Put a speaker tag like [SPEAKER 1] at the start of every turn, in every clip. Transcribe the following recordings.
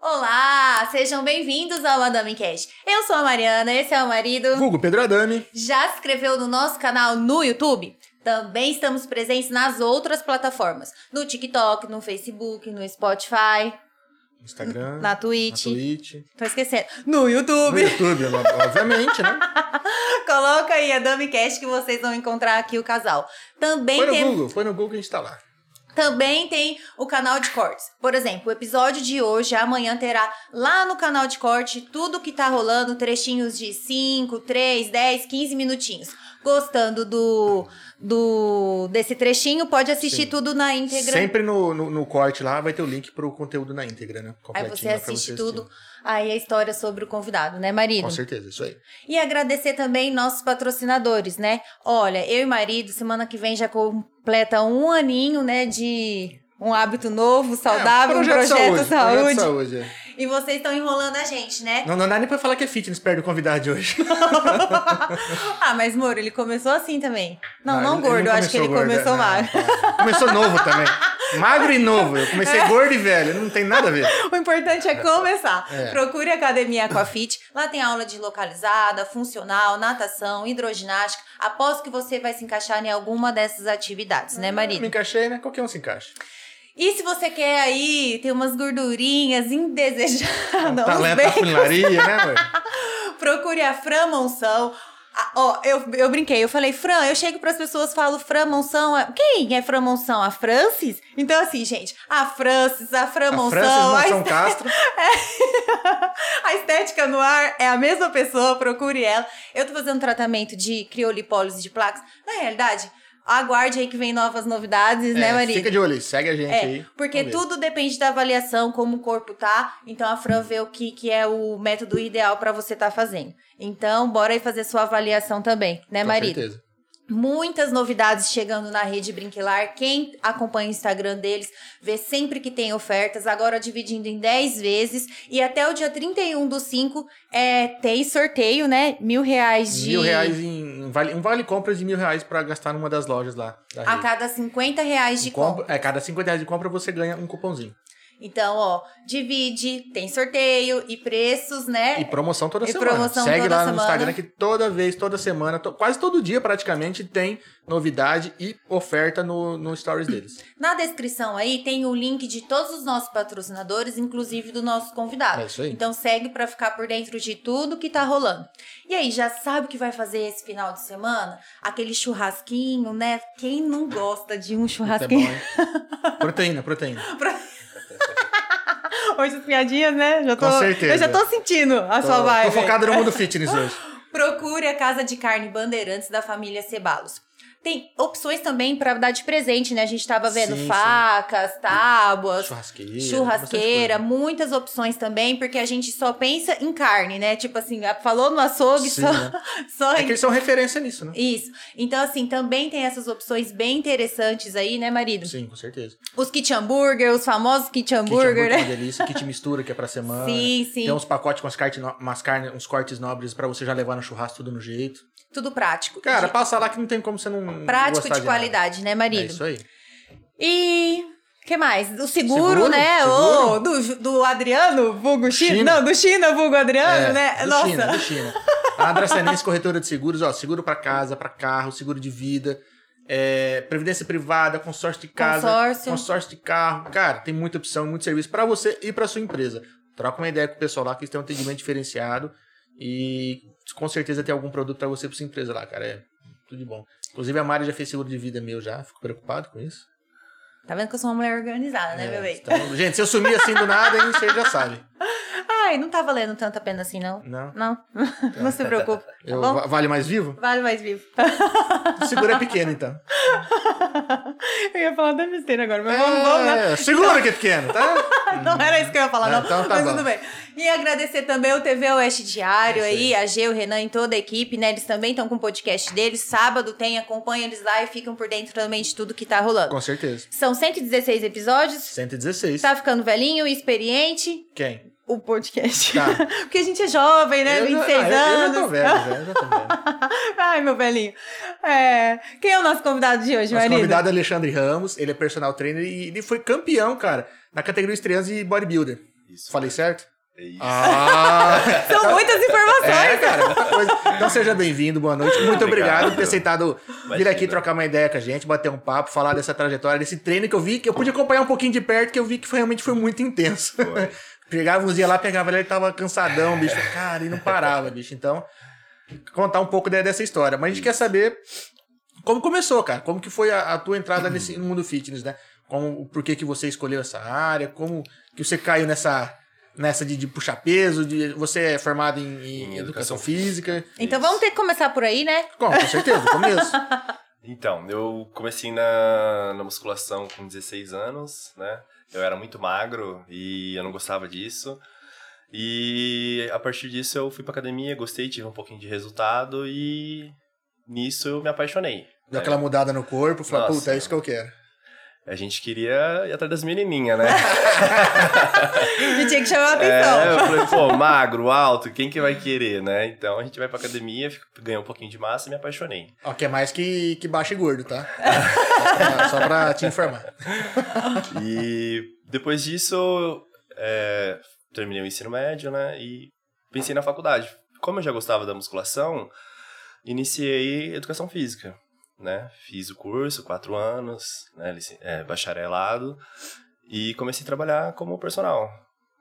[SPEAKER 1] Olá, sejam bem-vindos ao Adami Cash. Eu sou a Mariana, esse é o marido.
[SPEAKER 2] Vulgo Pedro Adame.
[SPEAKER 1] Já se inscreveu no nosso canal no YouTube? Também estamos presentes nas outras plataformas: no TikTok, no Facebook, no Spotify,
[SPEAKER 2] Instagram.
[SPEAKER 1] na
[SPEAKER 2] na
[SPEAKER 1] Twitch.
[SPEAKER 2] Twitch.
[SPEAKER 1] Tô esquecendo. No
[SPEAKER 2] No
[SPEAKER 1] YouTube.
[SPEAKER 2] YouTube, obviamente, né?
[SPEAKER 1] Coloca aí a Dummy Cash que vocês vão encontrar aqui o casal. Também
[SPEAKER 2] Foi no
[SPEAKER 1] tem,
[SPEAKER 2] Google, foi no Google que a gente tá lá.
[SPEAKER 1] também tem o canal de cortes. Por exemplo, o episódio de hoje, amanhã, terá lá no canal de corte tudo que tá rolando, trechinhos de 5, 3, 10, 15 minutinhos. Gostando do, do desse trechinho, pode assistir
[SPEAKER 2] Sim.
[SPEAKER 1] tudo na íntegra.
[SPEAKER 2] Sempre no, no, no corte lá vai ter o link pro conteúdo na íntegra, né?
[SPEAKER 1] Aí
[SPEAKER 2] Completinho
[SPEAKER 1] você
[SPEAKER 2] lá pra
[SPEAKER 1] assiste
[SPEAKER 2] assistir.
[SPEAKER 1] tudo, aí a história sobre o convidado, né, marido?
[SPEAKER 2] Com certeza, isso aí.
[SPEAKER 1] E agradecer também nossos patrocinadores, né? Olha, eu e marido, semana que vem já completa um aninho, né? De um hábito novo, saudável,
[SPEAKER 2] É,
[SPEAKER 1] um projeto, saúde.
[SPEAKER 2] Projeto saúde é.
[SPEAKER 1] E vocês estão enrolando a gente, né?
[SPEAKER 2] Não, não dá nem pra falar que é fitness perto do convidado de hoje.
[SPEAKER 1] ah, mas Moro, ele começou assim também. Não, não,
[SPEAKER 2] Ah, ele- ele
[SPEAKER 1] gordo, eu acho que ele
[SPEAKER 2] gordo, é, né?
[SPEAKER 1] começou
[SPEAKER 2] não,
[SPEAKER 1] magro.
[SPEAKER 2] não. Começou novo também. Magro e novo. Eu comecei
[SPEAKER 1] É.
[SPEAKER 2] gordo e velho, não tem nada a ver.
[SPEAKER 1] O importante é começar.
[SPEAKER 2] É.
[SPEAKER 1] Procure a Academia Aquafit. Lá tem aula de localizada, funcional, natação, hidroginástica. Aposto que você vai se encaixar em alguma dessas atividades, né, marido?
[SPEAKER 2] Me encaixei, né? Qualquer um se encaixa.
[SPEAKER 1] E se você quer aí ter umas gordurinhas indesejadas, uns
[SPEAKER 2] Talento da
[SPEAKER 1] bem,
[SPEAKER 2] funilaria, né, velho?
[SPEAKER 1] procure a Fran Monção. Ah, ó, eu, eu brinquei, eu falei, Fran, eu chego pras pessoas, falo, Fran Monção, é- quem é Fran Monção? A Francis? Então, assim, gente, a Francis, a Fran
[SPEAKER 2] A
[SPEAKER 1] Monção,
[SPEAKER 2] Francis
[SPEAKER 1] a
[SPEAKER 2] Monção
[SPEAKER 1] Esté-
[SPEAKER 2] Castro.
[SPEAKER 1] a estética no ar é a mesma pessoa, procure ela. Eu tô fazendo tratamento de criolipólise de placas. Na realidade, aguarde aí que vem novas novidades, né,
[SPEAKER 2] É,
[SPEAKER 1] Maria?
[SPEAKER 2] Fica de olho aí, segue a gente aí.
[SPEAKER 1] É, porque
[SPEAKER 2] Vamos ver.
[SPEAKER 1] tudo depende da avaliação, como o corpo tá. Então a
[SPEAKER 2] Uhum.
[SPEAKER 1] Fran vê o que, que é o método ideal pra você tá fazendo. Então, bora aí fazer sua avaliação também, né,
[SPEAKER 2] Com
[SPEAKER 1] marido?
[SPEAKER 2] certeza.
[SPEAKER 1] Muitas novidades chegando na rede Brinquilar. Quem acompanha o Instagram deles vê sempre que tem ofertas, agora dividindo em 10 vezes. E até o dia 31 do 5 é, tem sorteio, né? Mil reais de.
[SPEAKER 2] Mil reais em. em Vale, um vale compras de mil reais pra gastar numa das lojas lá. Da
[SPEAKER 1] A
[SPEAKER 2] rede.
[SPEAKER 1] cada 50 reais de
[SPEAKER 2] Em compra-
[SPEAKER 1] compra.
[SPEAKER 2] É, cada 50 reais de compra você ganha um cupomzinho.
[SPEAKER 1] Então, ó, divide, tem sorteio e preços, né?
[SPEAKER 2] E promoção toda
[SPEAKER 1] E
[SPEAKER 2] semana.
[SPEAKER 1] promoção
[SPEAKER 2] Segue
[SPEAKER 1] toda
[SPEAKER 2] lá no
[SPEAKER 1] semana.
[SPEAKER 2] Instagram que toda vez, toda semana, to- quase todo dia praticamente tem novidade e oferta no, no stories deles.
[SPEAKER 1] Na descrição aí tem o link de todos os nossos patrocinadores, inclusive do nosso convidado.
[SPEAKER 2] É isso aí.
[SPEAKER 1] Então segue pra ficar por dentro de tudo que tá rolando. E aí, já sabe o que vai fazer esse final de semana? Aquele churrasquinho, né? Quem não gosta de um
[SPEAKER 2] Isso é bom,
[SPEAKER 1] churrasquinho?
[SPEAKER 2] hein? Proteína, proteína.
[SPEAKER 1] Hoje as piadinhas, né? Já tô,
[SPEAKER 2] é Com certeza.
[SPEAKER 1] Eu já tô sentindo a
[SPEAKER 2] Tô,
[SPEAKER 1] sua vibe.
[SPEAKER 2] tô focado no mundo fitness hoje.
[SPEAKER 1] Procure a Casa de Carne Bandeirantes da família Cebalos. Tem opções também pra dar de presente, né? A gente tava vendo
[SPEAKER 2] Sim, sim.
[SPEAKER 1] facas, tábuas,
[SPEAKER 2] Churrasqueira.
[SPEAKER 1] Churrasqueira,
[SPEAKER 2] bastante
[SPEAKER 1] muitas opções também, porque a gente só pensa em carne, né? Tipo assim, ah, falou no açougue,
[SPEAKER 2] Sim,
[SPEAKER 1] só,
[SPEAKER 2] né?
[SPEAKER 1] só
[SPEAKER 2] coisa. É
[SPEAKER 1] em...
[SPEAKER 2] que eles são referência nisso, né?
[SPEAKER 1] Isso. Então, assim, também tem essas opções bem interessantes aí, né, marido?
[SPEAKER 2] Sim, com certeza.
[SPEAKER 1] Os kit hambúrguer, os famosos kit hambúrguer,
[SPEAKER 2] que
[SPEAKER 1] né?
[SPEAKER 2] é uma delícia, kit mistura que é pra semana.
[SPEAKER 1] Sim, sim.
[SPEAKER 2] Tem uns pacotes com as carne, umas carne, uns cortes nobres pra você já levar no churrasco tudo no jeito.
[SPEAKER 1] Tudo prático.
[SPEAKER 2] Cara,
[SPEAKER 1] De-
[SPEAKER 2] passa lá que não tem como você não
[SPEAKER 1] prático
[SPEAKER 2] gostar
[SPEAKER 1] de
[SPEAKER 2] nada.
[SPEAKER 1] qualidade, né,
[SPEAKER 2] É
[SPEAKER 1] marido?
[SPEAKER 2] isso aí.
[SPEAKER 1] e. O que mais? O seguro,
[SPEAKER 2] Seguro?
[SPEAKER 1] né?
[SPEAKER 2] Seguro?
[SPEAKER 1] Ô, do, do Adriano, vulgo China.
[SPEAKER 2] China.
[SPEAKER 1] Não, do China, vulgo Adriano,
[SPEAKER 2] É,
[SPEAKER 1] né?
[SPEAKER 2] do
[SPEAKER 1] Nossa.
[SPEAKER 2] China, do China. A Andracenense Corretora de Seguros, ó, seguro pra casa, pra carro, seguro de vida, é, previdência privada, consórcio de casa,
[SPEAKER 1] Consórcio.
[SPEAKER 2] consórcio de carro. Cara, tem muita opção, muito serviço pra você e pra sua empresa. Troca uma ideia com o pessoal lá que eles têm um atendimento diferenciado e com certeza tem algum produto pra você e pra sua empresa lá, cara. É tudo de bom. Inclusive a Mari já fez seguro de vida meu já, fico preocupado com isso.
[SPEAKER 1] Tá vendo que eu sou uma mulher organizada, né,
[SPEAKER 2] É,
[SPEAKER 1] meu bem?
[SPEAKER 2] então, gente, se eu sumir assim do nada, hein, você já sabe.
[SPEAKER 1] Ai, não tá valendo tanto a pena assim, não.
[SPEAKER 2] Não.
[SPEAKER 1] Não, não se preocupe. Tá
[SPEAKER 2] Eu,
[SPEAKER 1] bom?
[SPEAKER 2] va- vale mais vivo?
[SPEAKER 1] Vale mais vivo.
[SPEAKER 2] Seguro é pequeno, então.
[SPEAKER 1] Eu ia falar da besteira agora, mas vamos, vamos lá.
[SPEAKER 2] É, segura que é pequeno, tá?
[SPEAKER 1] Não era isso que eu ia falar, não.
[SPEAKER 2] Ah, então tá
[SPEAKER 1] mas
[SPEAKER 2] bom.
[SPEAKER 1] tudo bem. E agradecer também o TV Oeste Diário
[SPEAKER 2] É isso
[SPEAKER 1] aí, a G, o Renan e toda a equipe, né? Eles também estão com o podcast deles. Sábado tem, acompanha eles lá e ficam por dentro também de tudo que tá rolando.
[SPEAKER 2] Com certeza.
[SPEAKER 1] São 116 episódios.
[SPEAKER 2] 116.
[SPEAKER 1] Tá ficando velhinho, experiente.
[SPEAKER 2] Quem?
[SPEAKER 1] o podcast.
[SPEAKER 2] Tá.
[SPEAKER 1] Porque a gente é jovem, né?
[SPEAKER 2] Eu já-
[SPEAKER 1] 26
[SPEAKER 2] ah, eu-
[SPEAKER 1] anos.
[SPEAKER 2] Eu já tô velho, já, eu já tô velho.
[SPEAKER 1] Ai, meu velhinho. É, Quem é o nosso convidado de hoje,
[SPEAKER 2] Nosso
[SPEAKER 1] Marina?
[SPEAKER 2] convidado é Alexandre Ramos, ele é personal trainer e ele foi campeão, cara, na categoria estreantes e bodybuilder.
[SPEAKER 3] Isso.
[SPEAKER 2] Falei certo?
[SPEAKER 3] É isso.
[SPEAKER 2] Ah!
[SPEAKER 1] São muitas informações.
[SPEAKER 2] é, cara, muita coisa. Então seja bem-vindo, boa noite. Muito obrigado por ter
[SPEAKER 3] Obrigado. né?
[SPEAKER 2] aceitado vir
[SPEAKER 3] Imagina.
[SPEAKER 2] aqui trocar uma ideia com a gente, bater um papo, falar dessa trajetória, desse treino que eu vi, que eu pude acompanhar um pouquinho de perto, que eu vi que foi- realmente foi muito intenso.
[SPEAKER 3] Foi.
[SPEAKER 2] Pegava uns dias lá, pegava ele, ele tava cansadão, bicho. Cara, e não parava, bicho. Então, contar um pouco de- dessa história. Mas a gente quer saber como começou, cara. Como que foi a, a tua entrada nesse no mundo fitness, né? Como, por que que você escolheu essa área? Como que você caiu nessa nessa de, de puxar peso? De, você é formado em, em educação
[SPEAKER 3] Em Hum, educação
[SPEAKER 2] física?
[SPEAKER 1] Então vamos ter que começar por aí, né?
[SPEAKER 2] Com, com certeza, do começo.
[SPEAKER 3] Então, eu comecei na, na musculação com 16 anos, né? Eu era muito magro e eu não gostava disso. E a partir disso eu fui pra academia, gostei, tive um pouquinho de resultado e nisso eu me apaixonei.
[SPEAKER 2] Deu
[SPEAKER 3] né?
[SPEAKER 2] aquela mudada no corpo, falou,
[SPEAKER 3] Nossa.
[SPEAKER 2] puta, é isso que eu quero.
[SPEAKER 3] A gente queria ir atrás das menininhas, né?
[SPEAKER 1] E tinha que chamar a
[SPEAKER 3] É,
[SPEAKER 1] atenção.
[SPEAKER 3] eu falei, pô, magro, alto, quem que vai querer, né? Então a gente vai pra academia, fica- ganha um pouquinho de massa e me apaixonei.
[SPEAKER 2] Ó, que é mais que, que baixo e gordo, tá? só, pra, só pra te informar.
[SPEAKER 3] E depois disso, é, terminei o ensino médio, né? E pensei na faculdade. Como eu já gostava da musculação, iniciei educação física, né? Fiz o curso, quatro anos, né? lici- é, bacharelado. E comecei a trabalhar como personal.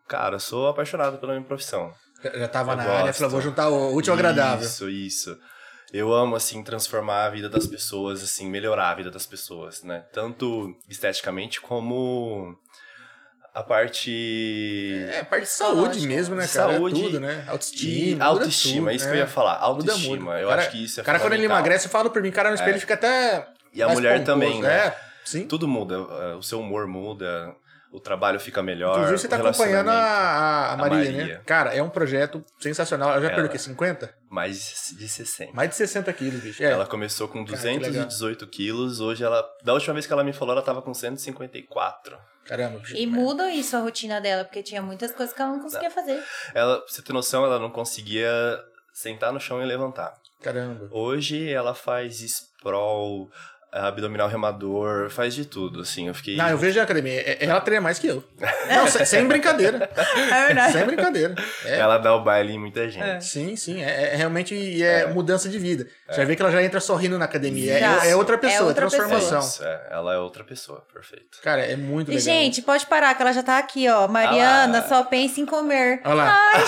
[SPEAKER 3] Cara, eu sou apaixonado pela minha profissão.
[SPEAKER 2] Já- Já tava
[SPEAKER 3] Eu
[SPEAKER 2] na área,
[SPEAKER 3] gosto.
[SPEAKER 2] falou, vou juntar o útil ao agradável.
[SPEAKER 3] Isso, isso. Eu amo, assim, transformar a vida das pessoas, assim, melhorar a vida das pessoas, né? Tanto esteticamente como a parte.
[SPEAKER 2] É, parte de saúde
[SPEAKER 1] Lógico.
[SPEAKER 2] mesmo, né, cara?
[SPEAKER 3] Saúde
[SPEAKER 2] é tudo, né? Autoestima.
[SPEAKER 3] de
[SPEAKER 2] muda
[SPEAKER 3] autoestima,
[SPEAKER 2] tudo,
[SPEAKER 3] é isso
[SPEAKER 2] né?
[SPEAKER 3] que eu ia falar.
[SPEAKER 2] Muda
[SPEAKER 3] Autoestima.
[SPEAKER 2] muito.
[SPEAKER 3] Eu
[SPEAKER 2] Cara-
[SPEAKER 3] acho que isso é
[SPEAKER 2] O cara, quando ele
[SPEAKER 3] fundamental.
[SPEAKER 2] emagrece, fala pra mim, cara, no espelho ele fica até.
[SPEAKER 3] É. E a
[SPEAKER 2] mais
[SPEAKER 3] mulher
[SPEAKER 2] pomposo,
[SPEAKER 3] também, né?
[SPEAKER 2] É, sim.
[SPEAKER 3] Tudo muda. eh, O seu humor muda, o trabalho fica melhor.
[SPEAKER 2] Inclusive, você
[SPEAKER 3] o
[SPEAKER 2] tá acompanhando a,
[SPEAKER 3] relacionamento.
[SPEAKER 2] a- a
[SPEAKER 3] A
[SPEAKER 2] Maria,
[SPEAKER 3] Maria.
[SPEAKER 2] né? Cara, é um projeto sensacional. Ela já
[SPEAKER 3] Ela-
[SPEAKER 2] perdeu o quê? 50?
[SPEAKER 3] Mais de 60.
[SPEAKER 2] Mais de 60 quilos, bicho. É.
[SPEAKER 3] Ela começou com
[SPEAKER 2] Cara, que legal.
[SPEAKER 3] 218 quilos, hoje ela. Da última vez que ela me falou, ela tava com 154.
[SPEAKER 2] Caramba, bicho.
[SPEAKER 1] E muda isso a rotina dela, porque tinha muitas coisas que ela não conseguia fazer.
[SPEAKER 3] Ela, pra você ter noção, ela não conseguia sentar no chão e levantar.
[SPEAKER 2] Caramba.
[SPEAKER 3] Hoje ela faz sprawl, é, abdominal remador, faz de tudo, assim. Eu fiquei.
[SPEAKER 2] Não, eu vejo a academia. é- Ela treina mais que eu. Não, se- sem brincadeira.
[SPEAKER 1] É verdade.
[SPEAKER 2] Sem brincadeira. É,
[SPEAKER 3] Ela dá o baile em muita gente.
[SPEAKER 1] É.
[SPEAKER 2] Sim, sim. É, é realmente e é, mudança de vida.
[SPEAKER 3] É.
[SPEAKER 2] Você vai ver que ela já entra sorrindo na academia.
[SPEAKER 1] Tá.
[SPEAKER 2] É, é outra pessoa, é
[SPEAKER 1] outra pessoa.
[SPEAKER 2] transformação.
[SPEAKER 3] Isso, é, ela é outra pessoa, perfeito.
[SPEAKER 2] Cara, é muito
[SPEAKER 1] E,
[SPEAKER 2] legal.
[SPEAKER 1] gente, pode parar, que ela já tá aqui, ó. Mariana
[SPEAKER 3] Ah lá.
[SPEAKER 1] só pensa em comer.
[SPEAKER 2] Olha lá.
[SPEAKER 1] Ai,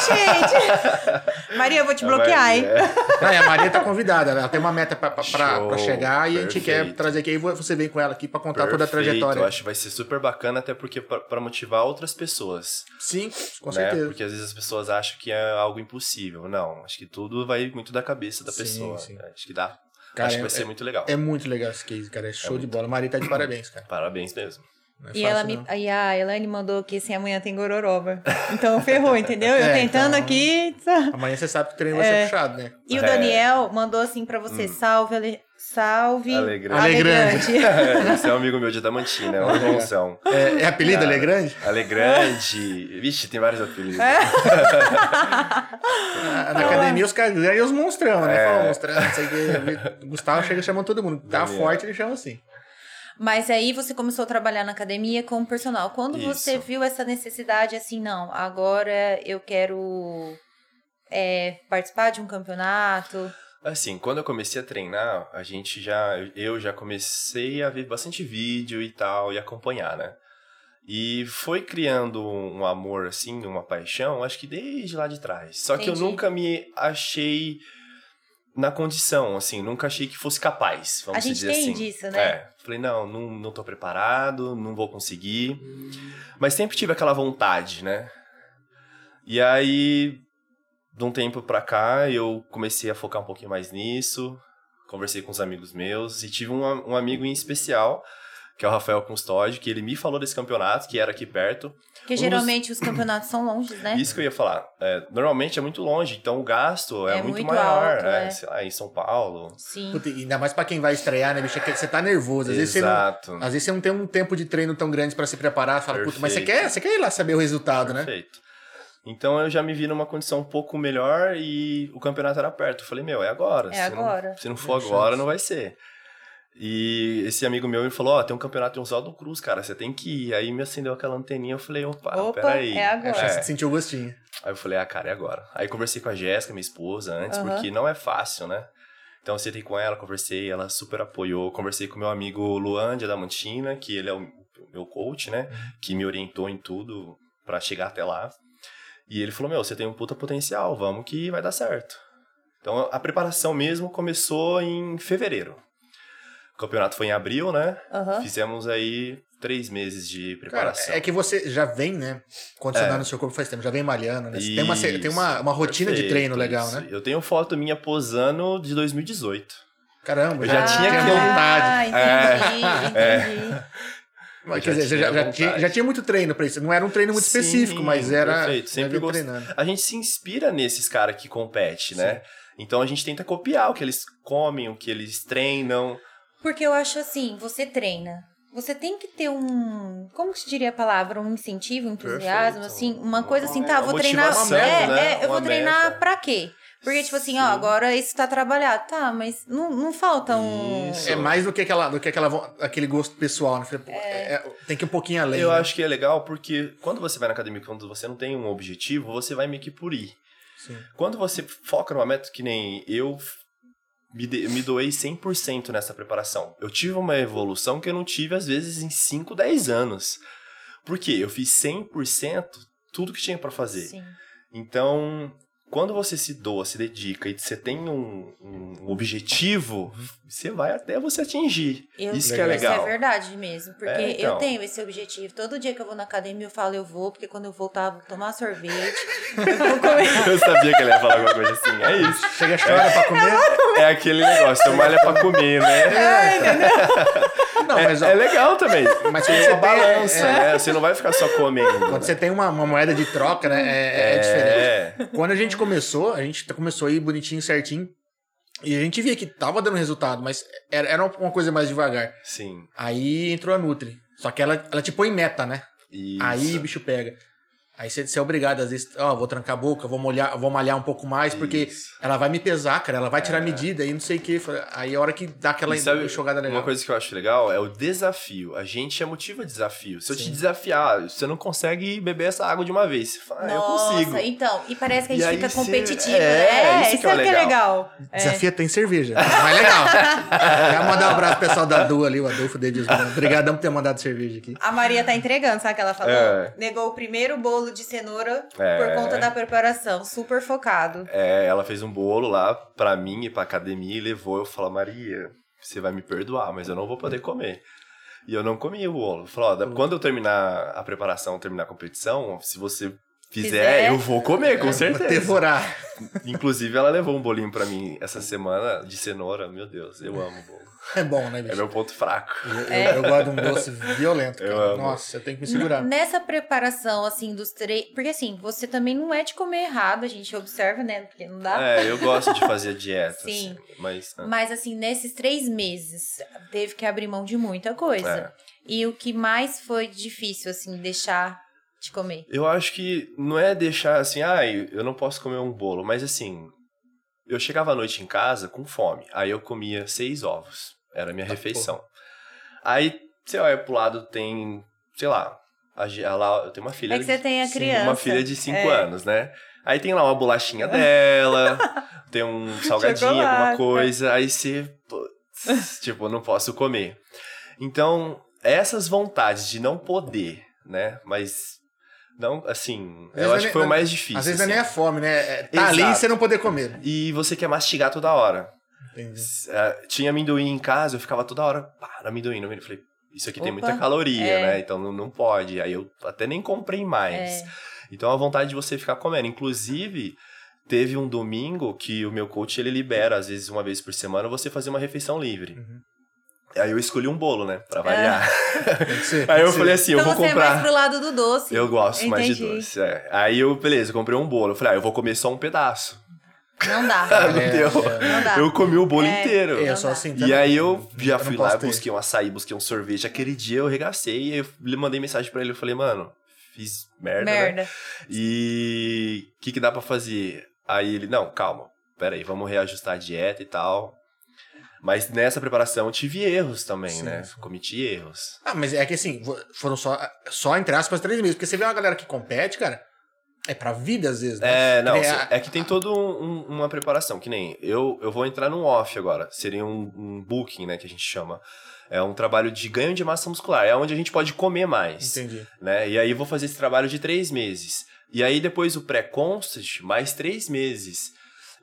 [SPEAKER 1] gente! Maria, eu vou te bloquear, hein?
[SPEAKER 3] É,
[SPEAKER 2] Ah, e a Maria tá convidada. Ela tem uma meta pra, pra, pra- pra
[SPEAKER 3] Show,
[SPEAKER 2] chegar e a gente quer
[SPEAKER 3] perfeito.
[SPEAKER 2] trazer aqui. Aí você vem com ela aqui pra contar toda a
[SPEAKER 3] perfeito, Eu
[SPEAKER 2] trajetória.
[SPEAKER 3] acho que vai ser super bacana, até porque pra, pra motivar outras pessoas.
[SPEAKER 2] Sim, com
[SPEAKER 3] né?
[SPEAKER 2] certeza.
[SPEAKER 3] Porque às vezes as pessoas acham que é algo impossível. Não, acho que tudo vai muito da cabeça da
[SPEAKER 2] Sim,
[SPEAKER 3] pessoa.
[SPEAKER 2] sim.
[SPEAKER 3] Acho que dá.
[SPEAKER 2] Cara,
[SPEAKER 3] acho que vai
[SPEAKER 2] é-
[SPEAKER 3] ser muito legal.
[SPEAKER 2] É muito legal esse case, cara. É show de
[SPEAKER 3] muito.
[SPEAKER 2] bola. A Maria tá de parabéns, cara.
[SPEAKER 3] Parabéns mesmo.
[SPEAKER 2] Não é
[SPEAKER 1] E
[SPEAKER 2] fácil,
[SPEAKER 1] ela me.
[SPEAKER 2] não.
[SPEAKER 1] E a Elaine mandou que assim, amanhã tem gororoba. Então ferrou, entendeu? Eu
[SPEAKER 2] É,
[SPEAKER 1] tentando
[SPEAKER 2] então-
[SPEAKER 1] aqui.
[SPEAKER 2] Amanhã você sabe que o treino vai
[SPEAKER 1] É.
[SPEAKER 2] ser puxado, né?
[SPEAKER 1] E o
[SPEAKER 3] É. Hum.
[SPEAKER 1] Daniel mandou assim pra você: salve, Ale... salve.
[SPEAKER 3] Alegrante.
[SPEAKER 1] Alegrante.
[SPEAKER 3] Esse é um amigo meu de Adamantina, é uma função.
[SPEAKER 2] É, é apelido,
[SPEAKER 3] Cara.
[SPEAKER 2] ela é grande?
[SPEAKER 3] Alegrande. Vixe, tem vários apelidos.
[SPEAKER 2] Na, na
[SPEAKER 3] Então,
[SPEAKER 2] academia, os caras grandes e os monstrão,
[SPEAKER 3] É.
[SPEAKER 2] né? Fala monstrão, não sei o quê. O Gustavo chega chamando todo mundo. Tá
[SPEAKER 3] Daniel.
[SPEAKER 2] forte, ele chama assim.
[SPEAKER 1] Mas aí você começou a trabalhar na academia como personal. Quando
[SPEAKER 3] Isso.
[SPEAKER 1] você viu essa necessidade, assim, não, agora eu quero é, participar de um campeonato.
[SPEAKER 3] Assim, quando eu comecei a treinar, a gente já. Eu já comecei a ver bastante vídeo e tal, e acompanhar, né? E foi criando um amor, assim, uma paixão, acho que desde lá de trás. Só que eu
[SPEAKER 1] Entendi.
[SPEAKER 3] nunca me achei na condição, assim, nunca achei que fosse capaz, vamos
[SPEAKER 1] a gente
[SPEAKER 3] dizer
[SPEAKER 1] tem
[SPEAKER 3] assim.
[SPEAKER 1] disso, né?
[SPEAKER 3] É, falei, não, não, não tô preparado, não vou conseguir. Mas sempre tive aquela vontade, né? E aí, de um tempo pra cá, eu comecei a focar um pouquinho mais nisso. Conversei com os amigos meus e tive um, a- um amigo em especial, que é o Rafael Custódio, que ele me falou desse campeonato, que era aqui perto.
[SPEAKER 1] Porque
[SPEAKER 3] Os-
[SPEAKER 1] geralmente os campeonatos são longe, né?
[SPEAKER 3] Isso que eu ia falar. É, normalmente é muito longe, então o gasto é,
[SPEAKER 1] É
[SPEAKER 3] muito,
[SPEAKER 1] muito
[SPEAKER 3] maior.
[SPEAKER 1] alto,
[SPEAKER 3] é,
[SPEAKER 1] é.
[SPEAKER 3] Sei lá, em São Paulo.
[SPEAKER 1] Sim.
[SPEAKER 2] Puta, e ainda mais pra quem vai estrear, né, bicho? É que Você tá nervoso. Às vezes você não, né?
[SPEAKER 3] Exato.
[SPEAKER 2] Às vezes você não tem um tempo de treino tão grande pra se preparar, fala, puta, mas você
[SPEAKER 3] Perfeito.
[SPEAKER 2] quer, você quer ir lá saber o resultado, né?
[SPEAKER 3] Perfeito. Então eu já me vi numa condição um pouco melhor e o campeonato era perto. Eu falei, meu, é agora.
[SPEAKER 1] É
[SPEAKER 3] se
[SPEAKER 1] agora.
[SPEAKER 3] Não, se não for
[SPEAKER 2] Tem
[SPEAKER 3] agora,
[SPEAKER 2] chance.
[SPEAKER 3] não vai ser. E esse amigo meu me falou, ó, tem um campeonato em Oswaldo Cruz, cara, você tem que ir. Aí me acendeu aquela anteninha, eu falei, opa,
[SPEAKER 1] Opa,
[SPEAKER 3] peraí.
[SPEAKER 1] é agora.
[SPEAKER 2] Chance de sentir o gostinho.
[SPEAKER 3] Aí eu falei, ah, cara, é agora. Aí conversei com a Jéssica, minha esposa, antes,
[SPEAKER 1] Aham.
[SPEAKER 3] porque não é fácil, né? Então eu sentei com ela, conversei, ela super apoiou. Conversei com meu amigo Luan de Adamantina, que ele é o meu coach, né?
[SPEAKER 1] Uhum.
[SPEAKER 3] Que me orientou em tudo pra chegar até lá. E ele falou, meu, você tem um puta potencial, vamos que vai dar certo. Então a preparação mesmo começou em fevereiro. O campeonato foi em abril, né?
[SPEAKER 1] Aham.
[SPEAKER 3] Fizemos aí três meses de
[SPEAKER 2] Cara,
[SPEAKER 3] preparação. É.
[SPEAKER 2] é que você já vem, né? Condicionado no seu corpo faz tempo, já vem malhando, né? Você Tem uma,
[SPEAKER 3] Isso.
[SPEAKER 2] tem uma, uma rotina de
[SPEAKER 3] Perfeito,
[SPEAKER 2] treino legal,
[SPEAKER 3] isso.
[SPEAKER 2] né?
[SPEAKER 3] Eu tenho foto minha posando de 2018.
[SPEAKER 2] Caramba,
[SPEAKER 3] Eu já tinha que- É.
[SPEAKER 2] vontade.
[SPEAKER 1] Ah, entendi, entendi.
[SPEAKER 2] Mas,
[SPEAKER 3] Eu
[SPEAKER 2] quer
[SPEAKER 3] já
[SPEAKER 2] dizer, você já,
[SPEAKER 3] tinha
[SPEAKER 2] já
[SPEAKER 3] vontade.
[SPEAKER 2] tinha, já tinha muito treino pra isso. Não era um treino muito
[SPEAKER 3] Sim,
[SPEAKER 2] específico, mas era.
[SPEAKER 3] perfeito. Sempre
[SPEAKER 2] já vinha
[SPEAKER 3] gostei.
[SPEAKER 2] treinando.
[SPEAKER 3] A gente se inspira nesses caras que competem, né? Então a gente tenta copiar o que eles comem, o que eles treinam.
[SPEAKER 1] Porque eu acho assim, você treina. Você tem que ter um. Como que se diria a palavra? Um incentivo, um entusiasmo,
[SPEAKER 3] Perfeito.
[SPEAKER 1] assim, uma coisa assim, tá,
[SPEAKER 3] Uma
[SPEAKER 1] eu vou treinar.
[SPEAKER 3] motivação,
[SPEAKER 1] é,
[SPEAKER 3] né?
[SPEAKER 1] é, eu
[SPEAKER 3] Uma
[SPEAKER 1] vou treinar
[SPEAKER 3] meta.
[SPEAKER 1] pra quê? Porque, tipo assim, ó,
[SPEAKER 3] Sim.
[SPEAKER 1] agora isso tá trabalhado. Tá, mas não, não falta um.
[SPEAKER 3] Isso.
[SPEAKER 2] É mais do que, aquela, do que aquela, vo- aquele gosto pessoal, né? Falei, pô, é- é- tem que ir um pouquinho além.
[SPEAKER 3] Eu
[SPEAKER 2] né?
[SPEAKER 3] acho que é legal porque quando você vai na academia, quando você não tem um objetivo, você vai meio que por ir.
[SPEAKER 2] Sim.
[SPEAKER 3] Quando você foca numa meta que nem eu me, de- me doei 100% nessa preparação. Eu tive uma evolução que eu não tive às vezes em 5, 10 anos. Por quê? Eu fiz 100% tudo que tinha pra fazer.
[SPEAKER 1] Sim.
[SPEAKER 3] Então, quando você se doa, se dedica e você tem um, um objetivo, você vai até você atingir.
[SPEAKER 1] Eu-
[SPEAKER 3] Isso
[SPEAKER 2] Legal.
[SPEAKER 3] que é
[SPEAKER 1] Isso é
[SPEAKER 3] legal.
[SPEAKER 1] verdade mesmo, porque
[SPEAKER 3] É, então.
[SPEAKER 1] eu tenho esse objetivo. Todo dia que eu vou na academia, eu falo, eu vou, porque quando eu voltar, eu vou tomar sorvete.
[SPEAKER 3] Eu sabia que ele ia falar alguma coisa assim. É isso.
[SPEAKER 2] Chega a chorar pra comer.
[SPEAKER 3] É aquele negócio, eu malha pra comer, né?
[SPEAKER 2] É. Não, mas ó,
[SPEAKER 3] É legal também.
[SPEAKER 2] Mas
[SPEAKER 3] tem
[SPEAKER 2] quando
[SPEAKER 3] uma
[SPEAKER 2] você tem-
[SPEAKER 3] balança,
[SPEAKER 2] é.
[SPEAKER 3] né? Você não vai ficar só comendo.
[SPEAKER 2] quando você tem uma, uma moeda de troca, né? É, é diferente.
[SPEAKER 3] É,
[SPEAKER 2] Quando a gente começou, a gente começou aí bonitinho, certinho. E a gente via que tava dando resultado, mas era, era uma coisa mais devagar.
[SPEAKER 3] É, sim.
[SPEAKER 2] Aí entrou a Nutri. Só que ela, ela te põe meta, né?
[SPEAKER 3] Isso.
[SPEAKER 2] Aí o bicho pega. Aí você você é obrigado, às vezes, ó, vou trancar a boca, vou molhar, vou malhar um pouco mais, porque
[SPEAKER 3] Isso.
[SPEAKER 2] ela vai me pesar, cara, ela vai tirar medida e não sei o que. Aí a hora que dá aquela
[SPEAKER 3] É. E sabe
[SPEAKER 2] jogada legal.
[SPEAKER 3] Uma coisa que eu acho legal é o desafio. A gente é motivo a desafio. Se eu te
[SPEAKER 2] Sim.
[SPEAKER 3] desafiar, você não consegue beber essa água de uma vez. Você fala, ah, eu
[SPEAKER 1] Nossa,
[SPEAKER 3] consigo.
[SPEAKER 1] então. E parece que a
[SPEAKER 3] E
[SPEAKER 1] gente
[SPEAKER 3] aí
[SPEAKER 1] fica
[SPEAKER 3] você-
[SPEAKER 1] competitivo,
[SPEAKER 3] é,
[SPEAKER 1] né?
[SPEAKER 3] isso que é o
[SPEAKER 1] legal. É.
[SPEAKER 2] Desafia tem cerveja. Mas legal. Quero mandar um abraço pro pessoal da Du ali, o Adolfo Dedis. Obrigadão por ter mandado cerveja aqui.
[SPEAKER 1] A Maria tá entregando, sabe o que ela falou?
[SPEAKER 3] É.
[SPEAKER 1] Negou o primeiro bolo de cenoura
[SPEAKER 3] É.
[SPEAKER 1] por conta da preparação, super focado.
[SPEAKER 3] É, ela fez um bolo lá pra mim e pra academia e levou. Eu falo, Maria, você vai me perdoar, mas eu não vou poder comer. E eu não comi o bolo. Eu falo, ó,
[SPEAKER 2] Hum.
[SPEAKER 3] da- quando eu terminar a preparação, terminar a competição, se você fizer,
[SPEAKER 1] Fizer.
[SPEAKER 3] eu vou comer, com
[SPEAKER 2] é, Vou
[SPEAKER 3] certeza.
[SPEAKER 2] Devorar.
[SPEAKER 3] Inclusive, ela levou um bolinho pra mim essa semana de cenoura. Meu Deus, eu amo bolo.
[SPEAKER 2] É bom, né,
[SPEAKER 3] É
[SPEAKER 2] bicho?
[SPEAKER 3] meu ponto fraco.
[SPEAKER 2] Eu, eu gosto de um doce violento.
[SPEAKER 3] Eu
[SPEAKER 2] cara.
[SPEAKER 3] amo.
[SPEAKER 2] Nossa, eu tenho que me segurar.
[SPEAKER 1] Nessa preparação, assim, dos três. Porque assim, você também não é de comer errado, a gente observa, né? Porque não dá.
[SPEAKER 3] É, eu gosto de fazer dieta,
[SPEAKER 1] Sim.
[SPEAKER 3] assim, mas... né,
[SPEAKER 1] Mas assim, nesses três meses, teve que abrir mão de muita coisa.
[SPEAKER 3] é.
[SPEAKER 1] E o que mais foi difícil, assim, deixar de comer?
[SPEAKER 3] Eu acho que não é deixar assim, ai, eu não posso comer um bolo, mas assim, eu chegava à noite em casa com fome, aí eu comia seis ovos, era a minha
[SPEAKER 2] Tá,
[SPEAKER 3] refeição. Aí, você olha pro lado, tem, sei lá, a, Gi- a Lau- eu tenho uma filha...
[SPEAKER 1] É que você tem a
[SPEAKER 3] Sim,
[SPEAKER 1] criança.
[SPEAKER 3] Uma filha de 5
[SPEAKER 1] É.
[SPEAKER 3] anos, né? Aí tem lá uma bolachinha dela, tem um salgadinho, alguma
[SPEAKER 1] Chocolate.
[SPEAKER 3] coisa. Aí você. putz, tipo, não posso comer. Então, essas vontades de não poder, né? Mas. Não, assim.
[SPEAKER 2] Às vezes
[SPEAKER 3] Eu
[SPEAKER 2] não é
[SPEAKER 3] acho
[SPEAKER 2] nem-
[SPEAKER 3] que foi o
[SPEAKER 2] não-
[SPEAKER 3] mais difícil.
[SPEAKER 2] Às vezes não é nem a
[SPEAKER 3] assim.
[SPEAKER 2] fome, né? É, tá ali e
[SPEAKER 3] Exato.
[SPEAKER 2] você não poder comer.
[SPEAKER 3] E você quer mastigar toda hora.
[SPEAKER 2] Entendi.
[SPEAKER 3] S- ah, Tinha amendoim em casa, eu ficava toda hora. Pá, amendoim, amendoim. Eu Falei, isso aqui tem
[SPEAKER 1] Opa,
[SPEAKER 3] muita caloria,
[SPEAKER 1] é.
[SPEAKER 3] né? Então não, não pode. Aí eu até nem comprei mais.
[SPEAKER 1] É.
[SPEAKER 3] Então a vontade de você ficar comendo. Inclusive, teve um domingo que o meu coach ele libera, às vezes uma vez por semana, você fazer uma refeição livre.
[SPEAKER 2] Uhum.
[SPEAKER 3] Aí eu escolhi um bolo, né? Pra variar.
[SPEAKER 2] Tem que ser, tem
[SPEAKER 3] Aí eu
[SPEAKER 2] que ser.
[SPEAKER 3] falei assim: eu
[SPEAKER 1] então
[SPEAKER 3] vou
[SPEAKER 1] você é mais
[SPEAKER 3] comprar.
[SPEAKER 1] pro lado do doce.
[SPEAKER 3] Eu gosto mais de
[SPEAKER 1] Entendi.
[SPEAKER 3] doce. é. Aí eu, beleza, eu comprei um bolo. Eu falei, ah, eu vou comer só um pedaço.
[SPEAKER 1] Não dá.
[SPEAKER 3] assim, "Ah, não deu.
[SPEAKER 2] é.
[SPEAKER 1] Não dá.
[SPEAKER 3] Eu comi o bolo
[SPEAKER 1] É.
[SPEAKER 3] inteiro.
[SPEAKER 2] É, eu sou assim
[SPEAKER 3] E
[SPEAKER 2] também.
[SPEAKER 3] aí eu já
[SPEAKER 2] Eu não
[SPEAKER 3] fui
[SPEAKER 2] posso
[SPEAKER 3] lá,
[SPEAKER 2] ter.
[SPEAKER 3] busquei um açaí, busquei um sorvete. Aquele dia eu regacei e eu lhe mandei mensagem pra ele. Eu falei, mano, fiz merda. né?
[SPEAKER 1] Merda.
[SPEAKER 3] E o que, que dá pra fazer? Aí ele, não, calma, peraí, vamos reajustar a dieta e tal. Mas nessa preparação eu tive erros também,
[SPEAKER 2] Sim,
[SPEAKER 3] né?
[SPEAKER 2] sim.
[SPEAKER 3] Cometi erros.
[SPEAKER 2] Ah, mas é que assim, vo- foram só, só entre aspas, três meses. Porque você vê uma galera que compete, cara, é pra vida às vezes, né?
[SPEAKER 3] É, não,
[SPEAKER 2] É,
[SPEAKER 3] se-
[SPEAKER 2] a-
[SPEAKER 3] é que tem toda uma preparação, que nem eu, eu vou entrar num off agora, seria um, um booking, né, que a gente chama. É um trabalho de ganho de massa muscular, é onde a gente pode comer mais.
[SPEAKER 2] Entendi.
[SPEAKER 3] né? E aí eu vou fazer esse trabalho de três meses. E aí depois o pré-constant, mais três meses.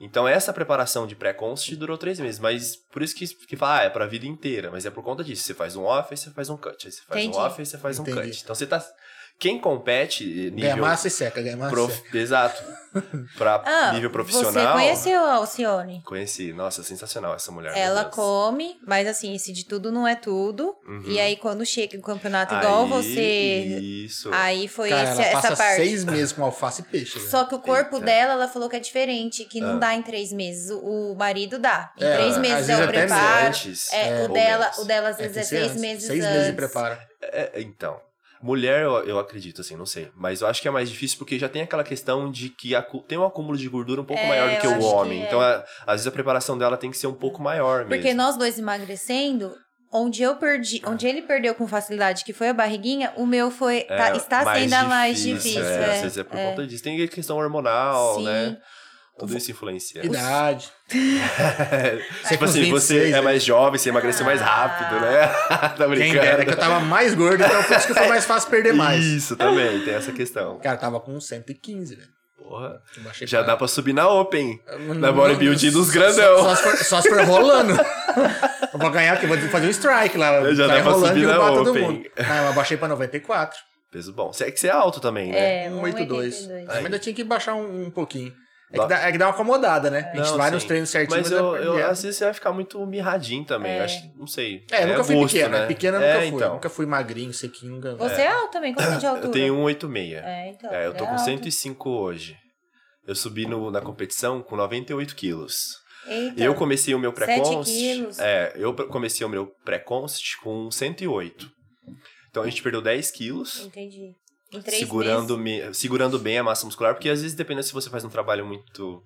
[SPEAKER 3] Então essa preparação de pré-constant durou três meses, mas por isso que, que fala, ah, é pra vida inteira, mas é por conta disso. Você faz um off, aí você faz um cut, aí você faz
[SPEAKER 1] Entendi.
[SPEAKER 3] um off, aí você faz um
[SPEAKER 2] Entendi.
[SPEAKER 3] cut. Então você tá... Quem compete eh,
[SPEAKER 2] Ganha
[SPEAKER 3] nível...
[SPEAKER 2] massa e seca, ganha massa e seca.
[SPEAKER 3] prof- Exato. Pra
[SPEAKER 1] Ah,
[SPEAKER 3] nível
[SPEAKER 1] Você
[SPEAKER 3] profissional...
[SPEAKER 1] conheceu a Alcione?
[SPEAKER 3] Conheci. Nossa, sensacional essa mulher. meu
[SPEAKER 1] Ela
[SPEAKER 3] Deus.
[SPEAKER 1] come, mas assim, esse de tudo não é tudo.
[SPEAKER 3] Uhum.
[SPEAKER 1] E aí, quando chega o campeonato
[SPEAKER 3] Aí,
[SPEAKER 1] igual você.
[SPEAKER 3] Isso.
[SPEAKER 1] Aí foi
[SPEAKER 2] Cara,
[SPEAKER 1] esse-
[SPEAKER 2] ela passa
[SPEAKER 1] essa parte.
[SPEAKER 2] seis meses com alface e peixe. velho.
[SPEAKER 1] Só que o corpo
[SPEAKER 3] Eita.
[SPEAKER 1] dela, ela falou que é diferente, que não
[SPEAKER 3] Ah.
[SPEAKER 1] dá em três meses. O o marido dá. Em
[SPEAKER 2] É,
[SPEAKER 1] três
[SPEAKER 2] às
[SPEAKER 1] meses
[SPEAKER 2] vezes
[SPEAKER 1] é o
[SPEAKER 2] até
[SPEAKER 1] preparo.
[SPEAKER 3] Antes,
[SPEAKER 1] É, o,
[SPEAKER 3] ou
[SPEAKER 1] dela,
[SPEAKER 3] menos.
[SPEAKER 1] o dela, às
[SPEAKER 2] É,
[SPEAKER 1] vezes, é,
[SPEAKER 2] tem que ser
[SPEAKER 1] três
[SPEAKER 2] antes.
[SPEAKER 1] meses
[SPEAKER 2] Seis
[SPEAKER 1] antes.
[SPEAKER 2] meses de preparo.
[SPEAKER 3] É, então. Mulher, eu, eu acredito, assim, não sei. Mas eu acho que é mais difícil porque já tem aquela questão de que acu- tem um acúmulo de gordura um pouco
[SPEAKER 1] É,
[SPEAKER 3] maior do que
[SPEAKER 1] eu
[SPEAKER 3] o
[SPEAKER 1] acho
[SPEAKER 3] homem.
[SPEAKER 1] que é.
[SPEAKER 3] Então, a- às vezes a preparação dela tem que ser um pouco maior mesmo.
[SPEAKER 1] Porque nós dois emagrecendo, onde eu perdi,
[SPEAKER 3] Ah.
[SPEAKER 1] onde ele perdeu com facilidade, que foi a barriguinha, o meu foi
[SPEAKER 3] É,
[SPEAKER 1] tá- está sendo ainda mais difícil.
[SPEAKER 3] É,
[SPEAKER 1] é.
[SPEAKER 3] Às vezes é por conta disso. Tem a questão hormonal,
[SPEAKER 1] Sim.
[SPEAKER 3] né? Tudo isso influencia.
[SPEAKER 2] Idade.
[SPEAKER 3] tipo
[SPEAKER 2] É com
[SPEAKER 3] assim,
[SPEAKER 2] 26,
[SPEAKER 3] você é
[SPEAKER 2] né?
[SPEAKER 3] mais jovem, você emagreceu mais
[SPEAKER 1] Ah.
[SPEAKER 3] rápido, né?
[SPEAKER 2] Quem dera
[SPEAKER 3] tá
[SPEAKER 2] que eu
[SPEAKER 3] brincando?
[SPEAKER 2] tava mais gordo, então por isso que foi mais fácil perder mais.
[SPEAKER 3] Isso, também, tem essa questão.
[SPEAKER 2] Cara, tava com 115, velho.
[SPEAKER 3] Porra,
[SPEAKER 2] Eu baixei
[SPEAKER 3] já dá pra subir na Open.
[SPEAKER 2] pra...
[SPEAKER 3] na bodybuilding dos
[SPEAKER 2] Só-
[SPEAKER 3] grandão.
[SPEAKER 2] Só, só se for, só se for rolando. eu vou ganhar aqui, vou fazer um strike lá.
[SPEAKER 3] Já
[SPEAKER 2] Sai
[SPEAKER 3] dá pra
[SPEAKER 2] rolando
[SPEAKER 3] subir
[SPEAKER 2] e
[SPEAKER 3] na
[SPEAKER 2] derrubar todo
[SPEAKER 3] Open.
[SPEAKER 2] mundo. Ah, eu abaixei pra 94.
[SPEAKER 3] Peso bom. Se é que você é alto também, né?
[SPEAKER 1] É,
[SPEAKER 2] 182.
[SPEAKER 1] 1,82.
[SPEAKER 2] Ah, mas ainda tinha que baixar um, um pouquinho. É
[SPEAKER 3] Dá.
[SPEAKER 2] que, dá, é que dá uma acomodada, né? A gente
[SPEAKER 3] Não,
[SPEAKER 2] vai
[SPEAKER 3] sim.
[SPEAKER 2] nos treinos certinho,
[SPEAKER 3] Mas
[SPEAKER 2] mas,
[SPEAKER 3] eu, eu- assim,
[SPEAKER 2] é,
[SPEAKER 3] às vezes você vai ficar muito mirradinho também. eu Acho, não sei.
[SPEAKER 2] é, nunca fui
[SPEAKER 3] gosto,
[SPEAKER 2] pequena.
[SPEAKER 3] né?
[SPEAKER 2] Pequena eu
[SPEAKER 3] É,
[SPEAKER 2] nunca fui.
[SPEAKER 3] Então,
[SPEAKER 2] Nunca fui magrinho, sequinho, nunca.
[SPEAKER 1] Você é, alto também, quanto é de altura?
[SPEAKER 3] eu tenho 1,86. É,
[SPEAKER 1] É, então.
[SPEAKER 3] eu tô
[SPEAKER 1] é
[SPEAKER 3] com
[SPEAKER 1] alto. Hum.
[SPEAKER 3] 105 hoje. Eu subi no- na competição com 98 quilos.
[SPEAKER 1] Eita.
[SPEAKER 3] Eu comecei o meu
[SPEAKER 1] Então, sete
[SPEAKER 3] pré-const.
[SPEAKER 1] quilos.
[SPEAKER 3] É, eu pre- comecei o meu pré-const com 108. Então a gente perdeu 10 quilos.
[SPEAKER 1] Entendi. Em três
[SPEAKER 3] Segurando, me- segurando bem a massa muscular, porque às vezes, dependendo se você faz um trabalho muito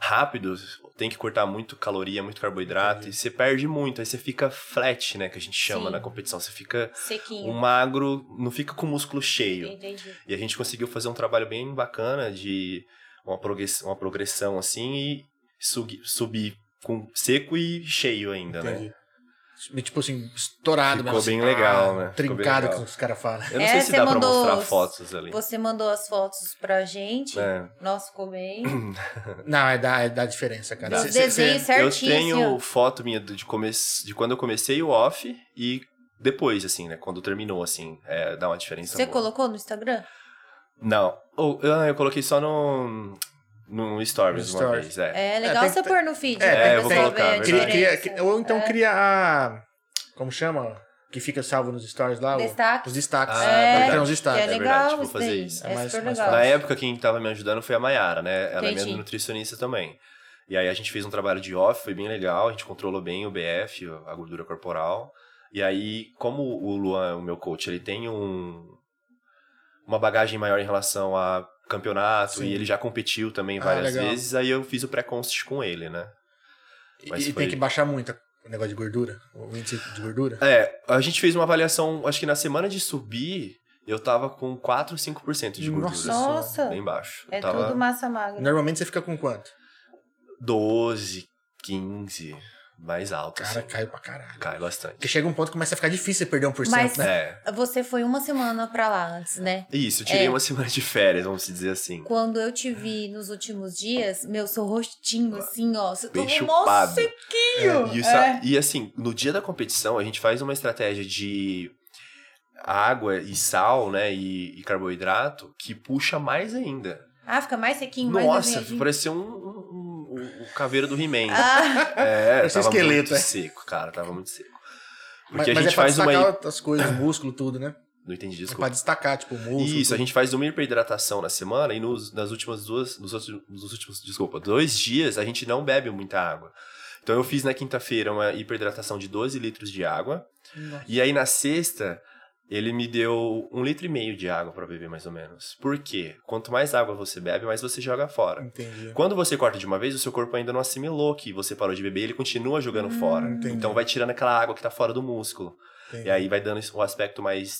[SPEAKER 3] rápido, tem que cortar muito caloria, muito carboidrato,
[SPEAKER 2] Entendi.
[SPEAKER 3] e você perde muito, aí você fica flat, né, que a gente chama
[SPEAKER 1] Sim.
[SPEAKER 3] na competição, você fica
[SPEAKER 1] meses, sequinho.
[SPEAKER 3] um magro, não fica com o músculo cheio.
[SPEAKER 1] Entendi.
[SPEAKER 3] E a gente conseguiu fazer um trabalho bem bacana de uma, progress- uma progressão assim e sugui- subir com seco e cheio ainda, né?
[SPEAKER 2] Entendi. Tipo assim, estourado
[SPEAKER 3] Ficou
[SPEAKER 2] mesmo. assim,
[SPEAKER 3] bem legal, né? Ficou bem
[SPEAKER 2] Trincado
[SPEAKER 3] legal.
[SPEAKER 2] que os caras falam.
[SPEAKER 3] Eu não
[SPEAKER 1] É,
[SPEAKER 3] sei se
[SPEAKER 1] você
[SPEAKER 3] dá pra
[SPEAKER 1] mandou
[SPEAKER 3] mostrar
[SPEAKER 1] os-
[SPEAKER 3] fotos ali.
[SPEAKER 1] Você mandou as fotos pra gente.
[SPEAKER 3] É.
[SPEAKER 1] Nossa, ficou bem.
[SPEAKER 2] Não, é da, é da diferença, cara.
[SPEAKER 1] Os
[SPEAKER 2] Cê- cê- cê-
[SPEAKER 1] desenhos
[SPEAKER 3] Eu
[SPEAKER 1] certinhos.
[SPEAKER 3] tenho foto minha do- de, come- de quando eu comecei o off e depois, assim, né? Quando terminou, assim, é, dá uma diferença.
[SPEAKER 1] Você
[SPEAKER 3] boa.
[SPEAKER 1] colocou no Instagram?
[SPEAKER 3] Não. Ou- ah, eu coloquei só no, no Stories
[SPEAKER 2] No
[SPEAKER 3] uma
[SPEAKER 2] stories.
[SPEAKER 3] vez, é.
[SPEAKER 1] É legal
[SPEAKER 2] tem
[SPEAKER 1] você
[SPEAKER 2] que-
[SPEAKER 1] pôr no feed. né,
[SPEAKER 2] É,
[SPEAKER 1] pra
[SPEAKER 2] tem-
[SPEAKER 1] você
[SPEAKER 2] eu vou
[SPEAKER 1] ver a
[SPEAKER 3] colocar, verdade.
[SPEAKER 2] Cria-
[SPEAKER 1] diferença. É.
[SPEAKER 2] cria- cri- ou então cria a. Como chama? Que fica salvo nos stories lá? o-
[SPEAKER 1] Destaque.
[SPEAKER 2] Os destaques.
[SPEAKER 3] Ah,
[SPEAKER 1] é
[SPEAKER 2] Tem
[SPEAKER 3] verdade.
[SPEAKER 2] uns
[SPEAKER 1] Que é
[SPEAKER 2] destaques.
[SPEAKER 3] verdade,
[SPEAKER 1] legal
[SPEAKER 3] vou
[SPEAKER 1] isso
[SPEAKER 3] fazer
[SPEAKER 1] daí.
[SPEAKER 3] isso.
[SPEAKER 1] É,
[SPEAKER 2] É mais-
[SPEAKER 1] super
[SPEAKER 2] mais
[SPEAKER 1] legal.
[SPEAKER 3] Na época, quem tava me ajudando foi a Mayara, né? Ela é
[SPEAKER 1] Entendi.
[SPEAKER 3] minha nutricionista também. E aí a gente fez um trabalho de off, foi bem legal, a gente controlou bem o BF, a gordura corporal. E aí, como o Luan, o meu coach, ele tem um, uma bagagem maior em relação a campeonato
[SPEAKER 2] Sim.
[SPEAKER 3] e ele já competiu também
[SPEAKER 2] Ah,
[SPEAKER 3] várias
[SPEAKER 2] legal.
[SPEAKER 3] vezes, aí eu fiz o pré-const com ele, né? Mas
[SPEAKER 2] E, e
[SPEAKER 3] foi-
[SPEAKER 2] tem que baixar muito o negócio de gordura. O índice de gordura.
[SPEAKER 3] É, a gente fez uma avaliação, acho que na semana de subir, eu tava com 4, 5% de gordura.
[SPEAKER 2] Nossa.
[SPEAKER 1] Nossa,
[SPEAKER 3] Bem baixo. Eu
[SPEAKER 1] é
[SPEAKER 3] tava
[SPEAKER 1] tudo massa magra.
[SPEAKER 2] Normalmente você fica com quanto?
[SPEAKER 3] 12, 15, mais alto.
[SPEAKER 2] Cara,
[SPEAKER 3] assim.
[SPEAKER 2] caiu pra caralho.
[SPEAKER 3] Cai
[SPEAKER 2] Porque
[SPEAKER 3] bastante.
[SPEAKER 2] chega um ponto que começa a ficar difícil você perder 1%,
[SPEAKER 1] Mas-
[SPEAKER 2] né?
[SPEAKER 3] É.
[SPEAKER 1] Você foi uma semana pra lá antes, né?
[SPEAKER 3] Isso, eu tirei
[SPEAKER 1] É.
[SPEAKER 3] uma semana de férias, vamos dizer assim.
[SPEAKER 1] Quando eu te vi nos últimos dias, meu, seu rostinho assim, ó. Você
[SPEAKER 3] Bem
[SPEAKER 1] tomou mó
[SPEAKER 3] chupado. É,
[SPEAKER 1] sequinho.
[SPEAKER 3] E, o sa-
[SPEAKER 1] É.
[SPEAKER 3] e assim, no dia da competição, a gente faz uma estratégia de água e sal, né? E, e carboidrato que puxa mais ainda.
[SPEAKER 1] Ah, fica mais sequinho, mais assim,
[SPEAKER 3] Nossa,
[SPEAKER 1] desenhadinho.
[SPEAKER 3] pareceu um, um, um- o caveira do He-Man.
[SPEAKER 1] Ah,
[SPEAKER 3] é,
[SPEAKER 2] Parecia
[SPEAKER 3] tava
[SPEAKER 2] esqueleto,
[SPEAKER 3] muito
[SPEAKER 2] é.
[SPEAKER 3] seco, cara, tava muito seco. Porque
[SPEAKER 2] Mas,
[SPEAKER 3] a
[SPEAKER 2] mas
[SPEAKER 3] gente
[SPEAKER 2] é pra
[SPEAKER 3] faz uma.
[SPEAKER 2] destacar as coisas, o músculo, tudo, né?
[SPEAKER 3] Não entendi,
[SPEAKER 2] É
[SPEAKER 3] desculpa.
[SPEAKER 2] pra destacar, tipo, o músculo.
[SPEAKER 3] Isso, a
[SPEAKER 2] tudo.
[SPEAKER 3] gente faz uma hiperhidratação na semana e nos, nas últimas duas. Nos, outros- nos últimos, desculpa, dois dias a gente não bebe muita água. Então eu fiz na quinta-feira uma hiperhidratação de 12 litros de água.
[SPEAKER 2] Nossa.
[SPEAKER 3] E aí na sexta Ele me deu um litro e meio de água pra beber, mais ou menos. Por quê? Quanto mais água você bebe, mais você joga fora.
[SPEAKER 2] Entendi.
[SPEAKER 3] Quando você corta de uma vez, o seu corpo ainda não assimilou que você parou de beber, ele continua jogando fora.
[SPEAKER 2] entendi.
[SPEAKER 3] Então vai tirando aquela água que tá fora do músculo.
[SPEAKER 2] entendi.
[SPEAKER 3] E aí vai dando o aspecto mais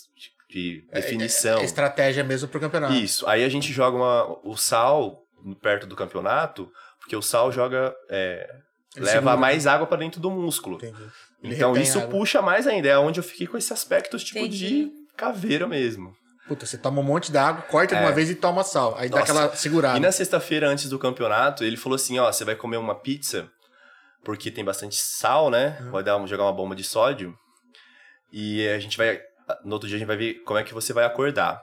[SPEAKER 3] de definição.
[SPEAKER 2] É estratégia mesmo pro campeonato.
[SPEAKER 3] Isso. Aí a gente joga uma- o sal perto do campeonato, porque o sal joga. é,
[SPEAKER 2] Ele
[SPEAKER 3] leva
[SPEAKER 2] segura. né?
[SPEAKER 3] mais água pra dentro do músculo.
[SPEAKER 2] Entendi. Ele
[SPEAKER 3] Então
[SPEAKER 2] retém
[SPEAKER 3] isso
[SPEAKER 2] água.
[SPEAKER 3] puxa mais ainda. É onde eu fiquei com esse aspecto tipo
[SPEAKER 1] Entendi.
[SPEAKER 3] de caveira mesmo.
[SPEAKER 2] Puta, você toma um monte de água, corta de uma vez e toma sal. Aí dá
[SPEAKER 3] É. Nossa.
[SPEAKER 2] aquela segurada.
[SPEAKER 3] E na sexta-feira, antes do campeonato, ele falou assim: ó, você vai comer uma pizza, porque tem bastante sal, né?
[SPEAKER 2] Uhum.
[SPEAKER 3] Vai dar, jogar uma bomba de sódio. E a gente vai. No outro dia a gente vai ver como é que você vai acordar.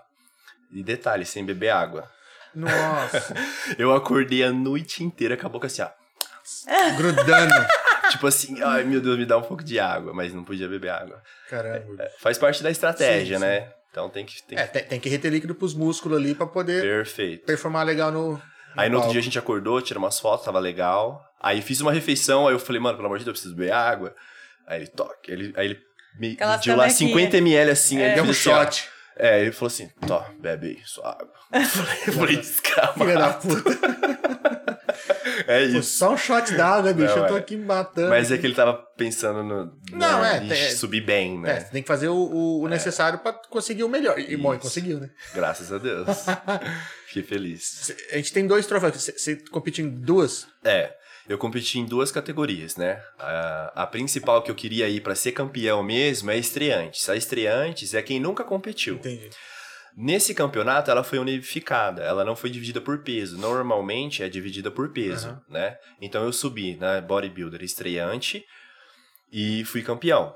[SPEAKER 3] E detalhe, sem beber água.
[SPEAKER 2] Nossa.
[SPEAKER 3] Eu acordei a noite inteira com a boca assim, ó.
[SPEAKER 2] Grudando.
[SPEAKER 3] Tipo assim, ai meu Deus, me dá um pouco de água, mas não podia beber água.
[SPEAKER 2] Caramba.
[SPEAKER 3] É, Faz parte da estratégia,
[SPEAKER 2] Sim, sim.
[SPEAKER 3] né? Então tem que. Tem
[SPEAKER 2] É, tem, tem que reter líquido pros músculos ali pra
[SPEAKER 3] que...
[SPEAKER 2] poder
[SPEAKER 3] Perfeito.
[SPEAKER 2] performar legal no.
[SPEAKER 3] Aí no outro
[SPEAKER 2] palco.
[SPEAKER 3] dia a gente acordou, tirou umas fotos, tava legal. Aí fiz uma refeição, aí eu falei, mano, pelo amor de Deus, eu preciso beber água. Aí ele toca, ele, aí ele me
[SPEAKER 1] Aquela
[SPEAKER 3] me deu lá
[SPEAKER 1] canequinha.
[SPEAKER 3] 50ml assim, aí ele
[SPEAKER 2] Deu um
[SPEAKER 3] fez assim, ó.
[SPEAKER 2] shot.
[SPEAKER 3] É, ele falou assim, tó, bebe aí, sua água. Eu falei, eu falei
[SPEAKER 2] Filha da
[SPEAKER 3] descamado.
[SPEAKER 2] puta.
[SPEAKER 3] É
[SPEAKER 2] Pô,
[SPEAKER 3] isso.
[SPEAKER 2] Só um shot d'água, bicho.
[SPEAKER 3] Não,
[SPEAKER 2] eu tô
[SPEAKER 3] é.
[SPEAKER 2] aqui matando.
[SPEAKER 3] Mas é que ele tava pensando no.
[SPEAKER 2] Não,
[SPEAKER 3] né,
[SPEAKER 2] é,
[SPEAKER 3] em
[SPEAKER 2] tem-
[SPEAKER 3] subir bem,
[SPEAKER 2] É,
[SPEAKER 3] né?
[SPEAKER 2] você tem que fazer o, o- o necessário pra conseguir o melhor. E bom, ele
[SPEAKER 3] Isso.
[SPEAKER 2] conseguiu, né?
[SPEAKER 3] Graças a Deus. Fiquei feliz.
[SPEAKER 2] Cê- A gente tem dois troféus. Você- Você competiu em duas?
[SPEAKER 3] É, eu competi em duas categorias, né? A, a principal que eu queria ir pra ser campeão mesmo é estreantes. A estreantes é quem nunca competiu.
[SPEAKER 2] Entendi.
[SPEAKER 3] Nesse campeonato, ela foi unificada, ela não foi dividida por peso. Normalmente é dividida por peso,
[SPEAKER 2] Aham.
[SPEAKER 3] né? Então eu subi na bodybuilder estreante e fui campeão.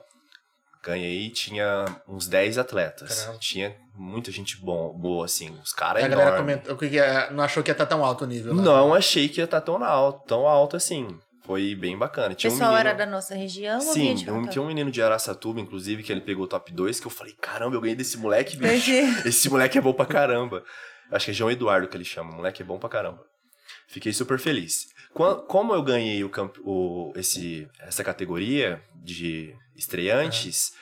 [SPEAKER 3] Ganhei, tinha uns 10 atletas.
[SPEAKER 2] Caramba.
[SPEAKER 3] Tinha muita gente bom, boa, assim, os caras
[SPEAKER 2] Aí a galera
[SPEAKER 3] enormes.
[SPEAKER 2] comentou que que é- não achou que ia estar tão alto o nível. lá.
[SPEAKER 3] Não achei que ia estar tão alto, tão alto assim. Foi bem bacana.
[SPEAKER 1] O
[SPEAKER 3] Tinha
[SPEAKER 1] pessoal
[SPEAKER 3] um menino...
[SPEAKER 1] era da nossa região ou vinha
[SPEAKER 3] Sim,
[SPEAKER 1] de
[SPEAKER 3] um-
[SPEAKER 1] Natal?
[SPEAKER 3] tinha um menino de Araçatuba, inclusive, que ele pegou o top 2, que eu falei, caramba, eu ganhei desse moleque, bicho.
[SPEAKER 1] Entendi.
[SPEAKER 3] Esse moleque é bom pra caramba. Acho que é João Eduardo que ele chama, o moleque é bom pra caramba. Fiquei super feliz. Qua- Como eu ganhei o camp- o- esse, essa categoria de estreantes,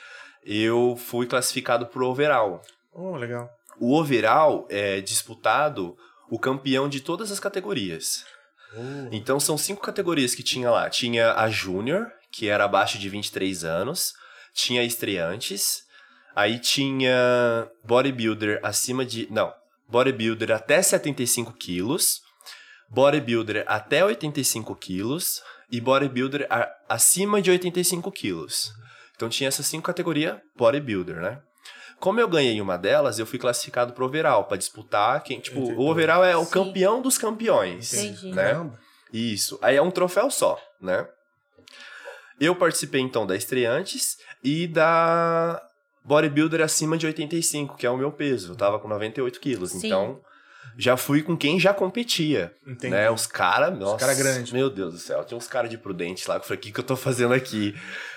[SPEAKER 3] eu fui classificado pro overall.
[SPEAKER 2] Oh, legal.
[SPEAKER 3] O overall é disputado o campeão de todas as categorias.
[SPEAKER 2] Oh.
[SPEAKER 3] Então são cinco categorias que tinha lá. Tinha a Júnior, que era abaixo de 23 anos, tinha estreantes, aí tinha bodybuilder acima de. Não, bodybuilder até 75 quilos, bodybuilder até 85 quilos e bodybuilder a- acima de 85 quilos. Então tinha essas cinco categorias bodybuilder, né? Como eu ganhei uma delas, eu fui classificado pro overall, pra disputar quem, tipo,
[SPEAKER 2] Entendi.
[SPEAKER 3] o overall é o
[SPEAKER 1] Sim.
[SPEAKER 3] campeão dos campeões,
[SPEAKER 1] Entendi.
[SPEAKER 3] né?
[SPEAKER 2] Caramba.
[SPEAKER 3] Isso. Aí é um troféu só, né? Eu participei então da estreantes e da bodybuilder acima de 85, que é o meu peso. Eu tava com 98 quilos,
[SPEAKER 1] Sim.
[SPEAKER 3] então já fui com quem já competia,
[SPEAKER 2] Entendi.
[SPEAKER 3] né? Os caras, nossa,
[SPEAKER 2] cara grande.
[SPEAKER 3] meu Deus do céu, tinha uns caras de prudente lá que eu falei, o que, que eu tô fazendo aqui?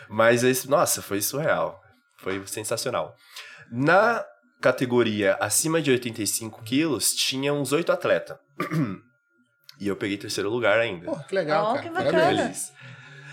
[SPEAKER 3] Mas, esse- nossa, foi surreal, foi sensacional. Na categoria acima de 85 quilos, tinha uns oito atletas. E eu peguei terceiro lugar ainda.
[SPEAKER 2] Pô, que legal,
[SPEAKER 1] Oh,
[SPEAKER 2] cara.
[SPEAKER 1] que
[SPEAKER 2] Parabéns.
[SPEAKER 1] bacana.
[SPEAKER 3] Feliz.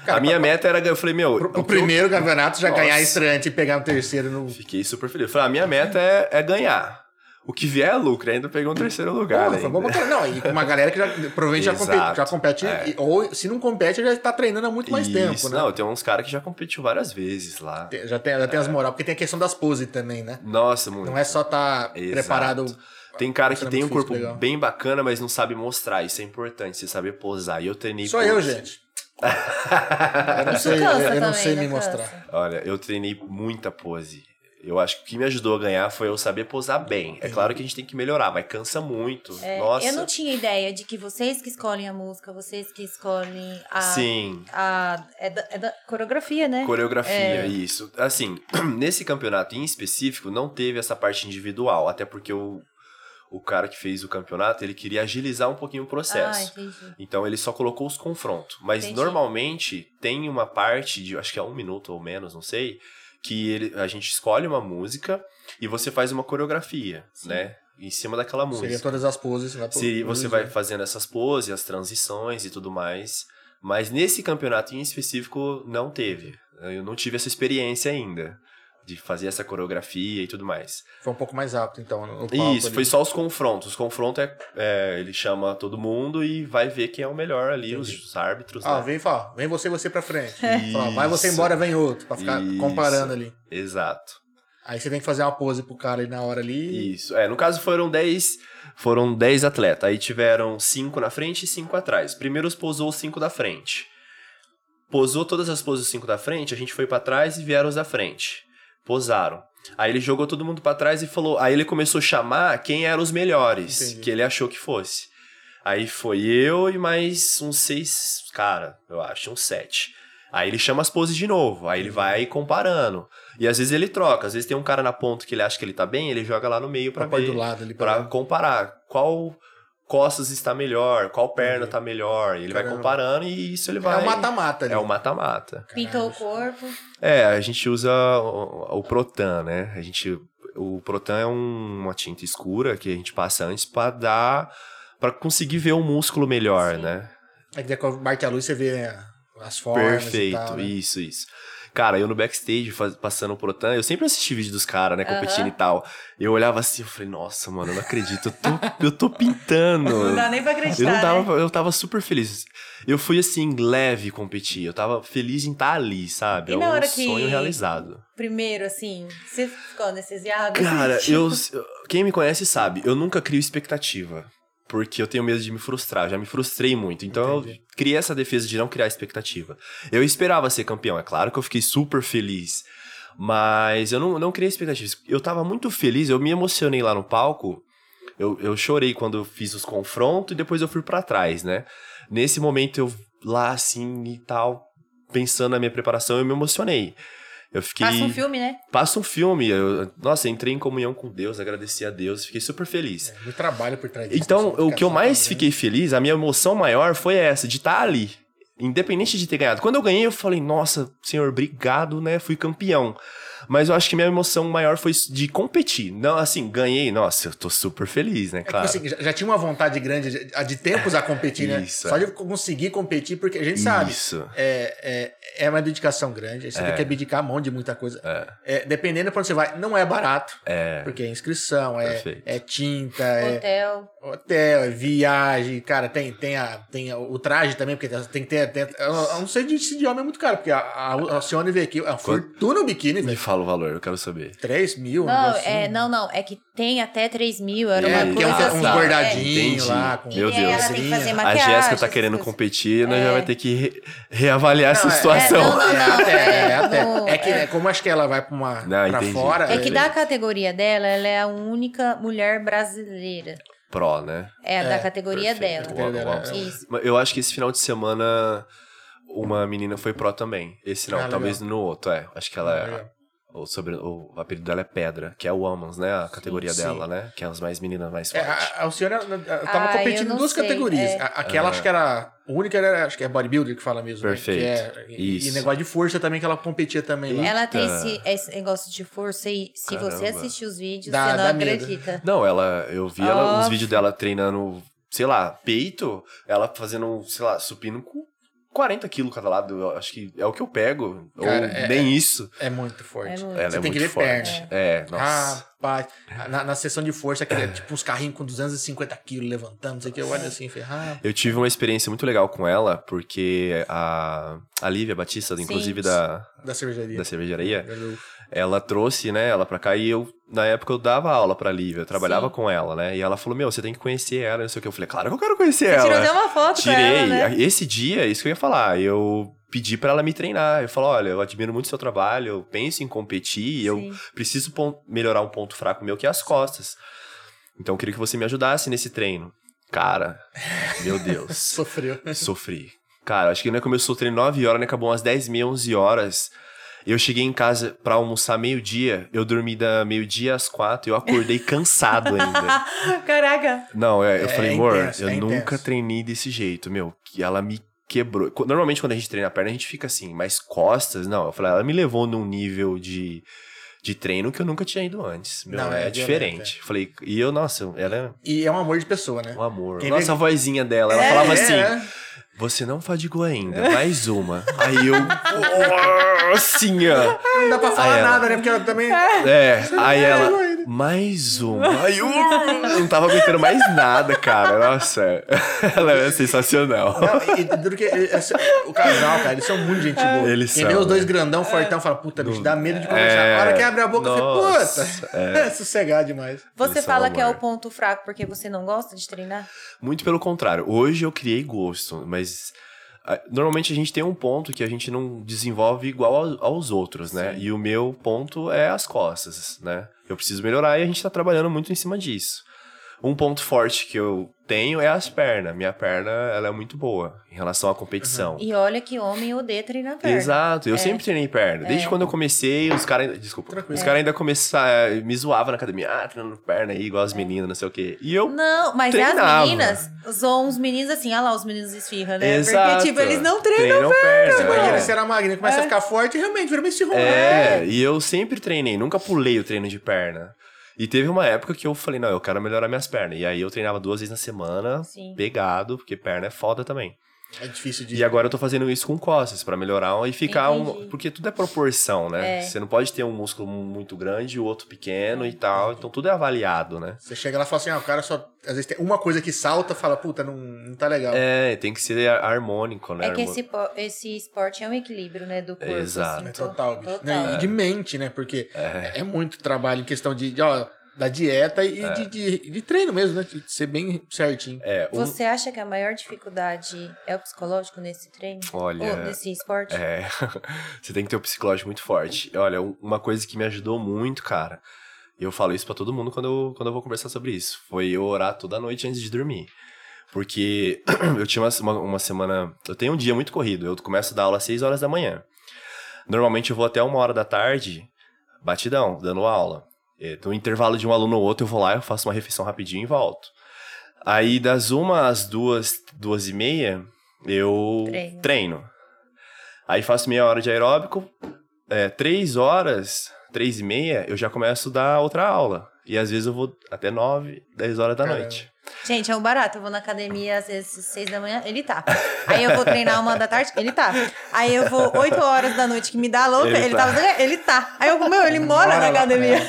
[SPEAKER 2] Cara,
[SPEAKER 3] a minha meta era ganhar. Eu falei, meu,
[SPEAKER 2] Pro, pro
[SPEAKER 3] o que eu-
[SPEAKER 2] primeiro campeonato já
[SPEAKER 3] Nossa.
[SPEAKER 2] ganhar estreante e pegar um terceiro no.
[SPEAKER 3] Fiquei super feliz. Eu falei, a minha meta é, é ganhar. O que vier é lucro, ainda peguei um terceiro lugar.
[SPEAKER 2] Porra,
[SPEAKER 3] ainda.
[SPEAKER 2] foi bom pra caralho. Não, e com uma galera que já, provavelmente já
[SPEAKER 3] é Exato.
[SPEAKER 2] compete. Já compete
[SPEAKER 3] É.
[SPEAKER 2] e- ou se não compete, já tá treinando há muito mais
[SPEAKER 3] Isso.
[SPEAKER 2] tempo, né?
[SPEAKER 3] Não, tem uns caras que já competiu várias vezes lá.
[SPEAKER 2] Tem- Já tem, já tem as
[SPEAKER 3] É.
[SPEAKER 2] moral, porque tem a questão das poses também, né?
[SPEAKER 3] Nossa, muito.
[SPEAKER 2] Não é só tá
[SPEAKER 3] Exato.
[SPEAKER 2] preparado.
[SPEAKER 3] Tem cara que
[SPEAKER 2] Isso é
[SPEAKER 3] tem um
[SPEAKER 2] muito
[SPEAKER 3] corpo
[SPEAKER 2] legal.
[SPEAKER 3] bem bacana, mas não sabe mostrar. Isso é importante, você saber posar. E eu treinei
[SPEAKER 2] Só
[SPEAKER 3] pose.
[SPEAKER 2] eu, gente. Eu não
[SPEAKER 1] Isso
[SPEAKER 2] sei, eu-
[SPEAKER 1] cansa
[SPEAKER 2] eu não
[SPEAKER 1] também,
[SPEAKER 2] sei
[SPEAKER 1] né,
[SPEAKER 2] me
[SPEAKER 1] cansa.
[SPEAKER 2] mostrar.
[SPEAKER 3] Olha, eu treinei muita pose. Eu acho que o que me ajudou a ganhar foi eu saber posar bem. É claro que a gente tem que melhorar, mas cansa muito.
[SPEAKER 1] É,
[SPEAKER 3] Nossa.
[SPEAKER 1] Eu não tinha ideia de que vocês que escolhem a música, vocês que escolhem a.
[SPEAKER 3] Sim.
[SPEAKER 1] a é, da, é da coreografia, né?
[SPEAKER 3] Coreografia,
[SPEAKER 1] É.
[SPEAKER 3] isso. Assim, nesse campeonato em específico, não teve essa parte individual, até porque o, o cara que fez o campeonato, ele queria agilizar um pouquinho o
[SPEAKER 1] ah,
[SPEAKER 3] processo.
[SPEAKER 1] entendi.
[SPEAKER 3] então ele só colocou os confrontos. Mas
[SPEAKER 1] Entendi.
[SPEAKER 3] normalmente tem uma parte de, acho que é um minuto ou menos, não sei, que ele, a gente escolhe uma música e você faz uma coreografia,
[SPEAKER 1] Sim.
[SPEAKER 3] né? Em cima daquela música.
[SPEAKER 2] Seria todas as poses. Vai pro-
[SPEAKER 3] Se você vai
[SPEAKER 2] né?
[SPEAKER 3] fazendo essas poses, as transições e tudo mais. Mas nesse campeonato em específico, não teve. Eu não tive essa experiência ainda. de fazer essa coreografia e tudo mais.
[SPEAKER 2] Foi um pouco mais rápido, então. no palco
[SPEAKER 3] Isso,
[SPEAKER 2] ali.
[SPEAKER 3] foi só os confrontos. Os confrontos é, é, ele chama todo mundo e vai ver quem é o melhor ali,
[SPEAKER 2] Entendi.
[SPEAKER 3] os árbitros.
[SPEAKER 2] Ah,
[SPEAKER 3] né?
[SPEAKER 2] vem falar, vem você e você pra frente.
[SPEAKER 3] Isso.
[SPEAKER 2] Fala, vai você embora, vem outro, pra ficar
[SPEAKER 3] Isso.
[SPEAKER 2] comparando ali.
[SPEAKER 3] Exato.
[SPEAKER 2] Aí você tem que fazer uma pose pro cara ali na hora ali.
[SPEAKER 3] Isso. É, no caso foram 10, foram 10 atletas. Aí tiveram 5 na frente e 5 atrás. Primeiro posou os 5 da frente. Posou todas as poses os 5 da frente, a gente foi pra trás e vieram os da frente. Posaram. Aí ele jogou todo mundo pra trás e falou, aí ele começou a chamar quem eram os melhores,
[SPEAKER 2] Entendi.
[SPEAKER 3] que ele achou que fosse. Aí foi eu e mais uns seis, cara, eu acho, uns sete. Aí ele chama as poses de novo, aí ele vai comparando. E às vezes ele troca, às vezes tem um cara na ponta que ele acha que ele tá bem, ele joga lá no meio pra
[SPEAKER 2] pra pôr
[SPEAKER 3] ver,
[SPEAKER 2] do lado né? ali.
[SPEAKER 3] pra comparar qual costas está melhor, qual perna
[SPEAKER 2] Entendi.
[SPEAKER 3] tá melhor. E ele vai
[SPEAKER 2] Uhum. Caramba.
[SPEAKER 3] comparando e isso ele
[SPEAKER 2] É
[SPEAKER 3] vai...
[SPEAKER 2] o mata-mata ali.
[SPEAKER 3] É o mata-mata.
[SPEAKER 1] Pintou o
[SPEAKER 2] Caralho.
[SPEAKER 1] corpo.
[SPEAKER 3] É, a gente usa o, o Protan, né? A gente, o Protan é um- uma tinta escura que a gente passa antes pra dar, para conseguir ver o músculo melhor,
[SPEAKER 1] Sim.
[SPEAKER 3] né?
[SPEAKER 2] Aí que quando bate a luz, você vê né, as formas
[SPEAKER 3] Perfeito,
[SPEAKER 2] e tal. né?
[SPEAKER 3] isso, isso. Cara, eu no backstage, faz- passando o Protan, eu sempre assisti vídeo dos caras, né, competindo e tal. Eu olhava assim, eu falei, nossa, mano, eu não acredito, eu tô, eu tô pintando.
[SPEAKER 1] Não dá nem pra
[SPEAKER 3] Eu
[SPEAKER 1] acreditar.
[SPEAKER 3] não
[SPEAKER 1] né?
[SPEAKER 3] tava, eu tava super feliz. Eu fui assim, leve competir. Eu tava feliz em estar ali, sabe?
[SPEAKER 1] E
[SPEAKER 3] é
[SPEAKER 1] na
[SPEAKER 3] um
[SPEAKER 1] hora que-
[SPEAKER 3] sonho realizado.
[SPEAKER 1] Primeiro, assim, você ficou anestesiado? assim?
[SPEAKER 3] Cara, eu, quem me conhece sabe, eu nunca crio expectativa. Porque eu tenho medo de me frustrar, eu já me frustrei muito. Então
[SPEAKER 2] Entendi.
[SPEAKER 3] eu criei essa defesa de não criar expectativa. Eu esperava ser campeão, é claro que eu fiquei super feliz. Mas eu não, não criei expectativas. Eu tava muito feliz, eu me emocionei lá no palco. Eu, eu chorei quando eu fiz os confrontos e depois eu fui pra trás, né? Nesse momento eu lá assim e tal, pensando na minha preparação, eu me emocionei. Eu fiquei
[SPEAKER 1] Passa um filme, né?
[SPEAKER 3] passa um filme. Eu, nossa, entrei em comunhão com Deus, agradeci a Deus, fiquei super feliz.
[SPEAKER 2] É, Muito trabalho por trás disso.
[SPEAKER 3] Então,
[SPEAKER 2] Você
[SPEAKER 3] o
[SPEAKER 2] fica
[SPEAKER 3] que eu
[SPEAKER 2] só
[SPEAKER 3] mais
[SPEAKER 2] fazendo.
[SPEAKER 3] fiquei feliz, a minha emoção maior foi essa, de estar ali. Independente de ter ganhado. Quando eu ganhei, eu falei, nossa, senhor, obrigado, né? Fui campeão. Mas eu acho que minha emoção maior foi de competir. Não, assim, ganhei, nossa, eu tô super feliz, né?
[SPEAKER 2] É, tipo
[SPEAKER 3] Claro.
[SPEAKER 2] assim, já, já tinha uma vontade grande de, a de tempos a competir, né?
[SPEAKER 3] Isso,
[SPEAKER 2] Só
[SPEAKER 3] é.
[SPEAKER 2] de conseguir competir, porque a gente sabe.
[SPEAKER 3] Isso.
[SPEAKER 2] É, é, é uma dedicação grande. aí Você tem que abdicar a mão de muita coisa.
[SPEAKER 3] É,
[SPEAKER 2] É, dependendo pra onde você vai, não é barato.
[SPEAKER 3] é,
[SPEAKER 2] Porque é inscrição, é,
[SPEAKER 3] Perfeito.
[SPEAKER 2] é tinta, é
[SPEAKER 1] Hotel.
[SPEAKER 2] hotel, é viagem. Cara, tem, tem, a, tem o traje também, porque tem que ter. tem- eu, eu não sei de se de homem é muito caro, porque a, a, a Sione veio aqui, a fortuna o biquíni,
[SPEAKER 3] Me
[SPEAKER 2] velho.
[SPEAKER 3] fala o valor, eu quero saber.
[SPEAKER 2] 3 mil, um
[SPEAKER 1] Não,
[SPEAKER 2] negocinho.
[SPEAKER 1] é, não, não. É que tem até 3 mil. Era
[SPEAKER 2] É,
[SPEAKER 1] uma
[SPEAKER 2] porque é
[SPEAKER 1] coisa
[SPEAKER 2] um-
[SPEAKER 1] assim.
[SPEAKER 2] uns
[SPEAKER 1] é.
[SPEAKER 2] gordadinhos
[SPEAKER 3] Entendi.
[SPEAKER 2] lá. Com É,
[SPEAKER 3] Meu
[SPEAKER 1] E aí
[SPEAKER 3] Deus.
[SPEAKER 1] Ela tem que fazer
[SPEAKER 3] A
[SPEAKER 1] maquiagem.
[SPEAKER 3] Jéssica tá querendo
[SPEAKER 1] essas coisas.
[SPEAKER 3] competir, nós
[SPEAKER 1] É.
[SPEAKER 3] já vai ter que re- reavaliar essa
[SPEAKER 2] Não, é-
[SPEAKER 3] situação.
[SPEAKER 1] é, não, não,
[SPEAKER 2] É, até, é, até.
[SPEAKER 1] não,
[SPEAKER 2] É que,
[SPEAKER 1] é.
[SPEAKER 2] né, como acho que ela vai pra, uma,
[SPEAKER 3] Não,
[SPEAKER 2] pra
[SPEAKER 3] entendi.
[SPEAKER 2] fora.
[SPEAKER 1] É que da categoria dela, ela é a única mulher brasileira.
[SPEAKER 3] Pro, né?
[SPEAKER 1] É, da categoria
[SPEAKER 3] perfeito.
[SPEAKER 1] dela.
[SPEAKER 2] Entendeu?
[SPEAKER 3] Uau, uau.
[SPEAKER 1] Isso.
[SPEAKER 3] Mas Eu acho que esse final de semana uma menina foi pró também. Esse não,
[SPEAKER 2] Ah, legal.
[SPEAKER 3] talvez no outro, é. Acho que ela é.
[SPEAKER 2] É.
[SPEAKER 3] O, sobre, o apelido dela é Pedra, que é o Womans, né? A categoria
[SPEAKER 2] sim.
[SPEAKER 3] dela, né? Que é as mais meninas mais
[SPEAKER 2] É,
[SPEAKER 3] fortes.
[SPEAKER 2] a, a senhora ela- ela tava
[SPEAKER 1] Ah, eu
[SPEAKER 2] competindo
[SPEAKER 1] não
[SPEAKER 2] em duas
[SPEAKER 1] sei,
[SPEAKER 2] categorias.
[SPEAKER 1] é.
[SPEAKER 2] A- aquela acho que era. A única era, acho que é bodybuilder que fala mesmo. né?
[SPEAKER 3] Perfeito.
[SPEAKER 2] Que é- e, e
[SPEAKER 3] Isso.
[SPEAKER 2] negócio de força também que ela competia também lá.
[SPEAKER 1] Ela tem
[SPEAKER 3] Eita.
[SPEAKER 1] esse, esse negócio de força e se você
[SPEAKER 3] Caramba.
[SPEAKER 1] assistir os vídeos,
[SPEAKER 2] Dá-
[SPEAKER 1] você não
[SPEAKER 2] dá medo.
[SPEAKER 1] acredita. É
[SPEAKER 3] Não, ela. Eu vi ela,
[SPEAKER 1] Ah.
[SPEAKER 3] uns vídeos dela treinando, sei lá, peito, ela fazendo, sei lá, supino com 40 quilos cada lado. Eu acho que é o que eu pego.
[SPEAKER 2] Cara,
[SPEAKER 3] ou
[SPEAKER 2] é-
[SPEAKER 3] nem isso.
[SPEAKER 2] É muito forte.
[SPEAKER 1] É muito.
[SPEAKER 3] Ela
[SPEAKER 2] Você
[SPEAKER 3] é
[SPEAKER 2] tem que
[SPEAKER 3] muito
[SPEAKER 2] ver Ah,
[SPEAKER 3] forte.
[SPEAKER 2] perna.
[SPEAKER 3] É, nossa.
[SPEAKER 2] Rapaz, na, na sessão de força, que é tipo uns carrinhos com 250 quilos levantando, não sei o que, eu olho assim, ferrado.
[SPEAKER 3] Eu tive uma experiência muito legal com ela, porque a, a Lívia Batista,
[SPEAKER 1] Sim.
[SPEAKER 3] inclusive da,
[SPEAKER 2] Da cervejaria.
[SPEAKER 3] da cervejaria,
[SPEAKER 2] Eu-
[SPEAKER 3] ela trouxe, né, ela pra cá e eu, na época, eu dava aula pra Lívia, eu trabalhava
[SPEAKER 1] Sim.
[SPEAKER 3] com ela, né? E ela falou, meu, você tem que conhecer ela, não sei o que. Eu falei, claro que eu quero conhecer
[SPEAKER 1] Você
[SPEAKER 3] ela.
[SPEAKER 1] tirou até uma foto
[SPEAKER 3] Tirei.
[SPEAKER 1] com ela, né?
[SPEAKER 3] Esse dia, é isso que eu ia falar, eu pedi pra ela me treinar. Eu falo, olha, eu admiro muito seu trabalho, eu penso em competir, eu
[SPEAKER 1] Sim.
[SPEAKER 3] preciso pon- melhorar um ponto fraco meu, que é as costas. Então eu queria que você me ajudasse nesse treino. Cara, meu Deus.
[SPEAKER 2] Sofreu.
[SPEAKER 3] Sofri. Cara, acho que né, começou o treino 9 horas, né? Acabou umas 10, meia, 11 horas. Eu cheguei em casa pra almoçar meio-dia. Eu dormi da meio-dia às quatro. Eu acordei cansado ainda.
[SPEAKER 1] Caraca.
[SPEAKER 3] Não, é, eu
[SPEAKER 2] É
[SPEAKER 3] falei, amor,
[SPEAKER 2] intenso,
[SPEAKER 3] eu
[SPEAKER 2] é
[SPEAKER 3] nunca
[SPEAKER 2] intenso."
[SPEAKER 3] treinei desse jeito, meu. Que ela me quebrou. Co- Normalmente quando a gente treina a perna, a gente fica assim, mas costas, não. Eu falei, ela me levou num nível de, de treino que eu nunca tinha ido antes. Meu,
[SPEAKER 2] Não,
[SPEAKER 3] é,
[SPEAKER 2] é violento,
[SPEAKER 3] diferente. Falei, e eu, nossa, ela
[SPEAKER 2] E é um amor de pessoa, né?
[SPEAKER 3] é um amor.
[SPEAKER 2] Quem vê-
[SPEAKER 3] nossa, a vozinha dela, ela
[SPEAKER 2] É, é,
[SPEAKER 3] falava assim.
[SPEAKER 2] é.
[SPEAKER 3] Você não fadigou ainda, mais uma. Aí eu. "Oh, Assim, ó.
[SPEAKER 2] Não dá pra falar
[SPEAKER 3] ela.
[SPEAKER 2] nada, né? Porque ela também.
[SPEAKER 3] É, aí ela. Mais uma. Aí eu. Não tava aguentando mais nada, cara. Nossa. Ela é sensacional.
[SPEAKER 2] Não, e- e duro que- e- essa- o casal, cara, eles são muito gente boa.
[SPEAKER 3] Eles
[SPEAKER 2] Quem
[SPEAKER 3] são,
[SPEAKER 2] vê os dois
[SPEAKER 3] né?
[SPEAKER 2] grandão, fortão, fala, puta, bicho, dá medo de conversar.
[SPEAKER 3] É.
[SPEAKER 2] A hora que abre a boca, eu
[SPEAKER 3] Nossa,
[SPEAKER 2] fico, puta. É. sossegado demais.
[SPEAKER 1] Você
[SPEAKER 3] Eles são
[SPEAKER 1] fala que é
[SPEAKER 3] um amor.
[SPEAKER 1] o ponto fraco porque você não gosta de treinar?
[SPEAKER 3] Muito pelo contrário. Hoje eu criei gosto, mas. ah, Normalmente a gente tem um ponto que a gente não desenvolve igual ao- aos outros, né? E o meu ponto é as costas, né? Eu preciso melhorar e a gente tá trabalhando muito em cima disso. Um ponto forte que eu tenho é as pernas. Minha perna, ela é muito boa em relação à competição.
[SPEAKER 1] E olha que homem odeia treinar perna.
[SPEAKER 3] Exato, eu
[SPEAKER 1] É.
[SPEAKER 3] sempre treinei perna. Desde
[SPEAKER 1] É.
[SPEAKER 3] quando eu comecei, os caras ainda. Desculpa.
[SPEAKER 2] Tranquilo.
[SPEAKER 3] Os caras ainda começaram. Me zoavam na academia. Ah, treinando perna aí,
[SPEAKER 1] É.
[SPEAKER 3] igual as meninas, não sei o quê. E eu.
[SPEAKER 1] Não, mas é as
[SPEAKER 3] Treinava.
[SPEAKER 1] meninas zoam os meninos assim, olha lá, os meninos esfirra, né?
[SPEAKER 3] Exato.
[SPEAKER 1] Porque, tipo, eles não treinam.
[SPEAKER 3] Treinam perna.
[SPEAKER 2] Você imagina,
[SPEAKER 3] é.
[SPEAKER 2] se era magrinho, começa a ficar forte e realmente vira meio cirrombo.
[SPEAKER 3] É, e eu sempre treinei, nunca pulei o treino de perna. E teve uma época que eu falei, não, eu quero melhorar minhas pernas. E aí eu treinava duas vezes na semana,
[SPEAKER 1] Sim.
[SPEAKER 3] pegado, porque perna é foda também.
[SPEAKER 2] É difícil de.
[SPEAKER 3] E agora eu tô fazendo isso com costas pra melhorar e ficar um.
[SPEAKER 1] Entendi.
[SPEAKER 3] Porque tudo é proporção, né?
[SPEAKER 1] É.
[SPEAKER 3] Você não pode ter um músculo muito grande e o outro pequeno e tal. Então tudo é avaliado, né?
[SPEAKER 2] Você chega lá e fala assim, ah, o cara só. Às vezes tem uma coisa que salta fala, puta, não, não tá legal.
[SPEAKER 3] É, tem que ser har- harmônico, né?
[SPEAKER 1] É que
[SPEAKER 3] harmo-
[SPEAKER 1] esse, po- esse esporte é um equilíbrio, né? Do corpo.
[SPEAKER 3] Exato.
[SPEAKER 1] assim,
[SPEAKER 2] É
[SPEAKER 1] to-
[SPEAKER 2] total, bicho.
[SPEAKER 1] total.
[SPEAKER 2] Né, E de mente, né? Porque é. é muito trabalho em questão de, de, ó, da dieta e de, de- de treino mesmo, né? De ser bem certinho.
[SPEAKER 3] É, um-
[SPEAKER 1] Você acha que a maior dificuldade é o psicológico nesse treino?
[SPEAKER 3] Olha,
[SPEAKER 1] Ou nesse esporte?
[SPEAKER 3] É, você tem que ter um psicológico muito forte. Olha, um- uma coisa que me ajudou muito, cara, e eu falo isso pra todo mundo quando eu, quando eu vou conversar sobre isso, foi eu orar toda noite antes de dormir. Porque eu tinha uma, uma, uma semana. Eu tenho um dia muito corrido, eu começo a dar aula às 6 horas da manhã. Normalmente eu vou até uma hora da tarde, batidão, dando aula. É, No intervalo de um aluno ou outro, eu vou lá, eu faço uma refeição rapidinho e volto. Aí das uma às duas, duas e meia, eu
[SPEAKER 1] Treino.
[SPEAKER 3] treino. Aí faço meia hora de aeróbico. É, três horas, três e meia, eu já começo a dar outra aula. E às vezes eu vou até nove, dez horas da
[SPEAKER 2] Caramba.
[SPEAKER 3] noite.
[SPEAKER 1] Gente, é um barato. Eu vou na academia às vezes às seis da manhã, ele tá. Aí eu vou treinar uma da tarde, ele tá. Aí eu vou oito horas da noite, que me dá a louca,
[SPEAKER 3] Ele
[SPEAKER 1] ele,
[SPEAKER 3] tá.
[SPEAKER 1] tá. Ele tá. Aí eu, meu, ele mora,
[SPEAKER 2] Mora
[SPEAKER 1] na
[SPEAKER 2] lá,
[SPEAKER 1] academia.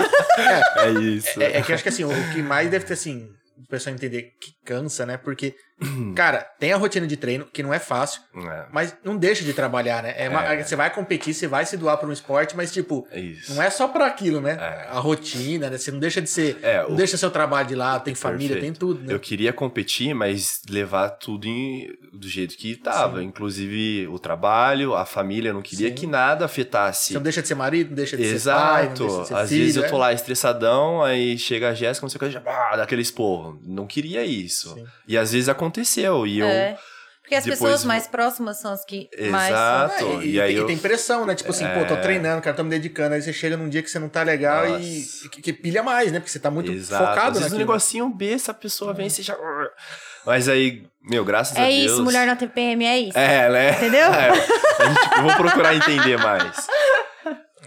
[SPEAKER 3] É isso.
[SPEAKER 2] né? É, é que eu acho que assim, o que mais deve ter assim, o pessoal entender que cansa, né? Porque, cara, tem a rotina de treino, que não é fácil,
[SPEAKER 3] É,
[SPEAKER 2] mas não deixa de trabalhar, né? É uma- Você vai competir, você vai se doar pra um esporte, mas tipo,
[SPEAKER 3] é isso.
[SPEAKER 2] não é só pra aquilo, né?
[SPEAKER 3] É.
[SPEAKER 2] A rotina, né? Você não deixa de ser.
[SPEAKER 3] É,
[SPEAKER 2] Não
[SPEAKER 3] o-
[SPEAKER 2] deixa seu trabalho de lado, tem família,
[SPEAKER 3] Perfeito.
[SPEAKER 2] tem tudo, né?
[SPEAKER 3] eu queria competir, mas levar tudo em- do jeito que tava.
[SPEAKER 2] Sim.
[SPEAKER 3] Inclusive o trabalho, a família, eu não queria
[SPEAKER 2] Sim.
[SPEAKER 3] que nada afetasse.
[SPEAKER 2] Você não deixa de ser marido, não deixa de ser pai,
[SPEAKER 3] Exato.
[SPEAKER 2] não deixa de ser
[SPEAKER 3] Às
[SPEAKER 2] filho,
[SPEAKER 3] vezes eu
[SPEAKER 2] é.
[SPEAKER 3] tô lá estressadão, aí chega a Jéssica, não sei o que, já bah, dá aquele esporro. Não queria isso.
[SPEAKER 2] Sim.
[SPEAKER 3] E às vezes aconteceu. E eu.
[SPEAKER 1] É. Porque as
[SPEAKER 3] depois
[SPEAKER 1] pessoas
[SPEAKER 3] vou-
[SPEAKER 1] mais próximas são as que mais.
[SPEAKER 3] Exato.
[SPEAKER 1] são-
[SPEAKER 2] É, e,
[SPEAKER 3] E aí
[SPEAKER 2] tem,
[SPEAKER 3] eu- É.
[SPEAKER 2] e tem pressão, né? Tipo assim, pô, tô treinando, cara, tô me dedicando. Aí você chega num dia que você não tá legal e
[SPEAKER 3] Nossa.
[SPEAKER 2] que, que pilha mais, né? Porque você tá muito
[SPEAKER 3] Exato.
[SPEAKER 2] focado
[SPEAKER 3] Às vezes um
[SPEAKER 2] naquilo. É.
[SPEAKER 3] negocinho besta, a pessoa vem e você já. Mas aí, meu, graças a
[SPEAKER 1] É
[SPEAKER 3] Deus.
[SPEAKER 1] isso, mulher na TPM, é isso.
[SPEAKER 3] É, né?
[SPEAKER 1] Entendeu?
[SPEAKER 3] É, a gente- eu vou procurar entender mais.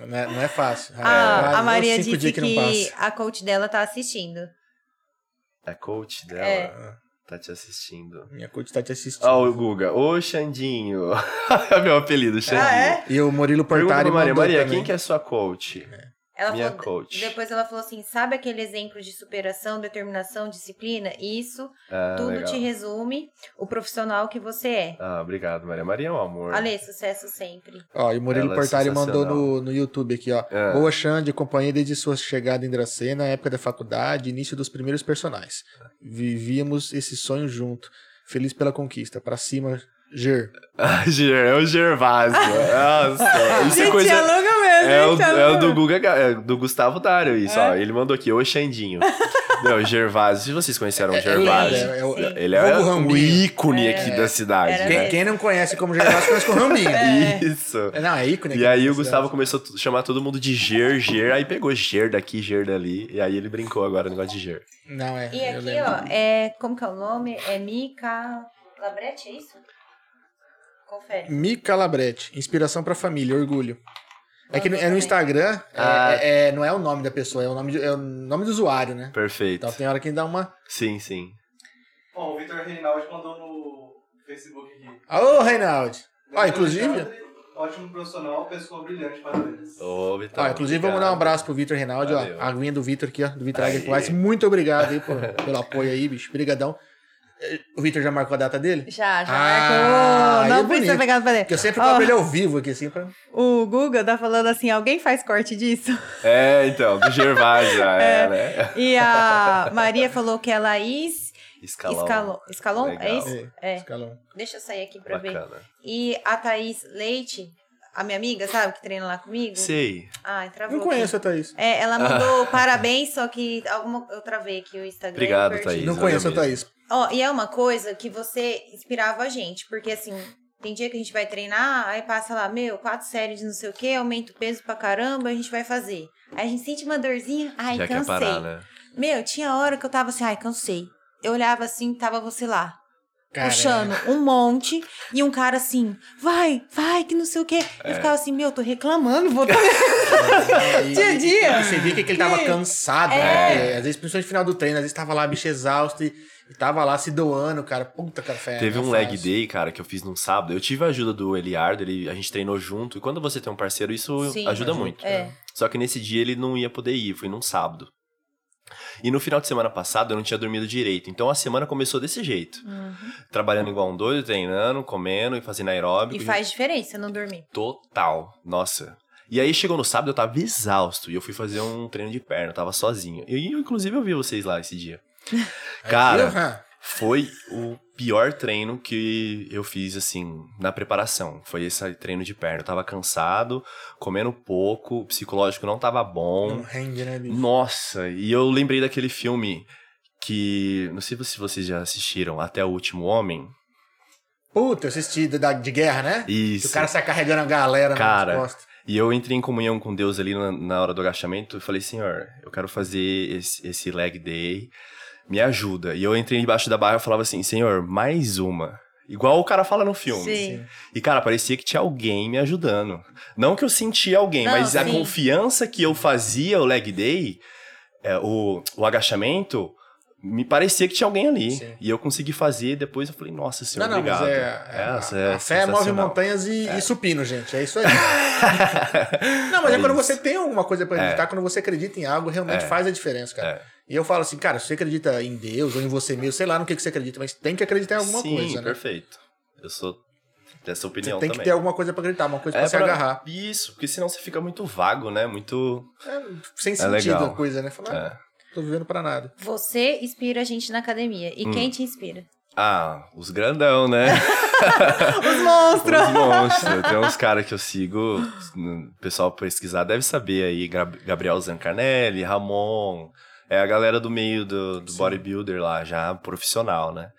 [SPEAKER 2] Não é, não é fácil.
[SPEAKER 1] Ah,
[SPEAKER 2] Vai,
[SPEAKER 1] a
[SPEAKER 2] uns
[SPEAKER 1] Maria disse
[SPEAKER 2] cinco dias
[SPEAKER 1] que,
[SPEAKER 2] não passa.
[SPEAKER 1] a coach dela tá assistindo.
[SPEAKER 3] A coach dela
[SPEAKER 1] É.
[SPEAKER 3] tá te assistindo.
[SPEAKER 2] Ah, Minha coach tá te assistindo.
[SPEAKER 3] Ó, o Guga. Ô, Xandinho. é meu
[SPEAKER 1] Ah,
[SPEAKER 3] apelido, Xandinho.
[SPEAKER 2] E o Murilo
[SPEAKER 3] Pergunta
[SPEAKER 2] Portari
[SPEAKER 3] pra Maria.
[SPEAKER 2] mandou
[SPEAKER 3] Maria,
[SPEAKER 2] também.
[SPEAKER 3] quem que é sua coach?
[SPEAKER 1] Ela
[SPEAKER 3] Minha
[SPEAKER 1] falou,
[SPEAKER 3] coach.
[SPEAKER 1] Depois ela falou assim: sabe aquele exemplo de superação, determinação, disciplina? Isso
[SPEAKER 3] Ah,
[SPEAKER 1] tudo
[SPEAKER 3] legal.
[SPEAKER 1] te resume o profissional que você é.
[SPEAKER 3] Ah, obrigado, Maria. Maria é um amor.
[SPEAKER 1] Ale, sucesso sempre.
[SPEAKER 2] Ó, e o Murilo
[SPEAKER 3] Ela é
[SPEAKER 2] Portari mandou
[SPEAKER 3] sensacional.
[SPEAKER 2] no, no YouTube aqui, ó.
[SPEAKER 3] É.
[SPEAKER 2] Boa, Xande, acompanhei desde sua chegada em Dracena, época da faculdade, início dos primeiros personagens. Vivíamos esse sonho junto. Feliz pela conquista. Pra cima, Ger.
[SPEAKER 3] Ah, Ger- é o Gervásio. Nossa, isso é coisa...
[SPEAKER 1] louca mesmo,
[SPEAKER 3] É o, é o do Guga, Ga- é do Gustavo Dário, isso,
[SPEAKER 1] É.
[SPEAKER 3] ó. Ele mandou aqui, ô Xandinho. Não, Gervásio, se vocês conheceram o Gervásio,
[SPEAKER 2] lenda, é o-
[SPEAKER 1] Sim.
[SPEAKER 3] ele é
[SPEAKER 2] Vulgo
[SPEAKER 3] o
[SPEAKER 2] Rambinho.
[SPEAKER 3] ícone aqui da cidade,
[SPEAKER 1] É, Era
[SPEAKER 3] né?
[SPEAKER 2] Quem, quem não conhece como Gervásio conhece como Rambinho.
[SPEAKER 3] Isso.
[SPEAKER 2] Não, é ícone.
[SPEAKER 3] E
[SPEAKER 2] aqui
[SPEAKER 3] aí
[SPEAKER 2] na
[SPEAKER 3] o
[SPEAKER 2] cidade.
[SPEAKER 3] Gustavo começou a t- chamar todo mundo de Ger, Ger, aí pegou Ger daqui, Ger dali, e aí ele brincou agora o negócio de Ger.
[SPEAKER 2] Não, é.
[SPEAKER 1] E
[SPEAKER 2] eu
[SPEAKER 1] aqui,
[SPEAKER 2] lembro.
[SPEAKER 1] ó, é. Como que é o nome? É Mica Labretti, é isso? Confere.
[SPEAKER 2] Mica Labretti, inspiração pra família, orgulho. É que no- é no
[SPEAKER 1] Também.
[SPEAKER 2] Instagram, é-
[SPEAKER 3] Ah.
[SPEAKER 2] é- é- não é o nome da pessoa, é o nome, de- é o nome do usuário, né?
[SPEAKER 3] Perfeito.
[SPEAKER 2] Então tem hora que dá uma.
[SPEAKER 3] Sim, sim.
[SPEAKER 4] Bom, o Vitor Reinaldi mandou no Facebook aqui.
[SPEAKER 2] Ô, Reinaldo! Ah, inclusive-
[SPEAKER 4] Alexandre, Ótimo profissional, pessoa brilhante, parabéns.
[SPEAKER 3] Ô, Vitão.
[SPEAKER 2] Ó, inclusive, vamos dar um abraço pro Vitor Reinaldi, ó.
[SPEAKER 3] Tá Valeu.
[SPEAKER 2] A aguinha do Vitor aqui, ó. Do Vitor
[SPEAKER 3] Aí.
[SPEAKER 2] Aguirre Muito obrigado aí por- pelo apoio aí, bicho. Obrigadão. Eh, O Vitor já marcou a data dele?
[SPEAKER 1] Já, já
[SPEAKER 2] Ah,
[SPEAKER 1] marcou. Não
[SPEAKER 2] aí é
[SPEAKER 1] precisa
[SPEAKER 2] bonito.
[SPEAKER 1] pegar pra fazer.
[SPEAKER 2] Porque eu sempre
[SPEAKER 1] Ó.
[SPEAKER 2] cobro ele ao vivo aqui, assim, pra...
[SPEAKER 1] O Guga tá falando assim, alguém faz corte disso?
[SPEAKER 3] É, então, do Gervais já, é, né?
[SPEAKER 1] E a Maria falou que é Laís
[SPEAKER 3] Escalão.
[SPEAKER 1] Escalon. Escalon? É
[SPEAKER 3] Legal.
[SPEAKER 1] isso? É.
[SPEAKER 2] Escalão.
[SPEAKER 1] Deixa eu sair aqui pra ver.
[SPEAKER 3] Bacana.
[SPEAKER 1] E a Thaís Leite, a minha amiga, sabe, que treina lá comigo?
[SPEAKER 3] Sei.
[SPEAKER 1] Ai, travou.
[SPEAKER 2] Não
[SPEAKER 1] aqui.
[SPEAKER 2] conheço a Thaís.
[SPEAKER 1] É, ela mandou parabéns, só que alguma... eu travei aqui o Instagram.
[SPEAKER 3] Obrigado,
[SPEAKER 1] perdi.
[SPEAKER 3] Thaís.
[SPEAKER 2] Não
[SPEAKER 3] olha
[SPEAKER 2] conheço a
[SPEAKER 3] mesmo.
[SPEAKER 2] Thaís.
[SPEAKER 1] Ó, e é uma coisa que você inspirava a gente, porque assim, tem dia que a gente vai treinar, aí passa lá, meu, quatro séries de não sei o quê, aumenta o peso pra caramba, a gente vai fazer. Aí a gente sente uma dorzinha, ai,
[SPEAKER 3] Já quer
[SPEAKER 1] cansei.
[SPEAKER 3] parar, né?
[SPEAKER 1] Meu, tinha hora que eu tava assim, ai, cansei. Eu olhava assim, tava você lá,
[SPEAKER 2] Cara,
[SPEAKER 1] puxando um monte, e um cara assim, vai, vai, que não sei o quê.
[SPEAKER 3] É.
[SPEAKER 1] Eu ficava assim, meu, tô reclamando, vou
[SPEAKER 2] é, e-
[SPEAKER 1] Dia a dia.
[SPEAKER 2] e Você via que ele tava
[SPEAKER 1] Que- É.
[SPEAKER 2] cansado, né? Porque, às vezes, principalmente no final do treino, às vezes tava lá, bicho exausto, e, e tava lá se doando, cara. Puta café.
[SPEAKER 3] Teve
[SPEAKER 2] não
[SPEAKER 3] um
[SPEAKER 2] é
[SPEAKER 3] leg
[SPEAKER 2] fácil.
[SPEAKER 3] day, cara, que eu fiz num sábado. Eu tive a ajuda do Eliardo, ele, a gente treinou junto. E quando você tem um parceiro, isso
[SPEAKER 1] Sim.
[SPEAKER 3] ajuda
[SPEAKER 2] Ajuda.
[SPEAKER 3] muito. né?
[SPEAKER 1] É.
[SPEAKER 3] Só que nesse dia ele não ia poder ir, foi num sábado. E no final de semana passado eu não tinha dormido direito. Então a semana começou desse jeito.
[SPEAKER 1] Uhum.
[SPEAKER 3] Trabalhando igual um doido, treinando, comendo e fazendo aeróbico.
[SPEAKER 1] E faz diferença não dormir.
[SPEAKER 3] Total. Nossa. E aí chegou no sábado, eu tava exausto. E eu fui fazer um treino de perna, eu tava sozinho. E eu, inclusive eu vi vocês lá esse dia. Cara,
[SPEAKER 2] Viu, Hã?
[SPEAKER 3] foi o pior treino que eu fiz, assim, na preparação. Foi esse treino de perna. Eu tava cansado, comendo pouco, o psicológico não tava
[SPEAKER 2] Não
[SPEAKER 3] bom.
[SPEAKER 2] rende, né, bicho?
[SPEAKER 3] Nossa, e eu lembrei daquele filme que. Não sei se vocês já assistiram, Até o Último Homem.
[SPEAKER 2] Puta, eu assisti da, de guerra, né? Que
[SPEAKER 3] Isso.
[SPEAKER 2] o cara sai carregando a galera
[SPEAKER 3] Cara,
[SPEAKER 2] nas costas.
[SPEAKER 3] E eu entrei em comunhão com Deus ali na, na hora do agachamento e falei, Senhor, eu quero fazer esse, esse leg day, me ajuda. E eu entrei embaixo da barra e falava assim, Senhor, mais uma. Igual o cara fala no filme.
[SPEAKER 1] Sim.
[SPEAKER 3] E, cara, parecia que tinha alguém me ajudando. Não que eu sentia alguém,
[SPEAKER 1] Não,
[SPEAKER 3] mas a
[SPEAKER 1] sim.
[SPEAKER 3] confiança que eu fazia o leg day, é, o, o agachamento, me parecia que tinha alguém ali.
[SPEAKER 2] Sim.
[SPEAKER 3] E eu consegui fazer, depois eu falei, nossa senhora,
[SPEAKER 2] Não, não,
[SPEAKER 3] obrigado.
[SPEAKER 2] mas é.
[SPEAKER 3] Essa
[SPEAKER 2] é a fé move
[SPEAKER 3] sensacional.
[SPEAKER 2] montanhas e, e supino, gente. É isso aí. não, mas é,
[SPEAKER 3] É
[SPEAKER 2] quando
[SPEAKER 3] isso.
[SPEAKER 2] você tem alguma coisa pra acreditar, quando você acredita em algo, realmente
[SPEAKER 3] É.
[SPEAKER 2] faz a diferença, cara.
[SPEAKER 3] É.
[SPEAKER 2] E eu falo assim, cara, se você acredita em Deus ou em você mesmo, sei lá no que, que você acredita, mas tem que acreditar em alguma
[SPEAKER 3] Sim,
[SPEAKER 2] coisa, né?
[SPEAKER 3] perfeito. Eu sou dessa
[SPEAKER 2] Você
[SPEAKER 3] opinião
[SPEAKER 2] tem que
[SPEAKER 3] também. É
[SPEAKER 2] ter alguma coisa pra acreditar, uma coisa pra se
[SPEAKER 3] pra-
[SPEAKER 2] agarrar.
[SPEAKER 3] Isso, porque senão você fica muito vago, né? Muito.
[SPEAKER 2] É, sem
[SPEAKER 3] É
[SPEAKER 2] sentido
[SPEAKER 3] legal.
[SPEAKER 2] a coisa, né? Falar,
[SPEAKER 3] é.
[SPEAKER 2] ah, tô vivendo pra nada.
[SPEAKER 1] Você inspira a gente na academia. E
[SPEAKER 3] Hum.
[SPEAKER 1] quem te inspira?
[SPEAKER 3] Ah, os grandão, né?
[SPEAKER 1] Os monstros!
[SPEAKER 3] Os monstros. Tem uns caras que eu sigo, o pessoal pesquisar deve saber aí. Gra- Gabriel Zancarnelli, Ramon. É a galera do meio do, do
[SPEAKER 2] Sim.
[SPEAKER 3] bodybuilder lá, já profissional, né?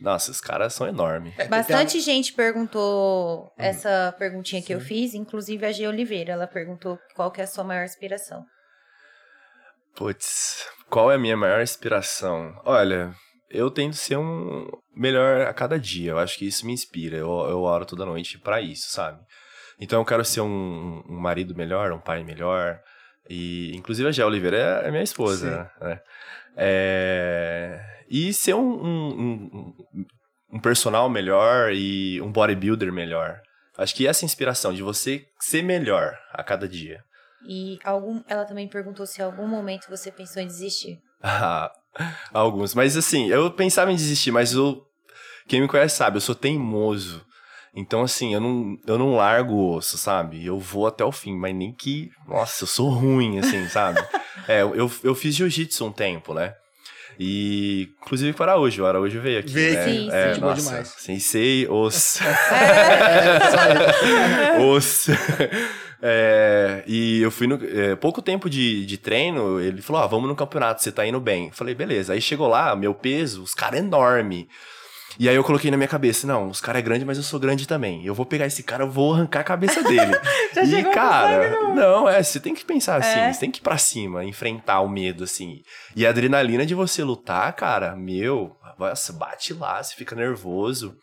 [SPEAKER 3] Nossa, os caras são enormes.
[SPEAKER 2] É,
[SPEAKER 1] Bastante gente perguntou essa perguntinha que eu
[SPEAKER 2] Sim.
[SPEAKER 1] fiz, inclusive a G Oliveira, ela perguntou qual que é a sua maior inspiração.
[SPEAKER 3] Putz, qual é a minha maior inspiração? Olha, eu tento ser um melhor a cada dia. Eu acho que isso me inspira. Eu, eu oro toda noite pra isso, sabe? Então eu quero ser um, um marido melhor, um pai melhor. E inclusive a Gé Oliveira é, é minha esposa, né? É, e ser um, um, um, um personal melhor e um bodybuilder melhor. Acho que essa é inspiração de você ser melhor a cada dia.
[SPEAKER 1] E algum, ela também perguntou se em algum momento você pensou em desistir.
[SPEAKER 3] Ah, Alguns. Mas assim, eu pensava em desistir, mas eu. Quem me conhece sabe, eu sou teimoso. Então, assim, eu não, eu não largo o osso, sabe? Eu vou até o fim, mas nem que. Nossa, eu sou ruim, assim, sabe? é, eu, eu fiz jiu-jitsu um tempo, né? E, inclusive, com o Araújo. O Araújo veio aqui.
[SPEAKER 2] Veio
[SPEAKER 3] né?
[SPEAKER 1] aqui, Sim,
[SPEAKER 3] é,
[SPEAKER 1] sim.
[SPEAKER 2] Boa
[SPEAKER 3] nossa,
[SPEAKER 2] demais.
[SPEAKER 3] Sensei, os.
[SPEAKER 2] É, só isso.
[SPEAKER 3] Os. É, e eu fui no. é, pouco tempo de, de treino, ele falou: Ó, vamos no campeonato, você tá indo bem. Eu Falei, beleza. Aí chegou lá, meu peso, os caras é enorme. E aí eu coloquei na minha cabeça: não, os caras é grande, mas eu sou grande também. Eu vou pegar esse cara, eu vou arrancar a cabeça dele.
[SPEAKER 1] Já
[SPEAKER 3] e,
[SPEAKER 1] chegou com
[SPEAKER 3] cara, não, é, você tem que pensar assim,
[SPEAKER 1] É.
[SPEAKER 3] você tem que ir pra cima, enfrentar o medo, assim. E a adrenalina de você lutar, cara, meu, nossa, bate lá, você fica nervoso.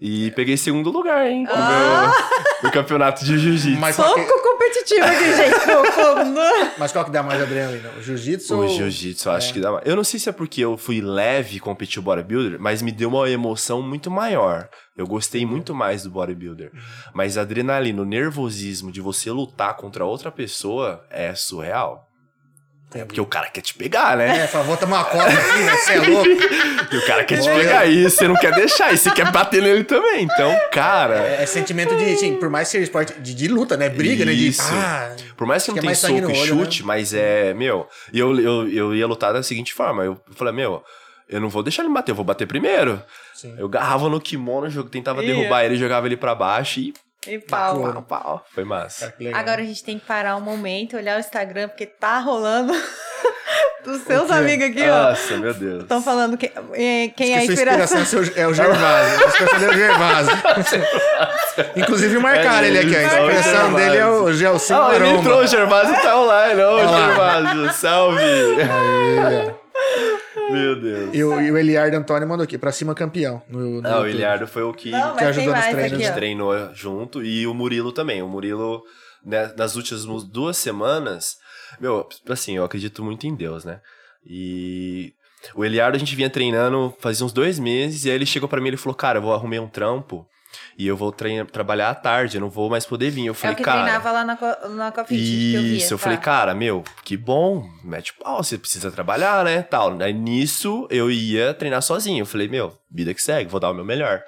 [SPEAKER 3] E peguei segundo lugar, hein? no
[SPEAKER 1] É. Ah!
[SPEAKER 3] meu- No campeonato de jiu-jitsu.
[SPEAKER 2] Mas qual, que,
[SPEAKER 1] Pouco competitivo aqui, gente. Pouco. não.
[SPEAKER 2] mas qual que dá mais adrenalina? O jiu-jitsu?
[SPEAKER 3] O
[SPEAKER 2] ou-
[SPEAKER 3] jiu-jitsu, eu acho
[SPEAKER 2] É.
[SPEAKER 3] que dá mais. Eu não sei se é porque eu fui leve competir o bodybuilder, mas me deu uma emoção muito maior. Eu
[SPEAKER 2] Uhum.
[SPEAKER 3] gostei muito mais do bodybuilder. Mas a adrenalina, o nervosismo de você lutar contra outra pessoa é surreal. É porque o cara quer te pegar, né?
[SPEAKER 2] É, fala, vou tomar uma cobra aqui, velho, você é louco.
[SPEAKER 3] E o cara quer te
[SPEAKER 2] Olha.
[SPEAKER 3] pegar aí, você não quer deixar, e você quer bater nele também. Então, cara,
[SPEAKER 2] É, é sentimento de, assim, por mais ser esporte de, de luta, né? Briga,
[SPEAKER 3] Isso.
[SPEAKER 2] né? De, ah,
[SPEAKER 3] por mais que
[SPEAKER 2] Acho
[SPEAKER 3] não
[SPEAKER 2] que é
[SPEAKER 3] tenha
[SPEAKER 2] mais sangue
[SPEAKER 3] soco e
[SPEAKER 2] no olho, né?
[SPEAKER 3] chute, mas é, meu, e eu, eu, eu ia lutar da seguinte forma. Eu falei, meu, eu não vou deixar ele me bater, eu vou bater primeiro.
[SPEAKER 2] sim.
[SPEAKER 3] Eu agarrava no kimono, jo- tentava
[SPEAKER 1] Ih.
[SPEAKER 2] é.
[SPEAKER 3] derrubar ele, jogava ele pra baixo e
[SPEAKER 1] E pau.
[SPEAKER 2] Bacana.
[SPEAKER 3] pau, pau. Foi massa.
[SPEAKER 2] Cara, que legal.
[SPEAKER 1] Agora a gente tem que parar um momento, olhar o Instagram, porque tá rolando dos seus
[SPEAKER 2] quê?
[SPEAKER 1] amigos aqui, ó.
[SPEAKER 3] Nossa, meu Deus.
[SPEAKER 2] Então
[SPEAKER 1] Estão falando que, eh,
[SPEAKER 2] Diz
[SPEAKER 1] quem
[SPEAKER 2] que
[SPEAKER 1] é a
[SPEAKER 2] sua
[SPEAKER 1] inspiração.
[SPEAKER 2] inspiração é o- é o Gervásio. A inspiração dele é o Gervásio. Inclusive marcaram
[SPEAKER 3] É,
[SPEAKER 2] ele aqui, ó. A
[SPEAKER 3] marcaram
[SPEAKER 1] o
[SPEAKER 2] inspiração
[SPEAKER 3] Gervásio.
[SPEAKER 2] dele é o Gelson
[SPEAKER 3] Ah, ele
[SPEAKER 2] Aroma.
[SPEAKER 3] entrou, o Gervásio tá online. Ô,
[SPEAKER 2] Olha lá.
[SPEAKER 3] Gervásio, salve.
[SPEAKER 2] Aí, ó.
[SPEAKER 3] Meu Deus.
[SPEAKER 2] E o, e o Eliardo Antônio mandou aqui, pra cima campeão. No, no
[SPEAKER 3] Não, Ah, o
[SPEAKER 2] YouTube.
[SPEAKER 3] Iliardo foi o que
[SPEAKER 1] Não,
[SPEAKER 2] que
[SPEAKER 1] mas tem
[SPEAKER 2] ajudou nos
[SPEAKER 1] mais
[SPEAKER 2] treinos,
[SPEAKER 1] aqui,
[SPEAKER 2] nos
[SPEAKER 1] ó.
[SPEAKER 3] treinou junto e o Murilo também. O Murilo, né, nas últimas duas semanas, meu, assim, eu acredito muito em Deus, né? E o Eliardo a gente vinha treinando fazia uns dois meses e aí ele chegou pra mim e ele falou: Cara, eu vou arrumei um trampo e eu vou treinar, trabalhar à tarde, eu não vou mais poder vir. Eu
[SPEAKER 1] É
[SPEAKER 3] falei,
[SPEAKER 1] o que
[SPEAKER 3] cara.
[SPEAKER 1] treinava lá na, co- na Cofit, que eu via.
[SPEAKER 3] Isso, eu falei,
[SPEAKER 1] tá.
[SPEAKER 3] cara, meu, que bom, mete pau, você precisa trabalhar, né, tal. Aí, nisso, eu ia treinar sozinho. Eu falei, meu, vida que segue, vou dar o meu melhor.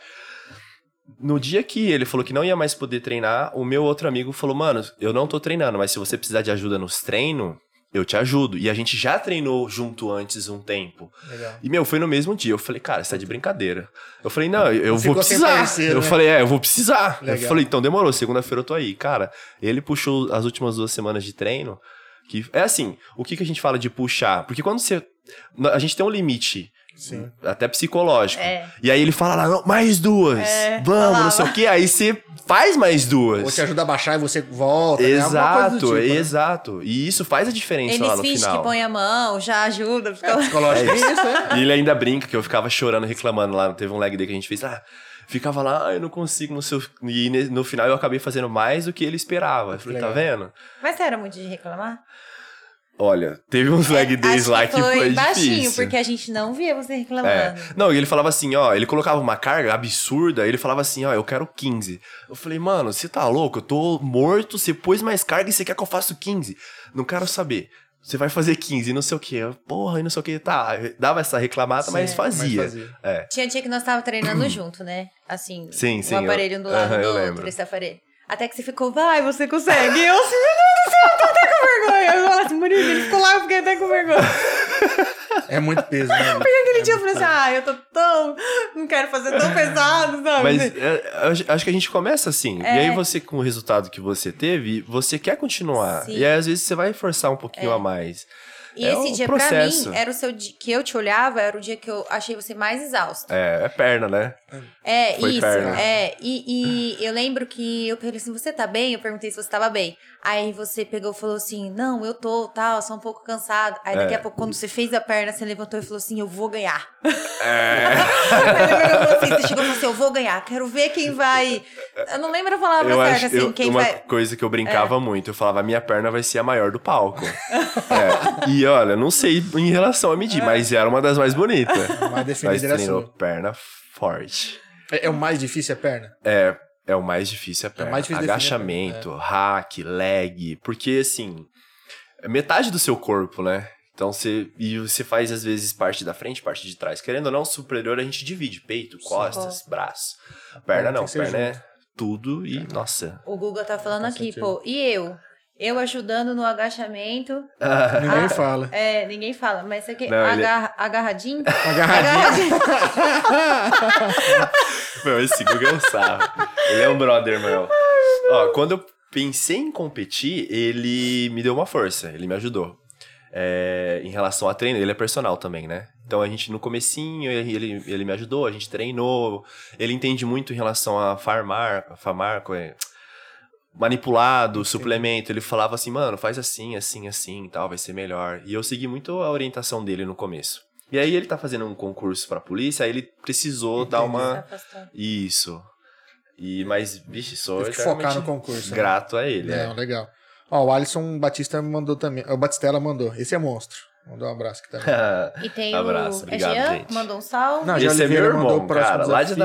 [SPEAKER 3] No dia que ele falou que não ia mais poder treinar, o meu outro amigo falou, mano, eu não tô treinando, mas se você precisar de ajuda nos treinos, eu te ajudo. E a gente já treinou junto antes um tempo.
[SPEAKER 2] Legal.
[SPEAKER 3] E, meu, foi no mesmo dia. Eu falei, cara, você tá de brincadeira. Eu falei, não, eu, eu vou
[SPEAKER 2] Ficou sem
[SPEAKER 3] precisar.
[SPEAKER 2] parceiro,
[SPEAKER 3] eu
[SPEAKER 2] né?
[SPEAKER 3] falei, é, eu vou precisar. Eu
[SPEAKER 2] Legal.
[SPEAKER 3] falei, então demorou, segunda-feira eu tô aí. Cara, ele puxou as últimas duas semanas de treino. Que, é assim, o que, que a gente fala de puxar? Porque quando você. A gente tem um limite,
[SPEAKER 2] Sim.
[SPEAKER 3] até psicológico.
[SPEAKER 1] É.
[SPEAKER 3] E aí ele fala lá, não, mais duas.
[SPEAKER 1] É,
[SPEAKER 3] Vamos,
[SPEAKER 1] falava.
[SPEAKER 3] não sei o quê. Aí você faz mais duas.
[SPEAKER 2] Ou te ajuda a baixar e você volta. né? Alguma é coisa do
[SPEAKER 3] Exato,
[SPEAKER 2] tipo, né?
[SPEAKER 3] exato. E isso faz a diferença lá
[SPEAKER 1] Eles
[SPEAKER 3] no
[SPEAKER 1] fingem que
[SPEAKER 3] um final.
[SPEAKER 1] põe a mão, já ajuda. Fica...
[SPEAKER 2] Psicológico. É isso, é.
[SPEAKER 3] E ele ainda brinca que eu ficava chorando, reclamando lá. Teve um leg day que a gente fez. Ah, ficava lá, ah, eu não consigo, não sei. o- E ne- no final eu acabei fazendo mais do que ele esperava. Eu falei, tá
[SPEAKER 2] Legal.
[SPEAKER 3] vendo?
[SPEAKER 1] Mas era muito de reclamar?
[SPEAKER 3] Olha, teve uns leg days
[SPEAKER 1] É, Acho
[SPEAKER 3] lá
[SPEAKER 1] que foi, baixinho,
[SPEAKER 3] difícil.
[SPEAKER 1] porque a gente não via você
[SPEAKER 3] É.
[SPEAKER 1] reclamando.
[SPEAKER 3] Não, e ele falava assim, ó, ele colocava uma carga absurda, ele falava assim, ó, eu quero 15. Eu falei, mano, você tá louco? Eu tô morto, você pôs mais carga e você quer que eu faça 15? Não quero saber. Você vai fazer 15, não sei o quê. Eu, Porra, e não sei o quê. Tá, dava essa reclamada,
[SPEAKER 1] Sim,
[SPEAKER 3] mas
[SPEAKER 2] Mas
[SPEAKER 3] fazia.
[SPEAKER 2] fazia.
[SPEAKER 1] Tinha dia que nós tava treinando junto, né? Assim,
[SPEAKER 3] Sim, sim,
[SPEAKER 1] um
[SPEAKER 3] eu-
[SPEAKER 1] aparelho um do lado
[SPEAKER 3] Aham,
[SPEAKER 1] do
[SPEAKER 3] eu
[SPEAKER 1] outro,
[SPEAKER 3] lembro.
[SPEAKER 1] esse aparelho. Até que você ficou, vai, você consegue. E eu assim, meu Deus do céu, eu tô até com vergonha. Eu falo assim, Murilo, ele ficou lá, eu fiquei até com vergonha.
[SPEAKER 2] É muito peso, né?
[SPEAKER 1] Aquele dia eu falei assim, ah, eu tô tão, não quero fazer tão pesado, sabe?
[SPEAKER 3] Mas é, acho- acho que a gente começa assim.
[SPEAKER 1] É.
[SPEAKER 3] E aí você, com o resultado que você teve, você quer continuar.
[SPEAKER 1] Sim. É.
[SPEAKER 3] E aí, às vezes, você vai forçar um pouquinho a mais.
[SPEAKER 1] e
[SPEAKER 3] é
[SPEAKER 1] esse
[SPEAKER 3] um
[SPEAKER 1] dia
[SPEAKER 3] processo.
[SPEAKER 1] pra mim, era o seu dia que eu te olhava, era o dia que eu achei você mais exausto.
[SPEAKER 3] É, é perna, né?
[SPEAKER 1] É,
[SPEAKER 3] Foi
[SPEAKER 1] isso.
[SPEAKER 3] perna.
[SPEAKER 1] É, e, e eu lembro que eu perguntei assim, você tá bem? Eu perguntei se você tava bem. Aí você pegou e falou assim, não, eu tô, tal, só um pouco cansado. Aí daqui
[SPEAKER 3] É.
[SPEAKER 1] a pouco, quando você fez a perna, você levantou e falou assim, eu vou ganhar.
[SPEAKER 3] É.
[SPEAKER 1] Aí ele pegou e falou assim, você chegou e falou assim, eu vou ganhar, quero ver quem vai... Eu não lembro a palavra
[SPEAKER 3] Eu
[SPEAKER 1] certa,
[SPEAKER 3] acho
[SPEAKER 1] assim,
[SPEAKER 3] eu-
[SPEAKER 1] quem
[SPEAKER 3] uma
[SPEAKER 1] vai... É.
[SPEAKER 3] coisa que eu brincava muito, eu falava, minha perna vai ser a maior do palco. É, E olha, não sei em relação a
[SPEAKER 1] É.
[SPEAKER 3] medir, mas era uma das mais bonitas.
[SPEAKER 2] Mais
[SPEAKER 3] Mas
[SPEAKER 2] defendida era
[SPEAKER 3] treinou
[SPEAKER 2] sua.
[SPEAKER 3] perna forte.
[SPEAKER 2] assim. É, é o mais difícil a perna?
[SPEAKER 3] É o mais difícil a perna.
[SPEAKER 2] mais difícil definir a perna, é.
[SPEAKER 3] Agachamento, hack, leg. Porque, assim, é metade do seu corpo, né? Então você. E você faz, às vezes, parte da frente, parte de trás. Querendo ou não, superior a gente divide. Peito, costas, braço. Perna
[SPEAKER 2] Perna tem
[SPEAKER 3] não,
[SPEAKER 2] que ser
[SPEAKER 3] perna é tudo e. Nossa.
[SPEAKER 1] O Guga tá falando
[SPEAKER 2] Faz
[SPEAKER 1] aqui,
[SPEAKER 2] sentido.
[SPEAKER 1] pô, e eu? Eu ajudando no agachamento,
[SPEAKER 2] Ninguém
[SPEAKER 1] Ah.
[SPEAKER 2] fala.
[SPEAKER 1] é, ninguém fala, mas isso aqui,
[SPEAKER 3] Não, ele- é
[SPEAKER 1] agarra- agarradinho?
[SPEAKER 2] Agarradinho.
[SPEAKER 3] Meu, esse Guga é um sarro. Ele é um brother, meu. Ó, quando eu pensei em competir, ele me deu uma força, ele me ajudou. É, em relação a treino, ele é personal também, né? Então a gente no comecinho, ele, ele- ele me ajudou, a gente treinou. Ele entende muito em relação a farmar, farmar, co- é, manipulado, suplemento. Ele falava assim, mano, faz assim, assim, assim, e tal, vai ser melhor. E eu segui muito a orientação dele no começo. E aí ele tá fazendo um concurso pra polícia, aí ele precisou dar
[SPEAKER 1] Tá
[SPEAKER 3] uma. Isso. E, mas, bicho, sou
[SPEAKER 2] Teve que focar no
[SPEAKER 3] eternamente
[SPEAKER 2] concurso. né?
[SPEAKER 3] grato a ele.
[SPEAKER 2] Não,
[SPEAKER 3] né?
[SPEAKER 2] legal. Ó, o Alisson Batista mandou também. O Batistela mandou. Esse é monstro. Mandou um abraço aqui também.
[SPEAKER 1] E tem
[SPEAKER 3] Abraço,
[SPEAKER 1] o.
[SPEAKER 3] obrigado,
[SPEAKER 1] é Jean?
[SPEAKER 3] gente.
[SPEAKER 1] Mandou um salve.
[SPEAKER 2] Jean
[SPEAKER 3] Esse é meu
[SPEAKER 2] Oliveira
[SPEAKER 3] irmão,
[SPEAKER 2] mandou o próximo
[SPEAKER 3] cara, lá de
[SPEAKER 2] desafio.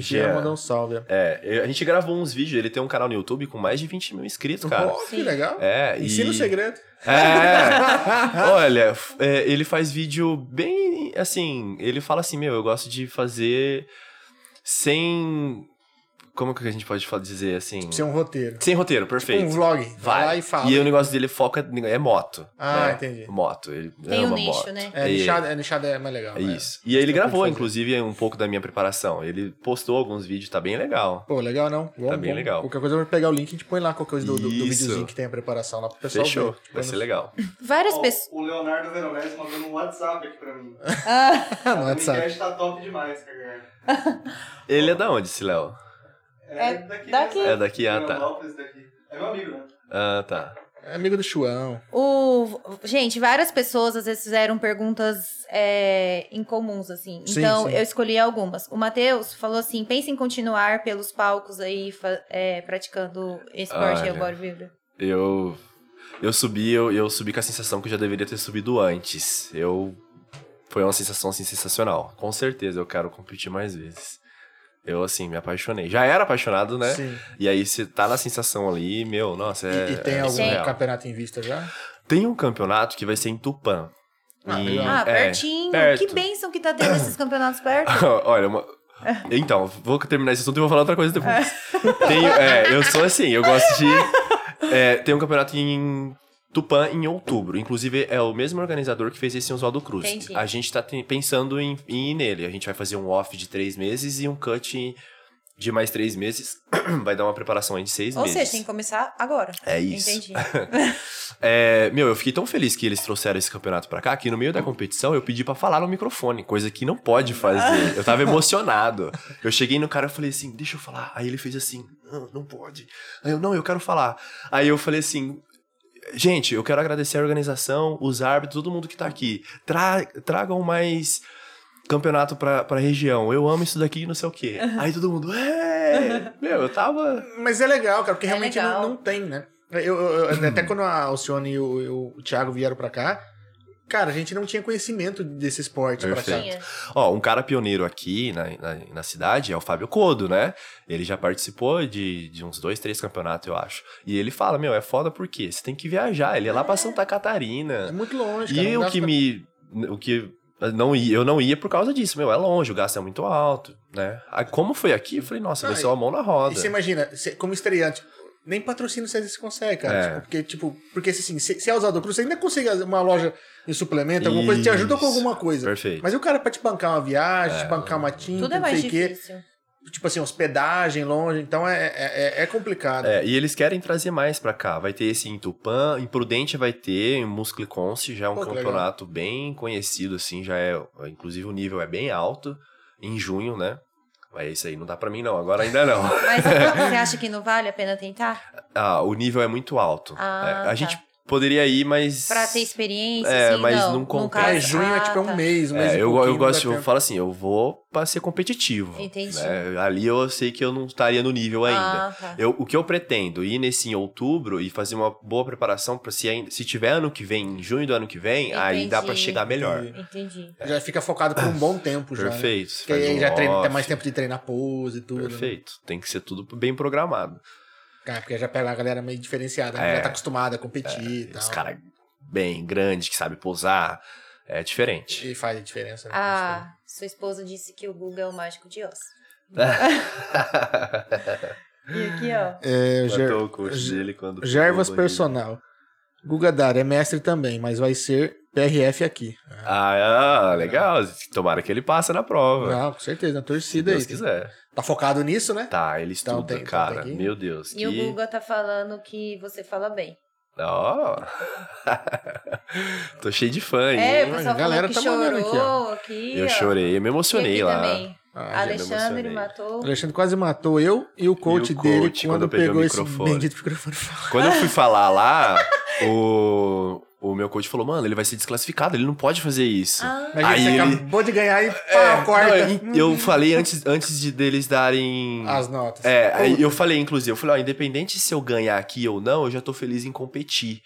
[SPEAKER 2] Jean
[SPEAKER 3] Jean.
[SPEAKER 2] mandou um salve. ó.
[SPEAKER 3] É, eu- a gente gravou uns vídeos, ele tem um canal no YouTube com mais de 20 mil inscritos, cara.
[SPEAKER 2] Ó, que
[SPEAKER 1] Sim.
[SPEAKER 2] legal.
[SPEAKER 3] É, e...
[SPEAKER 2] Ensina o segredo.
[SPEAKER 3] É. Olha, f- é, ele faz vídeo bem assim. Ele fala assim: Meu, eu gosto de fazer sem. Como que a gente pode fa- dizer assim?
[SPEAKER 2] Ser um roteiro.
[SPEAKER 3] Sem roteiro,
[SPEAKER 2] Um
[SPEAKER 3] perfeito.
[SPEAKER 2] vlog. Vai
[SPEAKER 3] Vai.
[SPEAKER 2] lá e fala.
[SPEAKER 3] E o negócio dele foca é moto.
[SPEAKER 2] Ah,
[SPEAKER 3] né?
[SPEAKER 2] entendi.
[SPEAKER 3] Moto. Ele
[SPEAKER 1] Tem
[SPEAKER 3] ama
[SPEAKER 1] um nicho,
[SPEAKER 3] moto.
[SPEAKER 1] né?
[SPEAKER 2] É,
[SPEAKER 3] E-
[SPEAKER 2] nichado, é, nichado é mais legal.
[SPEAKER 3] É
[SPEAKER 2] né?
[SPEAKER 3] isso. E aí ele gravou,
[SPEAKER 2] fazer.
[SPEAKER 3] inclusive, um pouco da minha preparação. Ele postou alguns vídeos, tá bem legal.
[SPEAKER 2] Pô, legal não? Vamos,
[SPEAKER 3] Tá bem
[SPEAKER 2] vamos.
[SPEAKER 3] legal.
[SPEAKER 2] Qualquer coisa, eu vou pegar o link e a gente põe lá qualquer coisa do, do, do
[SPEAKER 3] Isso.
[SPEAKER 2] videozinho que tem a preparação lá pro pessoal
[SPEAKER 3] Fechou.
[SPEAKER 2] ver. Põe
[SPEAKER 3] Vai
[SPEAKER 2] no-
[SPEAKER 3] ser legal.
[SPEAKER 1] Várias
[SPEAKER 4] Ó,
[SPEAKER 1] pessoas.
[SPEAKER 4] O Leonardo Veronese mandou um WhatsApp aqui pra mim.
[SPEAKER 1] Ah,
[SPEAKER 2] no
[SPEAKER 4] O
[SPEAKER 2] WhatsApp.
[SPEAKER 4] Miquel tá top demais, cara.
[SPEAKER 3] Ele é da onde, esse Léo?
[SPEAKER 1] É daqui.
[SPEAKER 3] É daqui, ah,
[SPEAKER 4] Fernando
[SPEAKER 3] tá.
[SPEAKER 4] Lopes né? daqui. É meu amigo, né?
[SPEAKER 3] Ah, tá.
[SPEAKER 2] É amigo do Chuão.
[SPEAKER 1] o... Gente, várias pessoas às vezes fizeram perguntas é, incomuns, assim.
[SPEAKER 2] Sim,
[SPEAKER 1] Então,
[SPEAKER 2] sim.
[SPEAKER 1] eu escolhi algumas. O Matheus falou assim: pensa em continuar pelos palcos aí, fa- é, praticando esporte e
[SPEAKER 3] Olha.
[SPEAKER 1] agora vibra.
[SPEAKER 3] Eu. Eu subi, eu, eu subi com a sensação que eu já deveria ter subido antes. Eu. Foi uma sensação assim, sensacional. Com certeza, eu quero competir mais vezes. Eu, assim, me apaixonei. Já era apaixonado, né?
[SPEAKER 2] Sim.
[SPEAKER 3] E aí você tá na sensação ali, meu, nossa,
[SPEAKER 2] E-
[SPEAKER 3] é.
[SPEAKER 2] e, tem
[SPEAKER 3] é
[SPEAKER 2] algum
[SPEAKER 3] surreal.
[SPEAKER 2] campeonato em vista já?
[SPEAKER 3] Tem um campeonato que vai ser em Tupã.
[SPEAKER 2] Ah,
[SPEAKER 3] E-
[SPEAKER 2] legal.
[SPEAKER 1] Ah,
[SPEAKER 3] é.
[SPEAKER 1] pertinho.
[SPEAKER 3] perto.
[SPEAKER 1] Que bênção que tá tendo esses campeonatos perto.
[SPEAKER 3] Olha, uma- então, vou terminar esse assunto e vou falar outra coisa depois. Tem- é, eu sou assim, eu gosto de. é, tem um campeonato em Tupã em outubro. Inclusive, é o mesmo organizador que fez esse em Oswaldo Cruz.
[SPEAKER 1] Entendi.
[SPEAKER 3] A gente tá ten- pensando em, em ir nele. A gente vai fazer um off de três meses e um cut de mais três meses. vai dar uma preparação aí de seis
[SPEAKER 1] Ou
[SPEAKER 3] meses.
[SPEAKER 1] seja, tem que começar agora.
[SPEAKER 3] É isso.
[SPEAKER 1] Entendi.
[SPEAKER 3] É, meu, eu fiquei tão feliz que eles trouxeram esse campeonato pra cá que no meio da competição eu pedi pra falar no microfone, coisa que não pode fazer. Eu tava emocionado. Eu cheguei no cara e falei assim: "Deixa eu falar". Aí ele fez assim: "Não, não pode". Aí eu: "Não, eu quero falar". Aí eu falei assim: "Gente, eu quero agradecer a organização, os árbitros, todo mundo que tá aqui. Tra- tragam mais campeonato pra, pra região. Eu amo isso daqui, não sei o quê". Aí todo mundo: "É". Meu, eu tava
[SPEAKER 2] Mas é legal, cara, porque
[SPEAKER 1] É
[SPEAKER 2] realmente
[SPEAKER 1] legal.
[SPEAKER 2] não, não tem, né? Eu, eu- eu- até quando a Alcione e o, e o Thiago vieram pra cá, cara, a gente não tinha conhecimento desse esporte pra cá.
[SPEAKER 3] Perfeito.
[SPEAKER 1] Tinha.
[SPEAKER 3] Ó, um cara pioneiro aqui na, na, na cidade é o Fábio Codo, né? Ele já participou de, de uns dois, três campeonatos, eu acho. E ele fala, meu, é foda porque você tem que viajar. Ele é lá pra Santa
[SPEAKER 2] É
[SPEAKER 3] Catarina.
[SPEAKER 2] muito longe, cara.
[SPEAKER 3] E
[SPEAKER 2] não
[SPEAKER 3] o
[SPEAKER 2] dá
[SPEAKER 3] que
[SPEAKER 2] pra-
[SPEAKER 3] me... O que não ia, eu não ia por causa disso, meu, é longe, o gasto é muito alto, né? Aí, como foi aqui, eu falei, nossa,
[SPEAKER 2] Não,
[SPEAKER 3] vai ser uma mão na roda.
[SPEAKER 2] Ah, E você imagina, você- como estreante, nem patrocínio você você consegue, cara.
[SPEAKER 3] É.
[SPEAKER 2] Tipo, porque, tipo, porque assim, se, se é usado cruz, você ainda consegue uma loja de suplemento, alguma coisa, te ajuda com
[SPEAKER 3] Isso.
[SPEAKER 2] alguma coisa.
[SPEAKER 3] Perfeito.
[SPEAKER 2] Mas e o cara pra te bancar uma viagem, te bancar uma tinta,
[SPEAKER 1] Tudo é
[SPEAKER 2] não sei
[SPEAKER 1] mais
[SPEAKER 2] o quê.
[SPEAKER 1] difícil.
[SPEAKER 2] Tipo assim, hospedagem longe, então é, é, é- é complicado.
[SPEAKER 3] É, e eles querem trazer mais pra cá. Vai ter esse em Tupã, em Prudente vai ter, em Muscliconce, já é um
[SPEAKER 2] Pô, que
[SPEAKER 3] campeonato bem conhecido, assim, já é. Inclusive o nível é bem alto, em junho, né? Mas isso aí não dá pra mim, não. Agora ainda não.
[SPEAKER 1] Mas você acha que não vale a pena tentar?
[SPEAKER 3] Ah, o nível é muito alto.
[SPEAKER 1] Ah,
[SPEAKER 3] É,
[SPEAKER 1] tá.
[SPEAKER 3] a gente poderia ir, mas.
[SPEAKER 1] Pra ter experiência,
[SPEAKER 3] É,
[SPEAKER 1] assim,
[SPEAKER 3] mas
[SPEAKER 1] não,
[SPEAKER 3] não
[SPEAKER 1] no
[SPEAKER 3] compensa.
[SPEAKER 1] caso-
[SPEAKER 2] É, junho é
[SPEAKER 1] Ah,
[SPEAKER 2] tipo é um
[SPEAKER 1] tá.
[SPEAKER 2] mês, um mês
[SPEAKER 3] É,
[SPEAKER 2] e
[SPEAKER 3] eu,
[SPEAKER 2] pouquinho,
[SPEAKER 3] eu gosto,
[SPEAKER 2] não dá
[SPEAKER 3] eu falo assim, eu vou pra ser competitivo.
[SPEAKER 1] Entendi.
[SPEAKER 3] né? Ali eu sei que eu não estaria no nível ainda.
[SPEAKER 1] Ah, tá.
[SPEAKER 3] Eu- o que eu pretendo ir nesse em outubro e fazer uma boa preparação para se ainda- se tiver ano que vem, em junho do ano que vem, aí dá pra
[SPEAKER 1] Entendi.
[SPEAKER 3] chegar melhor.
[SPEAKER 2] Entendi.
[SPEAKER 1] Entendi.
[SPEAKER 2] tempo. Já fica focado por um bom tempo já. Perfeito.
[SPEAKER 3] Perfeito.
[SPEAKER 2] né? Porque
[SPEAKER 3] faz
[SPEAKER 2] aí
[SPEAKER 3] um
[SPEAKER 2] já treina, tem
[SPEAKER 3] off,
[SPEAKER 2] mais tempo de treinar pose e tudo. Perfeito.
[SPEAKER 3] Perfeito. Tem que ser tudo bem programado.
[SPEAKER 2] Cara, porque já pega a galera meio diferenciada, né?
[SPEAKER 3] É.
[SPEAKER 2] já tá acostumada a competir e tal.
[SPEAKER 3] Os caras bem grandes que sabe posar é diferente.
[SPEAKER 2] E faz a diferença. né?
[SPEAKER 1] Ah, sua esposa disse que o Google é o mágico de Oz. E aqui, ó.
[SPEAKER 2] É, Ger-
[SPEAKER 3] Matou o coach
[SPEAKER 2] Ger-
[SPEAKER 3] dele quando
[SPEAKER 2] Gervas
[SPEAKER 3] ficou bandido.
[SPEAKER 2] Personal. Guga Dara é mestre também, mas vai ser PRF aqui.
[SPEAKER 3] Ah, ah, legal. Tomara que ele passe na prova.
[SPEAKER 2] É. Não, com certeza, a
[SPEAKER 3] se
[SPEAKER 2] torcida aí.
[SPEAKER 3] Deus quiser.
[SPEAKER 2] Tá focado nisso, né?
[SPEAKER 3] Tá, ele estuda,
[SPEAKER 2] Então tem- então
[SPEAKER 3] cara.
[SPEAKER 2] tem que-
[SPEAKER 3] Meu Deus.
[SPEAKER 1] E o
[SPEAKER 3] que-
[SPEAKER 1] Guga tá falando que você fala bem.
[SPEAKER 3] Ó. Tô cheio de fã, hein?
[SPEAKER 1] É,
[SPEAKER 2] a
[SPEAKER 1] o pessoal
[SPEAKER 2] galera
[SPEAKER 1] falou que
[SPEAKER 2] tá mandando aqui,
[SPEAKER 1] chorou aqui,
[SPEAKER 3] eu
[SPEAKER 1] ó.
[SPEAKER 3] chorei, eu me
[SPEAKER 1] E aqui
[SPEAKER 3] emocionei lá.
[SPEAKER 1] também.
[SPEAKER 2] Ah,
[SPEAKER 3] Ale-
[SPEAKER 1] Alexandre
[SPEAKER 3] emocionei.
[SPEAKER 2] o
[SPEAKER 1] matou.
[SPEAKER 2] Alexandre quase matou eu e o coach
[SPEAKER 3] E o
[SPEAKER 2] dele
[SPEAKER 3] coach,
[SPEAKER 2] quando,
[SPEAKER 3] quando
[SPEAKER 2] pegou
[SPEAKER 3] pegou o
[SPEAKER 2] esse
[SPEAKER 3] microfone.
[SPEAKER 2] bendito microfone.
[SPEAKER 3] Quando eu fui falar lá, o, o meu coach falou, mano, ele vai ser desclassificado, ele não pode fazer isso.
[SPEAKER 1] Ah,
[SPEAKER 2] Imagina,
[SPEAKER 3] Aí
[SPEAKER 2] você
[SPEAKER 3] ele-
[SPEAKER 2] acabou de ganhar e pá,
[SPEAKER 3] É,
[SPEAKER 2] corta.
[SPEAKER 3] não, eu, eu falei antes, antes de deles darem.
[SPEAKER 2] As notas.
[SPEAKER 3] É, aí eu falei, inclusive, eu falei, ó, independente se eu ganhar aqui ou não, eu já tô feliz em competir.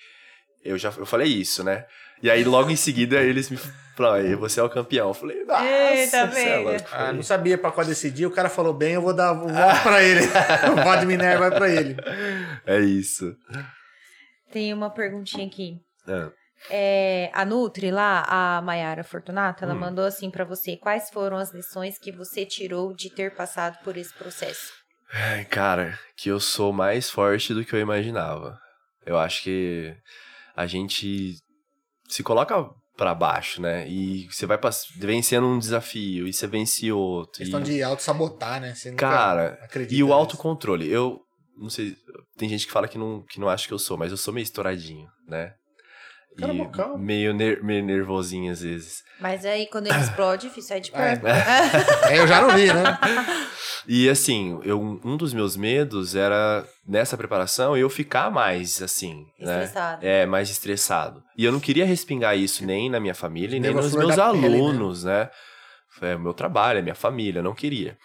[SPEAKER 3] Eu já eu falei isso, né? E aí logo em seguida eles me falaram, "Aí, você é o campeão. Eu falei, nossa,
[SPEAKER 1] Eita,
[SPEAKER 3] você é
[SPEAKER 1] velho.
[SPEAKER 3] louco."
[SPEAKER 2] Ah, não sabia pra qual decidir. O cara falou bem, eu vou dar o voto pra ele. o voto de Minerva vai pra ele.
[SPEAKER 3] É isso.
[SPEAKER 1] Tem uma perguntinha aqui.
[SPEAKER 3] É.
[SPEAKER 1] É, a Nutri lá, a Mayara Fortunato, ela
[SPEAKER 3] Hum.
[SPEAKER 1] mandou assim pra você: quais foram as lições que você tirou de ter passado por esse processo?
[SPEAKER 3] Ai, Cara, que eu sou mais forte do que eu imaginava. Eu acho que a gente se coloca pra baixo, né? E você vai pass- vencendo um desafio, e você vence outro.
[SPEAKER 2] Questão
[SPEAKER 3] e...
[SPEAKER 2] de né? auto-sabotar, né? Você nunca
[SPEAKER 3] Cara,
[SPEAKER 2] acredita
[SPEAKER 3] E o
[SPEAKER 2] nisso.
[SPEAKER 3] autocontrole. Eu não sei. Tem gente que fala que não, que não acha que eu sou, mas eu sou meio estouradinho, né?
[SPEAKER 2] Cara,
[SPEAKER 3] e
[SPEAKER 2] bocão.
[SPEAKER 3] meio, ner- meio nervosinho às vezes.
[SPEAKER 1] Mas aí quando ele explode, tipo, filho, sai de
[SPEAKER 2] Ah, é.
[SPEAKER 1] perto.
[SPEAKER 2] É, eu já não vi, né?
[SPEAKER 3] E assim, eu, um dos meus medos era, nessa preparação, eu ficar mais assim, né?
[SPEAKER 1] Estressado.
[SPEAKER 3] É, mais estressado. E eu não queria respingar isso nem na minha família, e nem
[SPEAKER 2] Nego
[SPEAKER 3] nos
[SPEAKER 2] flor
[SPEAKER 3] meus
[SPEAKER 2] da pele, né?
[SPEAKER 3] alunos, né? É o meu trabalho, é minha família, eu não queria.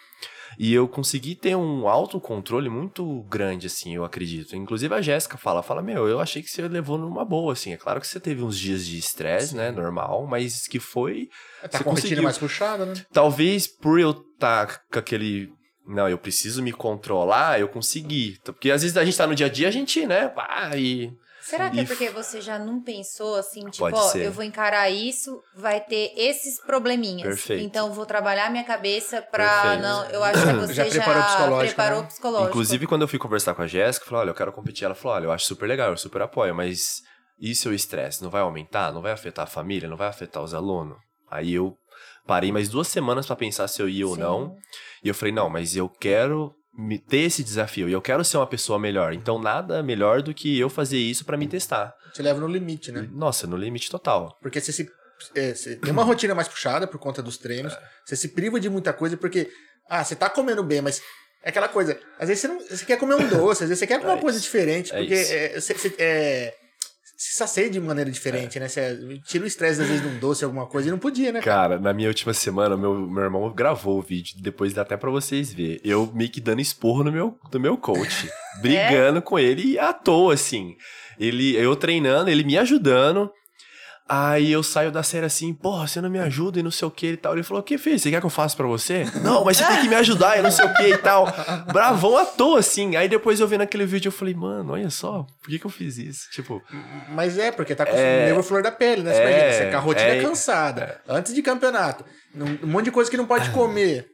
[SPEAKER 3] E eu consegui ter um autocontrole muito grande, assim, eu acredito. Inclusive a Jéssica fala, fala, meu, eu achei que você levou numa boa, assim. É claro que você teve uns dias de estresse, né, normal, mas que foi
[SPEAKER 2] Tá
[SPEAKER 3] Você
[SPEAKER 2] com a rotina
[SPEAKER 3] conseguiu.
[SPEAKER 2] mais puxada, né?
[SPEAKER 3] Talvez por eu estar com aquele. Não, eu preciso me controlar, eu consegui. Porque às vezes a gente tá no dia a dia, a gente, né? Pá, e.
[SPEAKER 1] Será que é
[SPEAKER 3] E-
[SPEAKER 1] porque você já não pensou assim, tipo,
[SPEAKER 3] Pode
[SPEAKER 1] ó,
[SPEAKER 3] ser.
[SPEAKER 1] eu vou encarar isso, vai ter esses probleminhas.
[SPEAKER 3] Perfeito.
[SPEAKER 1] Então vou trabalhar minha cabeça pra
[SPEAKER 3] Perfeito.
[SPEAKER 1] não, eu acho que você já
[SPEAKER 2] Já preparou psicológico,
[SPEAKER 1] preparou
[SPEAKER 2] né?
[SPEAKER 1] psicológico.
[SPEAKER 3] Inclusive, quando eu fui conversar com a Jéssica, eu falei, olha, eu quero competir. Ela falou, olha, eu acho super legal, eu super apoio, mas e se eu estresse? Não vai aumentar? Não vai afetar a família? Não vai afetar os alunos? Aí eu parei mais duas semanas pra pensar se eu ia ou
[SPEAKER 1] Sim.
[SPEAKER 3] não. E eu falei, não, mas eu quero me- ter esse desafio e eu quero ser uma pessoa melhor. Então, nada melhor do que eu fazer isso pra me testar.
[SPEAKER 2] Te leva no limite, né?
[SPEAKER 3] Nossa, no limite total.
[SPEAKER 2] Porque você se. é, você tem uma rotina mais puxada por conta dos treinos.
[SPEAKER 3] É.
[SPEAKER 2] Você se priva de muita coisa, porque. Ah, você tá comendo bem, mas. É aquela coisa. Às vezes você, não, você quer comer um doce, às vezes você quer alguma
[SPEAKER 3] É
[SPEAKER 2] coisa
[SPEAKER 3] isso.
[SPEAKER 2] diferente,
[SPEAKER 3] É
[SPEAKER 2] porque
[SPEAKER 3] isso.
[SPEAKER 2] é, você, você- é, se sacia de maneira diferente,
[SPEAKER 3] É.
[SPEAKER 2] né? Você tira o estresse, às vezes, de um doce, alguma coisa, e não podia, né?
[SPEAKER 3] Cara, na minha última semana, meu, meu irmão gravou o vídeo, depois dá até pra vocês ver. Eu meio que dando esporro no meu, do meu coach, brigando com ele à toa, assim. Ele, eu treinando, ele me ajudando. Aí eu saio da série assim, porra, você não me ajuda e não sei o que e tal. Ele falou, o que, filho? Você quer que eu faça pra você? Não, mas você tem que me ajudar e não sei o que e tal. Bravão à toa, assim. Aí depois eu vendo aquele vídeo, eu falei, mano, olha só, por que que eu fiz isso? Tipo,
[SPEAKER 2] Mas é, porque tá com nervo flor da pele, né? Você
[SPEAKER 3] É,
[SPEAKER 2] imagina, você com a rotina
[SPEAKER 3] é. Ah.
[SPEAKER 2] cansada, antes de campeonato, um monte de coisa que não pode comer.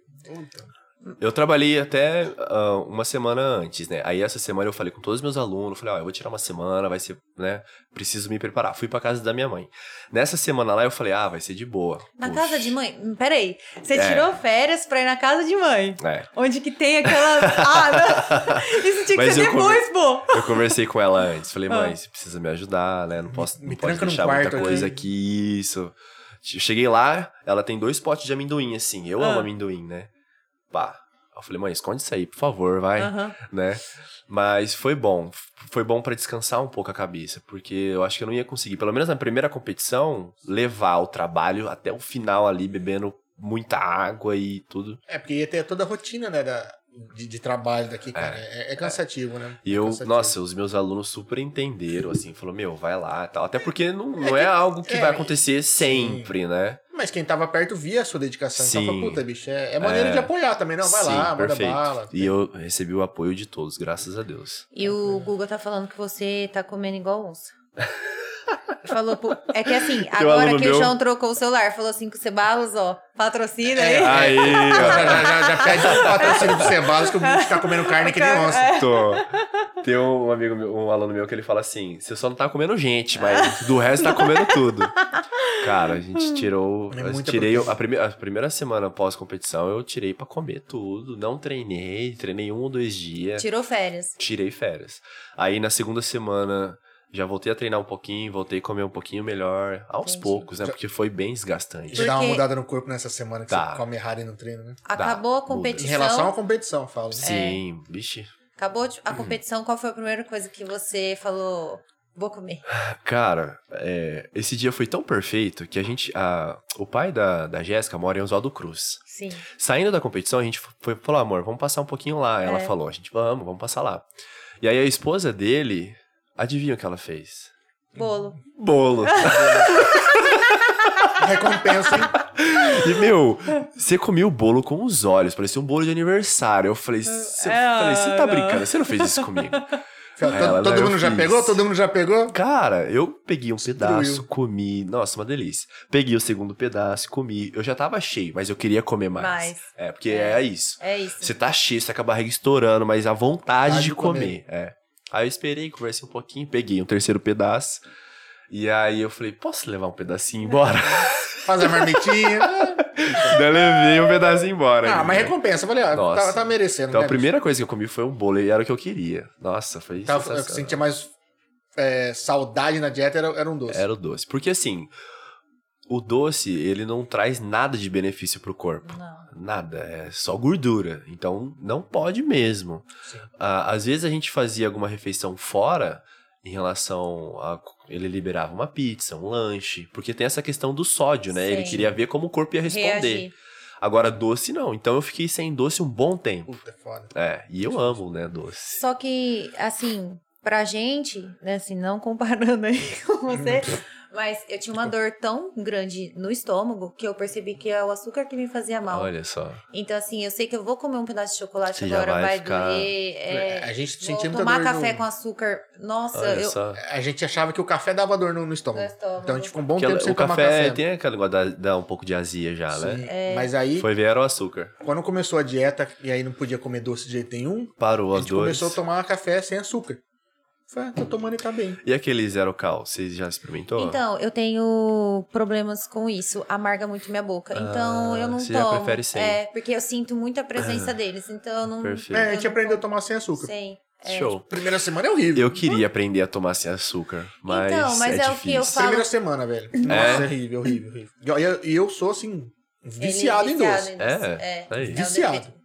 [SPEAKER 3] Eu trabalhei até ah, uma semana antes, né? Aí essa semana eu falei com todos os meus alunos, falei, ó, eu vou tirar uma semana, vai ser, né? Preciso me preparar. Fui pra casa da minha mãe. Nessa semana lá eu falei, ah, vai ser de boa.
[SPEAKER 1] Na
[SPEAKER 3] Puxa.
[SPEAKER 1] casa de mãe? Hum, Peraí, você
[SPEAKER 3] É.
[SPEAKER 1] tirou férias pra ir na casa de mãe.
[SPEAKER 3] É.
[SPEAKER 1] Onde que tem aquela. Ah, não. Isso tinha que
[SPEAKER 3] Mas
[SPEAKER 1] ser
[SPEAKER 3] eu come-
[SPEAKER 1] depois, pô.
[SPEAKER 3] Eu conversei com ela antes, falei,
[SPEAKER 1] Ah.
[SPEAKER 3] mãe, você precisa me ajudar, né? Não posso,
[SPEAKER 2] Me
[SPEAKER 3] não pode
[SPEAKER 2] tranca num
[SPEAKER 3] deixar
[SPEAKER 2] quarto
[SPEAKER 3] muita
[SPEAKER 2] aqui."
[SPEAKER 3] coisa aqui, isso. Eu Cheguei lá, ela tem dois potes de amendoim, assim. Eu
[SPEAKER 1] Ah.
[SPEAKER 3] amo amendoim, né? Pá. Eu falei, mãe, esconde isso aí, por favor, vai.
[SPEAKER 1] Aham.
[SPEAKER 3] né? Mas foi bom. Foi bom pra descansar um pouco a cabeça, porque eu acho que eu não ia conseguir, pelo menos na primeira competição, levar o trabalho até o final ali, bebendo muita água e tudo.
[SPEAKER 2] É, porque ia ter toda a rotina, né, da, de, de trabalho daqui, cara. É, é cansativo, né?
[SPEAKER 3] E
[SPEAKER 2] É
[SPEAKER 3] eu,
[SPEAKER 2] cansativo.
[SPEAKER 3] nossa, os meus alunos super entenderam, assim, falou, meu, vai lá e tal. Até porque não, não é, algo que
[SPEAKER 2] é,
[SPEAKER 3] vai acontecer sempre, né?
[SPEAKER 2] Mas quem tava perto via a sua dedicação. Então,
[SPEAKER 3] Sim.
[SPEAKER 2] falou, puta, bicho, é, é maneira
[SPEAKER 3] É.
[SPEAKER 2] de apoiar também. Não, vai
[SPEAKER 3] Sim,
[SPEAKER 2] lá, manda bala.
[SPEAKER 3] E eu recebi o apoio de todos, graças a Deus.
[SPEAKER 1] E o Guga tá falando que você tá comendo igual onça. Falou, pô. É que assim,
[SPEAKER 3] um
[SPEAKER 1] agora
[SPEAKER 3] aluno
[SPEAKER 1] que o
[SPEAKER 3] meu-
[SPEAKER 1] João trocou o celular, falou assim que o Cebalos, ó, patrocina
[SPEAKER 2] É.
[SPEAKER 1] aí.
[SPEAKER 3] Aí, ó.
[SPEAKER 2] Já, já, já, já pede um patrocínio pro Cebalos que eu vou ficar comendo carne que nem
[SPEAKER 1] é,
[SPEAKER 2] onça.
[SPEAKER 3] Tô. Tem um amigo, meu- um aluno meu que ele fala assim: você só não tá comendo gente, mas do resto tá comendo tudo. Cara, a gente tirou.
[SPEAKER 2] É
[SPEAKER 3] eu
[SPEAKER 2] muita
[SPEAKER 3] tirei
[SPEAKER 2] proteína.
[SPEAKER 3] a, prime, a primeira semana pós-competição, eu tirei pra comer tudo. Não treinei, treinei um ou dois dias.
[SPEAKER 1] É. Tirou férias.
[SPEAKER 3] Tirei férias. Aí na segunda semana. Já voltei a treinar um pouquinho, voltei a comer um pouquinho melhor, aos
[SPEAKER 1] Entendi.
[SPEAKER 3] poucos, né? Porque foi bem desgastante.
[SPEAKER 2] Já dá uma
[SPEAKER 1] Porque-
[SPEAKER 2] mudada no corpo nessa semana que
[SPEAKER 3] Tá.
[SPEAKER 2] você come errado e não treina, né?
[SPEAKER 1] Acabou a
[SPEAKER 3] muda.
[SPEAKER 2] Em
[SPEAKER 1] competição.
[SPEAKER 2] relação à competição, eu falo.
[SPEAKER 3] Sim, vixe.
[SPEAKER 1] tipo, Acabou de- a competição, qual foi a primeira coisa que você falou? Vou comer.
[SPEAKER 3] Cara, é, esse dia foi tão perfeito que a gente. a- o pai da, da Jéssica mora em Oswaldo Cruz.
[SPEAKER 1] Sim.
[SPEAKER 3] Saindo da competição, a gente foi falou, amor, vamos passar um pouquinho lá. Ela
[SPEAKER 1] É.
[SPEAKER 3] falou, a gente, vamos, vamos passar lá. E aí a esposa dele, adivinha o que ela fez?
[SPEAKER 1] Bolo.
[SPEAKER 3] Bolo.
[SPEAKER 2] Recompensa, hein?
[SPEAKER 3] E, meu, você comia o bolo com os olhos, parecia um bolo de aniversário. Eu falei, você
[SPEAKER 1] Ah,
[SPEAKER 3] falei, "Cê tá
[SPEAKER 1] não.
[SPEAKER 3] brincando, você não fez isso comigo.
[SPEAKER 2] Fala,
[SPEAKER 3] Ah,
[SPEAKER 2] todo-
[SPEAKER 3] ela-
[SPEAKER 2] todo
[SPEAKER 3] eu
[SPEAKER 2] mundo já
[SPEAKER 3] fiz.
[SPEAKER 2] pegou? Todo mundo já pegou?
[SPEAKER 3] Cara, eu peguei um pedaço,
[SPEAKER 2] Destruiu.
[SPEAKER 3] comi. Nossa, uma delícia. Peguei o segundo pedaço, comi. Eu já tava cheio, mas eu queria comer mais.
[SPEAKER 1] Mais.
[SPEAKER 3] É, porque é, isso.
[SPEAKER 1] É isso.
[SPEAKER 3] Você tá cheio, você tá com a barriga estourando, mas a vontade
[SPEAKER 2] Vontade
[SPEAKER 3] de
[SPEAKER 2] de comer.
[SPEAKER 3] comer. É. Aí eu esperei, conversei um pouquinho, peguei um terceiro pedaço. E aí eu falei, posso levar um pedacinho embora?
[SPEAKER 2] Faz a marmitinha.
[SPEAKER 3] Daí eu levei um pedacinho embora.
[SPEAKER 2] ah,
[SPEAKER 3] ainda.
[SPEAKER 2] mas recompensa. Eu Falei, ó,
[SPEAKER 3] Nossa.
[SPEAKER 2] tá, tá merecendo.
[SPEAKER 3] Então a
[SPEAKER 2] né?
[SPEAKER 3] primeira coisa que eu comi foi um bolo e era o que eu queria. Nossa, foi
[SPEAKER 2] Tava- eu
[SPEAKER 3] sensacional.
[SPEAKER 2] sentia mais é, saudade na dieta, era, era um doce.
[SPEAKER 3] Era o doce. Porque assim, o doce, ele não traz nada de benefício pro corpo.
[SPEAKER 1] Não.
[SPEAKER 3] Nada, é só gordura. Então não pode mesmo.
[SPEAKER 2] Sim.
[SPEAKER 3] Ah, às vezes a gente fazia alguma refeição fora em relação a. Ele liberava uma pizza, um lanche. Porque tem essa questão do sódio, né? Ele
[SPEAKER 1] Sim.
[SPEAKER 3] queria ver como o corpo ia responder.
[SPEAKER 1] Reagir.
[SPEAKER 3] Agora, doce não. Então eu fiquei sem doce um bom tempo.
[SPEAKER 2] Puta, é foda.
[SPEAKER 3] É, e eu amo, né, doce.
[SPEAKER 1] Só que, assim, pra gente, né, assim, não comparando aí com você, mas eu tinha uma dor tão grande no estômago que eu percebi que é o açúcar que me fazia mal.
[SPEAKER 3] Olha só.
[SPEAKER 1] Então, assim, eu sei que eu vou comer um pedaço de chocolate
[SPEAKER 3] Você já
[SPEAKER 1] agora,
[SPEAKER 3] vai
[SPEAKER 1] vai,
[SPEAKER 3] ficar-
[SPEAKER 1] doer. é,
[SPEAKER 2] a gente
[SPEAKER 1] vou
[SPEAKER 2] sentia muita
[SPEAKER 1] tomar
[SPEAKER 2] dor
[SPEAKER 1] café
[SPEAKER 2] no...
[SPEAKER 1] com açúcar. Nossa,
[SPEAKER 3] Olha
[SPEAKER 1] eu.
[SPEAKER 3] só.
[SPEAKER 2] A gente achava que o café dava dor no, no
[SPEAKER 1] no
[SPEAKER 2] estômago.
[SPEAKER 1] estômago.
[SPEAKER 2] Então a gente ficou um bom
[SPEAKER 3] Aquela-
[SPEAKER 2] tempo sem
[SPEAKER 3] o
[SPEAKER 2] tomar
[SPEAKER 3] café,
[SPEAKER 2] café.
[SPEAKER 3] tem aquele negócio da, dá um pouco de azia já, né?
[SPEAKER 2] Sim.
[SPEAKER 1] É.
[SPEAKER 2] Mas aí,
[SPEAKER 3] Foi ver era o açúcar.
[SPEAKER 2] quando começou a dieta e aí não podia comer doce de jeito nenhum,
[SPEAKER 3] Parou
[SPEAKER 2] a
[SPEAKER 3] as
[SPEAKER 2] gente
[SPEAKER 3] dores.
[SPEAKER 2] começou a tomar café sem açúcar. Falei, ah, tô tomando e tá bem.
[SPEAKER 3] E aquele zero cal, vocês já experimentou?
[SPEAKER 1] Então, eu tenho problemas com isso. Amarga muito minha boca. Então,
[SPEAKER 3] Ah,
[SPEAKER 1] eu não
[SPEAKER 3] você já
[SPEAKER 1] tomo.
[SPEAKER 3] prefere sem. Ah,
[SPEAKER 1] É, porque eu sinto muito a presença deles. Então, eu não.
[SPEAKER 3] Perfeito.
[SPEAKER 2] É, a gente
[SPEAKER 1] eu não
[SPEAKER 2] aprendeu a
[SPEAKER 1] tomo
[SPEAKER 2] tomar sem açúcar.
[SPEAKER 1] Sem. É. tipo,
[SPEAKER 3] Show.
[SPEAKER 2] Primeira semana é horrível.
[SPEAKER 3] Eu queria aprender a tomar sem açúcar, mas
[SPEAKER 1] Então, mas
[SPEAKER 3] é,
[SPEAKER 1] é o que
[SPEAKER 3] difícil.
[SPEAKER 1] eu falo.
[SPEAKER 2] Primeira semana, velho. Nossa, é horrível, horrível, horrível. E eu- E eu, e eu sou, assim,
[SPEAKER 1] Ele é
[SPEAKER 2] viciado, em doce.
[SPEAKER 3] É,
[SPEAKER 1] É.
[SPEAKER 3] tá aí.
[SPEAKER 1] É o
[SPEAKER 2] Viciado.
[SPEAKER 1] defeito.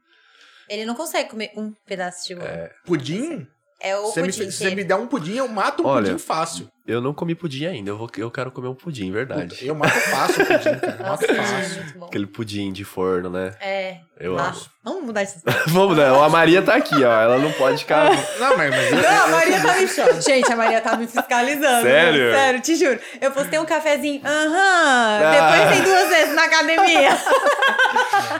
[SPEAKER 1] Ele não consegue comer um pedaço de bolo. É,
[SPEAKER 3] É,
[SPEAKER 2] Pudim?
[SPEAKER 1] o
[SPEAKER 2] Você me,
[SPEAKER 1] pudim
[SPEAKER 2] você me
[SPEAKER 1] inteiro.
[SPEAKER 2] dá um pudim, eu mato um
[SPEAKER 3] Olha,
[SPEAKER 2] pudim fácil.
[SPEAKER 3] eu não comi pudim ainda, eu, vou, eu quero comer um pudim, verdade.
[SPEAKER 2] Puta, eu mato fácil o pudim, cara. Eu
[SPEAKER 1] Nossa,
[SPEAKER 2] mato fácil.
[SPEAKER 1] é muito bom.
[SPEAKER 3] Aquele pudim de forno, né?
[SPEAKER 1] É.
[SPEAKER 3] Eu
[SPEAKER 1] Nossa, Vamos mudar isso.
[SPEAKER 3] amo. Vamos, né? A Maria tá aqui, ó. Ela não pode ficar.
[SPEAKER 2] Não, mas, mas eu,
[SPEAKER 1] Não, a
[SPEAKER 2] eu,
[SPEAKER 1] Maria tá me... Gente, a Maria tá me fiscalizando.
[SPEAKER 3] Sério?
[SPEAKER 1] né? Sério, te juro. Eu postei um cafezinho, aham,
[SPEAKER 3] Ah.
[SPEAKER 1] depois tem duas vezes na academia.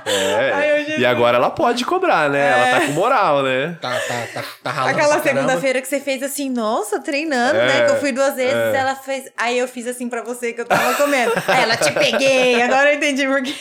[SPEAKER 3] É.
[SPEAKER 1] Ai, eu É. juro.
[SPEAKER 3] e agora ela pode cobrar, né? Ela tá com moral, né?
[SPEAKER 2] tá, tá, tá, tá ralando
[SPEAKER 1] Aquela
[SPEAKER 2] pra caramba.
[SPEAKER 1] segunda-feira que você fez assim, nossa, treinando,
[SPEAKER 3] É,
[SPEAKER 1] né? Que eu fui duas vezes,
[SPEAKER 3] é.
[SPEAKER 1] ela fez... Aí eu fiz assim pra você que eu tava comendo. Aí ela, te peguei, agora eu entendi por quê.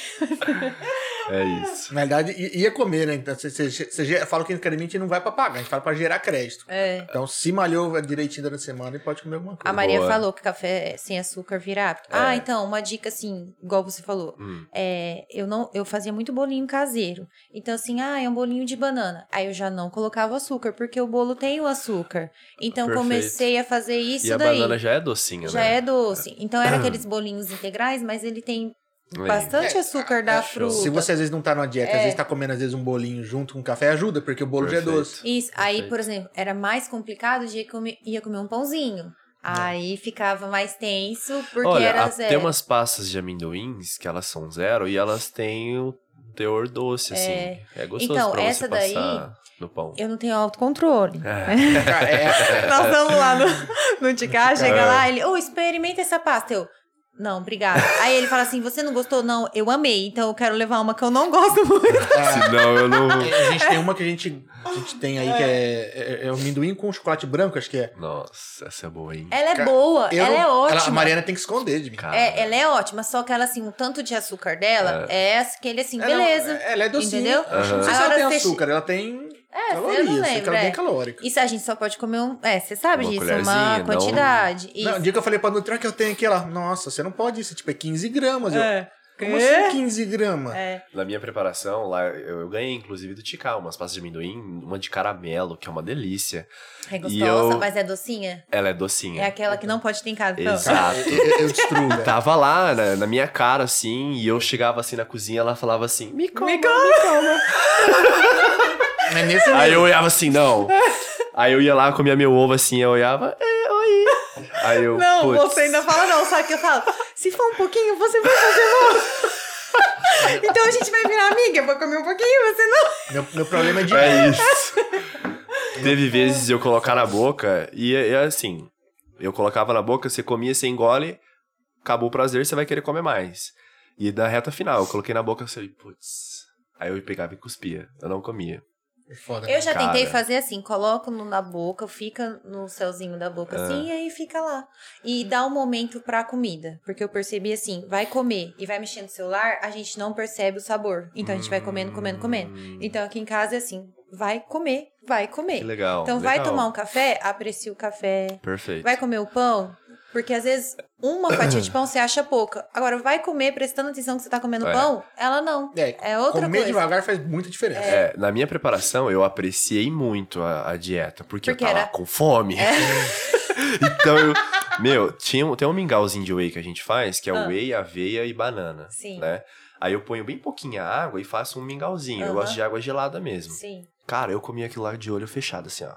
[SPEAKER 3] É isso.
[SPEAKER 2] Na verdade, i- ia comer, né? Então, você- você você ge- fala que incremento a gente não vai pra pagar, a gente fala pra gerar crédito.
[SPEAKER 1] É.
[SPEAKER 2] Então, se malhou direitinho durante a semana, ele pode comer alguma
[SPEAKER 1] A
[SPEAKER 2] coisa.
[SPEAKER 1] Maria
[SPEAKER 3] Boa. É.
[SPEAKER 1] falou que café sem açúcar vira hábito. Ah, então, uma dica assim, igual você falou.
[SPEAKER 3] Hum.
[SPEAKER 1] É, eu não, eu fazia muito bolinho caseiro. Então, assim, ah, é um bolinho de banana. Aí eu já não colocava o açúcar, porque o bolo tem o açúcar. Então,
[SPEAKER 3] Perfeito.
[SPEAKER 1] comecei a fazer isso
[SPEAKER 3] e a
[SPEAKER 1] daí.
[SPEAKER 3] banana já é docinha,
[SPEAKER 1] já
[SPEAKER 3] né?
[SPEAKER 1] é doce. Então, era aqueles bolinhos integrais, mas ele tem
[SPEAKER 3] Aí.
[SPEAKER 1] bastante
[SPEAKER 2] É,
[SPEAKER 1] açúcar
[SPEAKER 2] a-
[SPEAKER 1] da
[SPEAKER 2] a-
[SPEAKER 1] fruta.
[SPEAKER 2] Se você às vezes não tá numa dieta,
[SPEAKER 1] É.
[SPEAKER 2] às vezes tá comendo às vezes um bolinho junto com café, ajuda, porque o bolo já é
[SPEAKER 3] Perfeito.
[SPEAKER 2] doce.
[SPEAKER 1] Isso. Aí, por
[SPEAKER 3] Perfeito.
[SPEAKER 1] exemplo, era mais complicado o dia que eu me- ia comer um pãozinho. Aí ficava mais tenso, porque
[SPEAKER 3] Hum. Olha,
[SPEAKER 1] era
[SPEAKER 3] a- tem
[SPEAKER 1] zero.
[SPEAKER 3] umas pastas de amendoins que elas são zero e elas têm o teor doce, assim. É gostoso
[SPEAKER 1] Então,
[SPEAKER 3] pra
[SPEAKER 1] essa
[SPEAKER 3] você
[SPEAKER 1] daí-
[SPEAKER 3] passar no pão.
[SPEAKER 1] Eu não tenho autocontrole.
[SPEAKER 3] É.
[SPEAKER 2] Cara, é-
[SPEAKER 1] Nós vamos lá no, no Ticá, chega lá, ele, ô, experimenta essa pasta. Eu, não, obrigada. Aí ele fala assim: você não gostou? Não, eu amei, então eu quero levar uma que eu não gosto muito.
[SPEAKER 2] é-
[SPEAKER 3] Senão eu não...
[SPEAKER 2] a gente tem uma que a gente, a gente tem aí, que é, é, é o amendoim com chocolate branco, acho que é.
[SPEAKER 3] Nossa, essa é boa, hein?
[SPEAKER 1] Ela é
[SPEAKER 2] Ca-
[SPEAKER 1] boa,
[SPEAKER 2] Eu
[SPEAKER 1] ela é
[SPEAKER 2] não- a
[SPEAKER 1] ótima.
[SPEAKER 2] Mariana tem que esconder de mim.
[SPEAKER 3] Cara,
[SPEAKER 1] é, ela é ótima, só que ela, assim, o tanto de açúcar dela é, aquele assim,
[SPEAKER 2] Ela-
[SPEAKER 1] beleza.
[SPEAKER 2] Ela é docinha.
[SPEAKER 1] Entendeu?
[SPEAKER 2] Não sei se
[SPEAKER 1] Agora
[SPEAKER 2] ela tem
[SPEAKER 1] você-
[SPEAKER 2] açúcar, ela tem
[SPEAKER 1] É, eu não
[SPEAKER 2] calorias. tem
[SPEAKER 1] lembro.
[SPEAKER 2] ela bem
[SPEAKER 1] é.
[SPEAKER 2] calórica.
[SPEAKER 1] Isso a gente só pode comer um. É, você sabe
[SPEAKER 3] Uma
[SPEAKER 1] disso,
[SPEAKER 3] colherzinha,
[SPEAKER 1] uma
[SPEAKER 3] não-
[SPEAKER 1] quantidade.
[SPEAKER 2] Não, o
[SPEAKER 1] Isso.
[SPEAKER 2] dia que eu falei pra Nutri, que eu tenho aqui, ela, nossa, você não pode isso, tipo, é 15 gramas. Eu,
[SPEAKER 1] É.
[SPEAKER 2] como
[SPEAKER 1] Quê?
[SPEAKER 2] assim 15 gramas?
[SPEAKER 1] É.
[SPEAKER 3] Na minha preparação, lá eu, eu ganhei, inclusive, do Ticá, umas pastas de amendoim, uma de caramelo, que é uma delícia.
[SPEAKER 1] É
[SPEAKER 3] E
[SPEAKER 1] gostosa,
[SPEAKER 3] eu-
[SPEAKER 1] mas é docinha?
[SPEAKER 3] Ela é
[SPEAKER 1] É
[SPEAKER 3] docinha.
[SPEAKER 1] aquela que não pode ter em casa. então.
[SPEAKER 3] Exato.
[SPEAKER 2] Cara, eu, eu- eu destruo. velho.
[SPEAKER 3] Tava lá, né, na, na minha cara, assim, e eu chegava, assim, na cozinha, ela falava assim, me come,
[SPEAKER 1] Me come.
[SPEAKER 2] É nesse
[SPEAKER 3] Aí eu olhava assim, não. Aí eu ia lá, comia meu ovo assim, eu olhava, é, oi. Aí eu,
[SPEAKER 1] Não,
[SPEAKER 3] putz,
[SPEAKER 1] você ainda fala não, sabe o que eu falo? Se for um pouquinho, você vai fazer mal. então a gente vai virar amiga, eu vou comer um pouquinho, você não.
[SPEAKER 2] Meu, meu problema é de.
[SPEAKER 3] É isso. Teve vezes eu colocar na boca e é é assim, eu colocava na boca, você comia, você engole, acabou o prazer, você vai querer comer mais. E na reta final, eu coloquei na boca, eu falei, putz. Aí eu pegava e cuspia, eu não comia.
[SPEAKER 2] É Foda.
[SPEAKER 1] Eu já
[SPEAKER 3] Cara.
[SPEAKER 1] tentei fazer assim, coloco no- na boca, fica no céuzinho da boca
[SPEAKER 3] É.
[SPEAKER 1] assim, e aí fica lá. E dá um momento pra comida. Porque eu percebi assim, vai comer e vai mexendo no celular, a gente não percebe o sabor. Então a gente vai comendo, comendo, comendo. Então aqui em casa é assim, vai comer, vai
[SPEAKER 3] Hum. Que
[SPEAKER 1] comer.
[SPEAKER 3] legal.
[SPEAKER 1] Então vai
[SPEAKER 3] legal.
[SPEAKER 1] tomar um café, aprecia o café.
[SPEAKER 3] Perfeito.
[SPEAKER 1] Vai comer o pão? Porque às vezes uma fatia de pão você acha pouca. Agora, vai comer prestando atenção que você tá comendo
[SPEAKER 3] É.
[SPEAKER 1] pão? Ela não.
[SPEAKER 2] É,
[SPEAKER 1] É outra
[SPEAKER 2] comer
[SPEAKER 1] coisa.
[SPEAKER 2] devagar faz muita diferença.
[SPEAKER 3] É, na minha preparação, eu apreciei muito a, a dieta, porque,
[SPEAKER 1] Porque
[SPEAKER 3] eu tava
[SPEAKER 1] era- É.
[SPEAKER 3] com fome. então eu. Meu, tinha, um- tem um mingauzinho de whey que a gente faz, que é
[SPEAKER 1] Ah.
[SPEAKER 3] whey, aveia e banana.
[SPEAKER 1] Sim.
[SPEAKER 3] Né? Aí eu ponho bem pouquinha água e faço um mingauzinho. Eu
[SPEAKER 1] Aham.
[SPEAKER 3] gosto de água gelada mesmo.
[SPEAKER 1] Sim.
[SPEAKER 3] Cara, eu comia aquilo lá de olho fechado, assim, ó.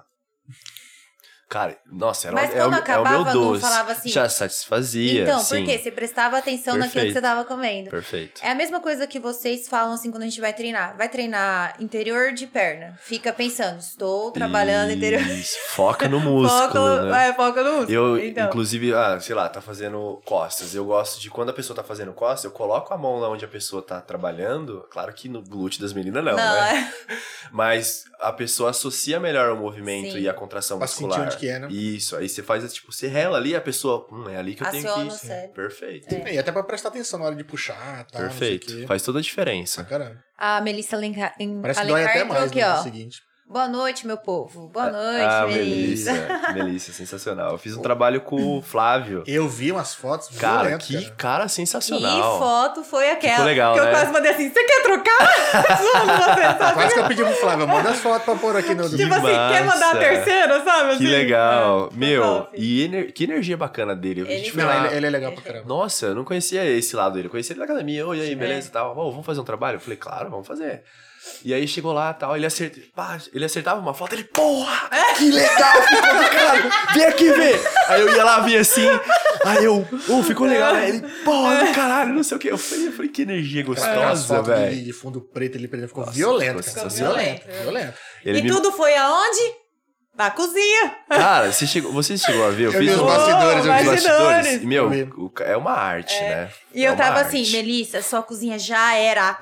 [SPEAKER 3] Cara, nossa, era
[SPEAKER 1] Mas
[SPEAKER 3] é,
[SPEAKER 1] quando
[SPEAKER 3] o, é o meu
[SPEAKER 1] acabava, não
[SPEAKER 3] doce.
[SPEAKER 1] falava assim?
[SPEAKER 3] Já satisfazia.
[SPEAKER 1] Então,
[SPEAKER 3] sim.
[SPEAKER 1] por quê? Você prestava atenção naquilo que
[SPEAKER 3] Perfeito.
[SPEAKER 1] você tava comendo.
[SPEAKER 3] Perfeito.
[SPEAKER 1] É a mesma coisa que vocês falam assim quando a gente vai treinar. Vai treinar interior de perna. Fica pensando, estou trabalhando interior.
[SPEAKER 3] Isso, Foca no músculo.
[SPEAKER 1] foco,
[SPEAKER 3] né?
[SPEAKER 1] é, foco no músculo.
[SPEAKER 3] Eu,
[SPEAKER 1] então.
[SPEAKER 3] inclusive, ah, sei lá, tá fazendo costas. Eu gosto de quando a pessoa tá fazendo costas, eu coloco a mão lá onde a pessoa tá trabalhando. Claro que no glúteo das meninas não,
[SPEAKER 1] não,
[SPEAKER 3] né?
[SPEAKER 1] é.
[SPEAKER 3] Mas a pessoa associa melhor o movimento
[SPEAKER 1] Sim.
[SPEAKER 3] e a contração
[SPEAKER 2] Pra sentir
[SPEAKER 3] muscular.
[SPEAKER 2] onde que é, né?
[SPEAKER 3] Isso, aí você faz, tipo, você rela ali, a pessoa, hum, é ali que eu
[SPEAKER 1] Aciona né? É.
[SPEAKER 3] tenho
[SPEAKER 1] o
[SPEAKER 3] que ir.
[SPEAKER 1] cérebro.
[SPEAKER 3] Perfeito.
[SPEAKER 2] E até pra prestar atenção na hora de puxar, tá? não sei o
[SPEAKER 3] Perfeito.
[SPEAKER 2] quê.
[SPEAKER 3] Faz toda a diferença.
[SPEAKER 2] Caramba.
[SPEAKER 1] A Ah, Melissa Alencar, em-
[SPEAKER 2] Parece que dói
[SPEAKER 1] Alencar
[SPEAKER 2] até
[SPEAKER 1] entrou
[SPEAKER 2] mais né,
[SPEAKER 1] aqui,
[SPEAKER 2] no dia
[SPEAKER 1] ó.
[SPEAKER 2] seguinte.
[SPEAKER 1] Boa noite, meu povo. Boa noite,
[SPEAKER 3] ah,
[SPEAKER 1] Melissa.
[SPEAKER 3] Melissa. Melissa, sensacional. Eu fiz um trabalho com o Flávio.
[SPEAKER 2] Eu vi umas fotos
[SPEAKER 3] Cara,
[SPEAKER 2] violentas,
[SPEAKER 3] que
[SPEAKER 2] cara.
[SPEAKER 3] cara
[SPEAKER 1] Que
[SPEAKER 3] sensacional.
[SPEAKER 1] foto foi aquela?
[SPEAKER 3] Ficou legal,
[SPEAKER 1] que eu
[SPEAKER 3] né?
[SPEAKER 1] quase mandei assim, você quer trocar? Zoando na pessoa.
[SPEAKER 2] Quase que eu pedi pro Flávio, manda as fotos pra pôr aqui no...
[SPEAKER 1] tipo assim, quer mandar
[SPEAKER 3] massa.
[SPEAKER 1] a terceira, sabe?
[SPEAKER 3] Que
[SPEAKER 1] assim?
[SPEAKER 3] legal.
[SPEAKER 1] É,
[SPEAKER 3] Meu,
[SPEAKER 1] top.
[SPEAKER 3] e ener- que energia bacana dele. A gente
[SPEAKER 1] Ele-
[SPEAKER 3] foi
[SPEAKER 2] Não,
[SPEAKER 3] lá-
[SPEAKER 2] ele, ele é legal pra caramba.
[SPEAKER 3] Nossa, eu não conhecia esse lado dele. Eu conhecia ele da academia. Oi, e
[SPEAKER 2] é.
[SPEAKER 3] aí, beleza e tal. Ô, vamos fazer um trabalho? Eu falei, claro, vamos fazer. E aí chegou lá tal. Ele, acert... pá, ele acertava uma foto. Ele, porra,
[SPEAKER 2] É?
[SPEAKER 3] que legal, ficou do caralho. Vem aqui ver. Aí eu ia lá, via assim. Aí eu, ô, ficou legal. né? Ele, porra, do caralho, não sei o quê. Eu falei, eu falei, que energia
[SPEAKER 2] Aquelas
[SPEAKER 3] gostosa,
[SPEAKER 2] fotos
[SPEAKER 3] velho.
[SPEAKER 2] de, de fundo preto ali, por exemplo, ficou
[SPEAKER 3] Nossa,
[SPEAKER 2] violento,
[SPEAKER 3] ficou
[SPEAKER 2] cara.
[SPEAKER 1] sensacional.
[SPEAKER 2] Violento, violento.
[SPEAKER 3] Ele
[SPEAKER 1] e
[SPEAKER 3] me-
[SPEAKER 1] tudo foi aonde? Na cozinha.
[SPEAKER 3] Cara, você chegou, você chegou a ver? Eu,
[SPEAKER 2] Eu
[SPEAKER 3] fiz
[SPEAKER 2] vi os
[SPEAKER 3] um-
[SPEAKER 2] bastidores, eu vi.
[SPEAKER 3] os bastidores. E, meu,
[SPEAKER 2] Eu vi.
[SPEAKER 3] o ca- é uma arte, né?
[SPEAKER 1] E
[SPEAKER 3] É
[SPEAKER 1] eu
[SPEAKER 3] uma
[SPEAKER 1] tava
[SPEAKER 3] arte.
[SPEAKER 1] assim, Melissa, sua cozinha já era.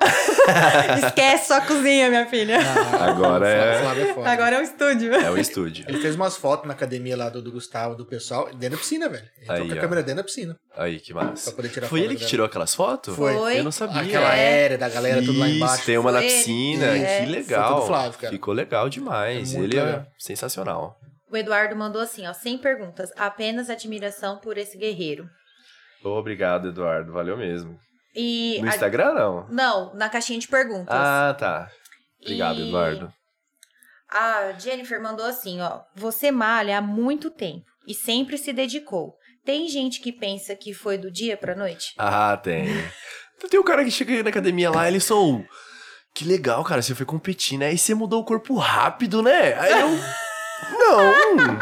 [SPEAKER 1] Esquece sua cozinha, minha filha.
[SPEAKER 2] Ah,
[SPEAKER 3] Agora é-
[SPEAKER 2] o Flávio é foda.
[SPEAKER 1] Agora é um estúdio.
[SPEAKER 3] É um estúdio.
[SPEAKER 2] Ele fez umas fotos na academia lá do, do Gustavo, do pessoal, dentro da piscina, velho. Ele
[SPEAKER 3] Aí,
[SPEAKER 2] entrou com
[SPEAKER 3] ó.
[SPEAKER 2] a câmera dentro da piscina.
[SPEAKER 3] Aí, que
[SPEAKER 2] Pra
[SPEAKER 3] massa.
[SPEAKER 2] poder tirar
[SPEAKER 3] Foi
[SPEAKER 2] foto
[SPEAKER 3] ele que
[SPEAKER 2] dela.
[SPEAKER 3] tirou aquelas fotos?
[SPEAKER 2] Foi.
[SPEAKER 3] Eu não sabia.
[SPEAKER 2] Aquela aérea da galera, tudo lá
[SPEAKER 3] Isso,
[SPEAKER 2] embaixo.
[SPEAKER 3] Tem uma na
[SPEAKER 1] É. Foi ele.
[SPEAKER 3] piscina,
[SPEAKER 1] É.
[SPEAKER 3] que legal.
[SPEAKER 2] Foi do Flávio, cara.
[SPEAKER 3] Ficou legal demais.
[SPEAKER 2] É muito
[SPEAKER 3] ele
[SPEAKER 2] legal.
[SPEAKER 3] é sensacional.
[SPEAKER 1] O Eduardo mandou assim, ó, sem perguntas, apenas admiração por esse guerreiro.
[SPEAKER 3] Obrigado, Eduardo. Valeu mesmo.
[SPEAKER 1] E
[SPEAKER 3] No
[SPEAKER 1] a-
[SPEAKER 3] Instagram, não?
[SPEAKER 1] Não, na caixinha de perguntas.
[SPEAKER 3] Ah, tá. Obrigado,
[SPEAKER 1] E-
[SPEAKER 3] Eduardo.
[SPEAKER 1] A Jennifer mandou assim, ó. Você malha há muito tempo e sempre se dedicou. Tem gente que pensa que foi do dia pra noite?
[SPEAKER 3] Ah, tem. tem um cara que chega na academia lá, ele sou. Que legal, cara, você foi competir, né? Aí você mudou o corpo rápido, né? Aí eu. Não!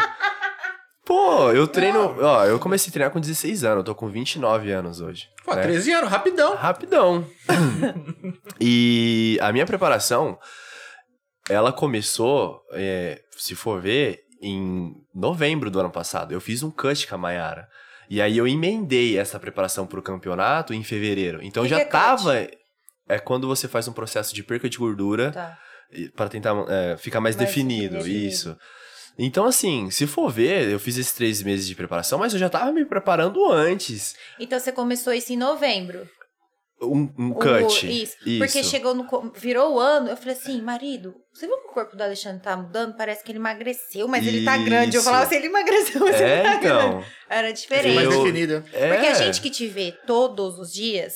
[SPEAKER 3] Pô, eu treino. Ó, eu comecei a treinar com 16 anos, eu tô com 29 anos hoje.
[SPEAKER 2] Pô,
[SPEAKER 3] né?
[SPEAKER 2] 13 anos, rapidão.
[SPEAKER 3] Rapidão. e a minha preparação, ela começou, é, se for ver, em novembro do ano passado. Eu fiz um cut com a Mayara. E aí eu emendei essa preparação pro campeonato em fevereiro. Então
[SPEAKER 1] Que
[SPEAKER 3] já
[SPEAKER 1] que é cut?
[SPEAKER 3] tava. É quando você faz um processo de perca de gordura
[SPEAKER 1] Tá.
[SPEAKER 3] para tentar é, ficar mais,
[SPEAKER 1] Mais
[SPEAKER 3] definido,
[SPEAKER 1] definido.
[SPEAKER 3] isso. Então, assim, se for ver, eu fiz esses três meses de preparação, mas eu já tava me preparando antes.
[SPEAKER 1] Então você começou isso em novembro.
[SPEAKER 3] Um, um
[SPEAKER 1] O-
[SPEAKER 3] cut.
[SPEAKER 1] isso. Porque chegou no. co- Virou o ano, eu falei assim, marido, você viu que o corpo do Alexandre tá mudando? Parece que ele emagreceu, mas ele tá grande. Eu
[SPEAKER 3] Isso.
[SPEAKER 1] falava assim, ele emagreceu, mas ele tá
[SPEAKER 3] É,
[SPEAKER 1] grande.
[SPEAKER 3] então.
[SPEAKER 1] Era
[SPEAKER 2] Ficou
[SPEAKER 1] diferente.
[SPEAKER 2] mais
[SPEAKER 3] Eu-
[SPEAKER 2] definida.
[SPEAKER 3] É.
[SPEAKER 1] Porque a gente que te vê todos os dias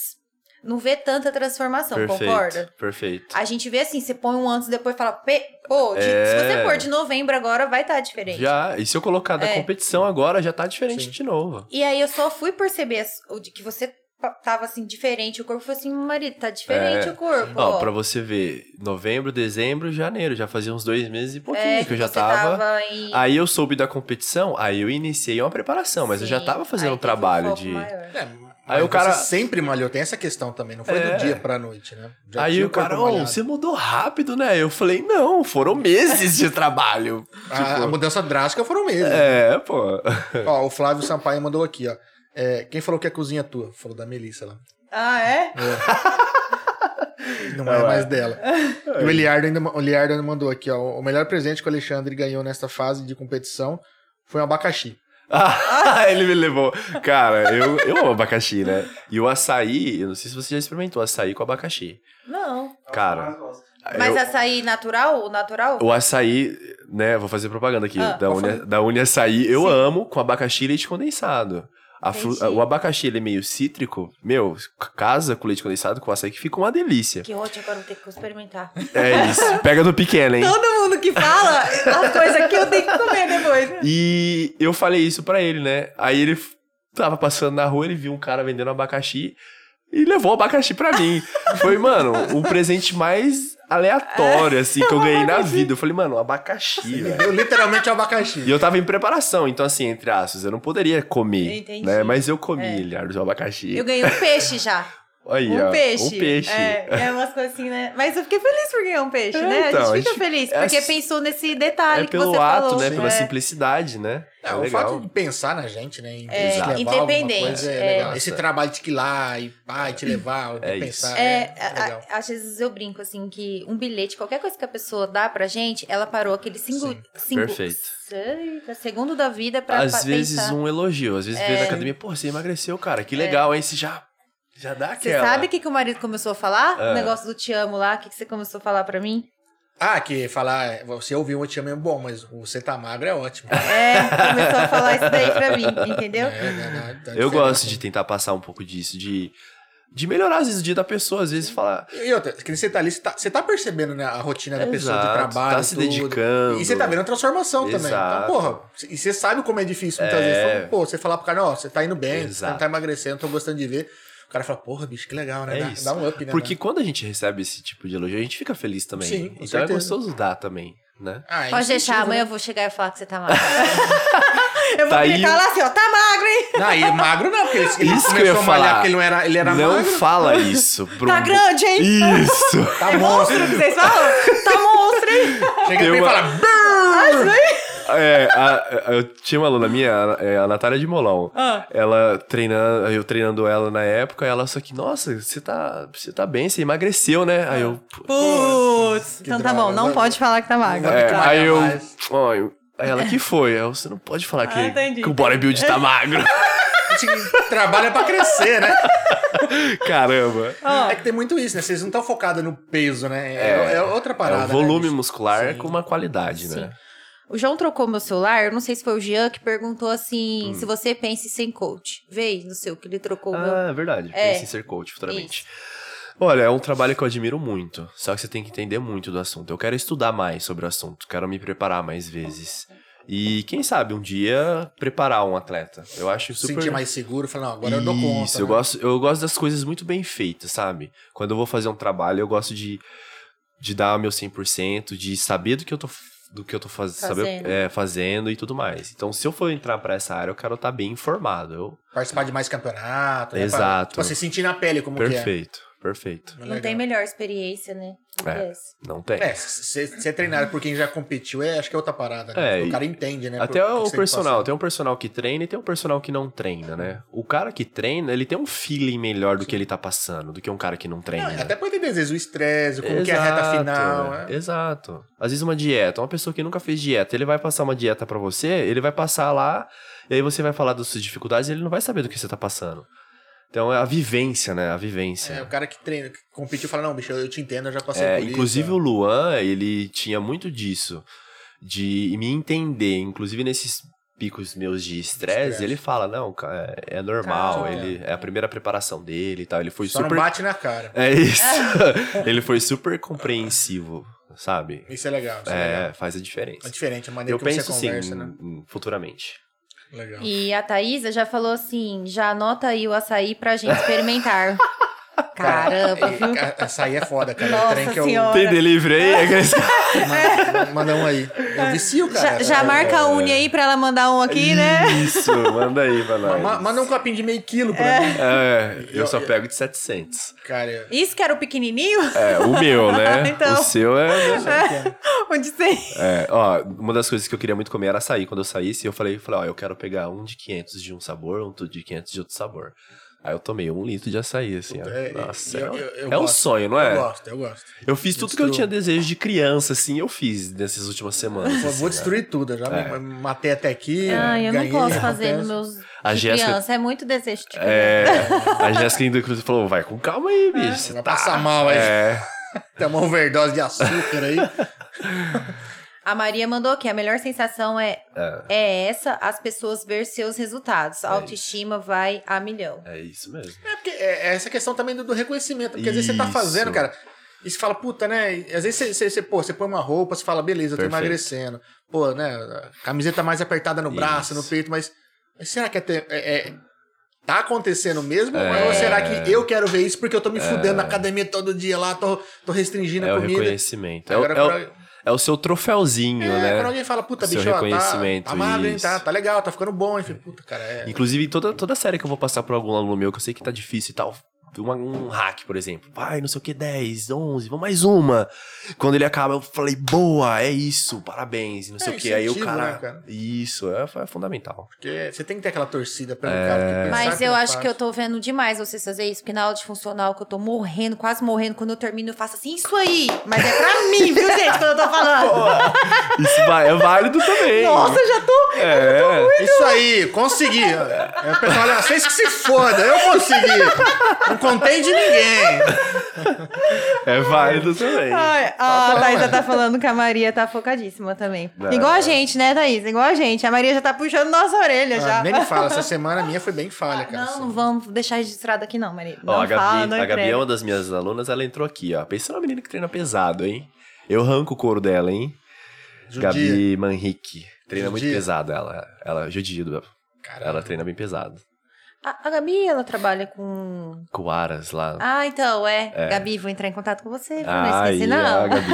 [SPEAKER 1] não vê tanta transformação,
[SPEAKER 3] perfeito,
[SPEAKER 1] concorda?
[SPEAKER 3] Perfeito.
[SPEAKER 1] A gente vê assim, você põe um antes e depois fala, "Pe- pô, de-
[SPEAKER 3] É.
[SPEAKER 1] se você pôr de novembro agora, vai estar diferente.
[SPEAKER 3] Já, e se eu colocar da
[SPEAKER 1] É.
[SPEAKER 3] competição agora, já tá diferente
[SPEAKER 2] Sim.
[SPEAKER 3] de novo.
[SPEAKER 1] E aí eu só fui perceber as- o de que você pa- tava assim, diferente. O corpo falou assim: marido, tá diferente
[SPEAKER 3] É.
[SPEAKER 1] o corpo.
[SPEAKER 3] Ó,
[SPEAKER 1] ó.
[SPEAKER 3] pra você ver, novembro, dezembro, janeiro, já fazia uns dois meses e pouquinho
[SPEAKER 1] É,
[SPEAKER 3] que eu já
[SPEAKER 1] você
[SPEAKER 3] tava.
[SPEAKER 1] em-
[SPEAKER 3] Aí eu soube da competição, aí eu iniciei uma preparação, mas eu já
[SPEAKER 1] Sim,
[SPEAKER 3] tava fazendo
[SPEAKER 1] aí
[SPEAKER 3] um
[SPEAKER 1] teve
[SPEAKER 3] trabalho
[SPEAKER 1] foco
[SPEAKER 3] de.
[SPEAKER 1] maior.
[SPEAKER 2] É,
[SPEAKER 3] Aí o
[SPEAKER 2] você
[SPEAKER 3] cara-
[SPEAKER 2] sempre malhou, tem essa questão também, não foi
[SPEAKER 3] É.
[SPEAKER 2] do dia pra noite, né? Já
[SPEAKER 3] Aí
[SPEAKER 2] tinha
[SPEAKER 3] o cara,
[SPEAKER 2] corpo
[SPEAKER 3] "Ô,
[SPEAKER 2] malhado.
[SPEAKER 3] você mudou rápido, né? Eu falei, não, foram meses de trabalho.
[SPEAKER 2] a, a mudança drástica foram mesmo.
[SPEAKER 3] tipo É, pô.
[SPEAKER 2] Ó, o Flávio Sampaio mandou aqui, ó. É, quem falou que é cozinha tua? Falou da Melissa lá.
[SPEAKER 1] Ah, é?
[SPEAKER 2] Não
[SPEAKER 3] Ah,
[SPEAKER 2] é mais dela. E o Eliardo ainda, o Eliardo ainda mandou aqui, ó. O melhor presente que o Alexandre ganhou nesta fase de competição foi um abacaxi.
[SPEAKER 3] Ah, ele me levou. Cara, eu, eu amo abacaxi, né? E o açaí, eu não sei se você já experimentou açaí com abacaxi.
[SPEAKER 1] Não.
[SPEAKER 4] É o que eu
[SPEAKER 3] Cara.
[SPEAKER 4] mais gosto.
[SPEAKER 1] Mas
[SPEAKER 3] Eu-
[SPEAKER 1] açaí natural? O natural?
[SPEAKER 3] O açaí, né? Vou fazer propaganda aqui.
[SPEAKER 1] Ah,
[SPEAKER 3] da,
[SPEAKER 2] pode
[SPEAKER 3] Uni,
[SPEAKER 2] fazer.
[SPEAKER 3] da Uni Açaí, eu
[SPEAKER 1] Sim.
[SPEAKER 3] amo com abacaxi e leite condensado. A fru-
[SPEAKER 1] Entendi.
[SPEAKER 3] o abacaxi, ele é meio cítrico. Meu, casa com leite condensado, com açaí, que fica uma delícia.
[SPEAKER 1] Que ótimo, agora eu vou ter que experimentar.
[SPEAKER 3] É isso. Pega no pequeno, hein?
[SPEAKER 1] Todo mundo que fala as coisas que eu tenho que comer depois.
[SPEAKER 3] E eu falei isso pra ele, né? Aí ele f- tava passando na rua, ele viu um cara vendendo abacaxi e levou o abacaxi pra mim. Foi, mano, o presente mais aleatório, assim, que eu ganhei na vida. Eu falei, mano, abacaxi, velho.
[SPEAKER 2] Eu literalmente um
[SPEAKER 3] E
[SPEAKER 2] abacaxi.
[SPEAKER 3] eu tava em preparação, então assim, entre aspas, eu não poderia comer,
[SPEAKER 1] Entendi.
[SPEAKER 3] né? Mas eu comi,
[SPEAKER 1] É.
[SPEAKER 3] Leonardo, o abacaxi.
[SPEAKER 1] Eu ganhei um peixe já.
[SPEAKER 3] Aí,
[SPEAKER 1] Um
[SPEAKER 3] ó,
[SPEAKER 1] peixe.
[SPEAKER 3] Um peixe.
[SPEAKER 1] É, é umas coisas assim, né? Mas eu fiquei feliz por ganhar um peixe,
[SPEAKER 3] É,
[SPEAKER 1] né?
[SPEAKER 3] então,
[SPEAKER 1] a
[SPEAKER 3] a
[SPEAKER 1] gente fica
[SPEAKER 3] gente-
[SPEAKER 1] feliz,
[SPEAKER 3] é
[SPEAKER 1] porque
[SPEAKER 3] s-
[SPEAKER 1] pensou nesse
[SPEAKER 3] É
[SPEAKER 1] detalhe que
[SPEAKER 3] pelo
[SPEAKER 1] você
[SPEAKER 3] ato,
[SPEAKER 1] falou.
[SPEAKER 3] né? Pela
[SPEAKER 1] é.
[SPEAKER 3] simplicidade, né?
[SPEAKER 2] É,
[SPEAKER 3] É
[SPEAKER 2] o
[SPEAKER 3] legal.
[SPEAKER 2] fato de pensar na gente, né? Em
[SPEAKER 1] É,
[SPEAKER 2] te levar alguma
[SPEAKER 1] independente,
[SPEAKER 2] coisa é
[SPEAKER 1] é.
[SPEAKER 2] legal. Esse trabalho de que ir lá e pá, e te levar, de
[SPEAKER 3] É isso.
[SPEAKER 2] pensar.
[SPEAKER 1] É,
[SPEAKER 2] É, é
[SPEAKER 1] a-
[SPEAKER 2] legal.
[SPEAKER 1] a- às vezes eu brinco assim que um bilhete, qualquer coisa que a pessoa dá pra gente, ela parou aquele cinco,
[SPEAKER 2] Sim,
[SPEAKER 1] cinco
[SPEAKER 3] perfeito.
[SPEAKER 1] seis- segundo da vida pra,
[SPEAKER 3] às
[SPEAKER 1] pra
[SPEAKER 3] vezes
[SPEAKER 1] pensar. É.
[SPEAKER 3] um elogio, às vezes veio na academia, pô, você é emagreceu, cara, que legal, hein? Você já, já dá
[SPEAKER 1] Você
[SPEAKER 3] aquela.
[SPEAKER 1] sabe o que, que o marido começou a falar?
[SPEAKER 3] Ah.
[SPEAKER 1] O negócio do te amo lá, o que, que você começou a falar pra mim?
[SPEAKER 2] Ah, que falar, é, você ouviu um time é bom, mas você tá magro é ótimo.
[SPEAKER 1] É, começou a falar isso daí pra mim, entendeu?
[SPEAKER 2] É, né, né, tá
[SPEAKER 3] Eu
[SPEAKER 2] diferente.
[SPEAKER 3] gosto de tentar passar um pouco disso, de, de melhorar às vezes o dia da pessoa, às vezes falar.
[SPEAKER 2] E outra, que você tá ali, você tá, você tá percebendo né, a rotina da pessoa de
[SPEAKER 3] "Exato,
[SPEAKER 2] trabalho.
[SPEAKER 3] tá se
[SPEAKER 2] tudo.
[SPEAKER 3] dedicando.
[SPEAKER 2] E você tá vendo a transformação também. Então,
[SPEAKER 3] Exato.
[SPEAKER 2] porra, e você sabe como é difícil muitas
[SPEAKER 3] É.
[SPEAKER 2] vezes. Fala, Pô, você falar pro cara, ó, você tá indo bem, você não
[SPEAKER 3] Exato.
[SPEAKER 2] tá emagrecendo, tô gostando de ver. O cara fala, porra, bicho, que legal, né?
[SPEAKER 3] É
[SPEAKER 2] dá,
[SPEAKER 3] isso.
[SPEAKER 2] dá um up, né?
[SPEAKER 3] Porque
[SPEAKER 2] né?
[SPEAKER 3] quando a gente recebe esse tipo de elogio, a gente fica feliz também.
[SPEAKER 2] Sim, com
[SPEAKER 3] então é
[SPEAKER 2] certeza.
[SPEAKER 3] gostoso dar também, né?
[SPEAKER 2] Ah,
[SPEAKER 1] Pode
[SPEAKER 2] isso
[SPEAKER 1] deixar,
[SPEAKER 2] motiva,
[SPEAKER 1] amanhã eu
[SPEAKER 2] né?
[SPEAKER 1] vou chegar e falar que você tá magro. eu vou
[SPEAKER 3] Tá aí
[SPEAKER 1] gritar
[SPEAKER 3] o-
[SPEAKER 1] lá assim, ó, tá magro, hein?
[SPEAKER 2] Não, e magro não, porque ele, ele
[SPEAKER 3] Isso que eu
[SPEAKER 2] começou
[SPEAKER 3] ia
[SPEAKER 2] a malhar
[SPEAKER 3] falar.
[SPEAKER 2] porque ele não era, ele era
[SPEAKER 3] Não
[SPEAKER 2] magro.
[SPEAKER 3] fala isso. Pro...
[SPEAKER 1] Tá grande, hein?
[SPEAKER 3] Isso!
[SPEAKER 2] Tá
[SPEAKER 1] é
[SPEAKER 2] bom.
[SPEAKER 1] monstro que vocês falam? Tá monstro, hein?
[SPEAKER 2] Chega pra
[SPEAKER 3] Eu-
[SPEAKER 2] ele e fala, "Brrr".
[SPEAKER 3] É, a- a- eu tinha uma aluna minha, a, é, a Natália de Molão.
[SPEAKER 1] Ah.
[SPEAKER 3] Ela treinando, eu treinando ela na época, ela só que, nossa, você tá, você tá bem, você emagreceu, né? Aí eu. pô,
[SPEAKER 1] Putz.
[SPEAKER 2] Que
[SPEAKER 1] Então tá
[SPEAKER 2] droga,
[SPEAKER 1] bom, não
[SPEAKER 2] vai-
[SPEAKER 1] pode falar que tá magro.
[SPEAKER 2] vai
[SPEAKER 3] é,
[SPEAKER 2] trabalhar
[SPEAKER 3] aí eu.
[SPEAKER 2] mais.
[SPEAKER 3] ó, eu- aí ela, que foi? Eu, você não pode falar que,
[SPEAKER 1] Ah, entendi.
[SPEAKER 3] que o bodybuild tá magro.
[SPEAKER 2] A gente assim, trabalha pra crescer, né?
[SPEAKER 3] Caramba.
[SPEAKER 1] Ó,
[SPEAKER 2] É que tem muito isso, né? Vocês não estão focados no peso, né? É,
[SPEAKER 3] É.
[SPEAKER 2] é outra
[SPEAKER 3] É
[SPEAKER 2] parada.
[SPEAKER 3] o volume
[SPEAKER 2] né?
[SPEAKER 3] muscular
[SPEAKER 2] Sim.
[SPEAKER 3] com uma qualidade, né?
[SPEAKER 1] o João trocou meu celular, eu não sei se foi o Jean que perguntou assim, se você pensa em ser coach. Vê, não sei o que ele trocou o meu.
[SPEAKER 3] Ah, é verdade.
[SPEAKER 1] É.
[SPEAKER 3] Pense em ser coach futuramente. Olha, é um trabalho que eu admiro muito. Só que você tem que entender muito do assunto. Eu quero estudar mais sobre o assunto, quero me preparar mais vezes. E quem sabe um dia preparar um atleta. Eu acho super. né?
[SPEAKER 2] Sentir mais seguro, falar, não, agora eu dou conta.
[SPEAKER 3] Isso, eu,
[SPEAKER 2] né?
[SPEAKER 3] gosto, eu gosto das coisas muito bem feitas, sabe? Quando eu vou fazer um trabalho, eu gosto de, de dar o meu 100%, de saber do que eu tô, f- do que eu tô faz, saber-
[SPEAKER 1] Fazendo.
[SPEAKER 3] é, fazendo e tudo mais. Então, se eu for entrar pra essa área, eu quero estar bem informado. Eu-
[SPEAKER 2] Participar de mais campeonato.
[SPEAKER 3] Exato.
[SPEAKER 2] Né? Pra, pra se sentir na pele como
[SPEAKER 3] perfeito, perfeito.
[SPEAKER 2] que é.
[SPEAKER 1] não tem melhor experiência, né? do que
[SPEAKER 3] É.
[SPEAKER 1] essa.
[SPEAKER 3] Não tem.
[SPEAKER 2] É, ser ser treinado por quem já competiu, é, acho que é outra parada, né?
[SPEAKER 3] É,
[SPEAKER 2] o
[SPEAKER 3] e-
[SPEAKER 2] cara entende, né?
[SPEAKER 3] Até
[SPEAKER 2] por- por que
[SPEAKER 3] o
[SPEAKER 2] você tem que
[SPEAKER 3] personal,
[SPEAKER 2] passar.
[SPEAKER 3] tem um personal que treina e tem um personal que não treina, né? O cara que treina, ele tem um feeling melhor do que ele tá passando, do que um cara que não treina.
[SPEAKER 2] Não, até pode entender, às vezes, o estresse, como que é a reta
[SPEAKER 3] Exato,
[SPEAKER 2] final.
[SPEAKER 3] é.
[SPEAKER 2] né?
[SPEAKER 3] Exato. Às vezes uma dieta, uma pessoa que nunca fez dieta, ele vai passar uma dieta pra você, ele vai passar lá, e aí você vai falar das suas dificuldades e ele não vai saber do que você tá passando. Então é a vivência, né? A
[SPEAKER 2] É,
[SPEAKER 3] vivência.
[SPEAKER 2] o cara que treina, que competiu, fala, não, bicho, eu, eu te entendo, eu já passei
[SPEAKER 3] É,
[SPEAKER 2] por
[SPEAKER 3] inclusive
[SPEAKER 2] isso.
[SPEAKER 3] o Luan, ele tinha muito disso, de me entender, inclusive nesses picos meus de estresse,
[SPEAKER 2] Estresse.
[SPEAKER 3] ele fala, não, cara, é normal,
[SPEAKER 1] Calma.
[SPEAKER 3] ele é a primeira preparação dele e tal, ele foi
[SPEAKER 2] Só
[SPEAKER 3] super...
[SPEAKER 2] não bate na cara.
[SPEAKER 3] É isso. ele foi super compreensivo, sabe?
[SPEAKER 2] Isso é legal, isso é, legal.
[SPEAKER 3] É, faz a diferença.
[SPEAKER 2] É diferente a maneira
[SPEAKER 3] Eu
[SPEAKER 2] que você
[SPEAKER 3] penso assim, sim,
[SPEAKER 2] conversa, né?
[SPEAKER 3] em- futuramente.
[SPEAKER 2] Legal.
[SPEAKER 1] E a Thaisa já falou assim: já anota aí o açaí pra gente experimentar. Caramba, viu?
[SPEAKER 2] É, Essa aí é foda, cara.
[SPEAKER 1] Nossa
[SPEAKER 2] o trem que eu.
[SPEAKER 1] senhora.
[SPEAKER 3] Tem delivery aí? Aqueles-
[SPEAKER 2] Manda, manda um aí. Eu vicio,
[SPEAKER 1] Já,
[SPEAKER 2] cara.
[SPEAKER 1] já marca a Uni aí pra ela mandar um aqui, né?
[SPEAKER 3] Isso, manda aí pra nós.
[SPEAKER 2] Ma- Manda um copinho de meio quilo pra mim.
[SPEAKER 3] É, eu só pego de 700.
[SPEAKER 2] Cara,
[SPEAKER 1] Isso que era o pequenininho?
[SPEAKER 3] É, o meu, né?
[SPEAKER 1] Então.
[SPEAKER 3] O seu é...
[SPEAKER 1] Onde você.
[SPEAKER 3] É, ó, uma das coisas que eu queria muito comer era açaí. Quando eu saísse, eu falei, falei, ó, eu quero pegar um de 500 de um sabor, um de 500 de outro sabor. Aí eu tomei um litro de açaí, assim, ó.
[SPEAKER 2] É,
[SPEAKER 3] Nossa,
[SPEAKER 2] eu-
[SPEAKER 3] é,
[SPEAKER 2] eu- eu
[SPEAKER 3] é um
[SPEAKER 2] gosto.
[SPEAKER 3] sonho, não
[SPEAKER 2] eu
[SPEAKER 3] é? Eu,
[SPEAKER 2] gosto, eu gosto.
[SPEAKER 3] fiz tudo que eu
[SPEAKER 2] Destrua.
[SPEAKER 3] tinha desejo de criança, assim, eu fiz nessas últimas semanas.
[SPEAKER 2] Pô,
[SPEAKER 3] assim,
[SPEAKER 2] vou
[SPEAKER 3] né?
[SPEAKER 2] destruir tudo. Já me me matei até aqui.
[SPEAKER 1] Ai, eu não
[SPEAKER 2] ganhei,
[SPEAKER 1] posso
[SPEAKER 2] já
[SPEAKER 1] fazer nos
[SPEAKER 2] acontece.
[SPEAKER 1] meus.
[SPEAKER 3] A
[SPEAKER 1] de
[SPEAKER 3] Jéssica-
[SPEAKER 1] criança, é muito desejo de criança.
[SPEAKER 3] É, a Jéssica ainda inclusive falou, vai com calma aí, bicho. você
[SPEAKER 2] É, Vai
[SPEAKER 3] tá-
[SPEAKER 2] passar mal aí.
[SPEAKER 3] É,
[SPEAKER 2] Tem uma um overdose de açúcar aí.
[SPEAKER 1] A Maria mandou que a melhor sensação é,
[SPEAKER 3] é,
[SPEAKER 1] é essa, as pessoas ver seus resultados. A
[SPEAKER 3] É
[SPEAKER 1] autoestima vai a milhão.
[SPEAKER 3] é isso mesmo.
[SPEAKER 2] É porque é é essa questão também do, do reconhecimento. Porque às vezes você tá
[SPEAKER 3] Isso.
[SPEAKER 2] fazendo, cara. E você fala, puta, né? E Às vezes você, você, você, pô, você põe uma roupa, você fala, beleza, eu tô
[SPEAKER 3] Perfeito.
[SPEAKER 2] emagrecendo. Pô, né? a Camiseta mais apertada no braço,
[SPEAKER 3] Isso.
[SPEAKER 2] no peito, mas. mas será que é, te- é- é- tá acontecendo mesmo?
[SPEAKER 3] É.
[SPEAKER 2] Ou será que eu quero ver isso porque eu tô me fudendo na academia todo dia lá, tô, tô restringindo
[SPEAKER 3] É
[SPEAKER 2] a
[SPEAKER 3] o
[SPEAKER 2] comida?
[SPEAKER 3] reconhecimento. É, o-
[SPEAKER 2] Agora,
[SPEAKER 3] é o-
[SPEAKER 2] quando-
[SPEAKER 3] é o seu troféuzinho,
[SPEAKER 2] é,
[SPEAKER 3] né?
[SPEAKER 2] quando alguém fala, puta,
[SPEAKER 3] Seu
[SPEAKER 2] bicho, ó, tá,
[SPEAKER 3] reconhecimento,
[SPEAKER 2] tá magro, hein?
[SPEAKER 3] isso.
[SPEAKER 2] Tá, tá legal, tá ficando bom, enfim. Puta, cara, é.
[SPEAKER 3] Inclusive, toda, toda série que eu vou passar pra algum aluno meu, que eu sei que tá difícil e tal, uma- um hack, por exemplo. Vai, não sei o que, 10, 11, vamos mais uma. Quando ele acaba, eu falei, boa, é isso, parabéns, não sei
[SPEAKER 2] É
[SPEAKER 3] o que. Aí o
[SPEAKER 2] incentivo,
[SPEAKER 3] cara,
[SPEAKER 2] né, cara?
[SPEAKER 3] Isso, é, é fundamental.
[SPEAKER 2] Porque você tem que ter aquela torcida pelo
[SPEAKER 3] É.
[SPEAKER 2] cara. que pensar
[SPEAKER 1] Mas eu
[SPEAKER 2] não
[SPEAKER 1] acho
[SPEAKER 2] faz.
[SPEAKER 1] que é eu tô vendo demais vocês fazer isso, porque na aula de funcional que eu tô morrendo, quase morrendo, quando eu termino eu faço assim, isso aí! Mas é pra mim, viu, gente, quando eu tô falando.
[SPEAKER 3] Isso vai- é válido também.
[SPEAKER 1] Nossa, eu já tô...
[SPEAKER 3] é.
[SPEAKER 2] Isso aí, consegui. É, o pessoal, olha, vocês que se foda, eu consegui. Não contei de ninguém.
[SPEAKER 3] É válido também.
[SPEAKER 2] Ah,
[SPEAKER 1] Ai, a
[SPEAKER 3] né?
[SPEAKER 1] Thaisa tá falando que a Maria tá focadíssima também.
[SPEAKER 3] Não.
[SPEAKER 1] Igual a gente, né, Thaisa? Igual a gente. A Maria já tá puxando nossa orelha já.
[SPEAKER 2] Ah, nem me fala, essa semana minha foi bem falha, cara.
[SPEAKER 1] Ah,
[SPEAKER 2] assim.
[SPEAKER 1] Não, não vamos deixar registrado aqui não, Maria. Não
[SPEAKER 3] assim. Ó, a Gabi,
[SPEAKER 1] fala, não
[SPEAKER 3] a Gabi é
[SPEAKER 1] entrega.
[SPEAKER 3] uma das minhas alunas, ela entrou aqui, ó. Pensa numa menina que treina pesado, hein? Eu arranco o couro dela, hein?
[SPEAKER 2] Judia.
[SPEAKER 3] Gabi Manrique. Treina muito
[SPEAKER 2] Judia.
[SPEAKER 3] pesado ela. Ela, judido.
[SPEAKER 2] Cara,
[SPEAKER 3] Ela treina bem pesado.
[SPEAKER 1] A, a Gabi, ela trabalha com...
[SPEAKER 3] Com o Aras lá.
[SPEAKER 1] Ah, então, é. Gabi, vou entrar em contato com Ah, você, viu? não esqueci
[SPEAKER 3] aí,
[SPEAKER 1] não.
[SPEAKER 3] a Gabi.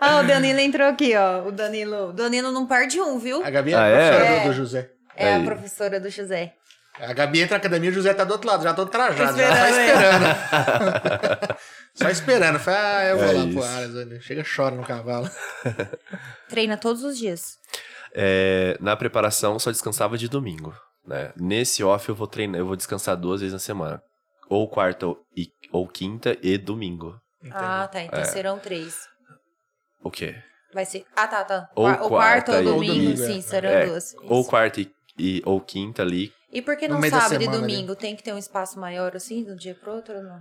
[SPEAKER 1] Ah, o Danilo entrou aqui, ó. O Danilo. O Danilo não perde um, viu?
[SPEAKER 2] a Gabi é
[SPEAKER 3] Ah,
[SPEAKER 2] a
[SPEAKER 3] é?
[SPEAKER 2] professora
[SPEAKER 1] É.
[SPEAKER 2] do, do José.
[SPEAKER 1] É a
[SPEAKER 3] Aí.
[SPEAKER 1] professora do José.
[SPEAKER 2] A Gabi entra na academia e o José tá do outro lado, já todo trajado. Já tá
[SPEAKER 1] Esperando ele.
[SPEAKER 2] esperando. Só esperando. Fala, ah, eu vou
[SPEAKER 3] É
[SPEAKER 2] lá pro
[SPEAKER 3] isso.
[SPEAKER 2] Aras. olha. Chega, chora no cavalo.
[SPEAKER 1] Treina todos os dias.
[SPEAKER 3] É, na preparação, só descansava de domingo. Né? Nesse off, eu vou treinar, eu vou descansar duas vezes na semana. Ou quarta ou, e- ou quinta e domingo.
[SPEAKER 1] Ah, tá.
[SPEAKER 3] É.
[SPEAKER 1] Então serão três.
[SPEAKER 3] O quê?
[SPEAKER 1] Vai ser. Ah, tá, tá.
[SPEAKER 3] Ou
[SPEAKER 1] Qua- o quarto
[SPEAKER 3] quarta
[SPEAKER 1] ou
[SPEAKER 3] e-
[SPEAKER 1] domingo,
[SPEAKER 2] Ou domingo,
[SPEAKER 1] sim,
[SPEAKER 2] é.
[SPEAKER 1] serão
[SPEAKER 3] É,
[SPEAKER 1] duas.
[SPEAKER 3] Ou
[SPEAKER 1] Isso.
[SPEAKER 3] quarta e, e- ou quinta ali.
[SPEAKER 1] E por que
[SPEAKER 2] No
[SPEAKER 1] não
[SPEAKER 2] meio da
[SPEAKER 1] sábado e
[SPEAKER 2] semana ali. Né?
[SPEAKER 1] domingo? Tem que ter um espaço maior assim, de um dia pro outro ou não?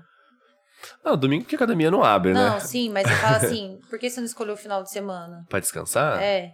[SPEAKER 3] Não, domingo porque a academia não abre,
[SPEAKER 1] Não,
[SPEAKER 3] né?
[SPEAKER 1] sim, mas eu falo assim, por que você não escolheu o final de semana?
[SPEAKER 3] Pra descansar?
[SPEAKER 1] É.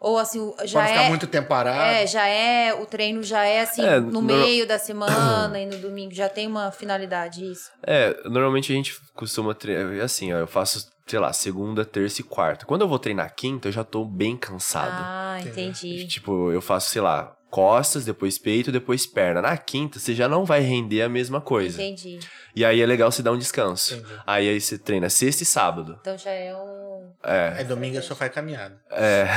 [SPEAKER 1] Ou assim, o- já
[SPEAKER 2] Ah. Pode ficar
[SPEAKER 1] é.
[SPEAKER 2] muito tempo parado.
[SPEAKER 1] É, já é, o treino já é assim,
[SPEAKER 3] É,
[SPEAKER 1] no
[SPEAKER 3] no-
[SPEAKER 1] meio da semana e no domingo, já tem uma finalidade isso.
[SPEAKER 3] É, normalmente a gente costuma treinar. Assim, ó, eu faço, sei lá, segunda, terça e quarta. Quando eu vou treinar quinta, eu já tô bem
[SPEAKER 2] Tá
[SPEAKER 3] cansado.
[SPEAKER 1] Ah, entendi.
[SPEAKER 3] Tipo, eu faço, sei lá, costas, depois peito, depois perna. Na quinta, você já não vai render a mesma coisa.
[SPEAKER 1] Entendi.
[SPEAKER 3] E aí é legal você dar um descanso.
[SPEAKER 2] Entendi.
[SPEAKER 3] Aí, aí você treina sexta e sábado.
[SPEAKER 1] Então já é um.
[SPEAKER 3] É.
[SPEAKER 2] É domingo, só faz caminhada.
[SPEAKER 3] é.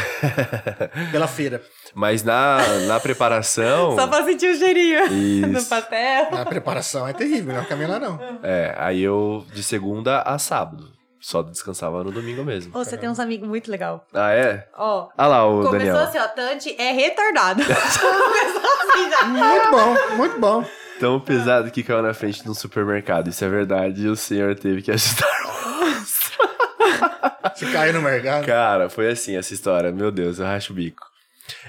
[SPEAKER 2] Pela feira.
[SPEAKER 3] Mas na, na preparação.
[SPEAKER 1] pra sentir o cheirinho
[SPEAKER 3] Isso.
[SPEAKER 1] pastel.
[SPEAKER 2] A preparação é terrível, não caminha lá não.
[SPEAKER 3] É, aí eu de segunda a sábado. Só descansava no domingo mesmo.
[SPEAKER 1] Ô, você tem uns amigos muito legal.
[SPEAKER 3] Ah, é?
[SPEAKER 1] Ó.
[SPEAKER 3] Ah lá, o
[SPEAKER 1] começou
[SPEAKER 3] Daniel.
[SPEAKER 1] assim, ó, Tante é retardado. começou assim já.
[SPEAKER 2] Muito bom, muito bom.
[SPEAKER 3] Tão pesado que caiu na frente de um supermercado. Isso é verdade. E o senhor teve que ajudar.
[SPEAKER 2] Se cair no mercado.
[SPEAKER 3] Cara, foi assim essa história. Meu Deus, eu racho o bico.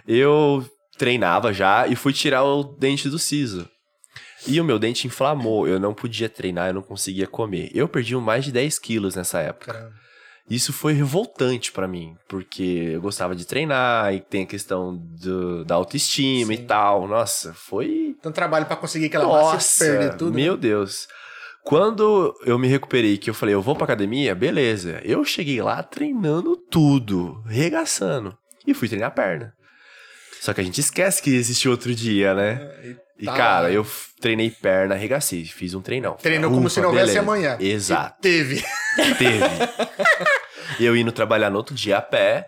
[SPEAKER 3] Eu treinava já e fui tirar o dente do siso. E o meu dente inflamou. Eu não podia treinar, eu não conseguia comer. Eu perdi mais de 10 quilos nessa época.
[SPEAKER 2] Caramba.
[SPEAKER 3] Isso foi revoltante pra mim, porque eu gostava de treinar e tem a questão do- da autoestima
[SPEAKER 2] Sim.
[SPEAKER 3] e tal. Nossa, foi
[SPEAKER 2] Tanto Então, trabalho pra conseguir aquela massa
[SPEAKER 3] nossa,
[SPEAKER 2] e perder tudo. né?
[SPEAKER 3] meu Deus. Quando eu me recuperei, que eu falei, eu vou pra academia, beleza. Eu cheguei lá treinando tudo, regaçando. E fui treinar a perna. Só que a gente esquece que existe outro dia, né? E,
[SPEAKER 2] Tá.
[SPEAKER 3] cara, eu f- treinei perna, arregacei, fiz um treinão.
[SPEAKER 2] Treinou como
[SPEAKER 3] Ufa,
[SPEAKER 2] se não houvesse
[SPEAKER 3] beleza.
[SPEAKER 2] amanhã.
[SPEAKER 3] Exato.
[SPEAKER 2] E teve.
[SPEAKER 3] Teve. E eu indo trabalhar no outro dia a pé,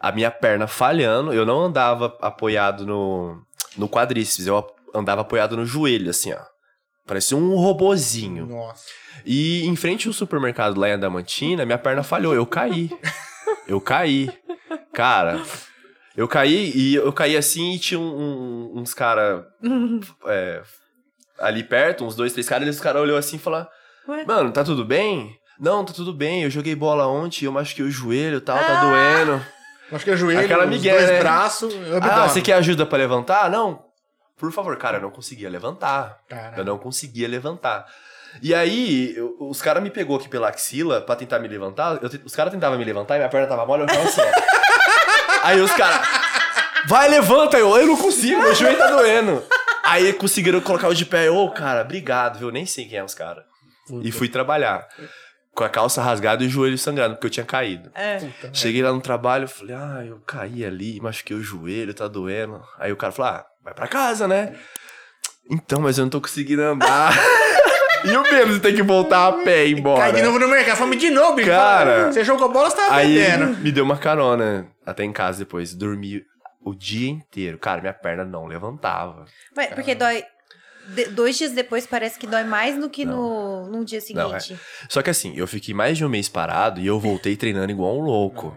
[SPEAKER 3] a minha perna falhando, eu não andava apoiado no, no quadríceps, eu ap- andava apoiado no joelho, assim, ó. Parecia um robozinho.
[SPEAKER 2] Nossa.
[SPEAKER 3] E em frente ao supermercado lá em Adamantina, minha perna falhou, eu caí. Eu caí. Cara, eu caí e eu caí assim e tinha um- um- uns caras ali perto, uns dois, três caras, eles os caras olhou assim e falaram:
[SPEAKER 1] Ué?
[SPEAKER 3] Mano, tá tudo bem? Não, tá tudo bem, eu joguei bola ontem, eu machuquei o joelho e tal,
[SPEAKER 1] Ah!
[SPEAKER 3] tá doendo.
[SPEAKER 2] Acho que é joelho,
[SPEAKER 3] Aquela
[SPEAKER 2] os
[SPEAKER 3] migué,
[SPEAKER 2] dois
[SPEAKER 3] né?
[SPEAKER 2] braços, abdômen.
[SPEAKER 3] Ah, você quer ajuda pra levantar? Não. Por favor, cara, eu não conseguia levantar.
[SPEAKER 2] Caralho.
[SPEAKER 3] Eu não conseguia levantar. E aí, eu- os caras me pegou aqui pela axila pra tentar me levantar. eu te- os caras tentavam me levantar e minha perna tava mole, eu tava assim. ó. aí os caras. Vai, levanta! Eu, eu não consigo, meu joelho tá doendo. Aí conseguiram colocar eu de pé. Eu, Ô, cara, obrigado, viu? Nem sei quem é os caras.
[SPEAKER 2] Puta,
[SPEAKER 3] E fui trabalhar. Com a calça rasgada e o joelho sangrando, porque eu tinha caído.
[SPEAKER 1] É.
[SPEAKER 2] puta,
[SPEAKER 3] Cheguei lá no trabalho, falei, ah, eu caí ali, machuquei o joelho, tá doendo. Aí o cara falou, ah, vai pra casa, né? Então, mas eu não tô conseguindo andar. e o mesmo tem que voltar a pé e ir
[SPEAKER 2] velho. Cai de
[SPEAKER 3] embora.
[SPEAKER 2] novo no mercado. Fome de novo, bicho.
[SPEAKER 3] Cara.
[SPEAKER 2] Você jogou bola, você tava
[SPEAKER 3] Aí ele
[SPEAKER 2] perdendo.
[SPEAKER 3] me deu uma carona até em casa depois. Dormi o dia inteiro. Cara, minha perna não levantava.
[SPEAKER 1] Ué, porque dói. de- dois dias depois parece que dói mais do que no, no dia
[SPEAKER 3] Não, é.
[SPEAKER 1] seguinte.
[SPEAKER 3] Só que assim, eu fiquei mais de um mês parado e eu voltei treinando igual um louco.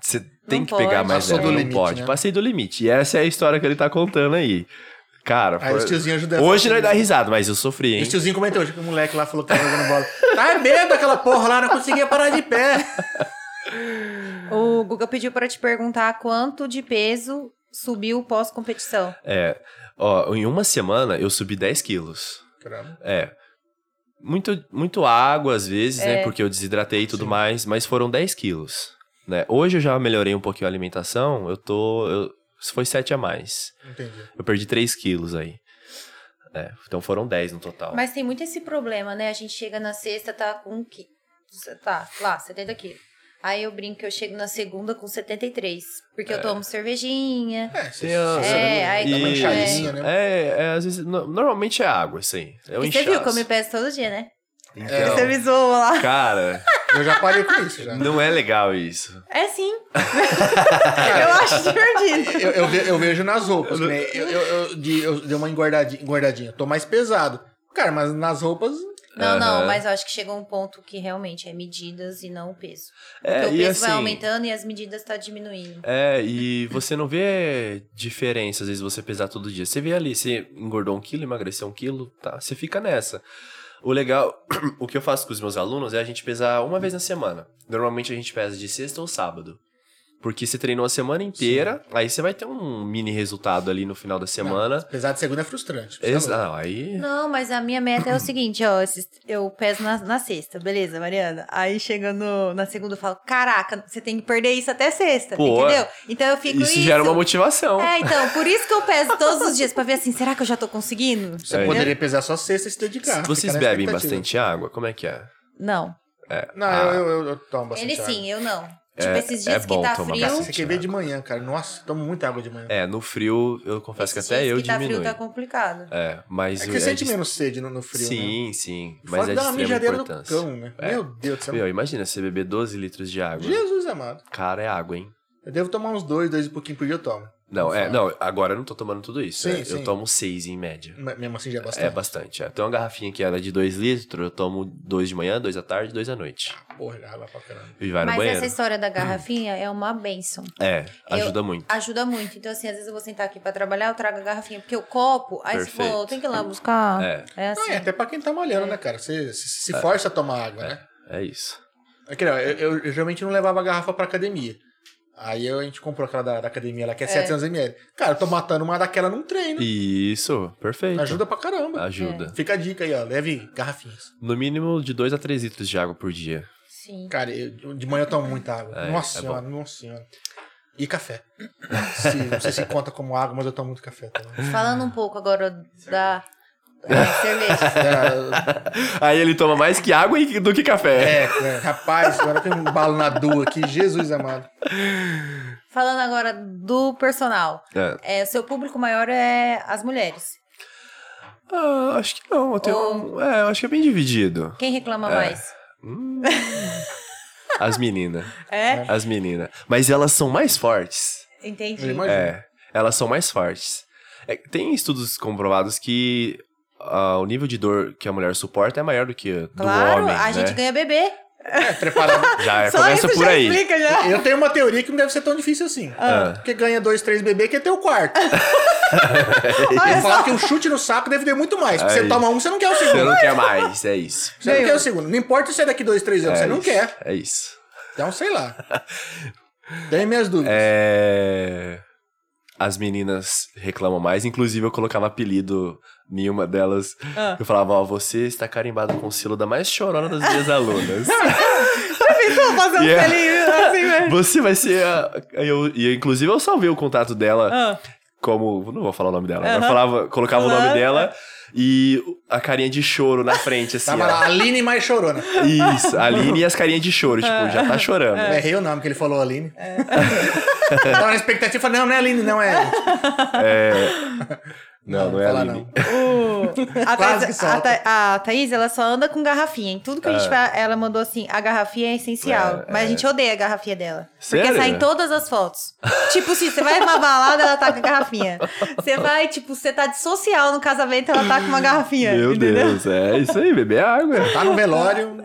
[SPEAKER 3] Você tem que
[SPEAKER 1] pode.
[SPEAKER 3] pegar mais
[SPEAKER 1] Passou
[SPEAKER 3] leve,
[SPEAKER 1] do
[SPEAKER 3] não
[SPEAKER 2] limite,
[SPEAKER 3] pode.
[SPEAKER 2] né?
[SPEAKER 3] Passei do limite. E essa é a história que ele tá contando aí. Cara,
[SPEAKER 2] Aí
[SPEAKER 3] foi-
[SPEAKER 2] os tiozinhos ajudando.
[SPEAKER 3] Hoje nós dá risada, mas eu sofri, hein?
[SPEAKER 2] Os tiozinhos comentou hoje que o moleque lá falou que tava jogando bola. Tá bêbado aquela porra lá, né? não conseguia parar de pé.
[SPEAKER 1] O Guga pediu pra te perguntar quanto de peso subiu pós-competição.
[SPEAKER 3] É. Ó, em uma semana eu subi 10 quilos.
[SPEAKER 2] Caramba.
[SPEAKER 3] É. Muito, muito água às vezes, né? Porque eu desidratei e tudo
[SPEAKER 2] Sim.
[SPEAKER 3] mais, mas foram 10 quilos. Né? Hoje eu já melhorei um pouquinho a alimentação, eu tô. Eu, foi 7 a mais.
[SPEAKER 2] Entendi.
[SPEAKER 3] Eu perdi 3 quilos aí. É, então foram 10 no total.
[SPEAKER 1] Mas tem muito esse problema, né? A gente chega na sexta, tá com um quilo. Tá, lá, 70 quilos. Aí eu brinco que eu chego na segunda com 73. Porque
[SPEAKER 3] É.
[SPEAKER 1] eu tomo cervejinha.
[SPEAKER 2] É,
[SPEAKER 3] Tem
[SPEAKER 2] você-
[SPEAKER 3] a-
[SPEAKER 2] você-
[SPEAKER 1] É, aí
[SPEAKER 2] dá uma
[SPEAKER 1] também
[SPEAKER 2] inchadinha, né?
[SPEAKER 3] É, é, às vezes, no- normalmente é água, assim. É um
[SPEAKER 1] e você viu que eu
[SPEAKER 3] inchaço.
[SPEAKER 1] me peso todo dia, né?
[SPEAKER 2] É.
[SPEAKER 1] Você
[SPEAKER 3] Então,
[SPEAKER 1] me zoa lá.
[SPEAKER 3] Cara,
[SPEAKER 2] Eu já parei com isso, já.
[SPEAKER 3] não é legal isso.
[SPEAKER 1] É sim. eu acho divertido.
[SPEAKER 2] Eu, eu ve- eu vejo nas roupas, né? Eu, eu, eu, de- eu dei uma engordadinha, engordadinha. Tô mais pesado. Cara, mas nas roupas.
[SPEAKER 1] Não, não,
[SPEAKER 3] Aham.
[SPEAKER 1] mas eu acho que chegou um ponto que realmente é medidas e não o peso.
[SPEAKER 3] É,
[SPEAKER 1] Porque Então, o
[SPEAKER 3] e
[SPEAKER 1] peso
[SPEAKER 3] assim,
[SPEAKER 1] vai aumentando e as medidas tá diminuindo.
[SPEAKER 3] É, e você não vê diferença, às vezes, você pesar todo dia. Você vê ali, você engordou um quilo, emagreceu um quilo, tá? Você fica nessa. O legal, o que eu faço com os meus alunos é a gente pesar uma vez na semana. Normalmente a gente pesa de sexta ou sábado. Porque você treinou a semana inteira, aí você vai ter um mini resultado ali no final da semana.
[SPEAKER 2] Apesar de segunda é frustrante.
[SPEAKER 3] Exa- Não, aí.
[SPEAKER 1] Não, mas a minha meta é o seguinte, ó, esses- eu peso na, na sexta, beleza, Mariana? Aí chega no- na segunda eu falo, caraca, você tem que perder isso até sexta,
[SPEAKER 3] Pô,
[SPEAKER 1] entendeu? Então eu fico
[SPEAKER 3] Isso, gera uma motivação.
[SPEAKER 1] É, então, por isso que eu peso todos os dias, pra ver assim, será que eu já tô conseguindo?
[SPEAKER 2] Você
[SPEAKER 3] É.
[SPEAKER 2] poderia pesar só sexta e se dedicar.
[SPEAKER 3] Vocês
[SPEAKER 2] ficar Ah, na
[SPEAKER 3] bebem
[SPEAKER 2] expectativa.
[SPEAKER 3] bastante água? Como é que é?
[SPEAKER 1] Não,
[SPEAKER 2] Não,
[SPEAKER 3] Ah.
[SPEAKER 2] eu, eu, eu tomo bastante.
[SPEAKER 1] ele sim, eu não. Tipo,
[SPEAKER 3] É-
[SPEAKER 1] esses
[SPEAKER 3] é
[SPEAKER 1] dias que
[SPEAKER 3] bom
[SPEAKER 1] tá
[SPEAKER 3] tomar
[SPEAKER 1] frio,
[SPEAKER 2] Água. Você
[SPEAKER 3] bastante.
[SPEAKER 2] quer ver de manhã, cara. Nossa, tomo muita água de manhã.
[SPEAKER 3] É, no frio, eu confesso que
[SPEAKER 1] esses
[SPEAKER 3] até
[SPEAKER 1] dias
[SPEAKER 3] eu
[SPEAKER 1] que tá
[SPEAKER 3] diminui.
[SPEAKER 1] frio tá complicado.
[SPEAKER 3] É, mas
[SPEAKER 2] É
[SPEAKER 3] o-
[SPEAKER 2] que você sente
[SPEAKER 3] de-
[SPEAKER 2] menos sede no, no frio, né?
[SPEAKER 3] Sim, sim.
[SPEAKER 2] Fora
[SPEAKER 3] Mas
[SPEAKER 2] que
[SPEAKER 3] é de
[SPEAKER 2] dá uma
[SPEAKER 3] extrema
[SPEAKER 2] mijadeira
[SPEAKER 3] importância.
[SPEAKER 2] no cão, né?
[SPEAKER 3] É.
[SPEAKER 2] Meu Deus do céu.
[SPEAKER 3] Meu, imagina você beber 12 litros de água.
[SPEAKER 2] Jesus amado.
[SPEAKER 3] Cara, é água, hein?
[SPEAKER 2] Eu devo tomar uns dois, dois e pouquinho por dia eu tomo.
[SPEAKER 3] Não, é, não, agora eu não tô tomando tudo isso.
[SPEAKER 2] Sim,
[SPEAKER 3] né?
[SPEAKER 2] sim.
[SPEAKER 3] Eu tomo 6 em média.
[SPEAKER 2] Mas Mesmo assim já é bastante.
[SPEAKER 3] É bastante. É. Tem uma garrafinha que era de 2 litros, eu tomo 2 de manhã, 2 à tarde, 2 à noite.
[SPEAKER 2] Porra, garrafa pra caramba.
[SPEAKER 3] E vai
[SPEAKER 1] Mas
[SPEAKER 3] no banheiro.
[SPEAKER 1] essa história da garrafinha é uma benção.
[SPEAKER 3] É, ajuda muito.
[SPEAKER 1] Ajuda muito. Então, assim, às vezes eu vou sentar aqui pra trabalhar, eu trago a garrafinha, porque o copo, aí você
[SPEAKER 3] Perfeito.
[SPEAKER 1] falou, tem que ir lá buscar.
[SPEAKER 3] É,
[SPEAKER 1] É
[SPEAKER 2] Não,
[SPEAKER 1] assim.
[SPEAKER 2] é até pra quem tá malhando, né, cara? Você se, se força a tomar água, né?
[SPEAKER 3] é isso.
[SPEAKER 2] É que, não, eu, eu- eu geralmente não levava garrafa pra academia. Aí eu- a gente comprou aquela da, da academia lá, que é, 700ml. Cara, eu tô matando uma daquela num treino.
[SPEAKER 3] Isso, perfeito.
[SPEAKER 2] Ajuda pra
[SPEAKER 3] É.
[SPEAKER 2] caramba.
[SPEAKER 3] Ajuda.
[SPEAKER 2] Fica a dica aí, ó. Leve garrafinhas.
[SPEAKER 3] No mínimo de 2 a 3 litros de água por dia.
[SPEAKER 1] Sim.
[SPEAKER 2] Cara, eu- de manhã eu tomo muita água.
[SPEAKER 3] É,
[SPEAKER 2] nossa
[SPEAKER 3] é
[SPEAKER 2] senhora, nossa senhora. E café. Se- não sei se conta como água, mas eu tomo muito café tá também.
[SPEAKER 1] Falando um pouco agora da é, cerveja.
[SPEAKER 2] É,
[SPEAKER 3] Aí ele toma mais que água e- do que
[SPEAKER 2] é,
[SPEAKER 3] café.
[SPEAKER 2] é, rapaz, agora tem um balo na dua aqui, Jesus amado.
[SPEAKER 1] Falando agora do personal.
[SPEAKER 3] É.
[SPEAKER 1] É, o seu público maior é as mulheres.
[SPEAKER 3] Ah, acho que não. Eu tenho... É, eu acho que é bem dividido.
[SPEAKER 1] Quem reclama
[SPEAKER 3] É.
[SPEAKER 1] mais?
[SPEAKER 3] Hum. As meninas.
[SPEAKER 1] É?
[SPEAKER 3] As meninas. Mas elas são mais fortes.
[SPEAKER 1] Entendi.
[SPEAKER 2] Eu imagino.
[SPEAKER 3] É, elas são mais fortes. É, tem estudos comprovados que ah, o nível de dor que a mulher suporta é maior do que do
[SPEAKER 1] Claro,
[SPEAKER 3] homem,
[SPEAKER 1] a
[SPEAKER 3] né?
[SPEAKER 1] gente ganha bebê.
[SPEAKER 2] É, preparado.
[SPEAKER 3] Já é,
[SPEAKER 1] Só
[SPEAKER 3] começa
[SPEAKER 1] isso
[SPEAKER 3] por
[SPEAKER 1] já
[SPEAKER 3] aí.
[SPEAKER 1] explica já.
[SPEAKER 2] Eu tenho uma teoria que não deve ser tão difícil assim.
[SPEAKER 3] Ah.
[SPEAKER 2] Porque ganha dois, três bebês, que é teu quarto.
[SPEAKER 1] Olha
[SPEAKER 2] Eu
[SPEAKER 1] só.
[SPEAKER 2] falar que o chute no saco deve ter muito mais. Porque você
[SPEAKER 3] Aí.
[SPEAKER 2] toma um, você não quer o
[SPEAKER 3] Você
[SPEAKER 2] segundo.
[SPEAKER 3] não quer mais, é isso.
[SPEAKER 2] Você não
[SPEAKER 1] Meu.
[SPEAKER 2] quer o segundo. Não importa se é daqui dois, três anos,
[SPEAKER 3] É
[SPEAKER 2] você não
[SPEAKER 3] isso,
[SPEAKER 2] quer.
[SPEAKER 3] É isso.
[SPEAKER 2] Então, sei lá. Tem minhas dúvidas.
[SPEAKER 3] É, As meninas reclamam mais, inclusive eu colocava apelido em uma delas.
[SPEAKER 1] Ah.
[SPEAKER 3] Eu falava, ó, você está carimbado com o selo da mais chorona das minhas alunas.
[SPEAKER 1] Ficou fazendo
[SPEAKER 3] Yeah.
[SPEAKER 1] selinho um assim, velho.
[SPEAKER 3] Você vai ser a. Eu, e inclusive eu salvei o contato dela.
[SPEAKER 1] Ah.
[SPEAKER 3] como. Não vou falar o nome dela,
[SPEAKER 1] Aham.
[SPEAKER 3] mas falava, colocava o
[SPEAKER 1] Aham.
[SPEAKER 3] nome dela e a carinha de choro na frente, assim.
[SPEAKER 2] Tava
[SPEAKER 3] ó.
[SPEAKER 2] lá, Tá, Aline mais chorona.
[SPEAKER 3] Isso, a Aline e as carinhas de choro, tipo, já
[SPEAKER 1] Ah.
[SPEAKER 3] tá chorando.
[SPEAKER 1] É.
[SPEAKER 2] Eu errei o nome que ele falou, Aline. Tava na expectativa, não, não é Aline, não é.
[SPEAKER 3] Não, não é a
[SPEAKER 2] fala
[SPEAKER 3] Aline.
[SPEAKER 1] O- A,
[SPEAKER 2] Quase que
[SPEAKER 1] Thaís, a,
[SPEAKER 2] solta. É.
[SPEAKER 1] Tha- a Thaís, ela só anda com garrafinha. Em tudo que a gente fala, ela mandou assim: a garrafinha é essencial.
[SPEAKER 3] É,
[SPEAKER 1] mas a
[SPEAKER 3] é.
[SPEAKER 1] gente odeia a garrafinha dela. Porque
[SPEAKER 3] Sério?
[SPEAKER 1] sai em todas as fotos. tipo, se você vai numa balada, ela tá com a garrafinha. Você vai, tipo, você tá de social no casamento, ela tá com uma garrafinha.
[SPEAKER 3] Meu
[SPEAKER 1] entendeu?
[SPEAKER 3] Deus, é isso aí, beber água.
[SPEAKER 2] Tá no velório,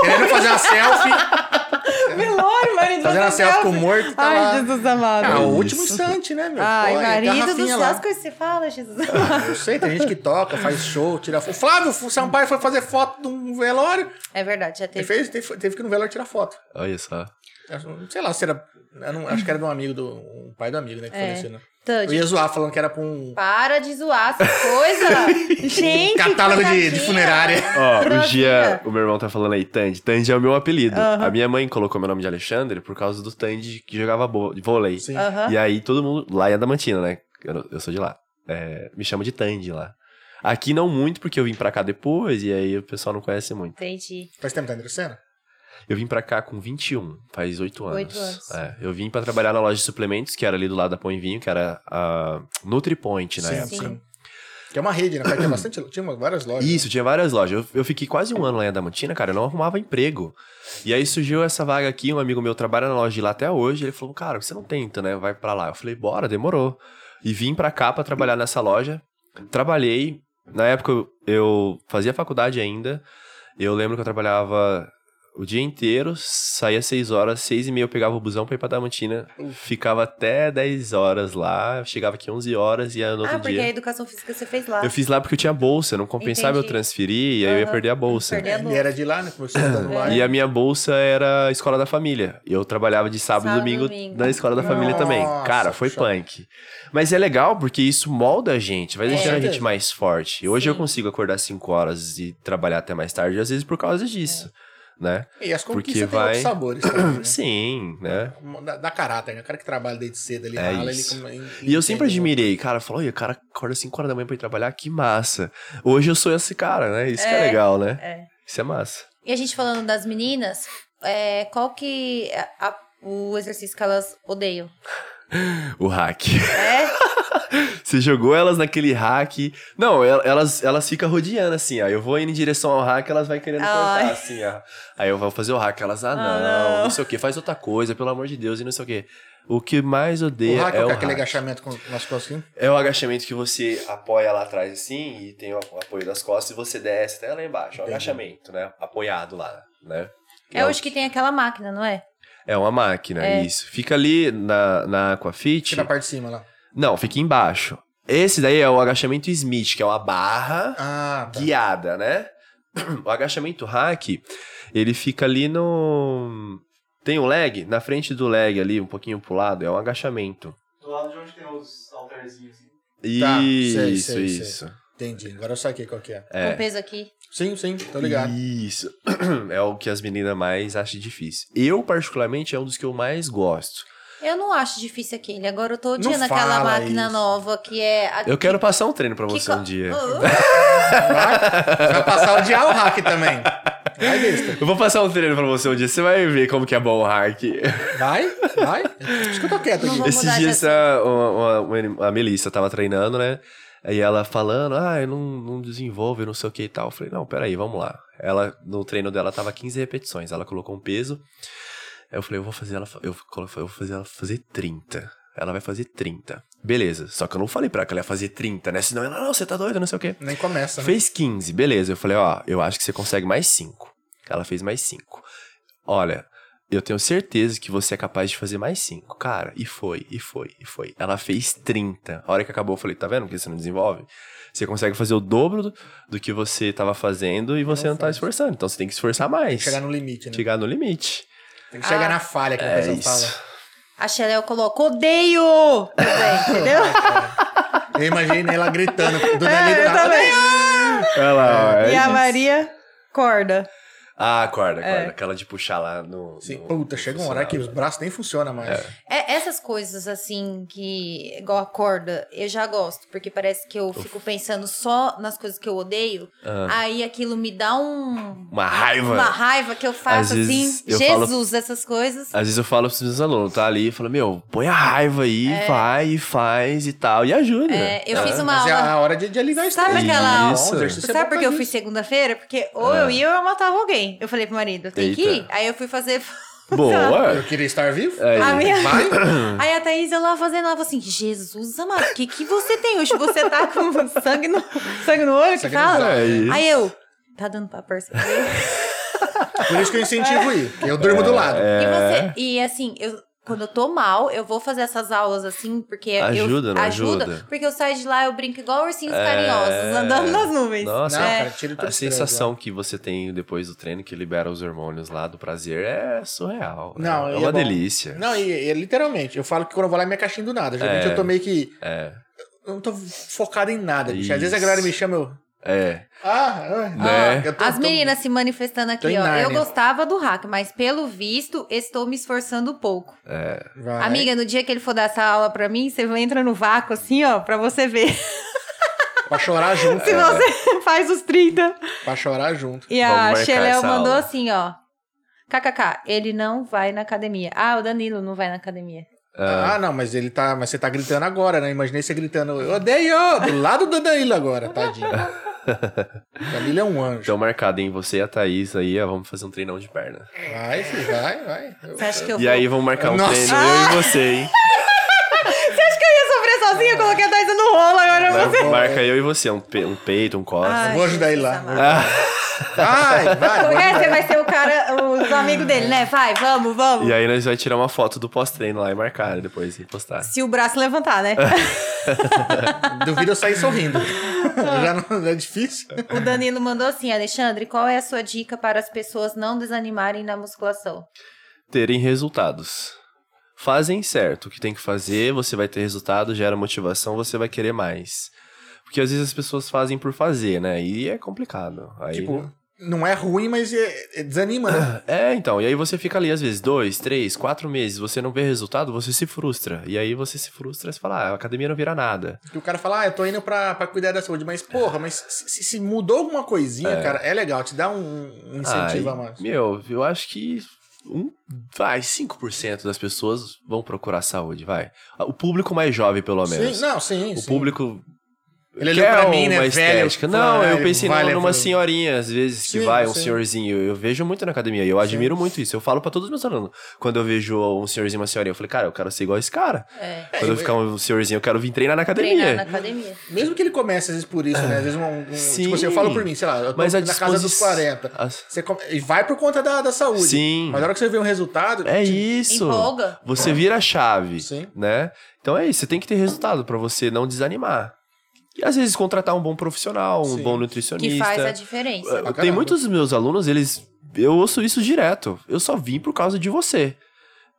[SPEAKER 2] querendo fazer uma selfie,
[SPEAKER 1] Velório, marido.
[SPEAKER 2] fazendo uma Tá selfie com o morto, tá
[SPEAKER 1] Ai,
[SPEAKER 2] lá.
[SPEAKER 1] Jesus amado.
[SPEAKER 2] Ah, o
[SPEAKER 3] Isso.
[SPEAKER 2] último instante, né, meu?
[SPEAKER 1] Ai,
[SPEAKER 2] Pô, aí,
[SPEAKER 1] marido do
[SPEAKER 2] garrafinha
[SPEAKER 1] céu,
[SPEAKER 2] lá.
[SPEAKER 1] as coisas que você fala, Jesus amado.
[SPEAKER 2] Não sei, tem gente que toca, faz show, tira foto. O Flávio Sampaio foi fazer foto de um velório.
[SPEAKER 1] É verdade, já
[SPEAKER 2] Ele
[SPEAKER 1] teve.
[SPEAKER 2] fez, teve, teve que ir no velório tirar foto.
[SPEAKER 3] Olha só.
[SPEAKER 2] Eu- Sei lá, se era. eu não- acho que era de um amigo, do um pai do amigo, né? Que
[SPEAKER 1] É.
[SPEAKER 2] faleceu, né?
[SPEAKER 1] Tanto,
[SPEAKER 2] Eu ia zoar falando que era pra um
[SPEAKER 1] Para de zoar essa coisa! Gente! que
[SPEAKER 2] catálogo de, de
[SPEAKER 1] coitadinha.
[SPEAKER 2] funerária.
[SPEAKER 3] Ó, um
[SPEAKER 1] Droguinha.
[SPEAKER 3] dia o meu irmão tá falando aí, Tandy. Tandy é o meu apelido.
[SPEAKER 1] Aham.
[SPEAKER 3] A minha mãe colocou meu nome de Alexandre por causa do Tandy que jogava bo- vôlei.
[SPEAKER 2] Sim.
[SPEAKER 1] Aham.
[SPEAKER 3] E aí todo mundo, lá em Adamantina, né? Eu, não- eu sou de lá. É, me chama de Tandy lá. Aqui não muito, porque eu vim pra cá depois e aí o pessoal não conhece muito.
[SPEAKER 1] Entendi.
[SPEAKER 2] Faz tempo que tá endereçando?
[SPEAKER 3] Eu vim pra cá com 21, faz 8 anos.
[SPEAKER 1] Oito anos.
[SPEAKER 3] É, eu vim pra trabalhar na loja de suplementos, que era ali do lado da Pão e Vinho, que era a NutriPoint na época.
[SPEAKER 1] sim.
[SPEAKER 2] Que é uma rede, né? Cara, Tinha bastante. Tinha uma- várias lojas.
[SPEAKER 1] né?
[SPEAKER 3] Isso, tinha várias lojas. Eu, eu fiquei quase um ano lá em Adamantina, cara, eu não arrumava emprego. E aí surgiu essa vaga aqui, um amigo meu trabalha na loja de lá até hoje, ele falou, cara, você não tenta, né? Vai pra lá. Eu falei, bora, demorou. E vim pra cá pra trabalhar nessa loja. Trabalhei, na época eu- eu fazia faculdade ainda, eu lembro que eu trabalhava o dia inteiro, saía às 6 horas, seis e meia eu pegava o busão pra ir pra Adamantina, ficava até 10 horas lá, chegava aqui 11 horas e ia no outro
[SPEAKER 1] Ah, porque
[SPEAKER 3] dia.
[SPEAKER 1] a educação física você fez lá.
[SPEAKER 3] Eu fiz lá porque eu tinha bolsa, não compensava
[SPEAKER 1] Entendi.
[SPEAKER 3] eu transferir, e aí eu ia
[SPEAKER 1] Aham.
[SPEAKER 3] perder a bolsa.
[SPEAKER 1] Perdeu a
[SPEAKER 2] Ele
[SPEAKER 1] bolsa.
[SPEAKER 2] era de lá, né? Começou andando lá.
[SPEAKER 1] É.
[SPEAKER 3] E a minha bolsa era a escola da família. E eu trabalhava de sábado,
[SPEAKER 1] Sábado e
[SPEAKER 3] e domingo,
[SPEAKER 1] domingo.
[SPEAKER 3] na escola da família
[SPEAKER 2] Nossa,
[SPEAKER 3] também. Cara, foi
[SPEAKER 2] puxa.
[SPEAKER 3] punk. Mas é legal porque isso molda a gente, vai
[SPEAKER 1] É.
[SPEAKER 3] deixando a gente
[SPEAKER 2] Certeza.
[SPEAKER 3] mais forte. E hoje eu
[SPEAKER 1] Sim.
[SPEAKER 3] consigo acordar 5 horas e trabalhar até mais tarde, às vezes por causa disso,
[SPEAKER 1] É.
[SPEAKER 3] né?
[SPEAKER 2] E as
[SPEAKER 3] Porque
[SPEAKER 2] conquistas têm
[SPEAKER 3] vai-
[SPEAKER 2] outros sabores também, né?
[SPEAKER 3] Sim, né?
[SPEAKER 2] Dá, dá caráter, né? O cara que trabalha desde cedo ali,
[SPEAKER 3] É
[SPEAKER 2] rala,
[SPEAKER 3] isso.
[SPEAKER 2] ele... come-
[SPEAKER 3] E eu sempre
[SPEAKER 2] entende.
[SPEAKER 3] admirei, cara, falou, olha, o cara acorda 5 horas da manhã pra ir trabalhar, que massa. Hoje eu sou esse cara, né? Isso que
[SPEAKER 1] É,
[SPEAKER 3] é legal, né?
[SPEAKER 1] é.
[SPEAKER 3] Isso é massa.
[SPEAKER 1] E a gente falando das meninas, é, qual que é a- o exercício que elas odeiam?
[SPEAKER 3] O hack.
[SPEAKER 1] É?
[SPEAKER 3] Você jogou elas naquele hack. Não, el- elas, elas ficam rodeando assim, ó. Eu vou indo em direção ao hack, elas vão querendo
[SPEAKER 1] Ai.
[SPEAKER 3] cortar, assim, ó. Aí eu vou fazer o hack, elas, ah, não,
[SPEAKER 1] não.
[SPEAKER 3] não, sei o quê, faz outra coisa, pelo amor de Deus, e não sei o quê. O que mais
[SPEAKER 2] O
[SPEAKER 3] odeia
[SPEAKER 2] hack é,
[SPEAKER 3] é o
[SPEAKER 2] aquele
[SPEAKER 3] hack.
[SPEAKER 2] agachamento com nas costas assim.
[SPEAKER 3] É o agachamento que você apoia lá atrás, assim, e tem o apoio das costas, e você desce até lá embaixo. É o
[SPEAKER 2] Entendi.
[SPEAKER 3] agachamento, né? Apoiado lá, né?
[SPEAKER 1] É hoje que tem aquela máquina, não é?
[SPEAKER 3] É uma máquina,
[SPEAKER 1] É.
[SPEAKER 3] isso. Fica ali na, na Aquafit.
[SPEAKER 2] Tira a parte de cima lá.
[SPEAKER 3] Não, fica embaixo. Esse daí é o agachamento Smith, que é uma barra
[SPEAKER 2] Ah, tá.
[SPEAKER 3] guiada, né? O agachamento hack, ele fica ali no. Tem um leg, na frente do leg ali, um pouquinho pro lado, é um agachamento.
[SPEAKER 4] Do lado de onde tem os alterzinhos assim.
[SPEAKER 2] Tá, sei,
[SPEAKER 3] isso,
[SPEAKER 2] sei, sei.
[SPEAKER 3] isso.
[SPEAKER 2] Entendi. Agora eu saquei qual que é.
[SPEAKER 3] É.
[SPEAKER 1] Com peso aqui.
[SPEAKER 2] Sim, sim, tô ligado.
[SPEAKER 3] Isso. É o que as meninas mais acham difícil. Eu, particularmente, é um dos que eu mais gosto.
[SPEAKER 1] Eu não acho difícil aquele. Agora eu tô odiando
[SPEAKER 2] Não
[SPEAKER 1] aquela
[SPEAKER 2] fala
[SPEAKER 1] máquina
[SPEAKER 2] isso.
[SPEAKER 1] nova que é. a-
[SPEAKER 3] Eu quero passar um treino pra
[SPEAKER 1] que
[SPEAKER 3] você
[SPEAKER 1] co-
[SPEAKER 3] um dia.
[SPEAKER 1] Uh,
[SPEAKER 2] Vai, vai passar a odiar o hack também. Vai, besta.
[SPEAKER 3] Eu vou passar um treino pra você um dia, você vai ver como que é bom o hack.
[SPEAKER 2] Vai, vai. Acho que eu tô quieto aqui.
[SPEAKER 1] Vamos
[SPEAKER 3] Esses
[SPEAKER 1] mudar de
[SPEAKER 3] dias a, uma, uma- a Melissa tava treinando, né? E ela falando, ah, eu não, não desenvolvo, eu não sei o que e tal. Eu falei, não, peraí, vamos lá. Ela, no treino dela, tava 15 repetições. Ela colocou um peso. Aí eu falei, eu vou fazer ela. fa- Eu, colo- eu vou fazer ela fazer 30. Ela vai fazer 30. Beleza. Só que eu não falei pra ela que ela ia fazer 30, né? Senão ela, não, você tá doida, não sei o quê.
[SPEAKER 2] Nem começa, né?
[SPEAKER 3] Fez 15, beleza. Eu falei, ó, eu acho que você consegue mais 5. Ela fez mais 5. Olha, eu tenho certeza que você é capaz de fazer mais 5. Cara, e foi, e foi, e foi. Ela fez 30. A hora que acabou, eu falei, tá vendo que você não desenvolve? Você consegue fazer o dobro do, do que você tava fazendo e você não, tá
[SPEAKER 2] faz.
[SPEAKER 3] esforçando. Então você tem que esforçar mais.
[SPEAKER 2] Chegar no limite, né?
[SPEAKER 3] Chegar no limite.
[SPEAKER 2] Tem que chegar
[SPEAKER 1] Ah.
[SPEAKER 2] na falha que a
[SPEAKER 3] É
[SPEAKER 2] pessoa
[SPEAKER 3] isso.
[SPEAKER 2] fala.
[SPEAKER 1] A Xeléu colocou: odeio! Também, É, entendeu?
[SPEAKER 2] Eu imaginei ela gritando. Dona
[SPEAKER 1] É, eu
[SPEAKER 2] Lita,
[SPEAKER 1] também.
[SPEAKER 3] Olha lá, ó, é
[SPEAKER 1] E a
[SPEAKER 3] isso.
[SPEAKER 1] Maria corda.
[SPEAKER 3] Ah, acorda,
[SPEAKER 1] É.
[SPEAKER 3] acorda. Aquela de puxar lá no.
[SPEAKER 2] Sim,
[SPEAKER 3] no-
[SPEAKER 2] puta,
[SPEAKER 3] no
[SPEAKER 2] chega um horário que os
[SPEAKER 3] funcional.
[SPEAKER 2] braços nem funcionam mais.
[SPEAKER 1] É, essas coisas assim que igual a corda, eu já gosto, porque parece que eu fico pensando só nas coisas que eu odeio,
[SPEAKER 3] Ah.
[SPEAKER 1] aí aquilo me dá um
[SPEAKER 3] Uma raiva.
[SPEAKER 1] uma raiva que eu
[SPEAKER 3] Às
[SPEAKER 1] faço
[SPEAKER 3] vezes
[SPEAKER 1] assim,
[SPEAKER 3] eu
[SPEAKER 1] Jesus, essas coisas.
[SPEAKER 3] Às vezes eu falo pros meus alunos, tá ali, e falo, meu, põe a raiva aí, vai e faz e tal, e ajuda.
[SPEAKER 1] É, eu fiz uma
[SPEAKER 2] Mas é
[SPEAKER 1] aula.
[SPEAKER 2] a hora de, de ligar isso.
[SPEAKER 1] Sabe
[SPEAKER 2] daí.
[SPEAKER 1] aquela-
[SPEAKER 2] Bom,
[SPEAKER 3] Isso. Ah.
[SPEAKER 2] exercício é
[SPEAKER 1] Sabe
[SPEAKER 2] bom
[SPEAKER 1] por que
[SPEAKER 2] pra
[SPEAKER 1] eu fui
[SPEAKER 2] isso.
[SPEAKER 1] segunda-feira? Porque ou eu ia ou eu matava alguém. Eu falei pro marido, tem que ir.
[SPEAKER 3] Eita.
[SPEAKER 1] Aí eu fui fazer.
[SPEAKER 3] Boa!
[SPEAKER 2] Eu queria estar vivo?
[SPEAKER 3] Aí.
[SPEAKER 1] A minha...
[SPEAKER 2] Vai.
[SPEAKER 1] Aí a Thaís, eu lá fazendo, ela falou assim, Jesus amado, o que, que você tem hoje? Você tá com sangue no, sangue no olho, que
[SPEAKER 2] Sangue no
[SPEAKER 1] fala?
[SPEAKER 3] É isso.
[SPEAKER 1] Aí eu, tá dando pra perceber.
[SPEAKER 2] Por isso que eu incentivo ir. porque Eu durmo do lado.
[SPEAKER 1] E
[SPEAKER 3] É.
[SPEAKER 1] você, e assim, eu, quando eu tô mal, eu vou fazer essas aulas assim, porque
[SPEAKER 3] Ajuda,
[SPEAKER 1] eu,
[SPEAKER 3] não ajuda?
[SPEAKER 1] Porque eu saio de lá, eu brinco igual ursinhos
[SPEAKER 3] É.
[SPEAKER 1] carinhosos, andando nas nuvens.
[SPEAKER 3] Nossa,
[SPEAKER 2] Não,
[SPEAKER 1] É.
[SPEAKER 2] cara, tira tudo
[SPEAKER 3] a sensação que você tem depois do treino que libera os hormônios lá do prazer é surreal. né?
[SPEAKER 2] Não,
[SPEAKER 3] é,
[SPEAKER 2] e
[SPEAKER 3] uma
[SPEAKER 2] é bom.
[SPEAKER 3] delícia.
[SPEAKER 2] Não, e, e literalmente, eu falo que quando eu vou lá é minha caixinha do nada. Geralmente
[SPEAKER 3] É.
[SPEAKER 2] eu tô meio que.
[SPEAKER 3] É,
[SPEAKER 2] Eu não tô focado em nada, bicho. Às vezes a
[SPEAKER 3] Isso.
[SPEAKER 2] galera me chama eu.
[SPEAKER 3] é.
[SPEAKER 2] Ah,
[SPEAKER 3] Né?
[SPEAKER 2] ah, eu tô-
[SPEAKER 1] As
[SPEAKER 2] tô-
[SPEAKER 1] meninas se manifestando
[SPEAKER 2] tô
[SPEAKER 1] aqui,
[SPEAKER 2] em
[SPEAKER 1] ó. Eu
[SPEAKER 2] Nárnia.
[SPEAKER 1] gostava do hack, mas pelo visto, estou me esforçando pouco.
[SPEAKER 3] é.
[SPEAKER 2] Vai.
[SPEAKER 1] Amiga, no dia que ele for dar essa aula pra mim, você entra no vácuo assim, ó, pra você ver.
[SPEAKER 2] Pra chorar junto.
[SPEAKER 3] É.
[SPEAKER 1] Se você faz os 30.
[SPEAKER 2] Pra chorar junto.
[SPEAKER 1] E
[SPEAKER 3] Vamos
[SPEAKER 1] a
[SPEAKER 3] marcar
[SPEAKER 1] Xeléu
[SPEAKER 3] essa
[SPEAKER 1] mandou
[SPEAKER 3] aula.
[SPEAKER 1] assim, ó. KKK, ele não vai na academia. Ah, o Danilo não vai na academia.
[SPEAKER 3] Ah,
[SPEAKER 2] Ah, não, mas ele tá. Mas você tá gritando agora, né? Imaginei você gritando, eu odeio! Do lado do Danilo agora, tadinho. Danilo é um anjo.
[SPEAKER 3] Então, marcado, hein? Você e a Thaís aí, ó, vamos fazer um treinão de perna.
[SPEAKER 2] Vai, filho, vai, vai. Eu-
[SPEAKER 1] Você acha que eu
[SPEAKER 3] E
[SPEAKER 1] vou...
[SPEAKER 3] aí, vamos marcar um
[SPEAKER 2] Nossa.
[SPEAKER 3] treino, eu e você, hein?
[SPEAKER 1] Você acha que eu ia sofrer sozinha? Eu coloquei a Thaisa no rolo agora.
[SPEAKER 3] Né?
[SPEAKER 1] Eu... vou-
[SPEAKER 2] vou-
[SPEAKER 3] Marca eu e você, um, pe- um peito, um costas.
[SPEAKER 1] Ai,
[SPEAKER 2] vou ajudar ele lá.
[SPEAKER 1] Jesus amado.
[SPEAKER 3] Ah,
[SPEAKER 2] Vai, vai,
[SPEAKER 1] Como
[SPEAKER 2] vai.
[SPEAKER 1] é? Você vai ser o cara, o amigo dele, né? Vai, vamos, vamos.
[SPEAKER 3] e aí, nós vamos tirar uma foto do pós-treino lá e marcar né, depois e postar.
[SPEAKER 1] Se o braço levantar, né?
[SPEAKER 2] Duvido eu sair sorrindo. Já não é difícil.
[SPEAKER 1] o Danilo mandou assim, Alexandre, qual é a sua dica para as pessoas não desanimarem na musculação?
[SPEAKER 3] terem resultados. Fazem certo o que tem que fazer, você vai ter resultado, gera motivação, você vai querer mais. Porque às vezes as pessoas fazem por fazer, né? E é complicado. Aí,
[SPEAKER 2] Tipo, não é ruim, mas é- é desanima, né?
[SPEAKER 3] É, então. E aí você fica ali, às vezes, dois, três, quatro meses, você não vê resultado, você se frustra. E aí você se frustra e você fala, ah, a academia não vira nada.
[SPEAKER 2] Que o cara fala, ah, eu tô indo pra, pra cuidar da saúde. Mas, porra, mas se, se- se mudou alguma coisinha, cara, é legal, te dá um, um incentivo
[SPEAKER 3] Ai,
[SPEAKER 2] a mais.
[SPEAKER 3] Meu, eu acho que um, vai, 5% das pessoas vão procurar saúde, vai. O público mais jovem, pelo menos.
[SPEAKER 2] Sim, não, sim.
[SPEAKER 3] o
[SPEAKER 2] sim.
[SPEAKER 3] público
[SPEAKER 2] Ele
[SPEAKER 3] Quer
[SPEAKER 2] olhou pra mim, né,
[SPEAKER 3] uma
[SPEAKER 2] velho.
[SPEAKER 3] estética.
[SPEAKER 2] falou,
[SPEAKER 3] Não,
[SPEAKER 2] "Ah,
[SPEAKER 3] eu
[SPEAKER 2] ele
[SPEAKER 3] pensei
[SPEAKER 2] vai
[SPEAKER 3] numa-
[SPEAKER 2] levar
[SPEAKER 3] numa
[SPEAKER 2] pra mim."
[SPEAKER 3] senhorinha, às vezes, que
[SPEAKER 2] Sim,
[SPEAKER 3] vai, um
[SPEAKER 2] sim.
[SPEAKER 3] senhorzinho. Eu vejo muito na academia, eu admiro muito isso. Eu falo pra todos os meus alunos. Quando eu vejo um senhorzinho, uma senhorinha, eu falei, cara, eu quero ser igual esse cara.
[SPEAKER 1] É,
[SPEAKER 3] Quando eu ficar um senhorzinho, eu quero vir treinar na academia.
[SPEAKER 1] treinar na academia.
[SPEAKER 2] Mesmo que ele comece, às vezes, por isso, né? Às vezes, um, um-
[SPEAKER 3] Sim.
[SPEAKER 2] tipo assim, eu falo por mim, sei lá, eu tô
[SPEAKER 3] Mas a
[SPEAKER 2] na casa dos
[SPEAKER 3] disposi-
[SPEAKER 2] 40.
[SPEAKER 3] As-
[SPEAKER 2] Você come- E vai por conta da, da saúde.
[SPEAKER 3] Sim.
[SPEAKER 2] Mas na hora que você vê um resultado...
[SPEAKER 3] É
[SPEAKER 2] te-
[SPEAKER 3] isso.
[SPEAKER 1] Empolga.
[SPEAKER 3] Você vira a chave,
[SPEAKER 2] Sim.
[SPEAKER 3] né? Então é isso, você tem que ter resultado pra você não desanimar. E às vezes contratar um bom profissional, um
[SPEAKER 2] Sim.
[SPEAKER 3] bom
[SPEAKER 1] Que
[SPEAKER 3] nutricionista.
[SPEAKER 1] faz a diferença.
[SPEAKER 2] pra
[SPEAKER 3] Tem
[SPEAKER 2] caramba.
[SPEAKER 3] muitos dos meus alunos, eles. Eu ouço isso direto. Eu só vim por causa de você.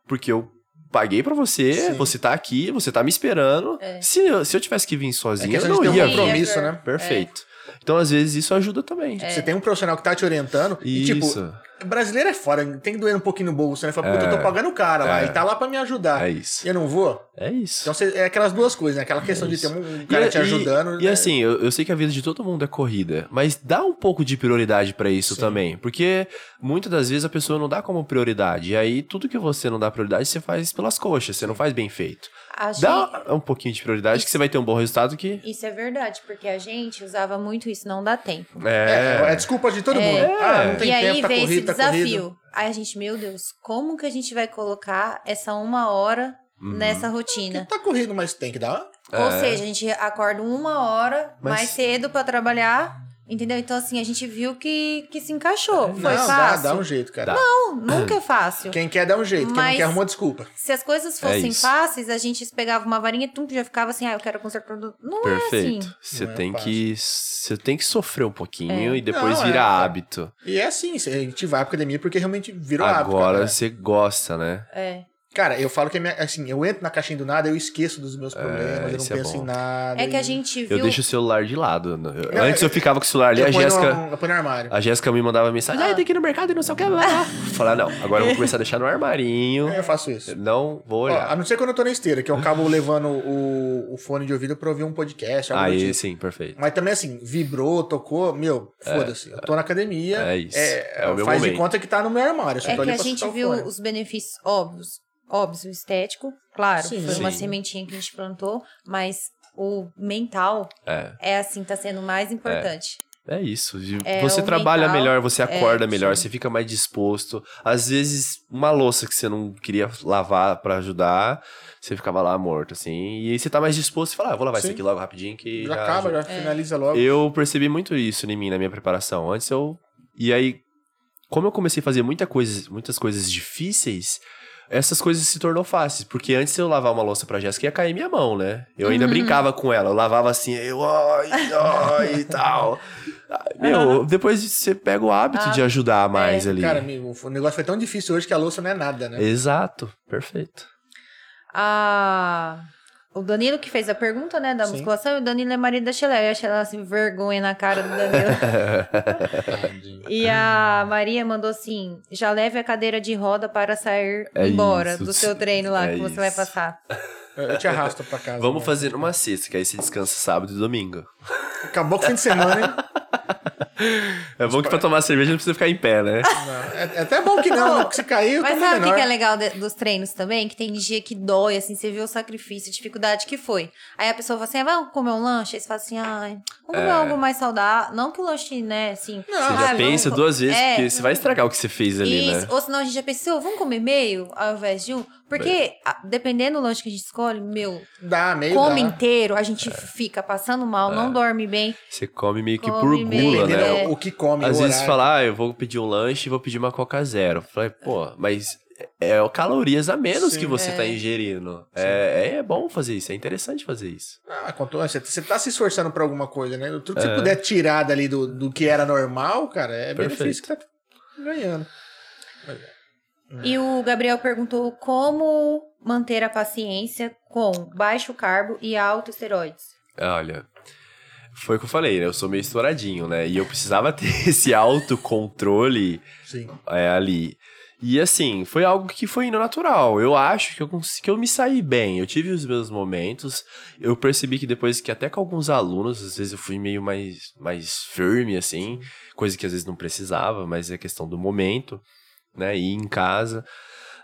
[SPEAKER 3] Porque eu paguei pra você,
[SPEAKER 2] Sim.
[SPEAKER 3] você tá aqui, você tá me esperando.
[SPEAKER 1] É.
[SPEAKER 3] Se, eu, se eu tivesse que vir
[SPEAKER 2] É
[SPEAKER 3] sozinho, eu
[SPEAKER 2] questão
[SPEAKER 3] não
[SPEAKER 2] de ter
[SPEAKER 3] ia
[SPEAKER 2] um
[SPEAKER 3] vir.
[SPEAKER 2] compromisso,
[SPEAKER 1] Ever.
[SPEAKER 2] né?
[SPEAKER 3] Perfeito. Então, às vezes, isso ajuda também.
[SPEAKER 2] É. Você tem um profissional que tá te orientando e, tipo,
[SPEAKER 3] Isso.
[SPEAKER 2] Brasileiro é fora, tem que doer um pouquinho no bolso, né? Fala, puta, eu tô pagando o cara lá,
[SPEAKER 3] É.
[SPEAKER 2] e tá lá pra me ajudar.
[SPEAKER 3] É isso.
[SPEAKER 2] E eu não vou?
[SPEAKER 3] É isso.
[SPEAKER 2] Então cê- é aquelas duas coisas, né? Aquela questão de ter
[SPEAKER 3] isso. é-
[SPEAKER 2] um cara te ajudando.
[SPEAKER 3] E,
[SPEAKER 2] né?
[SPEAKER 3] assim, eu, eu sei que a vida de todo mundo é corrida, mas dá um pouco de prioridade pra isso
[SPEAKER 2] Sim.
[SPEAKER 3] também. Porque muitas das vezes a pessoa não dá como prioridade. E aí, tudo que você não dá prioridade, você faz pelas coxas, você não faz bem feito.
[SPEAKER 1] A gente-
[SPEAKER 3] Dá um pouquinho de prioridade que você vai ter um bom resultado que.
[SPEAKER 1] Isso é verdade, porque a gente usava muito isso, não dá tempo.
[SPEAKER 3] É.
[SPEAKER 2] É, é desculpa de todo
[SPEAKER 1] É.
[SPEAKER 2] mundo. Ah, não tem
[SPEAKER 1] e aí
[SPEAKER 2] tempo, tá
[SPEAKER 1] veio esse
[SPEAKER 2] corrido, tá corrido.
[SPEAKER 1] desafio. Aí a gente, meu Deus, como que a gente vai colocar essa uma hora
[SPEAKER 3] Uhum.
[SPEAKER 1] nessa rotina?
[SPEAKER 2] Tá corrido, mas tem que dar.
[SPEAKER 1] Ou
[SPEAKER 3] É.
[SPEAKER 1] seja, a gente acorda uma hora
[SPEAKER 3] Mas-
[SPEAKER 1] mais cedo pra trabalhar, entendeu? Então, assim, a gente viu que, que se encaixou. Foi
[SPEAKER 2] não, dá,
[SPEAKER 1] fácil.
[SPEAKER 2] dá um jeito, cara.
[SPEAKER 3] Dá.
[SPEAKER 1] Não, nunca é fácil.
[SPEAKER 2] Quem quer dá um jeito, quem não
[SPEAKER 1] Mas-
[SPEAKER 2] quer arruma desculpa.
[SPEAKER 1] Se as coisas fossem
[SPEAKER 3] É isso.
[SPEAKER 1] fáceis, a gente pegava uma varinha e tum, já ficava assim, ah, eu quero consertar tudo. Não é assim.
[SPEAKER 3] Perfeito. Você
[SPEAKER 2] Não é
[SPEAKER 3] tem
[SPEAKER 2] fácil.
[SPEAKER 3] que. Você tem que sofrer um pouquinho e depois
[SPEAKER 2] Não, é,
[SPEAKER 3] vira
[SPEAKER 2] é.
[SPEAKER 3] hábito.
[SPEAKER 2] E é assim, a gente vai pra academia porque realmente virou hábito.
[SPEAKER 3] Agora
[SPEAKER 2] cara.
[SPEAKER 3] você gosta, né?
[SPEAKER 1] É.
[SPEAKER 2] Cara, eu falo que a minha- assim, eu entro na caixinha do nada, eu esqueço dos meus problemas, eu não
[SPEAKER 3] isso é
[SPEAKER 2] penso
[SPEAKER 3] bom.
[SPEAKER 2] em nada.
[SPEAKER 1] É que a
[SPEAKER 2] e-
[SPEAKER 1] gente viu.
[SPEAKER 3] Eu deixo o celular de lado. Eu-
[SPEAKER 2] Não, é,
[SPEAKER 3] Antes eu ficava com o celular ali,
[SPEAKER 2] eu
[SPEAKER 3] a
[SPEAKER 2] ponho no-
[SPEAKER 3] Jéssica.
[SPEAKER 2] Eu ponho no armário.
[SPEAKER 3] A Jéssica me mandava mensagem, ah,
[SPEAKER 1] Ah.
[SPEAKER 3] tem que ir no mercado e não sei o que. Blá. blá." Falar, não, agora eu vou começar a deixar no armarinho.
[SPEAKER 2] É, Eu faço isso.
[SPEAKER 3] Não vou
[SPEAKER 2] Ó, a
[SPEAKER 3] olhar.
[SPEAKER 2] não ser quando eu tô na esteira, que eu acabo levando o, o fone de ouvido pra ouvir um podcast, algo do
[SPEAKER 3] Aí
[SPEAKER 2] tipo.
[SPEAKER 3] sim, perfeito.
[SPEAKER 2] Mas também assim, vibrou, tocou, meu, foda-se. Eu tô na academia.
[SPEAKER 3] é isso.
[SPEAKER 2] É,
[SPEAKER 3] É o meu
[SPEAKER 2] faz de
[SPEAKER 3] momento.
[SPEAKER 2] conta que tá no meu armário. eu Só
[SPEAKER 1] É
[SPEAKER 2] tô
[SPEAKER 1] que
[SPEAKER 2] ali
[SPEAKER 1] a
[SPEAKER 2] pra soltar
[SPEAKER 1] gente
[SPEAKER 2] o
[SPEAKER 1] viu
[SPEAKER 2] fone.
[SPEAKER 1] os benefícios óbvios. Óbvio, estético, claro,
[SPEAKER 2] Sim.
[SPEAKER 1] foi uma
[SPEAKER 3] Sim.
[SPEAKER 1] sementinha que a gente plantou, mas o mental
[SPEAKER 3] É,
[SPEAKER 1] é assim, tá sendo o mais importante.
[SPEAKER 3] é isso. E
[SPEAKER 1] É,
[SPEAKER 3] você
[SPEAKER 1] o
[SPEAKER 3] trabalha
[SPEAKER 1] mental,
[SPEAKER 3] melhor, você acorda
[SPEAKER 1] é,
[SPEAKER 3] melhor,
[SPEAKER 1] sim.
[SPEAKER 3] você fica mais disposto. Às vezes, uma louça que você não queria lavar pra ajudar, você ficava lá morto, assim. E aí você tá mais disposto e fala, ah, vou lavar
[SPEAKER 2] Sim.
[SPEAKER 3] isso aqui logo rapidinho que.
[SPEAKER 2] Já acaba, já
[SPEAKER 3] É.
[SPEAKER 2] finaliza logo.
[SPEAKER 3] Eu percebi muito isso em mim, na minha preparação. Antes eu. E aí, como eu comecei a fazer muita coisa, muitas coisas difíceis, essas coisas se tornou fáceis. Porque antes eu lavar uma louça pra Jéssica ia cair minha mão, né? Eu ainda brincava com ela. Eu lavava assim, eu, ai, ai e tal. Ah, Meu, depois você pega o hábito de ajudar mais ali.
[SPEAKER 2] Cara, amigo, o negócio foi tão difícil hoje que a louça não é nada, né?
[SPEAKER 3] Exato, perfeito.
[SPEAKER 1] Ah, o Danilo que fez a pergunta, né, da
[SPEAKER 2] Sim.
[SPEAKER 1] musculação, e o Danilo é marido da Shelly. Eu achei ela assim, vergonha na cara do Danilo. e a Maria mandou assim: já leve a cadeira de roda para sair
[SPEAKER 3] É
[SPEAKER 1] embora
[SPEAKER 3] isso.
[SPEAKER 1] do seu treino lá
[SPEAKER 3] É
[SPEAKER 1] que você vai
[SPEAKER 3] isso.
[SPEAKER 1] passar.
[SPEAKER 2] Eu te arrasto pra casa.
[SPEAKER 3] Vamos
[SPEAKER 2] né?
[SPEAKER 3] fazer uma sexta, que aí você descansa sábado e domingo.
[SPEAKER 2] Acabou com o fim de semana, hein?
[SPEAKER 3] É bom que pra tomar cerveja não precisa ficar em pé, né?
[SPEAKER 2] Não, é, é até bom que não, né? Porque se cair, o
[SPEAKER 1] Mas
[SPEAKER 2] tamanho
[SPEAKER 1] sabe o que
[SPEAKER 2] menor.
[SPEAKER 1] que é legal de- dos treinos também? Que tem dia que dói, assim, você vê o sacrifício, a dificuldade que foi. Aí a pessoa fala assim: ah, vamos comer um lanche? Aí você fala assim: ai, vamos comer algo mais saudável. Não que o lanche, né, assim.
[SPEAKER 2] Não,
[SPEAKER 3] É.
[SPEAKER 1] ah,
[SPEAKER 3] Você já
[SPEAKER 1] vamos
[SPEAKER 3] pensa
[SPEAKER 1] co-
[SPEAKER 3] duas vezes,
[SPEAKER 1] É.
[SPEAKER 3] porque você vai estragar o que você fez ali,
[SPEAKER 1] Isso,
[SPEAKER 3] né?
[SPEAKER 1] ou senão a gente já pensou, vamos comer meio ao invés de um? Porque a- dependendo do lanche que a gente escolhe, meu,
[SPEAKER 2] Dá, meio
[SPEAKER 1] é? come
[SPEAKER 2] dá.
[SPEAKER 1] inteiro, a
[SPEAKER 3] É.
[SPEAKER 1] gente fica passando mal, não dorme bem.
[SPEAKER 3] Você come meio que
[SPEAKER 1] Come
[SPEAKER 3] por
[SPEAKER 1] meio,
[SPEAKER 3] gula,
[SPEAKER 1] Pula,
[SPEAKER 2] Entendeu?
[SPEAKER 3] né?
[SPEAKER 1] É.
[SPEAKER 2] O que come,
[SPEAKER 3] Às
[SPEAKER 2] o
[SPEAKER 3] vezes
[SPEAKER 2] horário.
[SPEAKER 3] fala, ah, eu vou pedir um lanche e vou pedir uma Coca Zero. Eu Falei, pô, mas é o calorias a menos
[SPEAKER 2] Sim.
[SPEAKER 3] que você
[SPEAKER 1] É.
[SPEAKER 3] tá ingerindo. É, é bom fazer isso, é interessante fazer isso.
[SPEAKER 2] Ah, quanto- você, você tá se esforçando pra alguma coisa, né? Tudo
[SPEAKER 3] É.
[SPEAKER 2] que você puder tirar dali do, do que era normal, cara, é
[SPEAKER 3] Perfeito.
[SPEAKER 2] benefício que tá ganhando. É.
[SPEAKER 1] E o Gabriel perguntou como manter a paciência com baixo carbo e alto esteroides.
[SPEAKER 3] Olha, foi o que eu falei, né? Eu sou meio estouradinho, né? E eu precisava ter esse autocontrole
[SPEAKER 2] Sim.
[SPEAKER 3] é, ali. E assim, foi algo que foi indo natural. Eu acho que eu, cons- que eu me saí bem. Eu tive os meus momentos. Eu percebi que depois que até com alguns alunos, às vezes eu fui meio mais, mais firme, assim. Coisa que às vezes não precisava, mas é questão do momento, né? E em casa.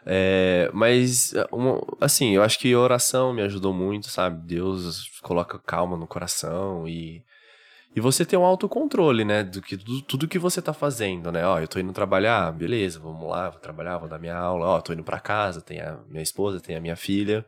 [SPEAKER 3] É, mas, é, uma- assim, eu acho que a oração me ajudou muito, sabe? Deus coloca calma no coração e... E você ter um autocontrole, né? Do que, do- tudo que você tá fazendo, né? Ó, eu tô indo trabalhar, beleza, vamos lá, vou trabalhar, vou dar minha aula. Ó, tô indo pra casa, tem a minha esposa, tem a minha filha.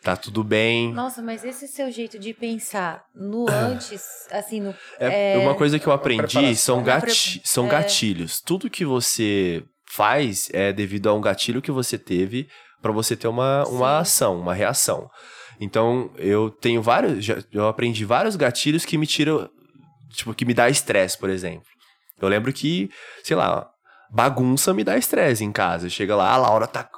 [SPEAKER 3] Tá tudo bem.
[SPEAKER 1] Nossa, mas esse é seu jeito de pensar no antes, assim, no.
[SPEAKER 3] É,
[SPEAKER 1] é-
[SPEAKER 3] uma coisa que eu aprendi
[SPEAKER 2] preparação.
[SPEAKER 3] são,
[SPEAKER 1] Uma
[SPEAKER 3] gati-
[SPEAKER 1] pre-
[SPEAKER 3] são
[SPEAKER 1] é.
[SPEAKER 3] gatilhos. Tudo que você faz é devido a um gatilho que você teve pra você ter uma, uma
[SPEAKER 1] Sim.
[SPEAKER 3] ação, uma reação. Então, eu tenho vários. já- eu aprendi vários gatilhos que me tiram. Tipo, que me dá estresse, por exemplo. Eu lembro que, sei lá, bagunça me dá estresse em casa. Chega lá, a Laura tá.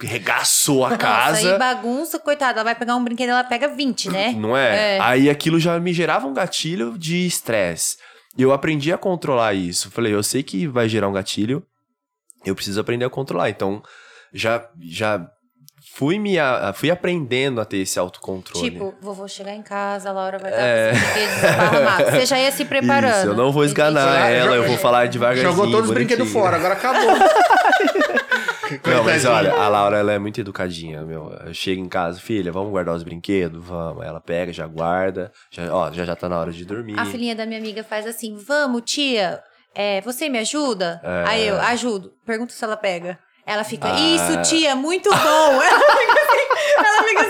[SPEAKER 3] regaçou a
[SPEAKER 1] Nossa, e
[SPEAKER 3] casa.
[SPEAKER 1] bagunça, coitada, ela vai pegar um brinquedo, ela pega 20, né?
[SPEAKER 3] Não é?
[SPEAKER 1] É.
[SPEAKER 3] Aí aquilo já me gerava um gatilho de estresse. E eu aprendi a controlar isso. Falei, eu sei que vai gerar um gatilho, eu preciso aprender a controlar. Então, já, já fui, me a- fui aprendendo a ter esse autocontrole.
[SPEAKER 1] Tipo, vovô chegar em casa, a Laura vai dar
[SPEAKER 3] É.
[SPEAKER 1] é... desparramado. Você já ia se preparando.
[SPEAKER 3] Isso, eu não vou esganar
[SPEAKER 1] Entendi.
[SPEAKER 3] ela, eu vou falar devagarzinho.
[SPEAKER 2] Jogou todos os brinquedos
[SPEAKER 3] bonitinho.
[SPEAKER 2] fora, agora acabou.
[SPEAKER 3] Não, mas
[SPEAKER 2] Coitadinha.
[SPEAKER 3] olha, a Laura, ela é muito educadinha, meu. Chega em casa, filha, vamos guardar os brinquedos? Vamos. Ela pega, já guarda. Já, ó, já já tá na hora de dormir.
[SPEAKER 1] A filhinha da minha amiga faz assim: Vamos, tia, é, você me ajuda? Aí eu ajudo. Pergunto se ela pega. Ela fica,
[SPEAKER 3] É. Ah.
[SPEAKER 1] isso, tia, é muito bom. Ela fica assim, ela fica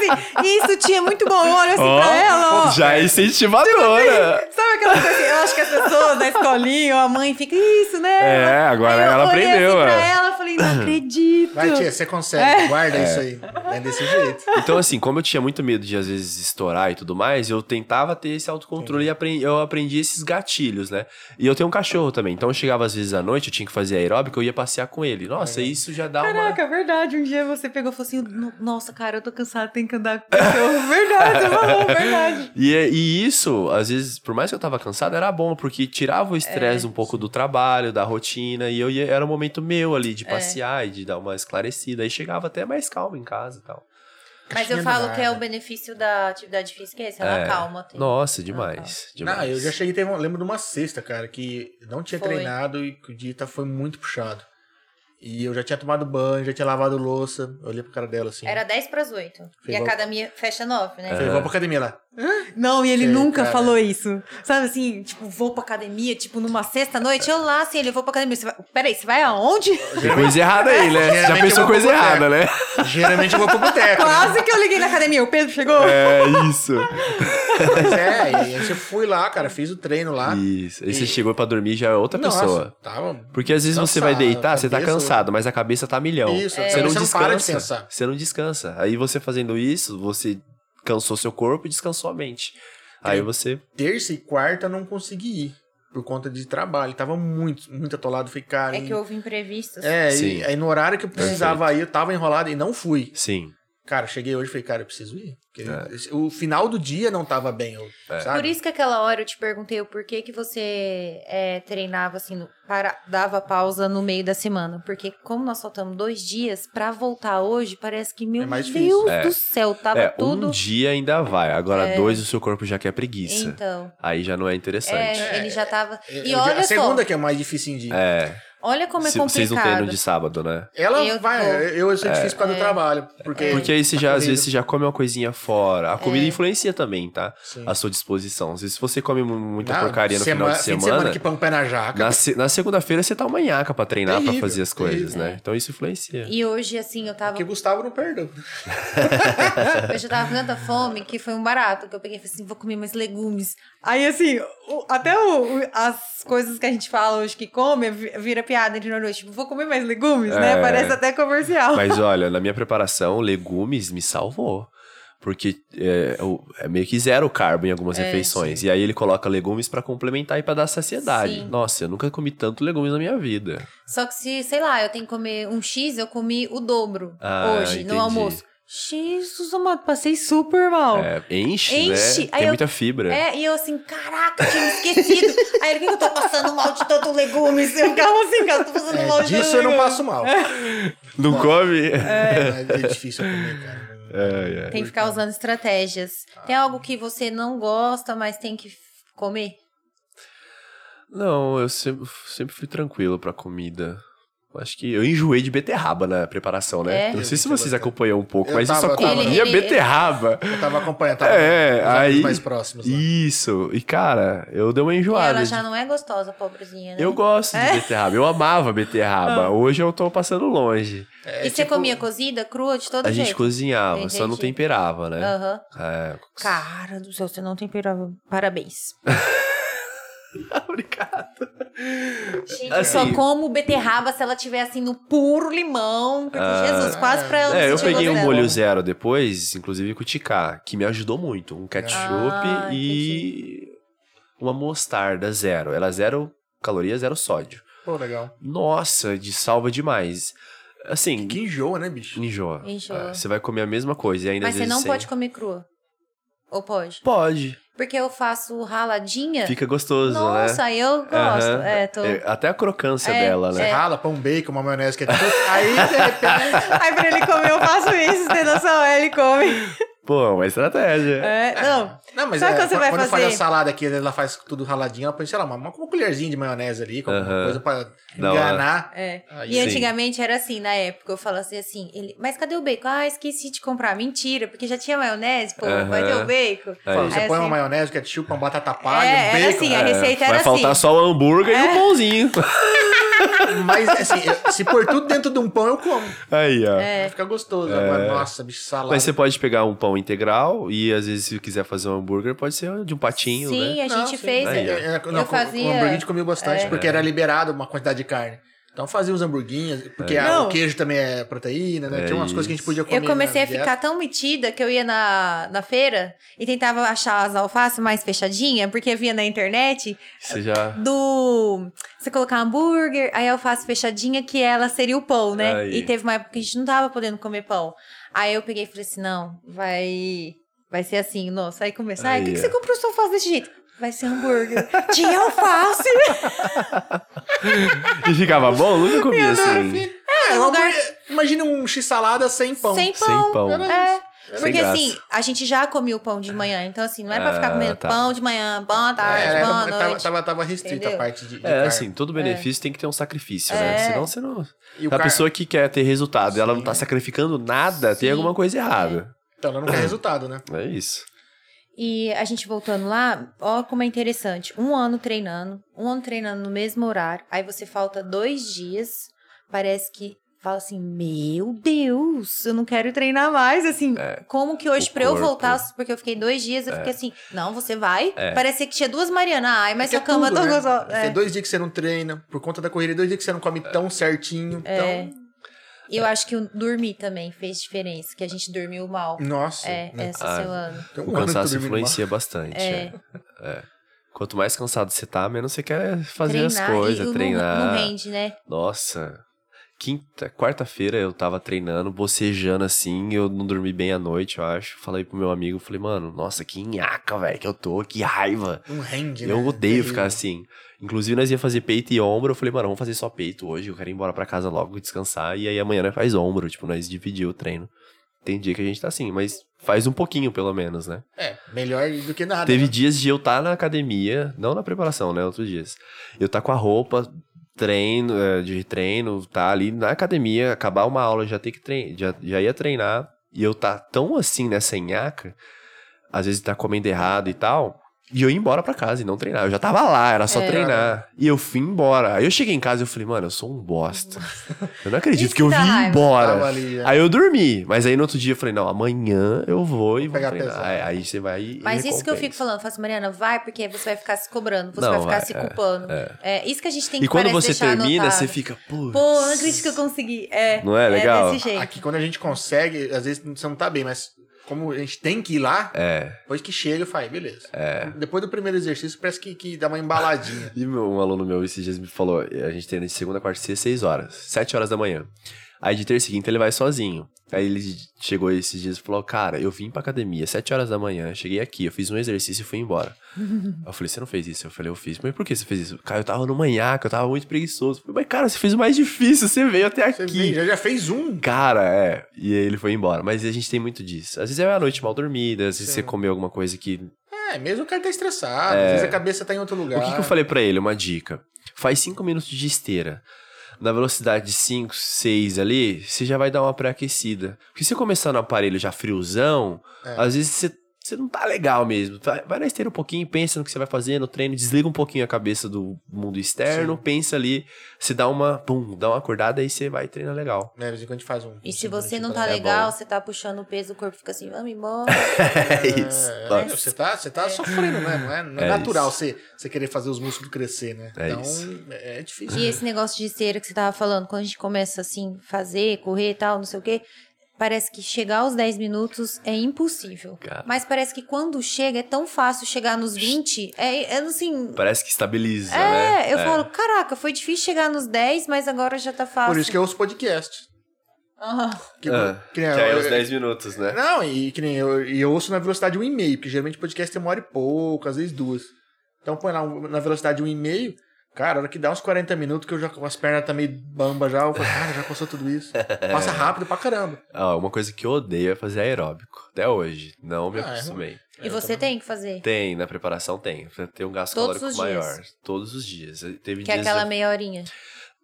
[SPEAKER 1] assim, isso, tia, muito bom. Eu olho assim
[SPEAKER 3] Ó,
[SPEAKER 1] pra ela, ó.
[SPEAKER 3] Já é incentivadora.
[SPEAKER 1] Sabe aquela coisa assim? Eu acho que as pessoas da escolinha, ou a mãe fica, isso, né?
[SPEAKER 3] É, agora
[SPEAKER 1] Aí eu
[SPEAKER 3] ela
[SPEAKER 1] olhei
[SPEAKER 3] aprendeu.
[SPEAKER 1] Assim pra
[SPEAKER 3] é.
[SPEAKER 1] ela, eu falei, não acredito.
[SPEAKER 2] Vai, tia, você consegue.
[SPEAKER 1] É.
[SPEAKER 2] Guarda isso aí. É desse jeito.
[SPEAKER 3] Então, assim, como eu tinha muito medo de às vezes estourar e tudo mais, eu tentava ter esse autocontrole e apren- eu aprendi esses gatilhos, né? E eu tenho um cachorro também. Então eu chegava às vezes à noite, eu tinha que fazer aeróbico, eu ia passear com ele. Nossa, isso já dá uma.
[SPEAKER 1] Caraca, é verdade. Um dia você pegou e falou assim: "No- Nossa, cara, eu tô cansada, tem que andar com o cachorro. Verdade, você falou, verdade.
[SPEAKER 3] E, é- e isso, às vezes, por mais que eu tava cansado, era bom, porque tirava o estresse
[SPEAKER 1] É.
[SPEAKER 3] um pouco do trabalho, da rotina, e eu ia- era o momento meu ali
[SPEAKER 1] É.
[SPEAKER 3] de passear e de dar uma esclarecida. Aí chegava até mais calmo em casa e tal.
[SPEAKER 1] Mas eu
[SPEAKER 2] Caixinha
[SPEAKER 1] falo
[SPEAKER 2] do
[SPEAKER 1] que é
[SPEAKER 2] nada.
[SPEAKER 1] o benefício da atividade física, é esse, ela
[SPEAKER 3] É.
[SPEAKER 1] calma. Tem...
[SPEAKER 3] Nossa, demais. demais.
[SPEAKER 2] Não, Ah, tá. eu já cheguei, teve um- lembro de uma sexta, cara, que não tinha
[SPEAKER 1] Foi.
[SPEAKER 2] treinado e que o dia tá- foi muito puxado. E eu já tinha tomado banho, já tinha lavado louça. Eu olhei pro cara dela assim.
[SPEAKER 1] Era 10 pras 8. E a
[SPEAKER 2] igual-
[SPEAKER 1] academia fecha 9, né?
[SPEAKER 3] É.
[SPEAKER 2] Falei, vamos pra academia lá.
[SPEAKER 1] Não, e ele
[SPEAKER 2] É,
[SPEAKER 1] nunca
[SPEAKER 2] cara.
[SPEAKER 1] falou isso. Sabe assim, tipo, vou pra academia, tipo, numa sexta-noite, eu lá, assim, ele, vou pra academia. Você vai... Peraí, você vai aonde?
[SPEAKER 3] Tem coisa errada aí, né? Já
[SPEAKER 2] Geralmente
[SPEAKER 3] pensou
[SPEAKER 2] eu vou
[SPEAKER 3] coisa
[SPEAKER 2] pro boteco.
[SPEAKER 3] errada, né?
[SPEAKER 2] Geralmente eu vou pro boteco. né?
[SPEAKER 1] Quase Assim que eu liguei na academia, o Pedro chegou.
[SPEAKER 3] É isso.
[SPEAKER 2] Mas é, e aí eu fui lá, cara, fiz o treino lá.
[SPEAKER 3] Isso. Aí você
[SPEAKER 2] Ah, E-
[SPEAKER 3] chegou pra dormir já é outra
[SPEAKER 2] Nossa,
[SPEAKER 3] pessoa.
[SPEAKER 2] Tava.
[SPEAKER 3] Porque às vezes você vai
[SPEAKER 2] Cansado,
[SPEAKER 3] deitar, você tá
[SPEAKER 2] cabeça- né?
[SPEAKER 3] cansado, mas a cabeça tá a milhão.
[SPEAKER 2] Isso,
[SPEAKER 1] É.
[SPEAKER 3] Você
[SPEAKER 2] você,
[SPEAKER 3] não
[SPEAKER 2] não para de
[SPEAKER 3] descansa.
[SPEAKER 2] pensar.
[SPEAKER 3] Você não descansa. Aí você fazendo isso, você cansou seu corpo e descansou a mente. Aí
[SPEAKER 2] Sim.
[SPEAKER 3] você.
[SPEAKER 2] Terça e quarta eu não consegui ir por conta de trabalho. Tava muito, muito atolado, fiquei cara.
[SPEAKER 1] É
[SPEAKER 2] e-
[SPEAKER 1] que houve imprevistos.
[SPEAKER 2] É,
[SPEAKER 3] Sim.
[SPEAKER 2] e, aí no horário que eu precisava ir, eu tava enrolado e não fui.
[SPEAKER 3] Sim.
[SPEAKER 2] Cara, cheguei hoje e falei, cara, eu preciso ir. Porque
[SPEAKER 3] É.
[SPEAKER 2] O final do dia não tava bem, eu, sabe?
[SPEAKER 1] Por isso que aquela hora eu te perguntei o porquê que você é, treinava assim, no- para, dava pausa no meio da semana. Porque como nós faltamos dois dias, pra voltar hoje, parece que, meu
[SPEAKER 2] É mais
[SPEAKER 1] Deus
[SPEAKER 2] difícil.
[SPEAKER 1] do céu, tava
[SPEAKER 3] É, um
[SPEAKER 1] tudo.
[SPEAKER 3] dia ainda vai. Agora,
[SPEAKER 2] É.
[SPEAKER 3] dois, o seu corpo já quer preguiça.
[SPEAKER 1] Então,
[SPEAKER 3] Aí já não é
[SPEAKER 1] é,
[SPEAKER 3] interessante.
[SPEAKER 1] ele já tava.
[SPEAKER 2] Eu-
[SPEAKER 1] E
[SPEAKER 2] eu-
[SPEAKER 1] olha
[SPEAKER 2] a segunda
[SPEAKER 1] só,
[SPEAKER 2] que é mais difícil de ir.
[SPEAKER 3] É.
[SPEAKER 1] olha como é
[SPEAKER 3] Se- Vocês não treinam
[SPEAKER 1] complicado.
[SPEAKER 3] de sábado, né?
[SPEAKER 2] Ela
[SPEAKER 1] Eu
[SPEAKER 2] vai,
[SPEAKER 1] vou.
[SPEAKER 2] eu, eu sou difícil por causa
[SPEAKER 1] É.
[SPEAKER 2] do trabalho. Porque,
[SPEAKER 3] Porque aí você
[SPEAKER 2] tá
[SPEAKER 3] já, às
[SPEAKER 2] corrido.
[SPEAKER 3] vezes, você já come uma coisinha fora. A
[SPEAKER 1] É.
[SPEAKER 3] comida influencia também, tá?
[SPEAKER 2] Sim.
[SPEAKER 3] A sua disposição. Às vezes, se você come mu- muita
[SPEAKER 2] Ah,
[SPEAKER 3] porcaria no
[SPEAKER 2] sema-
[SPEAKER 3] final de
[SPEAKER 2] fim
[SPEAKER 3] semana.
[SPEAKER 2] que põe o pé na jaca.
[SPEAKER 3] na se- na segunda-feira você tá uma nhaca pra treinar, pra
[SPEAKER 2] Terrível,
[SPEAKER 3] fazer as coisas,
[SPEAKER 2] terrível.
[SPEAKER 3] né? Então isso influencia.
[SPEAKER 1] E hoje, assim, eu tava
[SPEAKER 2] Porque o Gustavo não perdeu.
[SPEAKER 1] Eu já tava com tanta fome que foi um barato que eu peguei e falei assim: vou comer mais legumes. Aí, assim, o- até o- o- as coisas que a gente fala hoje que come vi- vira piada entre nós dois. Tipo, vou comer mais legumes,
[SPEAKER 3] É.
[SPEAKER 1] né? Parece até comercial.
[SPEAKER 3] Mas olha, na minha preparação, legumes me salvou. Porque é, o- é meio que zero carbo em
[SPEAKER 1] É,
[SPEAKER 3] algumas refeições. E aí ele coloca legumes pra complementar e pra dar saciedade.
[SPEAKER 1] Sim.
[SPEAKER 3] Nossa, eu nunca comi tanto legumes na minha vida.
[SPEAKER 1] Só que se, sei lá, eu tenho que comer um X, eu comi o dobro
[SPEAKER 3] Ah,
[SPEAKER 1] hoje,
[SPEAKER 3] entendi.
[SPEAKER 1] no almoço. Jesus, amado, passei super mal. É.
[SPEAKER 3] É, enche,
[SPEAKER 1] Enche.
[SPEAKER 3] né?
[SPEAKER 1] Aí
[SPEAKER 3] Tem
[SPEAKER 1] eu-
[SPEAKER 3] muita fibra.
[SPEAKER 1] e eu assim, caraca, tinha me esquecido. Aí, por que que eu tô passando mal de tanto legumes? Eu ficava assim, cara, eu tô passando mal
[SPEAKER 2] É,
[SPEAKER 1] de
[SPEAKER 2] disso
[SPEAKER 1] tanto
[SPEAKER 2] eu não
[SPEAKER 1] legume.
[SPEAKER 2] passo mal. É,
[SPEAKER 3] Não come?
[SPEAKER 2] é difícil eu comer, cara.
[SPEAKER 3] É, Ah. é.
[SPEAKER 1] Tem que ficar usando estratégias. Tem algo que você não gosta, mas tem que f- comer?
[SPEAKER 3] Não, eu sempre, sempre fui tranquilo pra comida. Acho que eu enjoei de beterraba na preparação, né?
[SPEAKER 1] É?
[SPEAKER 3] Não sei se
[SPEAKER 2] Eu
[SPEAKER 3] vocês
[SPEAKER 2] tava-
[SPEAKER 3] acompanham um pouco,
[SPEAKER 2] eu
[SPEAKER 3] mas eu só
[SPEAKER 2] tava-
[SPEAKER 3] comia
[SPEAKER 1] Ele- ele-
[SPEAKER 3] beterraba.
[SPEAKER 2] Eu tava acompanhando, tava
[SPEAKER 3] É,
[SPEAKER 2] os amigos
[SPEAKER 3] aí-
[SPEAKER 2] mais próximos. lá.
[SPEAKER 3] Isso. E, cara, eu dei uma
[SPEAKER 1] E
[SPEAKER 3] enjoada.
[SPEAKER 1] ela
[SPEAKER 3] né, de-
[SPEAKER 1] já não é gostosa, pobrezinha, né? Ah.
[SPEAKER 3] Eu gosto de beterraba. Eu amava beterraba. Hoje eu tô passando longe.
[SPEAKER 2] É,
[SPEAKER 1] e você
[SPEAKER 2] tipo,
[SPEAKER 1] comia cozida, crua, de todo
[SPEAKER 3] A gente
[SPEAKER 1] jeito?
[SPEAKER 3] cozinhava,
[SPEAKER 1] Eu
[SPEAKER 3] só não
[SPEAKER 1] entendi.
[SPEAKER 3] temperava, né?
[SPEAKER 1] Aham.
[SPEAKER 3] É.
[SPEAKER 1] Cara do céu, você não temperava. Parabéns. Ah.
[SPEAKER 3] Obrigado.
[SPEAKER 1] Gente,
[SPEAKER 3] Assim-
[SPEAKER 1] eu só como beterraba se ela tiver assim no puro limão. Porque,
[SPEAKER 3] Ah.
[SPEAKER 1] Jesus, quase pra ela
[SPEAKER 3] É, eu
[SPEAKER 1] sentir o
[SPEAKER 3] peguei um
[SPEAKER 1] gosto
[SPEAKER 3] molho
[SPEAKER 1] dela.
[SPEAKER 3] zero depois, inclusive com o ticá, que me ajudou muito. Um ketchup
[SPEAKER 1] Ah,
[SPEAKER 3] e uma mostarda zero. Ela é zero caloria, zero sódio.
[SPEAKER 2] Pô, legal.
[SPEAKER 3] Nossa, de salva demais. Assim,
[SPEAKER 2] Que enjoa, né, bicho?
[SPEAKER 3] enjoa.
[SPEAKER 1] Enjoa.
[SPEAKER 3] É, Você vai comer a mesma coisa e ainda
[SPEAKER 1] Mas
[SPEAKER 3] às
[SPEAKER 1] você
[SPEAKER 3] vezes
[SPEAKER 1] não
[SPEAKER 3] sem-
[SPEAKER 1] pode comer crua. Ou pode?
[SPEAKER 3] Pode.
[SPEAKER 1] porque eu faço raladinha.
[SPEAKER 3] Fica gostoso, né?
[SPEAKER 1] Nossa, eu gosto.
[SPEAKER 3] Aham.
[SPEAKER 1] É, tô...
[SPEAKER 3] É, Até a crocância
[SPEAKER 1] É,
[SPEAKER 3] dela,
[SPEAKER 2] Você
[SPEAKER 3] né?
[SPEAKER 2] rala pão, bacon, uma maionese que é Aí, de repente,
[SPEAKER 1] Aí pra ele comer, eu faço isso, tem noção? Aí ele come.
[SPEAKER 3] Pô, é uma estratégia.
[SPEAKER 1] É, não,
[SPEAKER 2] Não, mas
[SPEAKER 1] Sabe
[SPEAKER 2] é,
[SPEAKER 1] quando você
[SPEAKER 2] quando,
[SPEAKER 1] vai
[SPEAKER 2] quando eu falei a
[SPEAKER 1] fazer?
[SPEAKER 2] salada aqui, ela faz tudo raladinho, ela põe, sei lá, uma, uma colherzinha de maionese ali, com alguma
[SPEAKER 3] Aham.
[SPEAKER 2] coisa pra
[SPEAKER 3] Da hora.
[SPEAKER 2] enganar.
[SPEAKER 1] é.
[SPEAKER 2] Aí,
[SPEAKER 1] E
[SPEAKER 3] Sim.
[SPEAKER 1] antigamente era assim, na época, eu falasse assim, ele, mas cadê o bacon? Ah, esqueci de comprar. Mentira, porque já tinha maionese, pô,
[SPEAKER 3] Aham.
[SPEAKER 1] vai ter o bacon.
[SPEAKER 3] Aí.
[SPEAKER 2] fala, você
[SPEAKER 1] É
[SPEAKER 2] põe uma
[SPEAKER 1] assim.
[SPEAKER 2] maionese, ketchup, uma batata palha,
[SPEAKER 1] É,
[SPEAKER 2] um
[SPEAKER 1] era
[SPEAKER 2] bacon.
[SPEAKER 1] assim, a receita
[SPEAKER 3] vai
[SPEAKER 1] era
[SPEAKER 3] faltar
[SPEAKER 1] assim.
[SPEAKER 3] só o hambúrguer e o pãozinho.
[SPEAKER 2] Mas assim, eu- se pôr tudo dentro de um pão, eu como.
[SPEAKER 3] Aí, ó.
[SPEAKER 1] É.
[SPEAKER 2] Vai ficar gostoso. Agora, nossa, bicho, salada.
[SPEAKER 3] Mas você pode pegar um pão integral e às vezes se quiser fazer um hambúrguer pode ser de um patinho,
[SPEAKER 1] Sim,
[SPEAKER 3] né?
[SPEAKER 1] a
[SPEAKER 2] Não,
[SPEAKER 1] gente
[SPEAKER 2] sim.
[SPEAKER 1] fez.
[SPEAKER 3] Aí,
[SPEAKER 1] é.
[SPEAKER 3] ó.
[SPEAKER 2] É, não,
[SPEAKER 1] Eu
[SPEAKER 2] com-
[SPEAKER 1] fazia-
[SPEAKER 2] com hambúrguer a gente comia bastante,
[SPEAKER 1] É.
[SPEAKER 2] porque era liberado uma quantidade de carne. Então fazia uns hamburguinhos, porque a-
[SPEAKER 1] Não.
[SPEAKER 2] o queijo também é proteína, né?
[SPEAKER 3] É
[SPEAKER 2] Tinha umas coisas que a gente podia comer.
[SPEAKER 1] Eu comecei
[SPEAKER 2] na
[SPEAKER 1] a
[SPEAKER 2] dieta.
[SPEAKER 1] ficar tão metida que eu ia na, na feira e tentava achar as alfaces mais fechadinhas, porque via na internet
[SPEAKER 3] Você já.
[SPEAKER 1] do. Você colocar hambúrguer, aí a alface fechadinha, que ela seria o pão, né?
[SPEAKER 3] Aí.
[SPEAKER 1] E teve uma época que a gente não tava podendo comer pão. Aí eu peguei e falei assim: não, vai. Vai ser assim, nossa. Aí começa. Ai, o que,
[SPEAKER 3] Aí,
[SPEAKER 1] que
[SPEAKER 3] ó.
[SPEAKER 1] você comprou sua alface desse jeito? Vai ser hambúrguer. Tinha alface!
[SPEAKER 3] E ficava bom? Nunca comia assim.
[SPEAKER 2] É, um
[SPEAKER 1] lugar-
[SPEAKER 2] hambúrguer- Imagina um x-salada sem pão.
[SPEAKER 1] Sem pão.
[SPEAKER 3] Sem pão.
[SPEAKER 1] É.
[SPEAKER 3] Sem
[SPEAKER 1] Porque
[SPEAKER 3] graça.
[SPEAKER 1] assim, a gente já comia o pão de manhã, então assim, não era pra ficar
[SPEAKER 3] Ah,
[SPEAKER 1] comendo
[SPEAKER 3] tá.
[SPEAKER 1] pão de manhã, boa tarde,
[SPEAKER 2] É, era-
[SPEAKER 1] boa
[SPEAKER 2] tava- tava,
[SPEAKER 1] noite.
[SPEAKER 2] tava, tava restrita
[SPEAKER 1] Entendeu?
[SPEAKER 2] a parte de, de
[SPEAKER 3] É,
[SPEAKER 2] carne.
[SPEAKER 3] assim, todo benefício tem que ter um sacrifício,
[SPEAKER 1] É.
[SPEAKER 3] né? Senão você não.
[SPEAKER 2] E o
[SPEAKER 3] a
[SPEAKER 2] cara-
[SPEAKER 3] pessoa que quer ter resultado e ela não tá
[SPEAKER 2] Sim.
[SPEAKER 3] sacrificando nada, tem
[SPEAKER 1] Sim.
[SPEAKER 3] alguma coisa errada.
[SPEAKER 2] Então, ela não quer resultado, né?
[SPEAKER 3] É, isso.
[SPEAKER 1] E a gente voltando lá, ó como é interessante. Um ano treinando, um ano treinando no mesmo horário, aí você falta dois dias, parece que fala assim, meu Deus, eu não quero treinar mais, assim, como que hoje
[SPEAKER 3] É, o
[SPEAKER 1] pra eu
[SPEAKER 3] corpo.
[SPEAKER 1] voltar, porque eu fiquei dois dias, eu fiquei assim, não, você vai,
[SPEAKER 3] É.
[SPEAKER 1] parecia que tinha duas Mariana, ai, mas
[SPEAKER 2] Porque
[SPEAKER 1] sua cama
[SPEAKER 2] tudo,
[SPEAKER 1] tá
[SPEAKER 2] né?
[SPEAKER 1] gostosa.
[SPEAKER 2] Tem
[SPEAKER 1] É.
[SPEAKER 2] dois dias que você não treina, por conta da correria, dois dias que você não
[SPEAKER 3] É.
[SPEAKER 2] come tão certinho.
[SPEAKER 1] É.
[SPEAKER 2] Então,
[SPEAKER 1] E eu acho que o dormir também fez diferença, que a gente dormiu mal.
[SPEAKER 2] nossa.
[SPEAKER 1] É,
[SPEAKER 2] né?
[SPEAKER 1] essa
[SPEAKER 3] Ah,
[SPEAKER 1] semana.
[SPEAKER 2] Tem um
[SPEAKER 3] O
[SPEAKER 2] ano que eu
[SPEAKER 3] cansaço
[SPEAKER 2] dormi mal.
[SPEAKER 3] influencia bastante.
[SPEAKER 1] É.
[SPEAKER 3] é. É. Quanto mais cansado você tá, menos você quer
[SPEAKER 1] treinar
[SPEAKER 3] fazer as
[SPEAKER 1] e
[SPEAKER 3] coisas,
[SPEAKER 1] não-
[SPEAKER 3] treinar.
[SPEAKER 1] Não, rende, né?
[SPEAKER 3] Nossa. Quinta, quarta-feira eu tava treinando, bocejando assim, eu não dormi bem a noite, eu acho. Falei pro meu amigo, falei, mano, nossa, que nhaca, velho, que eu tô, que raiva.
[SPEAKER 2] Não rende, né?
[SPEAKER 3] Eu odeio
[SPEAKER 2] Terrível.
[SPEAKER 3] ficar assim. Inclusive, nós ia fazer peito e ombro. Eu falei, mano, vamos fazer só peito hoje. Eu quero ir embora pra casa logo e descansar. E aí amanhã nós faz ombro. Tipo, nós dividir o treino. Tem dia que a gente tá assim, mas faz um pouquinho pelo menos, né?
[SPEAKER 2] É, melhor do que nada.
[SPEAKER 3] Teve
[SPEAKER 2] né?
[SPEAKER 3] dias de eu estar na academia, não na preparação, né? Outros dias. Eu tá com a roupa, treino, eh, de treino, tá ali na academia, acabar uma aula, já ter que treinar, já, já ia treinar. E eu tá tão assim nessa nhaca, às vezes tá comendo errado e tal. E eu ia embora pra casa e não treinar. Eu já tava lá, era só
[SPEAKER 1] É.
[SPEAKER 3] treinar. E eu fui embora. Aí eu cheguei em casa e eu falei, mano, eu sou um bosta. Eu não acredito
[SPEAKER 1] Isso
[SPEAKER 3] que eu
[SPEAKER 1] dá
[SPEAKER 3] vim
[SPEAKER 1] raiva.
[SPEAKER 2] Tava
[SPEAKER 3] embora.
[SPEAKER 2] ali, né?
[SPEAKER 3] Aí eu dormi, mas aí no outro dia eu falei, não, amanhã eu vou e
[SPEAKER 2] Vou
[SPEAKER 3] vou
[SPEAKER 2] pegar
[SPEAKER 3] treinar.
[SPEAKER 2] pesado.
[SPEAKER 3] Aí, aí você vai e
[SPEAKER 1] Mas isso que eu fico
[SPEAKER 3] recompensa.
[SPEAKER 1] falando, eu faço, Mariana, vai, porque você vai ficar se cobrando, você
[SPEAKER 3] Não,
[SPEAKER 1] vai ficar
[SPEAKER 3] vai,
[SPEAKER 1] se
[SPEAKER 3] é,
[SPEAKER 1] culpando. É, isso que a gente tem que
[SPEAKER 3] E quando
[SPEAKER 1] parece,
[SPEAKER 3] você
[SPEAKER 1] deixar
[SPEAKER 3] termina,
[SPEAKER 1] anotado.
[SPEAKER 3] você fica, pô.
[SPEAKER 1] Pô, eu não acredito que eu consegui. É,
[SPEAKER 3] Não é legal?
[SPEAKER 1] desse jeito.
[SPEAKER 2] Aqui, quando a gente consegue, às vezes você não tá bem, mas como a gente tem que ir lá,
[SPEAKER 3] É.
[SPEAKER 2] depois que chega, faz, beleza. Depois do primeiro exercício, parece que, que dá uma embaladinha.
[SPEAKER 3] E meu- um aluno meu esses dias me falou: a gente treina de segunda, quarta e sexta, seis horas, sete horas da manhã. Aí de terça e quinta ele vai sozinho. Aí ele chegou esses dias e falou: Cara, eu vim pra academia sete horas da manhã, cheguei aqui, eu fiz um exercício e fui embora. Aí eu falei: Você não fez isso? Eu falei: Eu fiz. Mas por que você fez isso? Cara, eu tava no manhaca, eu tava muito preguiçoso. Eu falei, Mas cara, você fez o mais difícil, você veio até
[SPEAKER 2] Você
[SPEAKER 3] aqui.
[SPEAKER 2] vê, já, já fez um.
[SPEAKER 3] Cara, é. E aí ele foi embora. Mas a gente tem muito disso. Às vezes é a noite mal dormida, às vezes
[SPEAKER 2] Sim.
[SPEAKER 3] você comeu alguma coisa que
[SPEAKER 2] É, mesmo o cara tá estressado, às vezes a cabeça tá em outro lugar.
[SPEAKER 3] É. O que, que eu falei pra ele? Uma dica. Faz 5 minutos de esteira. Na velocidade 5, 6 ali, você já vai dar uma pré-aquecida. Porque se você começar no aparelho já friozão,
[SPEAKER 2] É.
[SPEAKER 3] às vezes você, você não tá legal mesmo. Vai vai na esteira um pouquinho, pensa no que você vai fazer no treino, desliga um pouquinho a cabeça do mundo externo,
[SPEAKER 2] Sim.
[SPEAKER 3] pensa ali, você dá uma, pum, dá uma acordada e você vai treinar legal.
[SPEAKER 2] É, de vez em quando a gente faz um.
[SPEAKER 1] E
[SPEAKER 2] um
[SPEAKER 1] se
[SPEAKER 2] cinco
[SPEAKER 1] você
[SPEAKER 2] minutinhos
[SPEAKER 1] não
[SPEAKER 2] pra
[SPEAKER 1] tá
[SPEAKER 3] é
[SPEAKER 1] legal,
[SPEAKER 3] bom.
[SPEAKER 1] você tá puxando o peso, o corpo fica assim, vamos embora.
[SPEAKER 3] É isso.
[SPEAKER 2] É,
[SPEAKER 3] Nossa.
[SPEAKER 2] Você tá, você tá sofrendo, né? Não é, não é,
[SPEAKER 3] É
[SPEAKER 2] natural
[SPEAKER 3] isso.
[SPEAKER 2] você, você querer fazer os músculos crescer, né?
[SPEAKER 3] É
[SPEAKER 2] então,
[SPEAKER 3] isso.
[SPEAKER 2] é difícil.
[SPEAKER 1] E esse negócio de esteira que você tava falando, quando a gente começa assim, fazer, correr e tal, não sei o quê, parece que chegar aos 10 minutos é impossível.
[SPEAKER 3] Cara.
[SPEAKER 1] Mas parece que quando chega é tão fácil chegar nos 20, é, é assim.
[SPEAKER 3] Parece que estabiliza, né?
[SPEAKER 1] É, eu falo, caraca, foi difícil chegar nos 10, mas agora já tá fácil.
[SPEAKER 2] Por isso que eu ouço podcast.
[SPEAKER 1] Aham.
[SPEAKER 2] Que,
[SPEAKER 3] Ah,
[SPEAKER 2] que
[SPEAKER 3] que
[SPEAKER 2] nem-
[SPEAKER 3] aí é os
[SPEAKER 2] eu-
[SPEAKER 3] 10 minutos, né?
[SPEAKER 2] Não, e que nem eu, e eu ouço na velocidade 1,5, porque geralmente podcast tem uma hora e pouco, às vezes duas. Então põe lá um- na velocidade 1,5, cara, a hora que dá uns 40 minutos, que eu já com as pernas tá meio bamba já, eu falo, cara, já passou tudo isso. Passa rápido pra caramba.
[SPEAKER 3] Ah, uma coisa que eu odeio é fazer aeróbico. Até hoje. Não
[SPEAKER 2] Ah,
[SPEAKER 3] me
[SPEAKER 2] é
[SPEAKER 3] acostumei.
[SPEAKER 1] E você tem que fazer.
[SPEAKER 3] Tem, na preparação tem. Tem um gasto
[SPEAKER 1] Todos
[SPEAKER 3] calórico
[SPEAKER 1] os
[SPEAKER 3] maior.
[SPEAKER 1] dias.
[SPEAKER 3] Todos os dias. Teve
[SPEAKER 1] Que é
[SPEAKER 3] dias
[SPEAKER 1] aquela meia horinha.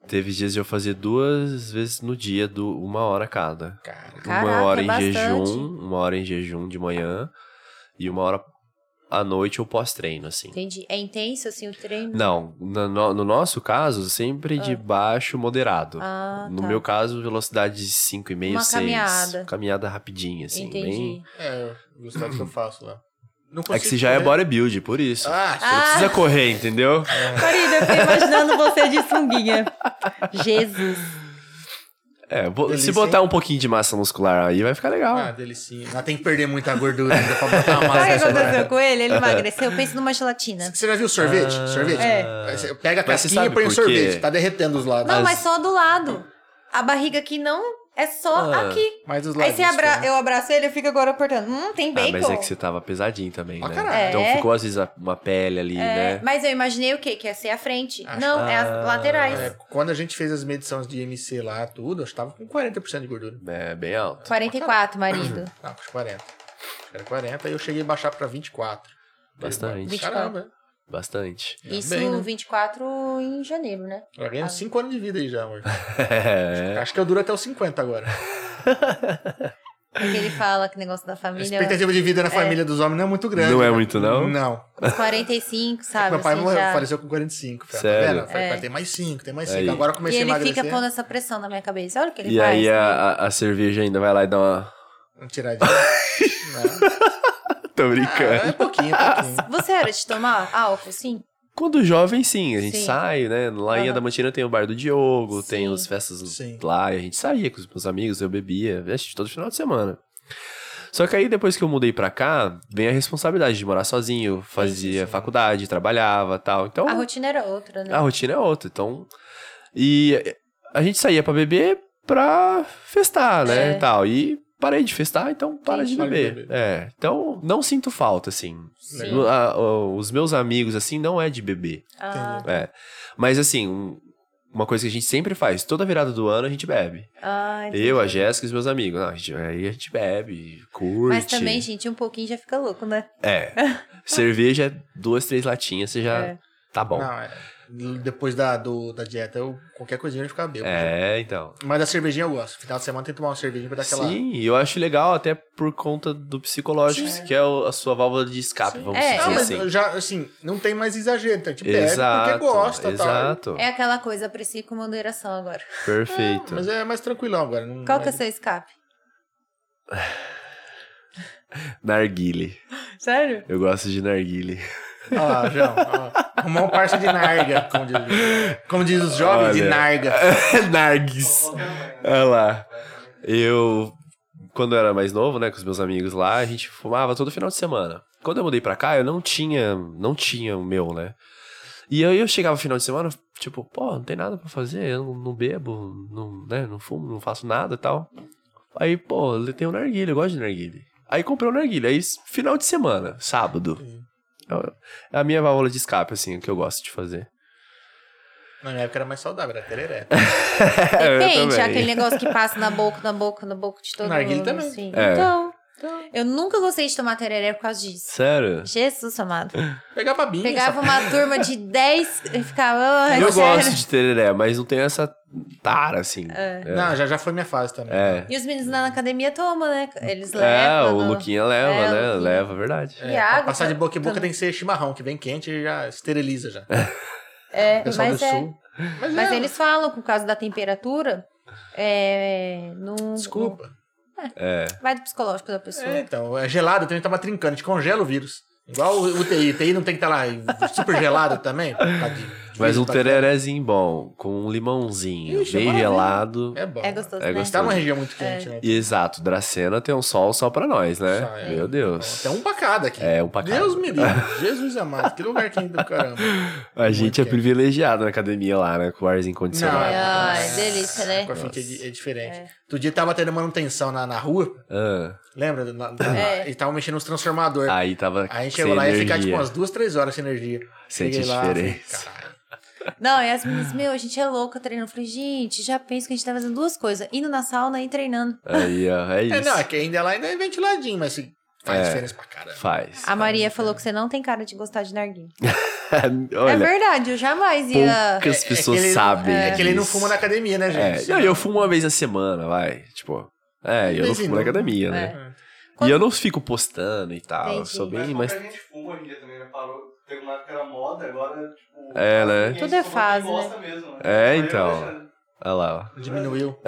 [SPEAKER 3] Teve dias de eu fazer duas vezes no dia, do, uma hora cada.
[SPEAKER 2] Cara,
[SPEAKER 1] Caraca,
[SPEAKER 3] uma hora
[SPEAKER 1] é
[SPEAKER 3] em
[SPEAKER 1] bastante.
[SPEAKER 3] jejum, uma hora em jejum de manhã e uma hora à noite ou pós-treino, assim.
[SPEAKER 1] Entendi. É intenso, assim, o treino?
[SPEAKER 3] Não, na- no, no nosso caso, sempre de baixo moderado.
[SPEAKER 1] Ah,
[SPEAKER 3] no
[SPEAKER 1] tá.
[SPEAKER 3] meu caso, velocidade de 5,5, 6.
[SPEAKER 1] Uma caminhada.
[SPEAKER 3] Caminhada rapidinha, assim.
[SPEAKER 1] Entendi.
[SPEAKER 3] Bem...
[SPEAKER 2] é, o resultado que eu faço lá. Não
[SPEAKER 3] É que você já é
[SPEAKER 2] correr.
[SPEAKER 3] bodybuild, por isso.
[SPEAKER 2] Ah,
[SPEAKER 3] Você não precisa correr, entendeu?
[SPEAKER 1] Corina, eu fiquei imaginando você de sunguinha. Jesus.
[SPEAKER 3] É, bo-
[SPEAKER 2] Delícia,
[SPEAKER 3] se botar um pouquinho de massa muscular aí, vai ficar legal.
[SPEAKER 2] Ah, delicinha. Ela tem que perder muita gordura ainda pra botar uma
[SPEAKER 1] Sabe o que
[SPEAKER 2] massa.
[SPEAKER 1] aconteceu com ele? Ele emagreceu. Pensa numa gelatina.
[SPEAKER 2] Você já viu sorvete? Sorvete?
[SPEAKER 1] É.
[SPEAKER 2] Você Pega a
[SPEAKER 3] Ah. Mas você
[SPEAKER 2] casquinha e
[SPEAKER 3] sabe
[SPEAKER 2] põe o
[SPEAKER 3] por
[SPEAKER 2] sorvete.
[SPEAKER 3] quê?
[SPEAKER 2] Tá derretendo os lados.
[SPEAKER 1] Não,
[SPEAKER 3] As-
[SPEAKER 1] mas só do lado. A barriga aqui não é só
[SPEAKER 3] Ah. é.
[SPEAKER 1] aqui.
[SPEAKER 2] Mas os lados.
[SPEAKER 1] Aí você abra... eu abraço ele, eu fico agora apertando. Hum, tem
[SPEAKER 3] Ah,
[SPEAKER 1] bacon.
[SPEAKER 3] mas é que você tava pesadinho também,
[SPEAKER 2] Pra
[SPEAKER 3] né?
[SPEAKER 2] caralho.
[SPEAKER 3] Então
[SPEAKER 1] É.
[SPEAKER 3] ficou às vezes a- uma pele ali,
[SPEAKER 1] É,
[SPEAKER 3] né?
[SPEAKER 1] mas eu imaginei o quê? Que ia ser a frente.
[SPEAKER 2] Acho-
[SPEAKER 1] Não, é as
[SPEAKER 3] Ah.
[SPEAKER 1] laterais.
[SPEAKER 2] É, quando a gente fez as medições de IMC lá, tudo, eu tava com 40% de gordura.
[SPEAKER 3] É, bem alto.
[SPEAKER 1] 44, marido.
[SPEAKER 3] Tá
[SPEAKER 2] Ah, com 40. Acho que Era 40, aí eu cheguei a baixar pra 24.
[SPEAKER 3] Bastante.
[SPEAKER 2] Eu, Caramba,
[SPEAKER 3] Bastante.
[SPEAKER 2] É,
[SPEAKER 1] Isso
[SPEAKER 2] bem, né?
[SPEAKER 1] 24 em janeiro, né?
[SPEAKER 2] eu ganhei uns 5 anos de vida aí já, amor.
[SPEAKER 3] É.
[SPEAKER 2] Acho que eu duro até os 50 agora.
[SPEAKER 1] Porque ele fala que negócio da
[SPEAKER 2] A
[SPEAKER 1] família
[SPEAKER 2] expectativa de vida na família dos homens não é muito grande.
[SPEAKER 3] Não é
[SPEAKER 2] né?
[SPEAKER 3] muito, não?
[SPEAKER 2] Não.
[SPEAKER 1] os 45, sabe?
[SPEAKER 2] É Meu pai
[SPEAKER 1] assim,
[SPEAKER 2] morreu,
[SPEAKER 1] já...
[SPEAKER 2] faleceu com 45. Falei,
[SPEAKER 3] Sério? É
[SPEAKER 2] Tá vendo? Eu Falei,
[SPEAKER 1] É.
[SPEAKER 2] pai, tem mais 5, tem mais
[SPEAKER 3] Aí.
[SPEAKER 2] 5. Agora eu
[SPEAKER 1] E
[SPEAKER 2] comecei a
[SPEAKER 1] ele
[SPEAKER 2] emagrecer.
[SPEAKER 1] fica pondo essa pressão na minha cabeça. Olha o que ele
[SPEAKER 3] E
[SPEAKER 1] faz. né?
[SPEAKER 3] aí a, a- a cerveja ainda vai lá e dá uma.
[SPEAKER 2] Uma tiradinha. Um Não.
[SPEAKER 3] Tô
[SPEAKER 2] Ah,
[SPEAKER 3] brincando.
[SPEAKER 2] é pouquinho, é pouquinho.
[SPEAKER 1] Você era de tomar álcool, sim?
[SPEAKER 3] Quando jovem, sim, a gente
[SPEAKER 1] Sim.
[SPEAKER 3] sai, né? Lá em
[SPEAKER 1] Aham.
[SPEAKER 3] Adamantina tem o bar do Diogo, tem
[SPEAKER 1] Sim.
[SPEAKER 3] as festas
[SPEAKER 2] Sim.
[SPEAKER 3] lá, e a gente saía com os meus amigos, eu bebia, vixe, todo final de semana. Só que aí depois que eu mudei pra cá, vem a responsabilidade de morar sozinho, fazia
[SPEAKER 2] sim.
[SPEAKER 3] faculdade, trabalhava tal. Então,
[SPEAKER 2] Ah.
[SPEAKER 1] A rotina era outra, né?
[SPEAKER 3] A rotina é outra, então. E a gente saía pra beber pra festar,
[SPEAKER 1] É.
[SPEAKER 3] né? E tal. E parei de festar, então para de
[SPEAKER 2] Para de
[SPEAKER 3] beber.
[SPEAKER 2] beber.
[SPEAKER 3] É. Então, não sinto falta, assim.
[SPEAKER 1] Sim.
[SPEAKER 3] No- a- o- os meus amigos, assim, não é de beber.
[SPEAKER 1] Ah,
[SPEAKER 3] É. Mas assim, um- uma coisa que a gente sempre faz, toda virada do ano a gente bebe.
[SPEAKER 1] ah, entendi.
[SPEAKER 3] Eu, a Jéssica e os meus amigos. Não, a gente, aí a gente bebe, curte.
[SPEAKER 1] Mas também, gente, um pouquinho já fica louco, né?
[SPEAKER 3] É. Cerveja, é duas, três latinhas, você já.
[SPEAKER 1] É.
[SPEAKER 3] Tá bom.
[SPEAKER 2] Não, é. Depois da, do- da dieta, eu, qualquer coisinha eu ficava bêbado.
[SPEAKER 3] É, então.
[SPEAKER 2] Mas a cervejinha eu gosto. Final de semana tem que tomar uma cervejinha pra dar aquela.
[SPEAKER 3] Sim, e eu acho legal até por conta do psicológico, que é o- a sua válvula de escape,
[SPEAKER 1] Sim.
[SPEAKER 3] vamos
[SPEAKER 1] É.
[SPEAKER 2] Não,
[SPEAKER 3] dizer
[SPEAKER 2] mas
[SPEAKER 3] assim.
[SPEAKER 2] eu já, assim, não tem mais exagero. Tá? A gente bebe
[SPEAKER 3] Exato,
[SPEAKER 2] porque gosta, tá?
[SPEAKER 3] exato.
[SPEAKER 1] É Ah, aquela coisa, aprecie com moderação agora.
[SPEAKER 3] Perfeito.
[SPEAKER 2] Mas é mais tranquilão agora. Não,
[SPEAKER 1] Qual que é
[SPEAKER 2] mas-
[SPEAKER 1] o seu escape?
[SPEAKER 3] Narguile.
[SPEAKER 1] Sério?
[SPEAKER 3] Eu gosto de narguile.
[SPEAKER 2] Olha lá, João. ó. Arrumar um parça de narga, como diz, como diz os jovens, de
[SPEAKER 3] Olha.
[SPEAKER 2] narga. Tá
[SPEAKER 3] Narguis.
[SPEAKER 4] é Qualquer
[SPEAKER 3] Olha lá. Eu, quando eu era mais novo, né, com os meus amigos lá, a gente fumava todo final de semana. Quando eu mudei pra cá, eu não tinha, não tinha o meu, né? E aí eu chegava no final de semana, tipo, pô, não tem nada pra fazer, eu não, não bebo, não, né, não fumo, não faço nada e tal. Aí, pô, ele tem um narguilha, eu gosto de narguilha. Aí comprei um narguilha, aí s- final de semana, sábado. Eu- É a minha válvula de escape, assim, que eu gosto de fazer.
[SPEAKER 2] Na minha época era mais saudável, era tereré.
[SPEAKER 3] É, eu
[SPEAKER 1] Depende,
[SPEAKER 3] também.
[SPEAKER 1] É aquele negócio que passa na boca, na boca, na boca de todo
[SPEAKER 2] Narguilé
[SPEAKER 1] mundo.
[SPEAKER 2] também.
[SPEAKER 1] assim.
[SPEAKER 3] É.
[SPEAKER 1] Então, eu nunca gostei de tomar tereré por causa disso.
[SPEAKER 3] Sério?
[SPEAKER 1] Jesus amado.
[SPEAKER 2] Pegava babinha.
[SPEAKER 1] Pegava uma turma de 10 e ficava. "Ah, é
[SPEAKER 3] Eu
[SPEAKER 1] sério?" É.
[SPEAKER 3] gosto de tereré, mas não tem essa tara, assim.
[SPEAKER 2] sabe? Não, já, já foi minha fase também.
[SPEAKER 3] É.
[SPEAKER 1] E os meninos lá na academia tomam, né? Eles
[SPEAKER 3] É,
[SPEAKER 1] levam.
[SPEAKER 3] o
[SPEAKER 1] no-
[SPEAKER 3] Luquinha leva,
[SPEAKER 1] É, o
[SPEAKER 3] né?
[SPEAKER 1] Luquinha.
[SPEAKER 3] Leva, verdade.
[SPEAKER 1] E
[SPEAKER 2] é, pra
[SPEAKER 1] água
[SPEAKER 2] passar de boca em boca
[SPEAKER 1] também.
[SPEAKER 2] tem que ser chimarrão, que vem quente e já esteriliza já.
[SPEAKER 1] É,
[SPEAKER 2] Pessoal
[SPEAKER 1] mas
[SPEAKER 2] do
[SPEAKER 1] é.
[SPEAKER 2] sul. Mas,
[SPEAKER 1] Mas
[SPEAKER 2] é,
[SPEAKER 1] eles falam, por causa da temperatura, é, não,
[SPEAKER 2] Desculpa.
[SPEAKER 3] É.
[SPEAKER 1] não- vai do psicológico da pessoa.
[SPEAKER 2] É, então, é gelado, então a gente tava tá trincando, a gente congela o vírus. Igual o UTI. UTI não tem que estar lá super gelado também, por causa de
[SPEAKER 3] Mas
[SPEAKER 2] Beijo
[SPEAKER 3] um
[SPEAKER 2] pra cá.
[SPEAKER 3] tererézinho bom, com um limãozinho
[SPEAKER 2] Ixi,
[SPEAKER 3] bem
[SPEAKER 2] maravilha.
[SPEAKER 3] gelado.
[SPEAKER 2] É bom.
[SPEAKER 1] É gostoso,
[SPEAKER 3] É
[SPEAKER 1] né?
[SPEAKER 2] Tá numa região muito quente, né?
[SPEAKER 3] E Exato, Dracena tem um sol só pra nós, né?
[SPEAKER 2] Só, é.
[SPEAKER 3] Meu Deus.
[SPEAKER 2] Tem um pra cada aqui.
[SPEAKER 3] É, um pra cada.
[SPEAKER 2] Deus me livre. Jesus amado. Que lugar quente do caramba.
[SPEAKER 3] A gente é
[SPEAKER 2] quente.
[SPEAKER 3] privilegiado na academia lá, né? Com o arzinho
[SPEAKER 2] Não,
[SPEAKER 3] condicionado.
[SPEAKER 2] é-
[SPEAKER 1] Ai, delícia, né?
[SPEAKER 2] Com a finca é, di- é diferente.
[SPEAKER 1] É.
[SPEAKER 2] Outro dia tava tendo manutenção na, na rua,
[SPEAKER 3] Ah,
[SPEAKER 2] lembra? Na, na,
[SPEAKER 1] É.
[SPEAKER 2] Eles estavam mexendo nos transformadores.
[SPEAKER 3] aí tava.
[SPEAKER 2] Aí a gente
[SPEAKER 3] Ah, sem
[SPEAKER 2] chegou lá e ia
[SPEAKER 3] energia.
[SPEAKER 2] ficar tipo umas duas, três horas sem energia.
[SPEAKER 3] Sente a
[SPEAKER 2] Cheguei lá,
[SPEAKER 3] diferença.
[SPEAKER 2] falei, "Caralho."
[SPEAKER 1] Não, e as meninas, meu, a gente é louca treinando. Eu falei, gente, já penso que a gente tá fazendo duas coisas: indo na sauna e treinando.
[SPEAKER 3] Aí, ó, é isso.
[SPEAKER 2] É, não, é que ainda lá ainda é ventiladinho, mas assim, faz
[SPEAKER 3] É.
[SPEAKER 2] diferença pra caramba.
[SPEAKER 3] Faz.
[SPEAKER 1] A
[SPEAKER 2] né?
[SPEAKER 1] Maria falou que você não tem cara de gostar de narguilha. É
[SPEAKER 3] Olha,
[SPEAKER 1] verdade, eu jamais ia.
[SPEAKER 3] poucas
[SPEAKER 2] É- é
[SPEAKER 3] pessoas
[SPEAKER 2] que ele-
[SPEAKER 3] sabem.
[SPEAKER 2] É que ele não
[SPEAKER 3] disso.
[SPEAKER 2] fuma na academia, né,
[SPEAKER 3] É,
[SPEAKER 2] gente?
[SPEAKER 3] não, eu fumo uma vez na semana, vai. Tipo, é, eu não
[SPEAKER 2] Vez em
[SPEAKER 3] fumo na
[SPEAKER 2] nunca.
[SPEAKER 3] academia, né?
[SPEAKER 1] É.
[SPEAKER 3] E eu não fico postando e tal.
[SPEAKER 1] Entendi.
[SPEAKER 3] Sou bem
[SPEAKER 4] mas
[SPEAKER 3] mais.
[SPEAKER 4] pouca gente fuma hoje em dia também, né? Parou. Teve uma época que era moda, agora, tipo.
[SPEAKER 3] É, né?
[SPEAKER 4] ninguém
[SPEAKER 1] Tudo é
[SPEAKER 4] fuma,
[SPEAKER 1] fase,
[SPEAKER 4] ninguém gosta mesmo, né?
[SPEAKER 3] É,
[SPEAKER 4] Aí eu
[SPEAKER 3] então.
[SPEAKER 4] deixo-
[SPEAKER 3] Olha lá, ó.
[SPEAKER 2] É. Diminuiu.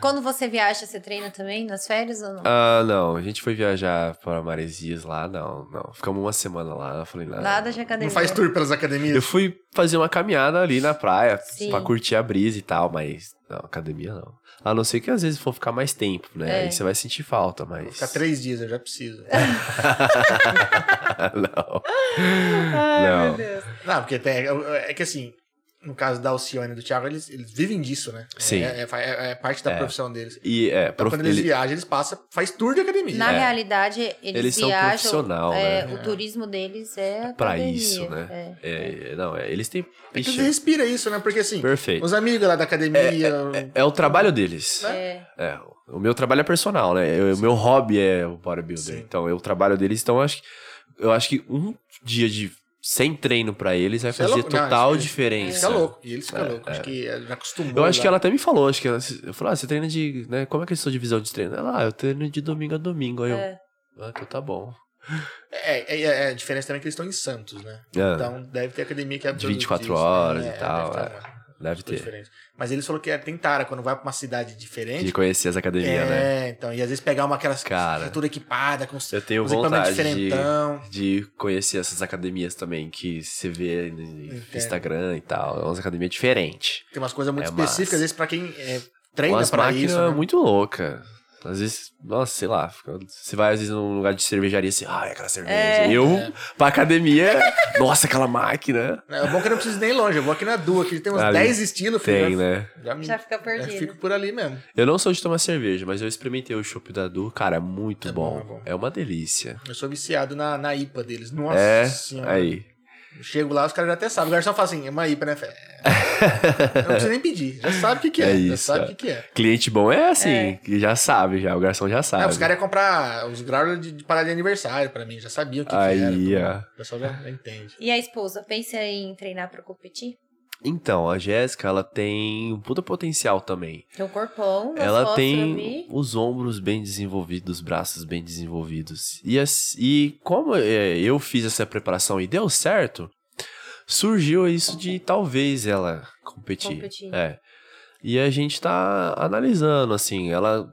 [SPEAKER 1] Quando você viaja, você treina também nas férias ou não?
[SPEAKER 3] Ah, não. A gente foi viajar para Maresias lá, não, não. Ficamos uma semana lá, não falei nada.
[SPEAKER 1] Nada de academia.
[SPEAKER 2] Ah, Não faz tour pelas
[SPEAKER 3] Eu
[SPEAKER 2] academias.
[SPEAKER 3] fui fazer uma caminhada ali na praia
[SPEAKER 1] Sim.
[SPEAKER 3] pra curtir a brisa e tal, mas não, academia não. A não ser que às vezes for ficar mais tempo, né?
[SPEAKER 1] É.
[SPEAKER 3] Aí você vai sentir falta, mas.
[SPEAKER 2] Ficar três dias, eu já preciso.
[SPEAKER 3] não.
[SPEAKER 1] Ai,
[SPEAKER 3] Não.
[SPEAKER 1] meu Deus.
[SPEAKER 2] Não, porque tem, é, é que assim, no caso da Alcione e do Thiago, eles, eles vivem disso, né?
[SPEAKER 3] Sim.
[SPEAKER 2] É, é- é- é parte da
[SPEAKER 3] É.
[SPEAKER 2] profissão deles.
[SPEAKER 3] E é,
[SPEAKER 2] Então,
[SPEAKER 3] prof...
[SPEAKER 2] quando eles
[SPEAKER 3] ele-
[SPEAKER 2] viajam, eles passam, faz tour de academia.
[SPEAKER 1] Na
[SPEAKER 2] É.
[SPEAKER 1] realidade, eles,
[SPEAKER 3] eles são
[SPEAKER 1] viajam.
[SPEAKER 3] profissional,
[SPEAKER 1] é,
[SPEAKER 3] né?
[SPEAKER 1] O turismo deles é.
[SPEAKER 3] Pra
[SPEAKER 1] academia,
[SPEAKER 3] isso, né?
[SPEAKER 1] é.
[SPEAKER 3] É, é, não, é, eles têm.
[SPEAKER 2] É que
[SPEAKER 3] Ixi,
[SPEAKER 2] você respira isso, né? Porque assim,
[SPEAKER 3] perfeito.
[SPEAKER 2] os amigos lá da academia.
[SPEAKER 3] É o trabalho deles.
[SPEAKER 2] Né?
[SPEAKER 1] É.
[SPEAKER 3] É, o meu trabalho é personal, né? Eu- o meu hobby é o bodybuilder.
[SPEAKER 2] Sim.
[SPEAKER 3] Então, eu trabalho deles. Então, eu acho, que- eu acho que um dia de sem treino pra eles vai
[SPEAKER 2] Isso é
[SPEAKER 3] fazer
[SPEAKER 2] louco. Não,
[SPEAKER 3] total
[SPEAKER 2] isso-
[SPEAKER 3] diferença.
[SPEAKER 2] Eles ficam loucos. E eles ficam
[SPEAKER 3] É,
[SPEAKER 2] loucos. Acho que ela já acostumou.
[SPEAKER 3] Eu acho
[SPEAKER 2] lá.
[SPEAKER 3] que ela até me falou, acho que ela eu falei, ah, você treina de, né, como é que é a sua divisão de treino? Ela, ah, eu treino de domingo a domingo, aí
[SPEAKER 1] É.
[SPEAKER 3] eu, ah, então tá bom.
[SPEAKER 2] É, é, é, a diferença também é que eles estão em Santos, né?
[SPEAKER 3] É,
[SPEAKER 2] Então deve ter academia que é
[SPEAKER 3] De
[SPEAKER 2] todos os
[SPEAKER 3] 24
[SPEAKER 2] dias.
[SPEAKER 3] horas e
[SPEAKER 2] deve
[SPEAKER 3] tal,
[SPEAKER 2] ter
[SPEAKER 3] é.
[SPEAKER 2] uma-
[SPEAKER 3] deve
[SPEAKER 2] Foi
[SPEAKER 3] ter.
[SPEAKER 2] diferente. Mas eles falou que é tentara quando vai pra uma cidade
[SPEAKER 3] De
[SPEAKER 2] diferente.
[SPEAKER 3] conhecer as academias, né?
[SPEAKER 2] é, então, e às vezes pegar uma aquelas
[SPEAKER 3] Cara.
[SPEAKER 2] estrutura equipada, com os
[SPEAKER 3] Eu tenho
[SPEAKER 2] os equipamentos
[SPEAKER 3] vontade de,
[SPEAKER 2] diferentão.
[SPEAKER 3] de conhecer essas academias também, que você vê no
[SPEAKER 2] é.
[SPEAKER 3] Instagram e tal. É umas academias diferentes.
[SPEAKER 2] Tem umas coisas muito
[SPEAKER 3] É
[SPEAKER 2] específicas,
[SPEAKER 3] massa.
[SPEAKER 2] às vezes, pra quem é,
[SPEAKER 3] Tem
[SPEAKER 2] treina
[SPEAKER 3] umas
[SPEAKER 2] pra
[SPEAKER 3] máquinas
[SPEAKER 2] isso. né?
[SPEAKER 3] muito louca. Às vezes, nossa, sei lá. fica- Você vai, às vezes, num lugar de cervejaria assim, ah, é aquela cerveja.
[SPEAKER 1] É.
[SPEAKER 3] Eu, pra academia, nossa, aquela máquina.
[SPEAKER 2] É bom que eu não preciso nem longe, eu vou aqui na Dua, que tem uns
[SPEAKER 3] Ali.
[SPEAKER 2] 10 estilos, filho,
[SPEAKER 3] Tem,
[SPEAKER 2] já-
[SPEAKER 3] né?
[SPEAKER 2] Já, me,
[SPEAKER 1] Já fica
[SPEAKER 2] já
[SPEAKER 1] perdido.
[SPEAKER 2] fico por ali mesmo.
[SPEAKER 3] Eu não sou de tomar cerveja, mas eu experimentei o chopp da Du. Cara, é muito
[SPEAKER 2] É
[SPEAKER 3] bom.
[SPEAKER 2] bom, é bom.
[SPEAKER 3] É uma delícia.
[SPEAKER 2] Eu sou viciado na, na IPA deles. Nossa
[SPEAKER 3] é,
[SPEAKER 2] senhora.
[SPEAKER 3] aí.
[SPEAKER 2] Eu Chego lá, os caras já até sabem. O garçom fala assim, é uma IPA, né? Fé? Eu não preciso nem pedir, já sabe o que, que é.
[SPEAKER 3] É
[SPEAKER 2] já
[SPEAKER 3] isso,
[SPEAKER 2] sabe o
[SPEAKER 3] cara.
[SPEAKER 2] que, que é.
[SPEAKER 3] Cliente bom é assim,
[SPEAKER 1] É.
[SPEAKER 3] que já sabe, já. O garçom já sabe.
[SPEAKER 2] Ah, os caras iam comprar os graus de, de parada de aniversário pra mim, já sabiam o que, que era.
[SPEAKER 3] Aí,
[SPEAKER 2] tudo.
[SPEAKER 3] ó.
[SPEAKER 2] O pessoal já, já entende.
[SPEAKER 1] E a esposa, pensa em treinar pra competir?
[SPEAKER 3] Então, a Jéssica, ela tem um puta potencial também.
[SPEAKER 1] Tem um corpão, nas
[SPEAKER 3] Ela
[SPEAKER 1] fotos eu
[SPEAKER 3] tem
[SPEAKER 1] vi.
[SPEAKER 3] os ombros bem desenvolvidos, os braços bem desenvolvidos. E, as- e como é, eu fiz essa preparação e deu certo, surgiu isso de talvez ela competir.
[SPEAKER 1] Competir.
[SPEAKER 3] É. E a gente tá analisando, assim, ela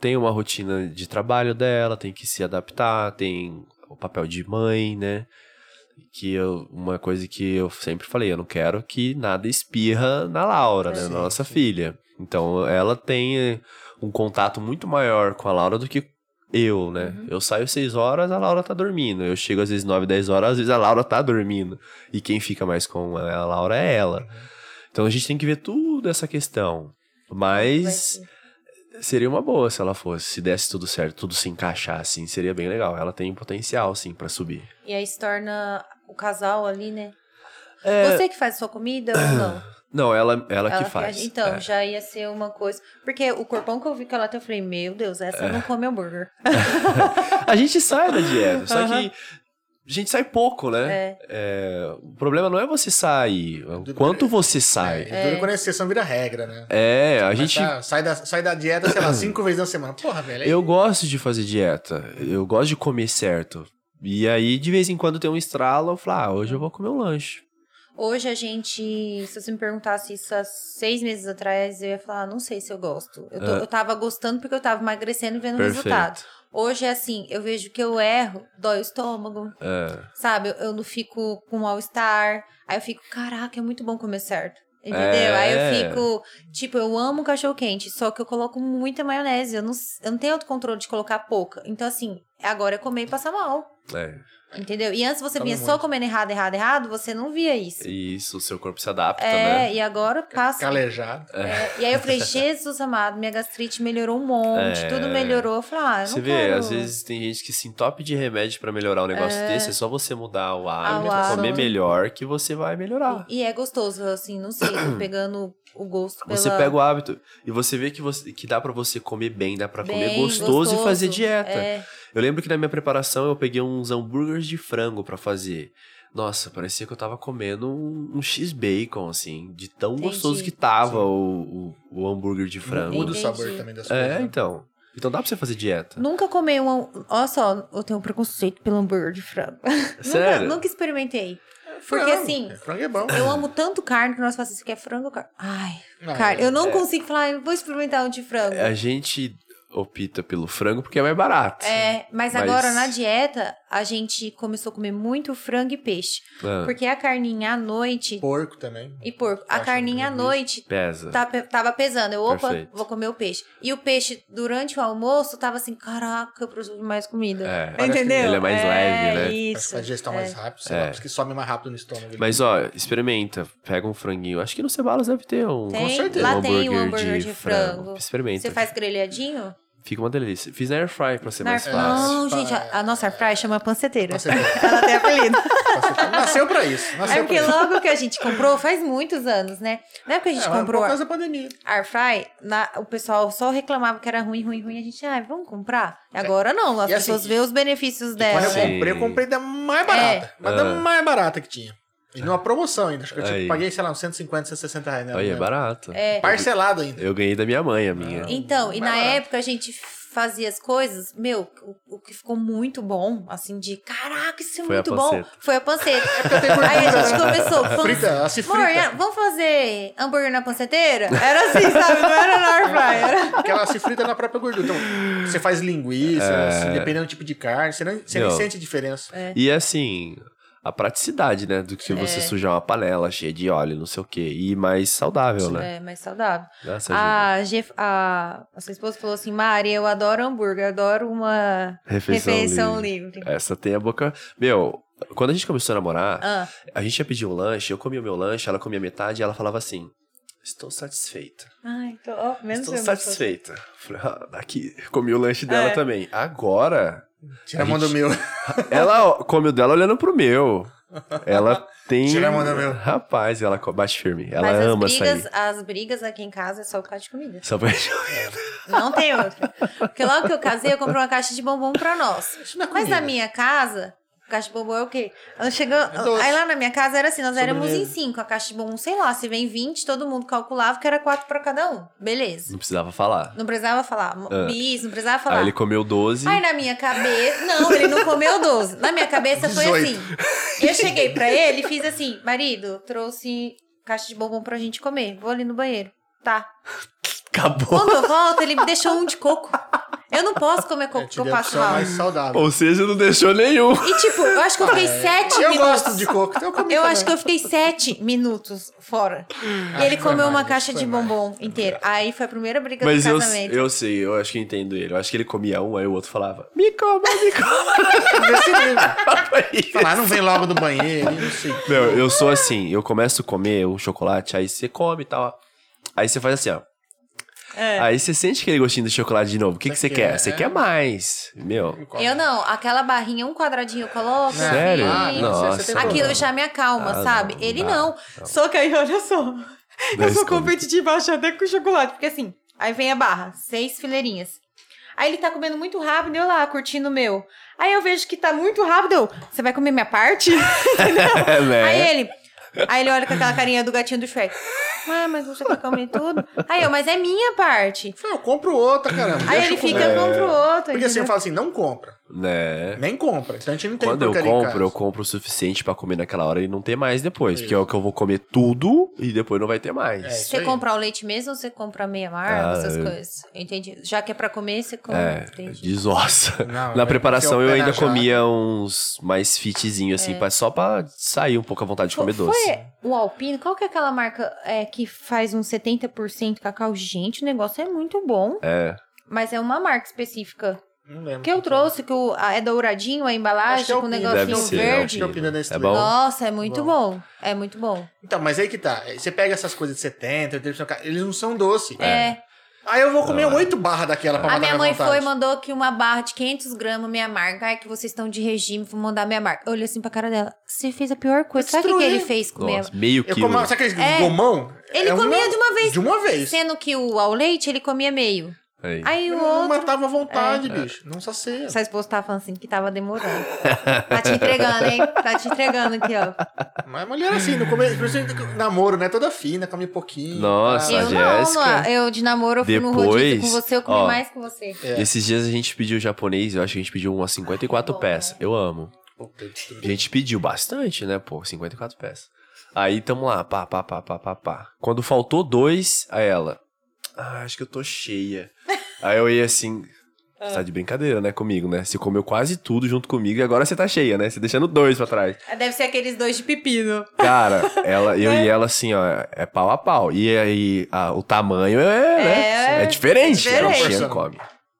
[SPEAKER 3] tem uma rotina de trabalho dela, tem que se adaptar, tem o papel de mãe, né? Que eu- uma coisa que eu sempre falei, eu não quero que nada espirra na Laura, né?
[SPEAKER 2] Sim,
[SPEAKER 3] Na nossa filha. Então ela tem eh, um contato muito maior com a Laura do que eu, né?
[SPEAKER 1] Uhum.
[SPEAKER 3] Eu saio seis horas, a Laura tá dormindo. Eu chego às vezes nove dez horas, às vezes a Laura tá dormindo. E quem fica mais com a Laura é ela.
[SPEAKER 2] Uhum.
[SPEAKER 3] Então a gente tem que ver tudo essa questão.
[SPEAKER 1] Vai
[SPEAKER 3] Mas
[SPEAKER 1] ser.
[SPEAKER 3] Seria uma boa se ela fosse, se desse tudo certo, tudo se encaixar assim, seria bem legal. Ela tem potencial, sim, pra subir.
[SPEAKER 1] E aí se torna o casal ali, né?
[SPEAKER 3] É,
[SPEAKER 1] Você que faz sua comida ou não?
[SPEAKER 3] Não, ela, ela,
[SPEAKER 1] Ela
[SPEAKER 3] que faz.
[SPEAKER 1] Então,
[SPEAKER 3] é.
[SPEAKER 1] já ia ser uma coisa. Porque o corpão que eu vi que ela tem, eu falei, meu Deus, essa
[SPEAKER 3] É.
[SPEAKER 1] não come hambúrguer.
[SPEAKER 3] A gente sai da dieta, só
[SPEAKER 1] Aham.
[SPEAKER 3] que a gente sai pouco, né?
[SPEAKER 1] É.
[SPEAKER 3] É, o problema não é você sair, é o
[SPEAKER 2] Do-
[SPEAKER 3] quanto você
[SPEAKER 2] É,
[SPEAKER 3] sai.
[SPEAKER 2] e dura quando a exceção vira regra, né?
[SPEAKER 3] É, a
[SPEAKER 2] Mas
[SPEAKER 3] gente.
[SPEAKER 2] tá- sai, da, sai da dieta, sei lá, cinco vezes na semana. Porra,
[SPEAKER 1] É
[SPEAKER 2] velho. aí-
[SPEAKER 3] Eu gosto de fazer dieta, eu gosto de comer certo. E aí, de vez em quando tem um estralo, eu falo, ah, hoje eu vou comer um lanche.
[SPEAKER 1] Uhum. Hoje a gente, se você me perguntasse isso há seis meses atrás, eu ia falar, não sei se eu gosto. Eu, tô-
[SPEAKER 3] Ah.
[SPEAKER 1] eu tava gostando porque eu tava emagrecendo e vendo o
[SPEAKER 3] Perfeito.
[SPEAKER 1] um resultado. Hoje é assim, eu vejo que eu erro, dói o estômago,
[SPEAKER 3] É.
[SPEAKER 1] sabe? Eu, eu não fico com all-star. Aí eu fico, caraca, é muito bom comer certo. Entendeu?
[SPEAKER 3] É.
[SPEAKER 1] Aí eu fico, tipo, eu amo cachorro quente, só que eu coloco muita maionese. Eu não, s- eu não tenho autocontrole de colocar pouca. Então, assim, agora é comer e passar mal.
[SPEAKER 3] é.
[SPEAKER 1] Entendeu? E antes você
[SPEAKER 3] Tá
[SPEAKER 2] Come
[SPEAKER 1] vinha só comendo errado, errado, errado, você não via isso.
[SPEAKER 3] E isso, o seu corpo se adapta,
[SPEAKER 1] É,
[SPEAKER 3] né?
[SPEAKER 1] e agora passa.
[SPEAKER 2] Calejado.
[SPEAKER 1] É, e aí eu falei, Jesus amado, minha gastrite melhorou um monte,
[SPEAKER 3] É.
[SPEAKER 1] tudo melhorou. Eu falei, ah, eu
[SPEAKER 3] Você
[SPEAKER 1] não
[SPEAKER 3] vê,
[SPEAKER 1] quero.
[SPEAKER 3] às vezes tem gente que se entope de remédio pra melhorar um negócio desse, é só você mudar o hábito,
[SPEAKER 1] Ah, hábito.
[SPEAKER 3] comer melhor que você vai melhorar.
[SPEAKER 1] E é gostoso, assim, não sei, tô pegando o gosto pela...
[SPEAKER 3] Você pega o hábito e você vê que, você, que dá pra você comer bem, dá pra comer
[SPEAKER 1] Bem
[SPEAKER 3] gostoso, e fazer
[SPEAKER 1] gostoso,
[SPEAKER 3] dieta.
[SPEAKER 1] É,
[SPEAKER 3] Eu lembro que na minha preparação eu peguei uns hambúrgueres de frango pra fazer. Nossa, parecia que eu tava comendo um, um X-Bacon, assim, de tão
[SPEAKER 1] Entendi.
[SPEAKER 3] gostoso que tava o, o, o hambúrguer de
[SPEAKER 2] Muda
[SPEAKER 3] frango.
[SPEAKER 2] o
[SPEAKER 1] Entendi.
[SPEAKER 2] sabor também das coisas.
[SPEAKER 3] É,
[SPEAKER 2] né?
[SPEAKER 3] então. Então dá pra você fazer dieta.
[SPEAKER 1] nunca comi um... Olha só, eu tenho um preconceito pelo hambúrguer de frango.
[SPEAKER 3] Sério?
[SPEAKER 1] Nunca, nunca experimentei. Porque,
[SPEAKER 2] Frango.
[SPEAKER 1] assim,
[SPEAKER 2] É, Frango é bom.
[SPEAKER 1] Eu amo tanto carne que nós fazemos isso, que é frango ou carne? Ai,
[SPEAKER 2] Não, é
[SPEAKER 1] carne. Eu não
[SPEAKER 3] é.
[SPEAKER 1] consigo falar, "Ah, eu vou experimentar um de frango.
[SPEAKER 3] A gente opta pelo frango porque é mais barato.
[SPEAKER 1] É, mas
[SPEAKER 3] Mas-
[SPEAKER 1] agora na dieta, a gente começou a comer muito frango e peixe.
[SPEAKER 3] Ah,
[SPEAKER 1] Porque a carninha à noite
[SPEAKER 2] Porco também.
[SPEAKER 1] e porco.
[SPEAKER 2] Eu
[SPEAKER 1] A
[SPEAKER 2] acho
[SPEAKER 1] carninha à
[SPEAKER 2] incrível
[SPEAKER 1] noite
[SPEAKER 3] Pesa.
[SPEAKER 1] tá pe- tava pesando. Eu, opa,
[SPEAKER 3] Perfeito.
[SPEAKER 1] vou comer o peixe. E o peixe, durante o almoço, tava assim, caraca, eu preciso de mais comida.
[SPEAKER 3] É.
[SPEAKER 1] Entendeu?
[SPEAKER 3] Ele é mais leve, né?
[SPEAKER 2] Acho que
[SPEAKER 1] Isso.
[SPEAKER 2] faz digestão mais rápido, sei
[SPEAKER 3] É.
[SPEAKER 2] lá, porque some mais rápido no estômago.
[SPEAKER 3] Mas ó, experimenta. Pega um franguinho. Acho que no Cebalos deve ter um.
[SPEAKER 1] Tem?
[SPEAKER 2] certeza.
[SPEAKER 1] Lá tem o hambúrguer de, frango.
[SPEAKER 3] Experimenta.
[SPEAKER 1] Você faz grelhadinho?
[SPEAKER 3] Fica uma delícia. Fiz na air fry pra ser
[SPEAKER 1] Na
[SPEAKER 3] mais
[SPEAKER 1] air-
[SPEAKER 3] fácil.
[SPEAKER 1] Não, gente, a, a nossa airfryer chama panceteira.
[SPEAKER 2] Nossa, é bom.
[SPEAKER 1] Ela tem apelido.
[SPEAKER 2] Nossa, é bom. nasceu pra isso. Nasceu
[SPEAKER 1] É
[SPEAKER 2] pra
[SPEAKER 1] porque
[SPEAKER 2] isso.
[SPEAKER 1] logo que a gente comprou, faz muitos anos, né? Na época que a gente
[SPEAKER 2] É, mas
[SPEAKER 1] comprou
[SPEAKER 2] Por
[SPEAKER 1] a
[SPEAKER 2] causa da pandemia.
[SPEAKER 1] Airfry, na, o pessoal só reclamava que era ruim, ruim, ruim. A gente, ah, vamos comprar? Agora não, as
[SPEAKER 2] E assim,
[SPEAKER 1] pessoas veem os benefícios dela.
[SPEAKER 2] Quando É, eu
[SPEAKER 1] né?
[SPEAKER 3] Sim.
[SPEAKER 2] comprei, eu comprei da mais barata.
[SPEAKER 1] É.
[SPEAKER 2] Mas da mais barata que tinha. E numa promoção ainda. Acho que eu tipo,
[SPEAKER 3] Ah. É. Aí.
[SPEAKER 2] paguei, sei lá, uns 150, 160 reais. Né?
[SPEAKER 3] Aí é barato.
[SPEAKER 1] É.
[SPEAKER 2] Parcelado ainda.
[SPEAKER 3] Eu ganhei da minha mãe, a minha.
[SPEAKER 1] Então, e
[SPEAKER 2] Vai
[SPEAKER 1] na
[SPEAKER 2] barato.
[SPEAKER 1] época a gente fazia as coisas, meu, o, o que ficou muito bom, assim, de caraca, isso é
[SPEAKER 3] Foi a
[SPEAKER 1] muito bom.
[SPEAKER 3] panceta.
[SPEAKER 1] Foi a panceta. Aí a gente começou, panceta.
[SPEAKER 2] Frita, ela se
[SPEAKER 1] Amor,
[SPEAKER 2] frita.
[SPEAKER 1] vamos fazer hambúrguer na panceteira?
[SPEAKER 3] É,
[SPEAKER 1] Era assim, sabe? Não era na airfryer. Era...
[SPEAKER 2] Porque ela se frita na própria gordura. Então, você faz linguiça, assim, dependendo do tipo de carne, você, não, você nem
[SPEAKER 3] É. Não.
[SPEAKER 2] sente a diferença.
[SPEAKER 1] É.
[SPEAKER 3] E assim, a praticidade, né? Do que você sujar uma panela cheia de óleo, não sei o quê. E mais saudável, né? Tá
[SPEAKER 1] É, Ah, mais saudável.
[SPEAKER 3] Nossa, ajuda.
[SPEAKER 1] A, Gef- a, a sua esposa falou assim: Mari, eu adoro hambúrguer, eu adoro uma
[SPEAKER 3] Refeição,
[SPEAKER 1] refeição
[SPEAKER 3] livre.
[SPEAKER 1] livre.
[SPEAKER 3] Essa tem a boca. Meu, quando a gente começou a namorar,
[SPEAKER 1] Ah,
[SPEAKER 3] a gente ia pedir um lanche, eu comia o meu lanche, ela comia metade e ela falava assim: Estou satisfeita.
[SPEAKER 1] ai, tô, ó, menos
[SPEAKER 3] Estou
[SPEAKER 1] eu não
[SPEAKER 3] satisfeita. Falei, ah, daqui. Comi o lanche dela
[SPEAKER 1] É.
[SPEAKER 3] também. Agora,
[SPEAKER 2] Tira a mão do
[SPEAKER 3] Gente.
[SPEAKER 2] meu.
[SPEAKER 3] ela ó, come o dela olhando pro meu. Ela tem.
[SPEAKER 2] Tira a mão do meu.
[SPEAKER 3] Rapaz, ela co- bate firme.
[SPEAKER 1] sou.
[SPEAKER 3] Ela
[SPEAKER 1] Mas
[SPEAKER 3] ama
[SPEAKER 1] as brigas,
[SPEAKER 3] sair.
[SPEAKER 1] as brigas aqui em casa é só por causa de comida.
[SPEAKER 3] Só pra-
[SPEAKER 1] Não tem outra. Porque logo que eu casei, eu comprei uma caixa de bombom pra nós.
[SPEAKER 2] Isso não é
[SPEAKER 1] Mas
[SPEAKER 2] comida.
[SPEAKER 1] na minha casa, caixa de bombom é o quê? Ela chegou.
[SPEAKER 2] doce.
[SPEAKER 1] aí lá na minha casa era assim, nós éramos em
[SPEAKER 2] Sobremesa.
[SPEAKER 1] cinco. A caixa de bombom, sei lá, se vem 20, todo mundo calculava que era quatro pra cada um. Beleza.
[SPEAKER 3] Não precisava falar.
[SPEAKER 1] Não precisava falar
[SPEAKER 3] Ah.
[SPEAKER 1] bis, não precisava falar.
[SPEAKER 3] Aí ele comeu 12.
[SPEAKER 1] Aí na minha cabeça. Não, ele não comeu 12. Na minha cabeça foi
[SPEAKER 2] 18.
[SPEAKER 1] assim. Eu cheguei pra ele e fiz assim: marido, trouxe caixa de bombom pra gente comer. Vou ali no banheiro. Tá.
[SPEAKER 3] Acabou.
[SPEAKER 1] Quando eu volto, ele me deixou um de coco. Eu não posso comer
[SPEAKER 2] Eu
[SPEAKER 1] coco, porque
[SPEAKER 2] tive
[SPEAKER 1] eu
[SPEAKER 2] a
[SPEAKER 1] passo
[SPEAKER 2] opção
[SPEAKER 1] mal.
[SPEAKER 2] mais saudável.
[SPEAKER 3] Ou seja, não deixou nenhum.
[SPEAKER 1] E tipo, eu acho que eu fiquei sete
[SPEAKER 2] É. Eu
[SPEAKER 1] minutos.
[SPEAKER 2] gosto de coco, então eu comi
[SPEAKER 1] Eu
[SPEAKER 2] também.
[SPEAKER 1] acho que eu fiquei sete minutos fora. E ele
[SPEAKER 2] que foi
[SPEAKER 1] comeu uma
[SPEAKER 2] mais,
[SPEAKER 1] caixa
[SPEAKER 2] acho
[SPEAKER 1] de
[SPEAKER 2] que foi
[SPEAKER 1] bombom inteira. Aí foi a primeira briga
[SPEAKER 3] Mas
[SPEAKER 1] do
[SPEAKER 3] eu,
[SPEAKER 1] casamento.
[SPEAKER 3] eu sei, eu acho que eu entendo ele. Eu acho que ele comia um, aí o outro falava: Me coma, me
[SPEAKER 2] Desse nível.
[SPEAKER 3] coma aí.
[SPEAKER 2] Falar, "Ah, não vem logo do banheiro, não sei.
[SPEAKER 3] Meu, eu sou assim, eu começo a comer um chocolate, aí você come e tal. ó. Aí você faz assim, ó.
[SPEAKER 1] É.
[SPEAKER 3] Aí você sente aquele gostinho do chocolate de novo. O que, que você
[SPEAKER 2] Você
[SPEAKER 3] quer?
[SPEAKER 2] quer,
[SPEAKER 3] Você
[SPEAKER 2] é.
[SPEAKER 3] quer mais. Meu.
[SPEAKER 1] Eu não, aquela barrinha, um quadradinho eu coloco.
[SPEAKER 2] É.
[SPEAKER 3] Sério?
[SPEAKER 1] assim.
[SPEAKER 2] isso,
[SPEAKER 3] Nossa.
[SPEAKER 2] Ah, você tem problema.
[SPEAKER 1] Aquilo já me acalma,
[SPEAKER 3] Ah, não,
[SPEAKER 1] sabe?
[SPEAKER 3] não
[SPEAKER 1] ele
[SPEAKER 3] dá,
[SPEAKER 1] não. Só que aí, olha só. Eu
[SPEAKER 3] Dois
[SPEAKER 1] sou
[SPEAKER 3] com-
[SPEAKER 1] competitiva, acho até com chocolate. Porque assim, aí vem a barra, seis fileirinhas. Aí ele tá comendo muito rápido, eu lá, curtindo o meu. Aí eu vejo que tá muito rápido, eu, você vai comer minha parte?
[SPEAKER 3] né?
[SPEAKER 1] Aí ele, aí ele olha com aquela carinha do gatinho do Shrek. Ah, mas você quer comer tudo? Aí eu, mas é minha parte.
[SPEAKER 2] Eu falei, eu compro outra, caramba.
[SPEAKER 1] Aí
[SPEAKER 2] deixa
[SPEAKER 1] ele
[SPEAKER 2] eu comprar.
[SPEAKER 1] fica
[SPEAKER 3] É.
[SPEAKER 1] um pro outro.
[SPEAKER 2] Porque assim, eu
[SPEAKER 1] entendeu?
[SPEAKER 2] falo assim, não compra.
[SPEAKER 3] Né?
[SPEAKER 2] Nem compra. Então a gente não tem
[SPEAKER 3] Quando eu
[SPEAKER 2] porcaria em
[SPEAKER 3] compro,
[SPEAKER 2] casa.
[SPEAKER 3] eu compro o suficiente pra comer naquela hora e não ter mais depois. Porque é
[SPEAKER 2] Isso.
[SPEAKER 3] o que eu vou comer tudo e depois não vai ter mais.
[SPEAKER 2] isso
[SPEAKER 1] Você
[SPEAKER 2] aí.
[SPEAKER 1] comprar o leite mesmo ou você compra meia marca,
[SPEAKER 3] Ah,
[SPEAKER 1] essas
[SPEAKER 3] eu-
[SPEAKER 1] coisas? Eu Entendi. Já que é pra comer, você come.
[SPEAKER 3] É,
[SPEAKER 1] Entendi.
[SPEAKER 3] desossa.
[SPEAKER 2] Não,
[SPEAKER 3] Na
[SPEAKER 2] né?
[SPEAKER 3] preparação
[SPEAKER 1] é
[SPEAKER 2] Enfiar o
[SPEAKER 3] eu
[SPEAKER 2] pé na
[SPEAKER 3] ainda
[SPEAKER 2] jaca.
[SPEAKER 3] comia uns mais fitzinhos, assim, pra- só pra sair um pouco a vontade de comer
[SPEAKER 1] Foi-
[SPEAKER 3] doce.
[SPEAKER 1] Foi o Alpino? Qual que é aquela marca é, que faz uns 70% cacau? Gente, o negócio é muito bom.
[SPEAKER 3] É.
[SPEAKER 1] Mas é uma marca específica.
[SPEAKER 2] Não lembro.
[SPEAKER 1] Que eu trouxe, que o- a- é douradinho a embalagem,
[SPEAKER 2] Acho que é
[SPEAKER 1] com um
[SPEAKER 2] Alpino.
[SPEAKER 1] negocinho
[SPEAKER 3] Deve ser,
[SPEAKER 1] verde.
[SPEAKER 3] Alpino.
[SPEAKER 2] Acho que é o da Nestlé.
[SPEAKER 3] É bom?
[SPEAKER 1] Nossa, é muito bom. É muito bom.
[SPEAKER 2] Então, mas aí que tá. Você pega essas coisas de 70, 80, eles não são doce.
[SPEAKER 1] É.
[SPEAKER 2] Aí eu vou comer
[SPEAKER 3] é.
[SPEAKER 2] oito barras daquela pra
[SPEAKER 1] A
[SPEAKER 2] matar
[SPEAKER 1] minha mãe
[SPEAKER 2] vontade.
[SPEAKER 1] foi e mandou aqui uma barra de 500 gramas, minha marca. Ai, que vocês estão de regime, vou mandar minha marca. Eu olhei assim pra cara dela. Você fez a pior coisa. Sabe o que, que ele
[SPEAKER 2] Destruir.
[SPEAKER 1] fez com minha
[SPEAKER 3] Nossa, meio
[SPEAKER 2] Eu
[SPEAKER 3] quilo.
[SPEAKER 2] como, sabe aqueles
[SPEAKER 1] É.
[SPEAKER 2] gomão?
[SPEAKER 1] Ele
[SPEAKER 2] É
[SPEAKER 1] comia de uma vez.
[SPEAKER 2] De uma vez.
[SPEAKER 1] Sendo que o ao leite, ele comia meio.
[SPEAKER 3] Aí.
[SPEAKER 1] Aí
[SPEAKER 2] Eu
[SPEAKER 1] o
[SPEAKER 2] não
[SPEAKER 1] outro... É.
[SPEAKER 2] matava à vontade, bicho. Não sacia.
[SPEAKER 1] Essa esposa tava falando assim que tava demorando. Tá te entregando, hein? Tá te entregando aqui, ó.
[SPEAKER 2] Mas mulher assim, no começo, principalmente com namoro, né? Toda fina, come pouquinho.
[SPEAKER 3] Nossa,
[SPEAKER 2] tá?
[SPEAKER 1] eu
[SPEAKER 3] Jéssica,
[SPEAKER 1] não, Luan. Eu de namoro, eu fui no rodízio com
[SPEAKER 3] depois,
[SPEAKER 1] você, eu comi
[SPEAKER 3] ó,
[SPEAKER 1] mais com você.
[SPEAKER 2] É.
[SPEAKER 3] Esses dias a gente pediu japonês, eu acho que a gente pediu umas 54
[SPEAKER 1] Bom,
[SPEAKER 3] peças. Eu amo.
[SPEAKER 2] Puta, eu
[SPEAKER 3] A
[SPEAKER 2] destruí.
[SPEAKER 3] gente pediu bastante, né, pô? 54 peças. Aí tamo lá, pá, pá, pá, pá, pá, pá. Quando faltou dois, aí ela. Ah, acho que eu tô cheia. aí eu ia assim.
[SPEAKER 1] É.
[SPEAKER 3] Você tá de brincadeira, né, comigo, né? Você comeu quase tudo junto comigo e agora você tá cheia, né? Você deixando dois pra trás.
[SPEAKER 1] Deve ser aqueles dois de pepino.
[SPEAKER 3] Cara, ela, eu e ela, assim, ó, é pau a pau. E aí, ah, o tamanho é, né?
[SPEAKER 1] É,
[SPEAKER 3] É diferente. né?
[SPEAKER 1] diferente.
[SPEAKER 3] A Ela come.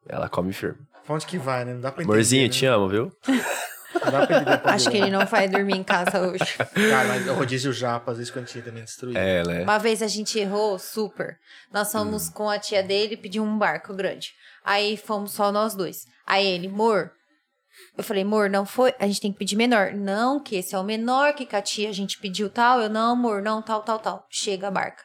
[SPEAKER 3] Ela come firme.
[SPEAKER 2] Pra onde que vai, né? Não dá pra entender.
[SPEAKER 3] Amorzinho,
[SPEAKER 2] né?
[SPEAKER 3] te amo, viu?
[SPEAKER 2] Não dá pra entender. pra
[SPEAKER 1] Acho que ele não vai dormir em casa hoje.
[SPEAKER 2] Cara, mas o rodízio japa, às vezes, quando tinha também destruído.
[SPEAKER 3] É, né?
[SPEAKER 1] Uma vez a gente errou super. Nós fomos
[SPEAKER 2] Hum.
[SPEAKER 1] com a tia dele pedir um barco grande. Aí fomos só nós dois. Aí ele, mor. Eu falei, mor, não foi. A gente tem que pedir menor. Não, que esse é o menor, que com a tia a gente pediu tal. Eu, não, amor, não, tal, tal, tal. Chega a barca.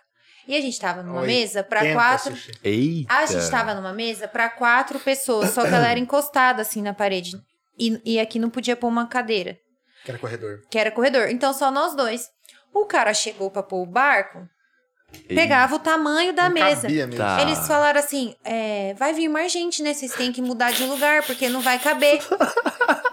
[SPEAKER 1] E a gente tava numa
[SPEAKER 2] Oi,
[SPEAKER 1] mesa pra
[SPEAKER 2] Tenta
[SPEAKER 1] quatro.
[SPEAKER 2] assistir.
[SPEAKER 3] Eita.
[SPEAKER 1] A gente tava numa mesa pra quatro pessoas, só que ela era encostada assim na parede. E, e aqui não podia pôr uma cadeira
[SPEAKER 2] Que era corredor.
[SPEAKER 1] que era corredor. Então só nós dois. O cara chegou pra pôr o barco,
[SPEAKER 3] Eita.
[SPEAKER 1] pegava o tamanho da
[SPEAKER 2] Não
[SPEAKER 1] mesa.
[SPEAKER 2] cabia mesmo.
[SPEAKER 3] Tá.
[SPEAKER 1] Eles falaram assim: é, vai vir mais gente, né? Vocês têm que mudar de lugar, porque não vai caber.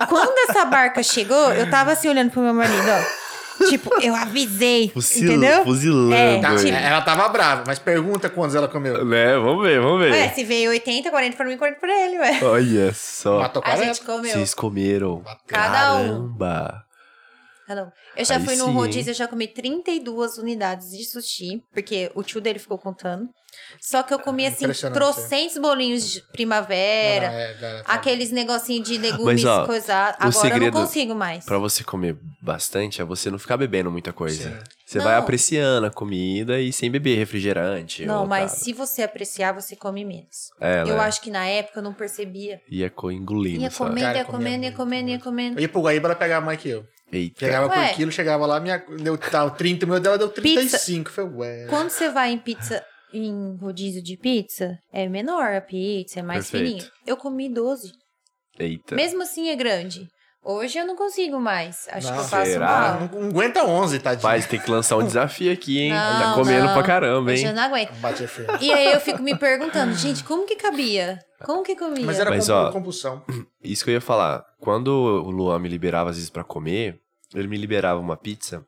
[SPEAKER 1] Quando essa barca chegou, eu tava assim olhando pro meu marido, ó. Tipo, eu avisei.
[SPEAKER 3] Fuzil-
[SPEAKER 1] entendeu?
[SPEAKER 3] Fuzilando.
[SPEAKER 1] É,
[SPEAKER 2] Tá,
[SPEAKER 1] Doido.
[SPEAKER 2] ela tava brava, mas pergunta quantos ela comeu.
[SPEAKER 3] Né? Vamos ver, vamos
[SPEAKER 1] Ué,
[SPEAKER 3] ver.
[SPEAKER 1] se veio 80, 40 pra mim, 40 pra ele, ué.
[SPEAKER 3] Olha só.
[SPEAKER 2] Matou
[SPEAKER 1] A
[SPEAKER 2] 40.
[SPEAKER 1] gente comeu.
[SPEAKER 3] Vocês comeram.
[SPEAKER 1] Cada um.
[SPEAKER 3] Caramba.
[SPEAKER 1] Ah, não. Eu já
[SPEAKER 3] Aí
[SPEAKER 1] fui
[SPEAKER 3] sim,
[SPEAKER 1] no
[SPEAKER 3] hein?
[SPEAKER 1] rodízio, eu já comi 32 unidades de sushi, porque o tio dele ficou contando. Só que eu comi, assim,
[SPEAKER 2] Impressionante,
[SPEAKER 1] trocentos bolinhos de primavera,
[SPEAKER 2] Não, não, é, cara, tá.
[SPEAKER 1] aqueles negocinhos de legumes
[SPEAKER 3] Mas, ó,
[SPEAKER 1] coisados.
[SPEAKER 3] o
[SPEAKER 1] Agora eu
[SPEAKER 3] segredo
[SPEAKER 1] não consigo mais.
[SPEAKER 3] Pra você comer bastante, é você não ficar bebendo muita coisa.
[SPEAKER 2] Sim.
[SPEAKER 3] Você vai
[SPEAKER 1] Não.
[SPEAKER 3] apreciando a comida e sem beber refrigerante.
[SPEAKER 1] Não,
[SPEAKER 3] ou
[SPEAKER 1] mas
[SPEAKER 3] tal.
[SPEAKER 1] se você apreciar, você come menos.
[SPEAKER 3] É,
[SPEAKER 1] eu
[SPEAKER 3] né?
[SPEAKER 1] acho que na época eu não percebia.
[SPEAKER 3] Ia é co- engolindo.
[SPEAKER 1] Ia
[SPEAKER 3] sabe?
[SPEAKER 1] comendo,
[SPEAKER 2] Cara,
[SPEAKER 1] ia
[SPEAKER 2] comia
[SPEAKER 1] comendo, ia
[SPEAKER 2] muito,
[SPEAKER 1] comendo, ia
[SPEAKER 2] muito.
[SPEAKER 1] comendo.
[SPEAKER 2] Eu ia pro Guaíba, ela pegava mais que eu.
[SPEAKER 3] Eita.
[SPEAKER 2] Pegava
[SPEAKER 1] Ué.
[SPEAKER 2] por quilo, chegava lá, minha, deu tá, 30 mil dela, deu 35. Foi, ué.
[SPEAKER 1] Quando você vai em pizza, em rodízio de pizza, é menor a pizza, é mais
[SPEAKER 3] Perfeito. Tá.
[SPEAKER 1] fininho. Eu comi 12.
[SPEAKER 3] Eita.
[SPEAKER 1] Mesmo assim é grande. Hoje eu não consigo mais. Acho que eu
[SPEAKER 2] Não.
[SPEAKER 1] faço
[SPEAKER 3] Será?
[SPEAKER 2] Ah,
[SPEAKER 1] mal.
[SPEAKER 2] não, não aguenta 11, tadinho.
[SPEAKER 3] Mas tem que lançar um desafio aqui, hein?
[SPEAKER 1] Não,
[SPEAKER 3] tá comendo
[SPEAKER 1] não.
[SPEAKER 3] pra caramba,
[SPEAKER 1] Hoje eu
[SPEAKER 3] hein?
[SPEAKER 1] não aguento.
[SPEAKER 2] Batia firme.
[SPEAKER 1] E aí eu fico me perguntando, gente, como que cabia? Como que comia?
[SPEAKER 2] Mas é, era
[SPEAKER 3] Mas,
[SPEAKER 2] compu-
[SPEAKER 3] ó,
[SPEAKER 2] compulsão.
[SPEAKER 3] Isso que eu ia falar. Quando o Luan me liberava às vezes pra comer, ele me liberava uma pizza.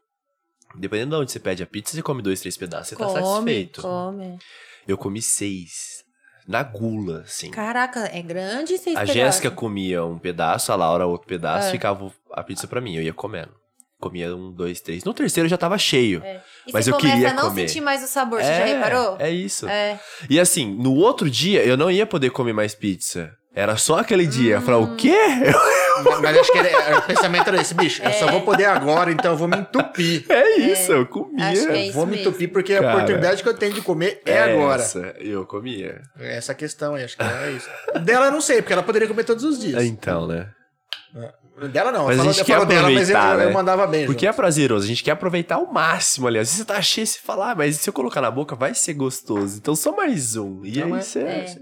[SPEAKER 3] Dependendo de onde você pede a pizza, você come dois, três pedaços, você tá
[SPEAKER 1] come,
[SPEAKER 3] satisfeito.
[SPEAKER 1] come.
[SPEAKER 3] Eu comi seis. Na gula, assim.
[SPEAKER 1] Caraca, é grande seis
[SPEAKER 3] A
[SPEAKER 1] pedaços.
[SPEAKER 3] Jéssica comia um pedaço, a Laura outro pedaço,
[SPEAKER 1] É.
[SPEAKER 3] ficava a pizza pra mim, eu ia comendo. Comia um, dois, três. No terceiro eu já tava cheio.
[SPEAKER 1] É. E
[SPEAKER 3] mas
[SPEAKER 1] você
[SPEAKER 3] eu
[SPEAKER 1] começa
[SPEAKER 3] queria
[SPEAKER 1] a não
[SPEAKER 3] comer.
[SPEAKER 1] sentir mais o sabor, você já reparou?
[SPEAKER 3] É isso.
[SPEAKER 1] É.
[SPEAKER 3] E assim, no outro dia eu não ia poder comer mais pizza. Era só aquele dia. Eu falava,
[SPEAKER 1] Hum.
[SPEAKER 3] o quê?
[SPEAKER 2] Mas acho que era, era- o pensamento era esse, bicho. Eu
[SPEAKER 1] É.
[SPEAKER 2] só vou poder agora, então eu vou me entupir.
[SPEAKER 3] É isso, eu comia.
[SPEAKER 1] Acho que é
[SPEAKER 2] Eu
[SPEAKER 1] isso
[SPEAKER 2] vou me
[SPEAKER 1] mesmo.
[SPEAKER 2] entupir porque a
[SPEAKER 3] Cara.
[SPEAKER 2] oportunidade que eu tenho de comer é agora. É
[SPEAKER 3] Essa, eu comia.
[SPEAKER 2] Essa questão aí, acho que era isso. Dela eu não sei, porque ela poderia comer todos os dias.
[SPEAKER 3] Então, né?
[SPEAKER 2] Dela não,
[SPEAKER 3] É. Mas a
[SPEAKER 2] eu falo,
[SPEAKER 3] gente
[SPEAKER 2] eu
[SPEAKER 3] quer
[SPEAKER 2] falo dela, mas eu,
[SPEAKER 3] aproveitar,
[SPEAKER 2] eu
[SPEAKER 3] né?
[SPEAKER 2] mandava bem.
[SPEAKER 3] Porque é prazeroso, a gente quer aproveitar ao máximo ali. Às vezes você tá cheio e você fala, "Ah, mas se eu colocar na boca vai ser gostoso. Então só mais um. E
[SPEAKER 2] Não,
[SPEAKER 3] aí
[SPEAKER 2] é-
[SPEAKER 3] você.
[SPEAKER 1] É.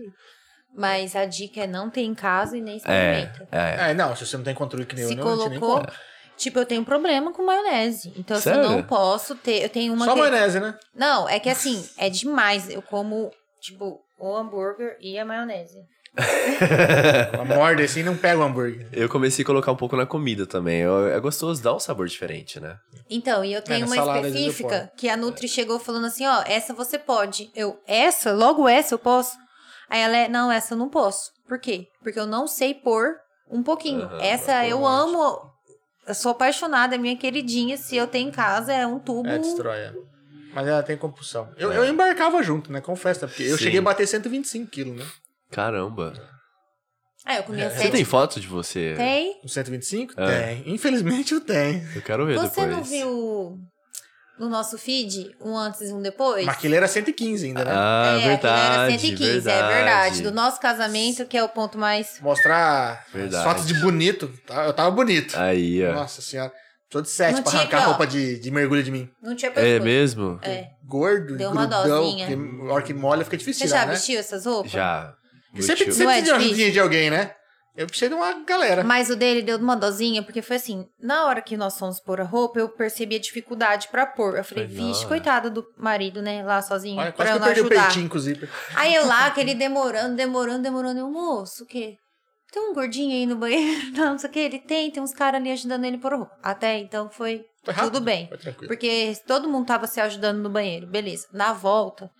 [SPEAKER 1] Mas a dica é não ter em casa e nem
[SPEAKER 3] É,
[SPEAKER 1] experimenta.
[SPEAKER 3] é.
[SPEAKER 2] É, não, se você não tem controle que nem
[SPEAKER 1] Se
[SPEAKER 2] eu, não, a gente nem
[SPEAKER 1] colocou.
[SPEAKER 2] compra.
[SPEAKER 1] Tipo, eu tenho um problema com maionese. Então, assim, eu
[SPEAKER 3] Sério?
[SPEAKER 1] não posso ter. Eu tenho uma.
[SPEAKER 2] Só
[SPEAKER 1] que-
[SPEAKER 2] maionese, né?
[SPEAKER 1] Não, é que assim, é demais. Eu como, tipo, o hambúrguer e a maionese.
[SPEAKER 2] Ela morde assim e não pega o hambúrguer.
[SPEAKER 3] Eu comecei a colocar um pouco na comida também. Eu- é gostoso dar um sabor diferente, né?
[SPEAKER 1] Então, e eu tenho
[SPEAKER 2] na
[SPEAKER 1] uma
[SPEAKER 2] salada, às vezes, eu
[SPEAKER 1] específica que a
[SPEAKER 3] É.
[SPEAKER 1] Nutri chegou falando assim: ó, essa você pode. Eu, essa? Logo essa eu posso? Aí ela é, não, essa eu não posso. Por quê? Porque eu não sei pôr um pouquinho.
[SPEAKER 3] Aham,
[SPEAKER 1] essa
[SPEAKER 3] vai pôr
[SPEAKER 1] eu
[SPEAKER 3] um monte.
[SPEAKER 1] amo. Eu sou apaixonada, é minha queridinha. Se eu tenho em casa, é um tubo.
[SPEAKER 2] É, destrói ela. Mas ela tem compulsão. Eu, eu embarcava junto, né? Confesso, né? porque eu
[SPEAKER 3] É. Sim.
[SPEAKER 2] cheguei a bater 125 quilos, né?
[SPEAKER 3] Caramba.
[SPEAKER 1] ah, eu comia
[SPEAKER 3] É, Você
[SPEAKER 1] sete.
[SPEAKER 3] tem foto de você?
[SPEAKER 1] Tem?
[SPEAKER 2] Um 125?
[SPEAKER 3] É.
[SPEAKER 2] Tem. Infelizmente eu tenho.
[SPEAKER 3] Eu quero ver
[SPEAKER 1] Você
[SPEAKER 3] depois.
[SPEAKER 1] não viu no nosso feed um antes e um depois?
[SPEAKER 2] Mas aquilo era 115
[SPEAKER 1] É,
[SPEAKER 2] ainda, né?
[SPEAKER 3] Ah,
[SPEAKER 1] aquilo
[SPEAKER 3] verdade.
[SPEAKER 1] Era 115,
[SPEAKER 3] verdade.
[SPEAKER 1] é verdade. Do nosso casamento, que é o ponto mais.
[SPEAKER 2] Mostrar
[SPEAKER 3] Verdade. Ah, é.
[SPEAKER 2] fotos de bonito. Tá? Eu tava bonito.
[SPEAKER 3] Aí, ó.
[SPEAKER 2] Nossa senhora. Tô de 7
[SPEAKER 1] Não
[SPEAKER 2] pra
[SPEAKER 1] tinha
[SPEAKER 2] arrancar a
[SPEAKER 1] aqui, ó.
[SPEAKER 2] roupa de, de mergulho de mim.
[SPEAKER 1] Não tinha
[SPEAKER 3] É
[SPEAKER 1] pescoço.
[SPEAKER 3] mesmo?
[SPEAKER 1] É.
[SPEAKER 2] Gordo,
[SPEAKER 1] Deu uma
[SPEAKER 2] grudão,
[SPEAKER 1] dosinha.
[SPEAKER 2] porque a hora que molha fica difícil
[SPEAKER 1] Você já
[SPEAKER 2] tirar, né?
[SPEAKER 1] vestiu essas roupas?
[SPEAKER 3] Já. Meu
[SPEAKER 2] Sempre
[SPEAKER 3] tio-
[SPEAKER 1] Não é
[SPEAKER 2] precisa de uma
[SPEAKER 1] difícil.
[SPEAKER 2] ajudinha de alguém, né? Eu precisei de uma galera.
[SPEAKER 1] Mas o dele deu uma dosinha, porque foi assim, na hora que nós fomos pôr a roupa, eu percebi a dificuldade pra pôr. Eu falei,
[SPEAKER 3] Foi na
[SPEAKER 1] vixe,
[SPEAKER 3] hora.
[SPEAKER 1] coitada do marido, né, lá sozinho,
[SPEAKER 2] Olha,
[SPEAKER 1] pra
[SPEAKER 2] quase
[SPEAKER 1] eu
[SPEAKER 2] que eu
[SPEAKER 1] não
[SPEAKER 2] perdi o
[SPEAKER 1] ajudar.
[SPEAKER 2] peitinho, inclusive.
[SPEAKER 1] Aí eu lá, aquele demorando, demorando, demorando. Eu, moço, o quê? Tem um gordinho aí no banheiro? Não, não sei o quê. Ele tem, tem uns caras ali ajudando ele por roupa. Até então foi
[SPEAKER 2] Foi rápido.
[SPEAKER 1] tudo bem.
[SPEAKER 2] Foi tranquilo.
[SPEAKER 1] Porque todo mundo tava se ajudando no banheiro, beleza. Na volta,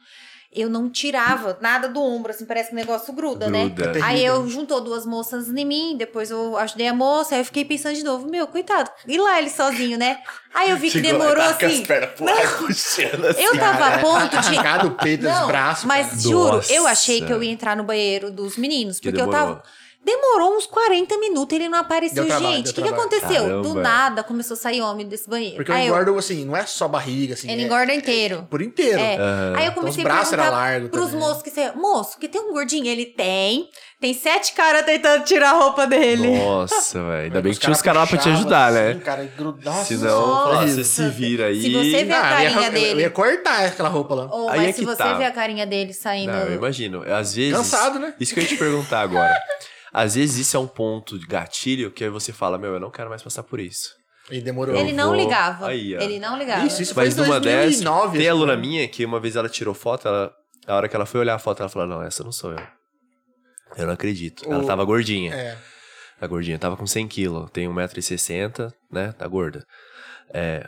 [SPEAKER 1] eu não tirava nada do ombro, assim, parece que o negócio gruda, né?
[SPEAKER 3] Gruda.
[SPEAKER 2] Terrível.
[SPEAKER 1] Aí eu juntou duas moças em mim, depois eu ajudei a moça, aí eu fiquei pensando de novo, meu, coitado. E lá ele sozinho, né? Aí eu vi que
[SPEAKER 3] Chegou lá e
[SPEAKER 1] demorou
[SPEAKER 3] taca as
[SPEAKER 1] assim.
[SPEAKER 3] pernas pro ar, puxando assim.
[SPEAKER 1] Eu tava a ponto de
[SPEAKER 2] Arrancado o peito dos braços.
[SPEAKER 1] mas
[SPEAKER 2] cara.
[SPEAKER 1] juro,
[SPEAKER 3] Nossa.
[SPEAKER 1] eu achei que eu ia entrar no banheiro dos meninos,
[SPEAKER 3] Que
[SPEAKER 1] porque eu
[SPEAKER 3] demorou.
[SPEAKER 1] tava. Demorou uns 40 minutos, ele não apareceu.
[SPEAKER 2] Deu trabalho,
[SPEAKER 1] Gente,
[SPEAKER 2] deu
[SPEAKER 1] o que, que
[SPEAKER 2] trabalho.
[SPEAKER 1] aconteceu? Do
[SPEAKER 3] Caramba.
[SPEAKER 1] nada começou a sair homem desse banheiro.
[SPEAKER 2] Porque eu
[SPEAKER 1] Aí ah, eu-
[SPEAKER 2] engordo, assim, não é só barriga, assim.
[SPEAKER 1] ele
[SPEAKER 2] é
[SPEAKER 1] engorda inteiro.
[SPEAKER 2] Por inteiro.
[SPEAKER 1] É.
[SPEAKER 3] Aham.
[SPEAKER 1] Aí eu
[SPEAKER 2] Então os
[SPEAKER 1] comecei a
[SPEAKER 2] braços eram
[SPEAKER 1] perguntar
[SPEAKER 2] largos.
[SPEAKER 1] pros
[SPEAKER 2] também.
[SPEAKER 1] moços que você. Moço, que tem um gordinho? Ele tem. Tem sete caras tentando tirar a roupa dele.
[SPEAKER 3] Nossa, velho. Ainda bem
[SPEAKER 2] Os
[SPEAKER 3] que tinha os caras lá pra te
[SPEAKER 2] puxavam,
[SPEAKER 3] ajudar,
[SPEAKER 2] assim,
[SPEAKER 3] né?
[SPEAKER 2] Cara, e grudava,
[SPEAKER 3] Se
[SPEAKER 2] assim,
[SPEAKER 3] não,
[SPEAKER 1] Nossa.
[SPEAKER 3] fala, você se vira aí.
[SPEAKER 1] Se você vê a
[SPEAKER 2] Ah, eu ia-
[SPEAKER 1] carinha
[SPEAKER 2] eu,
[SPEAKER 1] dele.
[SPEAKER 2] ia cortar aquela roupa lá.
[SPEAKER 1] Oh,
[SPEAKER 3] Aí
[SPEAKER 1] mas
[SPEAKER 3] é
[SPEAKER 1] se
[SPEAKER 3] que
[SPEAKER 1] você
[SPEAKER 3] tá.
[SPEAKER 1] vê a carinha dele saindo.
[SPEAKER 3] Não, eu imagino. Às vezes.
[SPEAKER 2] Cansado, né?
[SPEAKER 3] Isso que eu ia te perguntar agora. Às vezes isso é um ponto de gatilho que aí você fala, meu, eu não quero mais passar por isso.
[SPEAKER 2] E demorou.
[SPEAKER 1] ele
[SPEAKER 3] eu
[SPEAKER 1] não
[SPEAKER 3] vou-
[SPEAKER 1] ligava.
[SPEAKER 3] Aí, ó.
[SPEAKER 1] Ele não ligava.
[SPEAKER 2] Isso, isso
[SPEAKER 3] Mas
[SPEAKER 2] foi em
[SPEAKER 3] numa dessas,
[SPEAKER 2] 2009.
[SPEAKER 3] tem aluna minha que uma vez ela tirou foto, ela, a hora que ela foi olhar a foto, ela falou, não, essa não sou eu. Eu não acredito. Ela
[SPEAKER 2] O-
[SPEAKER 3] tava gordinha.
[SPEAKER 2] É.
[SPEAKER 3] A gordinha tava com 100 quilos, tem 1,60m, né? Tá gorda. É,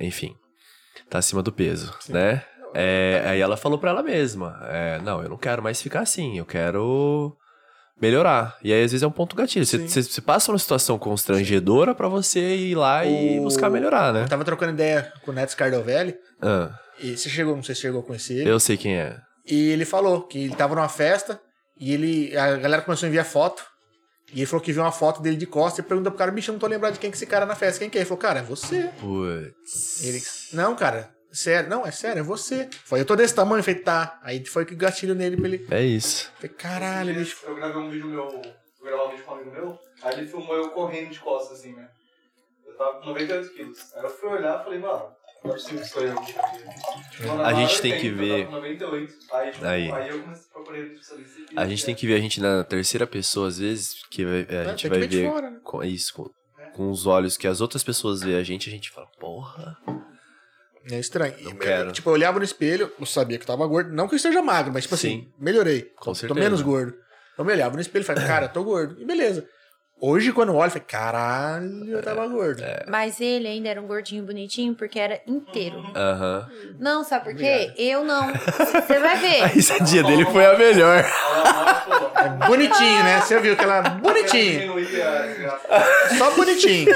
[SPEAKER 3] enfim, tá acima do peso, né? É, aí ela falou pra ela mesma: é, Não, eu não quero mais ficar assim, eu quero melhorar. E aí às vezes é um ponto gatilho. Você,
[SPEAKER 2] Sim.
[SPEAKER 3] você- você passa uma situação constrangedora pra você ir lá e
[SPEAKER 2] O-
[SPEAKER 3] buscar melhorar, né?
[SPEAKER 2] Eu tava trocando ideia com o Neto Scardovelli.
[SPEAKER 3] Ah,
[SPEAKER 2] E você chegou, não sei se chegou a conhecer ele.
[SPEAKER 3] eu sei quem é.
[SPEAKER 2] E ele falou que ele tava numa festa e ele. A galera começou a enviar foto. E ele falou que viu uma foto dele de costas e pergunta pro cara, bicho, eu não tô lembrado de quem que esse cara é na festa. Quem que é? Ele falou, cara, é você.
[SPEAKER 3] Putz.
[SPEAKER 2] Ele. Não, cara, sério. Não, é sério, é você. Foi, eu tô desse tamanho, eu falei, tá. Aí foi que gatilho nele pra ele.
[SPEAKER 3] É isso.
[SPEAKER 2] Falei, caralho, bicho.
[SPEAKER 4] Eu gravei um vídeo meu, eu gravava um vídeo com um amigo meu, aí ele filmou eu correndo de costas, assim, né? Eu tava com 98 quilos. Aí eu fui olhar e falei, mano, não é possível que sou eu. Mano,
[SPEAKER 3] A
[SPEAKER 4] Tipo, eu
[SPEAKER 3] gente
[SPEAKER 4] tava
[SPEAKER 3] tem que
[SPEAKER 4] 80,
[SPEAKER 3] ver-
[SPEAKER 4] Eu tava com 98. Aí, tipo,
[SPEAKER 3] Aí.
[SPEAKER 4] aí. eu comecei a procurar tipo, especialista. e-
[SPEAKER 3] A gente tem que ver a gente na terceira pessoa, às vezes, que vai- a
[SPEAKER 2] É,
[SPEAKER 3] gente
[SPEAKER 2] tem que
[SPEAKER 3] vai
[SPEAKER 2] ver de
[SPEAKER 3] ver
[SPEAKER 2] fora, né?
[SPEAKER 3] com isso, com, com os olhos que as outras pessoas veem a gente, a gente fala, porra.
[SPEAKER 2] É estranho.
[SPEAKER 3] Não
[SPEAKER 2] E,
[SPEAKER 3] quero.
[SPEAKER 2] Tipo, eu olhava no espelho, eu sabia que tava gordo. Não que eu esteja magro, mas tipo assim,
[SPEAKER 3] Sim.
[SPEAKER 2] melhorei.
[SPEAKER 3] Com
[SPEAKER 2] tô,
[SPEAKER 3] certeza.
[SPEAKER 2] Tô menos gordo. Então, Eu me olhava no espelho e falei, cara, eu tô gordo. E beleza. Hoje, quando eu olho, eu falei, caralho, eu
[SPEAKER 3] É.
[SPEAKER 2] tava gordo.
[SPEAKER 1] Mas ele ainda era um gordinho bonitinho porque era inteiro.
[SPEAKER 3] Uhum. Aham.
[SPEAKER 1] Não, sabe por quê? Eu não. Você vai
[SPEAKER 3] A
[SPEAKER 1] ver.
[SPEAKER 3] risadinha dele foi a melhor.
[SPEAKER 4] Aí ela falou, "Pô,
[SPEAKER 2] Bonitinho, né? Você viu aquela bonitinho.
[SPEAKER 4] diminuía a desgraça."
[SPEAKER 2] Só bonitinho.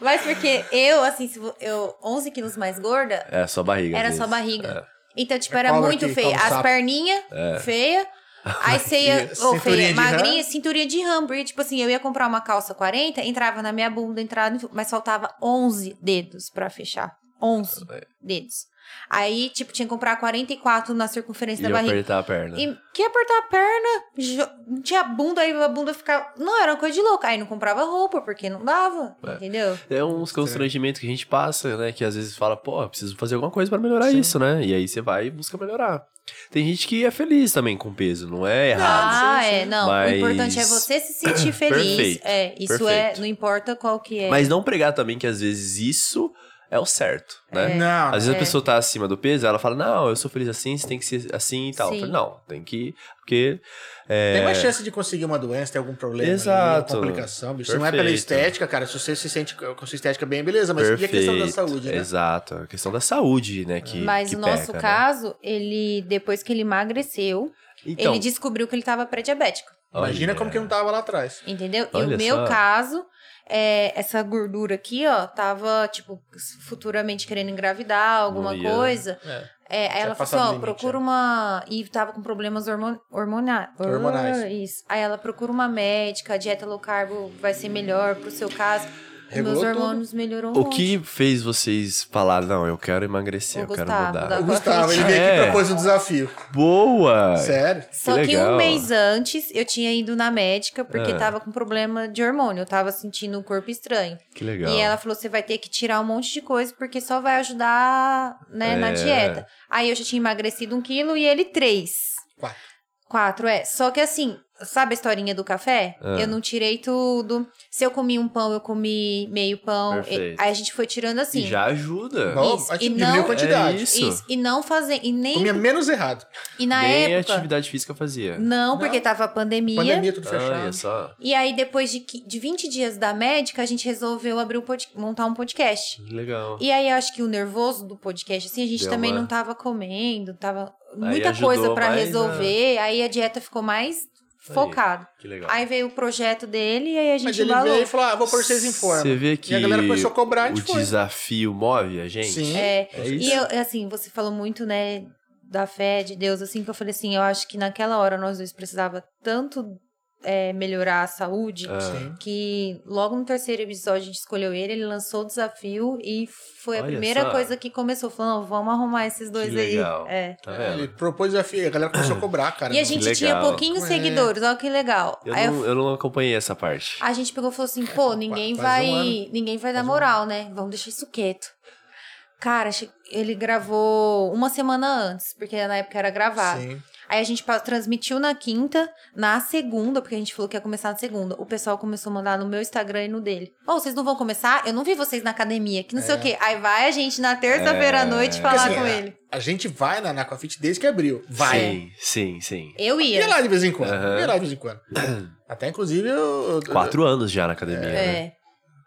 [SPEAKER 1] Mas porque eu, assim, se vo- eu 11 quilos mais gorda,
[SPEAKER 3] É, só barriga. às
[SPEAKER 1] era
[SPEAKER 3] vezes.
[SPEAKER 1] só barriga. Então, tipo,
[SPEAKER 2] É
[SPEAKER 1] era
[SPEAKER 2] cobra
[SPEAKER 1] muito
[SPEAKER 2] que
[SPEAKER 1] feia.
[SPEAKER 2] come
[SPEAKER 1] As
[SPEAKER 2] sapo.
[SPEAKER 1] perninhas,
[SPEAKER 3] É.
[SPEAKER 1] feia. Aí você ia,
[SPEAKER 2] E
[SPEAKER 1] ou
[SPEAKER 2] cinturinha
[SPEAKER 1] feia,
[SPEAKER 2] de
[SPEAKER 1] magrinha,
[SPEAKER 2] rã.
[SPEAKER 1] cinturinha de rã. Porque, tipo assim, eu ia comprar uma calça 40, entrava
[SPEAKER 3] É.
[SPEAKER 1] na minha bunda, entrava, no- mas faltava 11 dedos pra fechar. 11 dedos. Aí, tipo, tinha que comprar 44 na circunferência
[SPEAKER 3] E
[SPEAKER 1] da
[SPEAKER 3] eu
[SPEAKER 1] barriga.
[SPEAKER 3] apertar a perna.
[SPEAKER 1] E que apertar a perna, jo- não tinha bunda, aí a bunda ficava. Não, era uma coisa de louco. Aí não comprava roupa, porque não dava.
[SPEAKER 3] É.
[SPEAKER 1] Entendeu?
[SPEAKER 3] É uns constrangimentos que a gente passa, né? Que às vezes fala, pô, eu preciso fazer alguma coisa pra melhorar
[SPEAKER 2] Sim.
[SPEAKER 3] isso, né? E aí você vai e busca melhorar. Tem gente que é feliz também com peso, não é errado.
[SPEAKER 1] ah,
[SPEAKER 2] sim, sim.
[SPEAKER 1] é. Não. O
[SPEAKER 3] Mas-
[SPEAKER 1] importante é você se sentir feliz.
[SPEAKER 3] Perfeito,
[SPEAKER 1] É, isso é.
[SPEAKER 3] perfeito.
[SPEAKER 1] Não importa qual que é.
[SPEAKER 3] Mas não pregar também que às vezes isso é o certo, né?
[SPEAKER 2] Não,
[SPEAKER 3] Às vezes
[SPEAKER 1] É.
[SPEAKER 3] a pessoa tá acima do peso, ela fala, não, eu sou feliz assim, você tem que ser assim e tal. Eu
[SPEAKER 1] Sim.
[SPEAKER 3] falei, não, tem que. Porque.
[SPEAKER 2] Tem
[SPEAKER 3] É,
[SPEAKER 2] mais chance de conseguir uma doença, ter algum problema,
[SPEAKER 3] Exato.
[SPEAKER 2] uma complicação, bicho. Não é pela
[SPEAKER 3] Perfeito.
[SPEAKER 2] estética, cara. Se você se sente com sua estética bem, beleza, mas e a questão da
[SPEAKER 3] perfeito,
[SPEAKER 2] saúde, né?
[SPEAKER 3] Exato, a questão da saúde, né? Que,
[SPEAKER 1] É. Mas
[SPEAKER 3] que
[SPEAKER 1] o nosso
[SPEAKER 3] peca, né?
[SPEAKER 1] caso, ele, depois que ele emagreceu,
[SPEAKER 3] Então,
[SPEAKER 1] ele descobriu que ele tava pré-diabético.
[SPEAKER 2] Imagina
[SPEAKER 3] olha,
[SPEAKER 2] como que não tava lá atrás.
[SPEAKER 1] Entendeu? e
[SPEAKER 3] Olha
[SPEAKER 1] o meu
[SPEAKER 3] só.
[SPEAKER 1] caso, é, essa gordura aqui, ó, tava, tipo, futuramente querendo engravidar, alguma
[SPEAKER 3] Não ia.
[SPEAKER 1] coisa.
[SPEAKER 2] É.
[SPEAKER 1] É, aí
[SPEAKER 2] Já
[SPEAKER 1] ela falou
[SPEAKER 2] passava do
[SPEAKER 1] assim, ó,
[SPEAKER 2] limite,
[SPEAKER 1] procura
[SPEAKER 2] é.
[SPEAKER 1] uma... E tava com problemas hormon... hormona-
[SPEAKER 2] Hormonais.
[SPEAKER 1] Ah, Isso. Aí ela procura uma médica, a dieta low carb vai ser melhor pro seu caso.
[SPEAKER 2] Regulou
[SPEAKER 1] Meus
[SPEAKER 2] tudo.
[SPEAKER 1] hormônios melhorou um
[SPEAKER 3] O que fez vocês falar, não, eu quero emagrecer,
[SPEAKER 1] O
[SPEAKER 3] eu quero
[SPEAKER 1] Gustavo,
[SPEAKER 3] mudar?
[SPEAKER 1] da-
[SPEAKER 2] O Gustavo, ele
[SPEAKER 3] Ah,
[SPEAKER 2] veio aqui
[SPEAKER 3] é?
[SPEAKER 2] e propôs um desafio.
[SPEAKER 3] Boa!
[SPEAKER 2] Sério?
[SPEAKER 1] Só que,
[SPEAKER 3] Que legal.
[SPEAKER 1] um mês antes eu tinha ido na médica porque
[SPEAKER 3] Ah.
[SPEAKER 1] tava com problema de hormônio, eu tava sentindo um corpo estranho.
[SPEAKER 3] Que legal.
[SPEAKER 1] E ela falou: você vai ter que tirar um monte de coisa porque só vai ajudar né, na
[SPEAKER 3] É.
[SPEAKER 1] dieta. Aí eu já tinha emagrecido um quilo e ele três.
[SPEAKER 2] Quatro.
[SPEAKER 1] Quatro, é. Só que assim, sabe a historinha do café?
[SPEAKER 3] Ah.
[SPEAKER 1] Eu não tirei tudo. Se eu comi um pão, eu comi meio pão. E-
[SPEAKER 3] Perfeito.
[SPEAKER 1] aí a gente foi tirando assim.
[SPEAKER 3] E já ajuda.
[SPEAKER 2] Bom,
[SPEAKER 1] Isso,
[SPEAKER 2] a gente
[SPEAKER 1] e
[SPEAKER 2] diminuiu
[SPEAKER 1] não-
[SPEAKER 2] a quantidade.
[SPEAKER 3] É isso.
[SPEAKER 1] Isso. E não fazer. E nem.
[SPEAKER 2] Comia menos errado.
[SPEAKER 1] E na
[SPEAKER 3] Nem
[SPEAKER 1] época.
[SPEAKER 3] atividade física fazia.
[SPEAKER 1] Não, porque
[SPEAKER 2] Não.
[SPEAKER 1] tava a pandemia.
[SPEAKER 2] Pandemia, tudo
[SPEAKER 3] Olha
[SPEAKER 2] fechado.
[SPEAKER 3] só.
[SPEAKER 1] E aí, depois de, qui- de 20 dias da médica, a gente resolveu abrir um pod- montar um podcast.
[SPEAKER 3] Que Legal.
[SPEAKER 1] E aí, eu acho que o nervoso do podcast, assim, a gente
[SPEAKER 3] Deu
[SPEAKER 1] também
[SPEAKER 3] uma-
[SPEAKER 1] não tava comendo, tava
[SPEAKER 3] Aí
[SPEAKER 1] muita
[SPEAKER 3] ajudou
[SPEAKER 1] coisa pra
[SPEAKER 3] mais, né?
[SPEAKER 1] resolver. Aí a dieta ficou mais focada.
[SPEAKER 3] Que legal.
[SPEAKER 1] Aí veio o projeto dele e aí a
[SPEAKER 2] Mas
[SPEAKER 1] gente
[SPEAKER 2] ele veio
[SPEAKER 1] embalou.
[SPEAKER 2] e falou, ah, vou pôr vocês em
[SPEAKER 3] Você
[SPEAKER 2] forma.
[SPEAKER 3] vê que
[SPEAKER 2] E a galera começou a cobrar, a
[SPEAKER 3] o
[SPEAKER 2] gente foi.
[SPEAKER 3] desafio move a gente?
[SPEAKER 2] Sim.
[SPEAKER 1] É,
[SPEAKER 3] É isso.
[SPEAKER 1] e eu, assim, você falou muito, né, da fé de Deus, assim, que eu falei assim, eu acho que naquela hora nós dois precisava tanto é, melhorar a saúde.
[SPEAKER 3] Ah,
[SPEAKER 2] Sim.
[SPEAKER 1] Que logo no terceiro episódio a gente escolheu ele, ele lançou o desafio e foi a
[SPEAKER 3] Olha
[SPEAKER 1] primeira
[SPEAKER 3] só.
[SPEAKER 1] coisa que começou, falando, "Ó, vamos arrumar esses dois aí.
[SPEAKER 3] legal.
[SPEAKER 1] É.
[SPEAKER 3] Tá
[SPEAKER 2] Ele
[SPEAKER 3] vendo?
[SPEAKER 2] propôs desafio, a galera começou a cobrar, cara.
[SPEAKER 1] E a gente
[SPEAKER 3] legal.
[SPEAKER 1] tinha pouquinhos
[SPEAKER 2] É.
[SPEAKER 1] seguidores, olha que legal.
[SPEAKER 3] Eu
[SPEAKER 1] Aí eu-
[SPEAKER 3] não, eu não acompanhei essa parte.
[SPEAKER 1] a gente pegou e falou assim, pô, ninguém
[SPEAKER 2] faz
[SPEAKER 1] vai,
[SPEAKER 2] um
[SPEAKER 1] ninguém vai dar
[SPEAKER 2] Faz um
[SPEAKER 1] moral, né? Vamos deixar isso quieto. Cara, che- ele gravou uma semana antes, porque na época era gravado.
[SPEAKER 2] Sim.
[SPEAKER 1] Aí a gente pa- transmitiu na quinta, na segunda, porque a gente falou que ia começar na segunda. O pessoal começou a mandar no meu Instagram e no dele. Ô, vocês não vão começar? Eu não vi vocês na academia, que não sei
[SPEAKER 2] É.
[SPEAKER 1] o quê. Aí vai a gente na terça-feira à noite falar
[SPEAKER 2] Porque,
[SPEAKER 1] com
[SPEAKER 2] assim,
[SPEAKER 1] ele.
[SPEAKER 2] A gente vai na Aquafit desde que abriu. Vai.
[SPEAKER 3] Sim, sim, sim.
[SPEAKER 1] Eu ia.
[SPEAKER 2] Ia é lá de vez em quando.
[SPEAKER 3] Aham.
[SPEAKER 2] Ia lá de vez em quando. Até, inclusive, eu... eu-
[SPEAKER 3] Quatro anos já na academia, né?
[SPEAKER 1] É.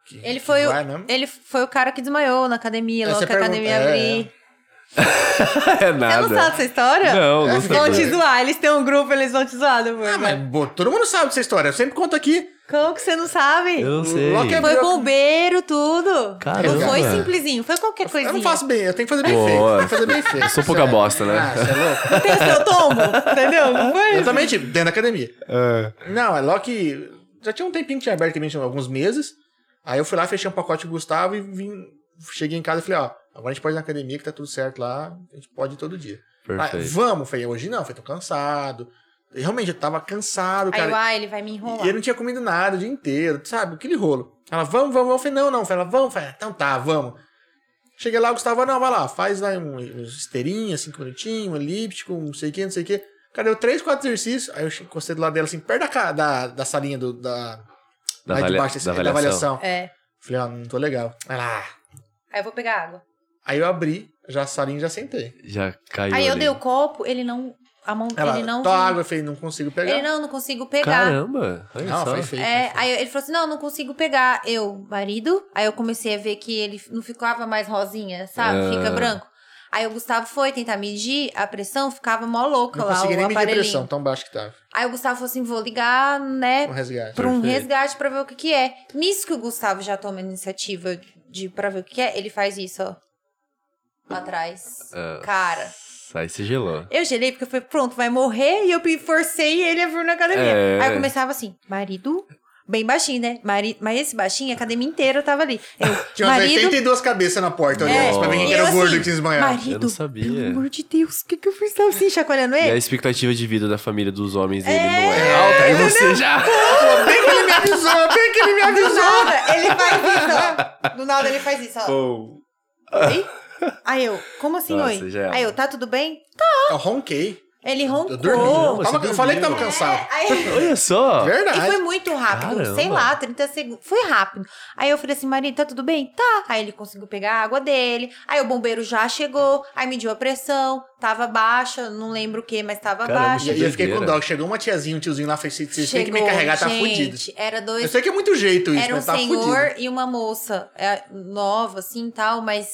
[SPEAKER 2] que-
[SPEAKER 1] Ele
[SPEAKER 2] que
[SPEAKER 1] foi o-
[SPEAKER 2] vai mesmo.
[SPEAKER 1] Ele foi o cara que desmaiou na academia,
[SPEAKER 2] É,
[SPEAKER 1] logo
[SPEAKER 2] você
[SPEAKER 1] que a
[SPEAKER 2] pergunta-
[SPEAKER 1] academia
[SPEAKER 2] é,
[SPEAKER 1] abrir.
[SPEAKER 3] É
[SPEAKER 1] Você não sabe
[SPEAKER 3] nada.
[SPEAKER 1] essa história?
[SPEAKER 3] Não, não
[SPEAKER 2] É,
[SPEAKER 3] sabia.
[SPEAKER 1] Vão te zoar, eles têm um grupo, eles vão te zoar depois.
[SPEAKER 2] Ah, mas bo- todo mundo sabe dessa história. Eu sempre conto aqui.
[SPEAKER 1] Como que você não sabe?
[SPEAKER 3] Eu não sei.
[SPEAKER 2] Logo que é-
[SPEAKER 1] Foi com o beiro, tudo.
[SPEAKER 3] Caramba.
[SPEAKER 1] Não foi simplesinho, foi qualquer coisinha.
[SPEAKER 2] Eu não faço bem, eu tenho que fazer bem
[SPEAKER 3] Boa.
[SPEAKER 2] feio. Tem que fazer bem feio.
[SPEAKER 3] Eu sou pouca
[SPEAKER 2] Sério.
[SPEAKER 3] bosta, né?
[SPEAKER 2] Ah, você é louco?
[SPEAKER 1] Tem o seu tombo, entendeu? Não foi?
[SPEAKER 2] Eu também tive, dentro da academia. Não, é logo que. Já tinha um tempinho que tinha aberto também, tinha alguns meses. Aí eu fui lá, fechei um pacote com o Gustavo e vim. Cheguei em casa e falei, ó, agora a gente pode ir na academia que tá tudo certo lá, a gente pode ir todo dia. Ah,
[SPEAKER 3] Perfeito.
[SPEAKER 2] vamos, falei, hoje não, falei, tô cansado. E Realmente, eu tava cansado,
[SPEAKER 1] Aí,
[SPEAKER 2] cara.
[SPEAKER 1] eu, ah, ele vai me enrolar.
[SPEAKER 2] E eu não tinha comido nada o dia inteiro, sabe? Aquele rolo. Ela, vamos, vamos, vamos. Eu falei, não, não. Eu Falei, vamos, Eu falei, então tá, vamos. Cheguei lá, o Gustavo, não, vai lá, faz lá um, um esteirinha, cinco minutinhos, um elíptico, um não sei o que, não sei o que. Cara, deu três, quatro exercícios. Aí eu che- encostei do lado dela, assim, perto da, ca- da, da salinha do, da,
[SPEAKER 3] Da
[SPEAKER 2] lá de
[SPEAKER 3] avalia-
[SPEAKER 2] baixo, assim,
[SPEAKER 3] da
[SPEAKER 2] da avaliação.
[SPEAKER 1] É.
[SPEAKER 2] Falei, ó, não tô legal. Aí ela, "Ah."
[SPEAKER 1] Aí eu vou pegar água.
[SPEAKER 2] Aí eu abri, já a salinha já sentei.
[SPEAKER 3] Já caiu
[SPEAKER 1] Aí eu
[SPEAKER 3] ali.
[SPEAKER 1] dei o copo, ele não. A mão
[SPEAKER 2] Ela,
[SPEAKER 1] ele não.
[SPEAKER 2] tô água, tá eu falei, não consigo pegar.
[SPEAKER 1] Ele não, não consigo pegar.
[SPEAKER 3] Caramba, olha
[SPEAKER 2] não,
[SPEAKER 3] só.
[SPEAKER 2] foi né? feio.
[SPEAKER 1] É,
[SPEAKER 2] foi feio.
[SPEAKER 1] aí ele falou assim: não, não consigo pegar. Eu, marido. Aí eu comecei a ver que ele não ficava mais rosinha, sabe?
[SPEAKER 3] Ah.
[SPEAKER 1] Fica branco. Aí o Gustavo foi tentar medir a pressão, ficava mó louca
[SPEAKER 2] Não
[SPEAKER 1] lá.
[SPEAKER 2] consegui
[SPEAKER 1] o
[SPEAKER 2] nem medir a
[SPEAKER 1] aparelhinho.
[SPEAKER 2] pressão, tão baixo que tava.
[SPEAKER 1] Aí o Gustavo falou assim: vou ligar, né?
[SPEAKER 2] Um resgate.
[SPEAKER 1] Pra um
[SPEAKER 3] Perfeito.
[SPEAKER 1] resgate pra ver o que que é. Nisso que o Gustavo já toma a iniciativa de pra ver o que que é, ele faz isso, ó. Lá atrás.
[SPEAKER 3] Ah.
[SPEAKER 1] Cara.
[SPEAKER 3] Aí você gelou.
[SPEAKER 1] Eu gelei porque eu falei, pronto, vai morrer. E eu me forcei ele a vir na academia.
[SPEAKER 3] É.
[SPEAKER 1] Aí eu começava assim, marido, Bem baixinho, né? Mari- Mas esse baixinho, a academia inteira tava ali. Eu,
[SPEAKER 2] Tinha umas
[SPEAKER 1] marido,
[SPEAKER 2] 82 cabeças na porta olhando
[SPEAKER 1] É,
[SPEAKER 2] pra ver
[SPEAKER 1] e
[SPEAKER 2] quem que
[SPEAKER 1] eu
[SPEAKER 2] era o
[SPEAKER 1] assim,
[SPEAKER 2] gordo que tinha esmanhado.
[SPEAKER 1] marido,
[SPEAKER 3] Eu não
[SPEAKER 2] É,
[SPEAKER 3] sabia.
[SPEAKER 1] pelo amor de Deus, o que que eu fiz? Tava assim, chacoalhando
[SPEAKER 3] E a
[SPEAKER 1] ele.
[SPEAKER 3] expectativa de vida da família dos homens dele
[SPEAKER 1] É,
[SPEAKER 3] não é alta. E você já.
[SPEAKER 2] Pô, bem que ele me avisou, bem que ele me
[SPEAKER 1] Do
[SPEAKER 2] avisou.
[SPEAKER 1] nada, ele faz isso, ó. Do nada, ele faz isso, ó.
[SPEAKER 3] Pô.
[SPEAKER 1] Oi? Aí eu, como assim,
[SPEAKER 3] Nossa,
[SPEAKER 1] oi?
[SPEAKER 3] já é.
[SPEAKER 1] Aí eu, tá tudo bem?
[SPEAKER 2] Eu ronquei.
[SPEAKER 1] Ele roncou.
[SPEAKER 2] Eu dormi.
[SPEAKER 3] Não,
[SPEAKER 2] Tava-
[SPEAKER 3] você
[SPEAKER 2] eu falei que tava
[SPEAKER 3] dormiu.
[SPEAKER 2] cansado.
[SPEAKER 1] É, aí-
[SPEAKER 3] Olha só.
[SPEAKER 2] Verdade.
[SPEAKER 1] E foi muito rápido,
[SPEAKER 3] Caramba.
[SPEAKER 1] sei lá, 30 segundos. Foi rápido. Aí eu falei assim, marido, tá tudo bem? Tá. Aí ele conseguiu pegar a água dele. Aí o bombeiro já chegou. Aí mediu a pressão. Tava baixa, não lembro o que, mas tava
[SPEAKER 3] Caramba,
[SPEAKER 1] baixa.
[SPEAKER 3] que
[SPEAKER 2] E aí eu fiquei com
[SPEAKER 3] doideira.
[SPEAKER 2] dó. Chegou uma tiazinha, um tiozinho lá, fez vocês têm que me
[SPEAKER 1] Chegou,
[SPEAKER 2] carregar, tá fudido.
[SPEAKER 1] gente, Era dois
[SPEAKER 2] Eu sei que é muito jeito isso,
[SPEAKER 1] Era um
[SPEAKER 2] mas tá
[SPEAKER 1] senhor
[SPEAKER 2] fudido.
[SPEAKER 1] e uma moça é, nova, assim, tal, mas,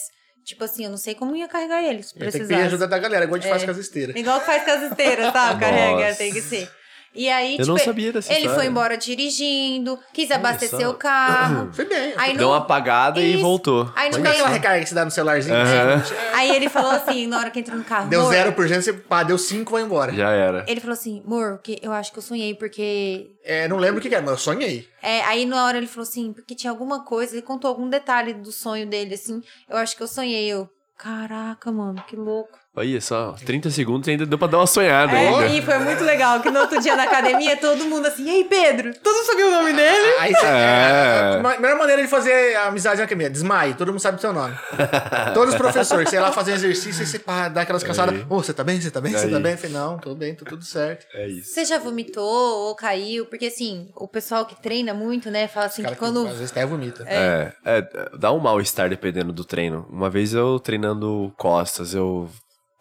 [SPEAKER 1] tipo assim, eu não sei como ia carregar ele, se
[SPEAKER 2] Tem que pedir
[SPEAKER 1] precisasse.
[SPEAKER 2] ajuda da galera, igual a gente
[SPEAKER 1] É.
[SPEAKER 2] faz com as esteiras.
[SPEAKER 1] Igual que faz com as esteiras, sabe? Carrega, tem que ser. E aí,
[SPEAKER 3] Eu
[SPEAKER 1] tipo,
[SPEAKER 3] não sabia dessa
[SPEAKER 1] ele
[SPEAKER 3] história.
[SPEAKER 1] foi embora dirigindo, quis
[SPEAKER 3] Olha
[SPEAKER 1] abastecer
[SPEAKER 3] só.
[SPEAKER 1] o carro.
[SPEAKER 2] Foi bem.
[SPEAKER 1] Aí
[SPEAKER 3] Deu
[SPEAKER 1] no,
[SPEAKER 3] uma apagada e
[SPEAKER 1] Isso.
[SPEAKER 3] voltou.
[SPEAKER 1] aí no
[SPEAKER 2] Mas não é
[SPEAKER 1] meio-
[SPEAKER 2] aquela recarga que você dá no celularzinho?
[SPEAKER 3] Aham.
[SPEAKER 1] aí ele falou assim, na hora que entrou no carro,
[SPEAKER 2] Deu
[SPEAKER 1] "Amor",
[SPEAKER 2] 0%, você pá, deu 5, vai embora.
[SPEAKER 3] Já era.
[SPEAKER 1] Ele falou assim, amor, que eu acho que eu sonhei, porque
[SPEAKER 2] É, não lembro o que que era, mas eu sonhei.
[SPEAKER 1] É, aí na hora ele falou assim, porque tinha alguma coisa, ele contou algum detalhe do sonho dele, assim, eu acho que eu sonhei, eu, caraca, mano, que louco.
[SPEAKER 3] Olha só, 30 segundos ainda deu pra dar uma sonhada ainda.
[SPEAKER 1] É, e foi muito legal, que no outro dia na academia, todo mundo assim, ei Pedro, todo mundo sabia o nome dele?
[SPEAKER 2] Aí você-
[SPEAKER 3] É.
[SPEAKER 2] A melhor maneira de fazer amizade é na academia, desmaie, todo mundo sabe seu nome. Todos os professores, sei lá, fazer exercício e você pá, dá aquelas cansadas. Ô, você tá bem? Você tá bem? Você tá
[SPEAKER 3] Aí.
[SPEAKER 2] bem? Eu falei, não, tô bem, tô tudo certo.
[SPEAKER 3] É isso.
[SPEAKER 1] Você já vomitou ou caiu? Porque assim, o pessoal que treina muito, né, fala assim,
[SPEAKER 2] Cara,
[SPEAKER 1] que
[SPEAKER 2] que
[SPEAKER 1] quando...
[SPEAKER 2] às vezes até vomita.
[SPEAKER 3] É, é, dá um mal-estar dependendo do treino. Uma vez eu treinando costas, eu,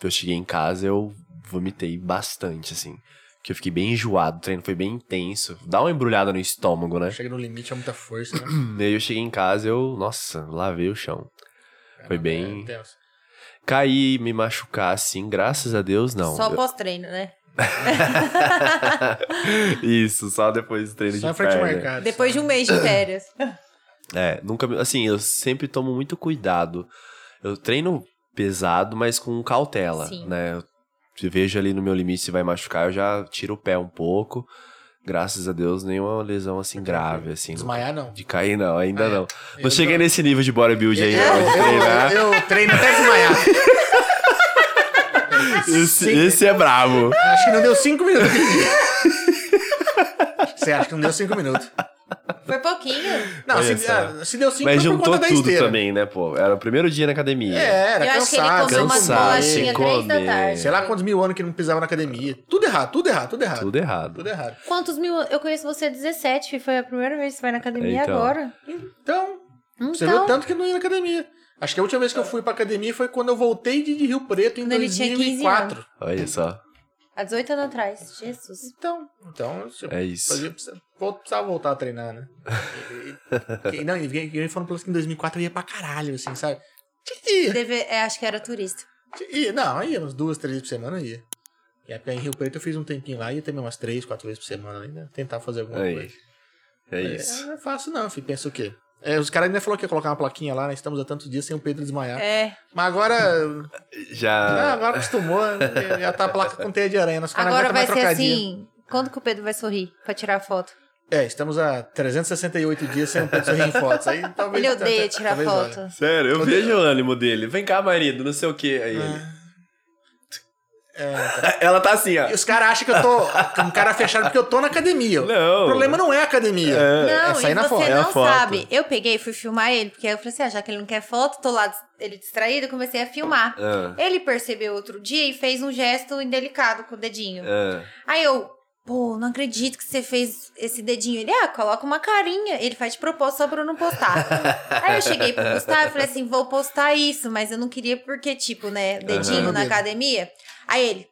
[SPEAKER 3] eu cheguei em casa, eu vomitei bastante, assim. Porque eu fiquei bem enjoado, o treino foi bem intenso. Dá uma embrulhada no estômago, né?
[SPEAKER 2] Chega no limite, é muita força. Né?
[SPEAKER 3] E aí eu cheguei em casa, eu, nossa, lavei o chão. Foi bem-
[SPEAKER 2] É, tenso.
[SPEAKER 3] Caí, me machucar, assim, graças a Deus, não.
[SPEAKER 1] Só
[SPEAKER 3] Eu-
[SPEAKER 1] pós-treino, né?
[SPEAKER 3] Isso, só depois do treino
[SPEAKER 2] Só em
[SPEAKER 3] de
[SPEAKER 2] frente assim,
[SPEAKER 3] perna.
[SPEAKER 2] marcada.
[SPEAKER 1] Depois de um mês de férias.
[SPEAKER 3] É, nunca. me- Assim, eu sempre tomo muito cuidado. Eu treino pesado, mas com cautela,
[SPEAKER 1] Sim.
[SPEAKER 3] né? Eu te vejo ali no meu limite se vai machucar, eu já tiro o pé um pouco. Graças a Deus, nenhuma lesão assim grave, assim.
[SPEAKER 2] né? Desmaiar, não.
[SPEAKER 3] De cair, não, ainda
[SPEAKER 2] Ah, é.
[SPEAKER 3] não. Não
[SPEAKER 2] Eu
[SPEAKER 3] cheguei nesse nível de bodybuild
[SPEAKER 2] Eu,
[SPEAKER 3] aí, não, de treinar.
[SPEAKER 2] eu, eu treino até desmaiar.
[SPEAKER 3] Esse, esse é brabo.
[SPEAKER 2] Acho que não deu 5 minutos. aquele dia. Você acha que não deu 5 minutos?
[SPEAKER 1] Foi pouquinho.
[SPEAKER 2] Não,
[SPEAKER 3] Olha
[SPEAKER 2] se,
[SPEAKER 3] só.
[SPEAKER 2] ah, se deu 5
[SPEAKER 3] Mas
[SPEAKER 2] foi por
[SPEAKER 3] juntou
[SPEAKER 2] conta da
[SPEAKER 3] tudo
[SPEAKER 2] esteira.
[SPEAKER 3] também, né, pô? Era o primeiro dia na academia.
[SPEAKER 2] É, era
[SPEAKER 1] eu acho que ele
[SPEAKER 2] cansado,
[SPEAKER 1] comeu uma
[SPEAKER 3] cansado,
[SPEAKER 1] bolachinha
[SPEAKER 3] sem
[SPEAKER 1] três da
[SPEAKER 3] comer.
[SPEAKER 1] tarde.
[SPEAKER 2] Sei lá quantos mil anos que não pisava na academia. Tudo errado, tudo errado, tudo errado. Tudo,
[SPEAKER 3] Tudo errado.
[SPEAKER 2] errado.
[SPEAKER 1] Quantos mil? Eu conheço você há 17, Fih, foi a primeira vez que você vai na academia
[SPEAKER 3] Então.
[SPEAKER 1] agora.
[SPEAKER 2] Então,
[SPEAKER 1] Então,
[SPEAKER 2] você viu tanto que eu não ia na academia. Acho que a última vez que eu fui pra academia foi quando eu voltei de, de Rio Preto em
[SPEAKER 1] Quando ele tinha 15
[SPEAKER 2] 2004.
[SPEAKER 3] Olha só.
[SPEAKER 1] há 18 anos atrás, Jesus.
[SPEAKER 2] Então, então se eu
[SPEAKER 3] É isso.
[SPEAKER 2] fazia, precisa- vol- precisava voltar a treinar, né? E- e- e- não, e alguém- alguém falou pra você que em 2004 eu ia pra caralho, assim, sabe? Ia,
[SPEAKER 1] Deve- é, acho que era turista.
[SPEAKER 2] ia, não, ia umas duas, três vezes por semana, ia. E época em Rio Preto eu fiz um tempinho lá, ia também umas três, quatro vezes por semana ainda, tentar fazer alguma
[SPEAKER 3] Aí.
[SPEAKER 2] coisa.
[SPEAKER 3] É
[SPEAKER 2] É,
[SPEAKER 3] isso.
[SPEAKER 2] Não é fácil não, filho. Pensa o quê? É, os caras ainda falaram que ia colocar uma plaquinha lá, né? Estamos há tantos dias sem o Pedro desmaiar.
[SPEAKER 1] É.
[SPEAKER 2] Mas agora. ah,
[SPEAKER 3] Já.
[SPEAKER 2] agora acostumou, né? já tá a placa com teia de aranha. Nosso canal
[SPEAKER 1] Agora vai
[SPEAKER 2] aguenta
[SPEAKER 1] ser
[SPEAKER 2] mais tá trocadinho.
[SPEAKER 1] assim. Quando que o Pedro vai sorrir pra tirar a foto?
[SPEAKER 2] É, estamos há 368 dias sem o Pedro sorrir em fotos. Aí talvez.
[SPEAKER 1] Ele
[SPEAKER 2] tá-
[SPEAKER 1] odeia tirar
[SPEAKER 2] talvez
[SPEAKER 1] foto.
[SPEAKER 2] olhe.
[SPEAKER 3] Sério, eu vejo o ânimo dele. Vem cá, marido, não sei o que. Aí ele.
[SPEAKER 2] É,
[SPEAKER 3] Ela tá assim, ó.
[SPEAKER 2] e os caras acham que eu tô. que um cara fechado porque eu tô na academia.
[SPEAKER 3] Não.
[SPEAKER 2] O problema não é a academia.
[SPEAKER 1] Não,
[SPEAKER 2] é sair
[SPEAKER 1] e
[SPEAKER 2] na
[SPEAKER 1] você
[SPEAKER 2] foto.
[SPEAKER 3] É a
[SPEAKER 1] não
[SPEAKER 3] foto.
[SPEAKER 1] sabe. Eu peguei e fui filmar ele, porque eu falei assim, ah, já que ele não quer foto, tô lá, ele distraído, comecei a filmar.
[SPEAKER 3] Ah,
[SPEAKER 2] É.
[SPEAKER 1] Ele percebeu outro dia e fez um gesto indelicado com o dedinho.
[SPEAKER 2] É.
[SPEAKER 3] ah.
[SPEAKER 1] Aí eu, pô, não acredito que você fez esse dedinho. Ele, ah, coloca uma carinha. Ele faz de propósito só pra eu não postar. Aí eu cheguei pro Gustavo e falei assim, vou postar isso, mas eu não queria porque, tipo, né, dedinho
[SPEAKER 2] Aham.
[SPEAKER 1] na academia. Aí ele,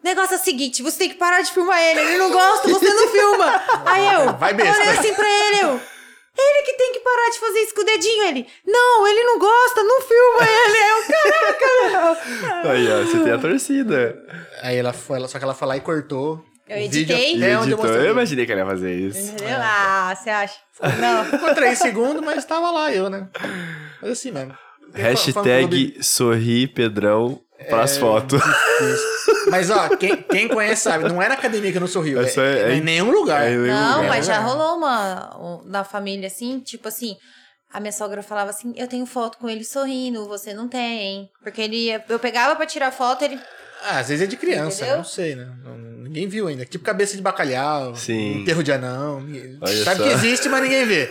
[SPEAKER 1] negócio é o seguinte, você tem que parar de filmar ele. Ele não gosta, você não filma. Aí eu,
[SPEAKER 2] Vai besta.
[SPEAKER 1] olhei assim pra ele, eu... Ele que tem que parar de fazer isso com o dedinho, ele. Não, ele não gosta, não filma ele. Aí Eu,
[SPEAKER 3] Ah. Aí, ó, você tem a torcida.
[SPEAKER 2] Aí ela foi, ela- só que ela foi lá e cortou.
[SPEAKER 1] Eu
[SPEAKER 2] o
[SPEAKER 1] editei.
[SPEAKER 2] Vídeo,
[SPEAKER 3] E
[SPEAKER 2] até É onde eu É,
[SPEAKER 3] editou. Eu
[SPEAKER 2] mostrei.
[SPEAKER 3] imaginei que ela ia fazer isso.
[SPEAKER 1] Entendeu? Ah, você acha? Não.
[SPEAKER 2] Ficou três segundos, mas tava lá eu, né? Mas assim mesmo. Tem fã- fã-clube-
[SPEAKER 3] Hashtag sorri, Pedrão.
[SPEAKER 2] É.
[SPEAKER 5] Pras fotos.
[SPEAKER 2] Mas, ó, quem, quem conhece sabe, não é na academia que eu não sorrio.
[SPEAKER 5] Essa
[SPEAKER 2] é,
[SPEAKER 5] é-
[SPEAKER 2] é em nenhum lugar.
[SPEAKER 5] Aí,
[SPEAKER 1] Não,
[SPEAKER 5] né?
[SPEAKER 1] mas já
[SPEAKER 2] né?
[SPEAKER 1] rolou uma um- na família assim, tipo assim. A minha sogra falava assim: Eu tenho foto com ele sorrindo, você não tem. Porque ele ia- eu pegava pra tirar foto, ele.
[SPEAKER 2] Ah, às vezes é de criança,
[SPEAKER 1] Entendeu?
[SPEAKER 2] não sei, né? Não- ninguém viu ainda. Tipo cabeça de bacalhau,
[SPEAKER 5] Sim.
[SPEAKER 2] enterro de anão. ninguém-
[SPEAKER 5] Olha
[SPEAKER 2] Sabe
[SPEAKER 5] só.
[SPEAKER 2] que existe, mas ninguém vê.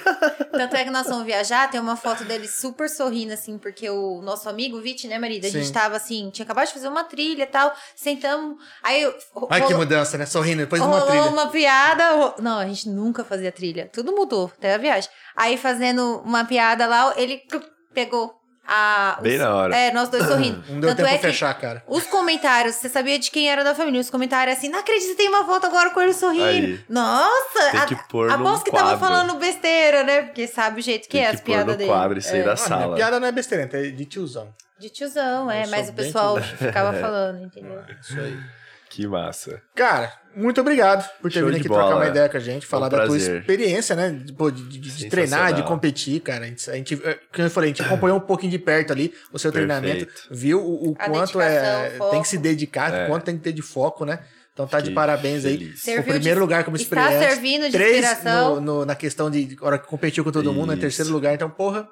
[SPEAKER 1] Tanto é que nós fomos viajar, tem uma foto dele super sorrindo, assim, porque o nosso amigo, o Vit, né, marido? A gente
[SPEAKER 2] Sim.
[SPEAKER 1] tava assim, tinha acabado de fazer uma trilha e tal, sentamos. Aí eu.
[SPEAKER 2] Olha que
[SPEAKER 1] rolou-
[SPEAKER 2] mudança, né? Sorrindo depois de uma
[SPEAKER 1] Rolou
[SPEAKER 2] trilha.
[SPEAKER 1] uma piada. ro- Não, a gente nunca fazia trilha. Tudo mudou, até a viagem. Aí fazendo uma piada lá, ele clup, pegou a. os-
[SPEAKER 5] Bem na hora.
[SPEAKER 1] É, nós dois sorrindo.
[SPEAKER 2] Não deu
[SPEAKER 1] Tanto
[SPEAKER 2] tempo
[SPEAKER 1] é
[SPEAKER 2] pra
[SPEAKER 1] que
[SPEAKER 2] fechar, cara.
[SPEAKER 1] Os comentários, você sabia de quem era da família? Os comentários assim, não acredito, tem uma foto agora com ele sorrindo.
[SPEAKER 5] Aí.
[SPEAKER 1] Nossa!
[SPEAKER 5] Tem
[SPEAKER 1] a-
[SPEAKER 5] que pôr num
[SPEAKER 1] Aposto que
[SPEAKER 5] quadro.
[SPEAKER 1] tava falando besteira, né? Porque sabe o jeito que
[SPEAKER 5] Tem
[SPEAKER 1] é
[SPEAKER 5] que
[SPEAKER 1] as
[SPEAKER 5] pôr
[SPEAKER 1] piadas
[SPEAKER 5] no
[SPEAKER 1] dele.
[SPEAKER 5] quadro e sair
[SPEAKER 1] É.
[SPEAKER 5] da
[SPEAKER 2] Ah, minha
[SPEAKER 5] sala.
[SPEAKER 2] piada não é besteirenta, é de tiozão.
[SPEAKER 1] De tiozão, é,
[SPEAKER 2] Eu
[SPEAKER 1] mas
[SPEAKER 2] sou
[SPEAKER 1] o
[SPEAKER 2] bem
[SPEAKER 1] pessoal ficava falando, entendeu?
[SPEAKER 2] Isso aí.
[SPEAKER 5] Que massa.
[SPEAKER 2] Cara, muito obrigado por ter
[SPEAKER 5] Show
[SPEAKER 2] vindo
[SPEAKER 5] de
[SPEAKER 2] aqui
[SPEAKER 5] bola. um
[SPEAKER 2] trocar uma ideia com a gente, falar da tua
[SPEAKER 5] prazer.
[SPEAKER 2] experiência, né? de- pô, de, de- de treinar, de
[SPEAKER 5] Sensacional.
[SPEAKER 2] competir, cara. A gente, a gente, é, como eu falei, a gente acompanhou um pouquinho de perto ali o seu
[SPEAKER 5] Perfeito.
[SPEAKER 2] treinamento, viu o, o
[SPEAKER 1] A
[SPEAKER 2] quanto
[SPEAKER 1] dedicação,
[SPEAKER 2] é,
[SPEAKER 1] o foco.
[SPEAKER 2] tem que se dedicar,
[SPEAKER 5] É.
[SPEAKER 2] quanto tem que ter de foco, né? Então tá de
[SPEAKER 5] Fiquei
[SPEAKER 2] parabéns aí.
[SPEAKER 5] feliz.
[SPEAKER 2] Foi O
[SPEAKER 1] Serviu de-
[SPEAKER 2] primeiro lugar como
[SPEAKER 1] Está
[SPEAKER 2] experiente.
[SPEAKER 1] servindo de
[SPEAKER 2] Três
[SPEAKER 1] inspiração.
[SPEAKER 2] no, no- na questão de de hora que competiu com todo mundo, em
[SPEAKER 5] Isso.
[SPEAKER 2] terceiro lugar. Então, porra,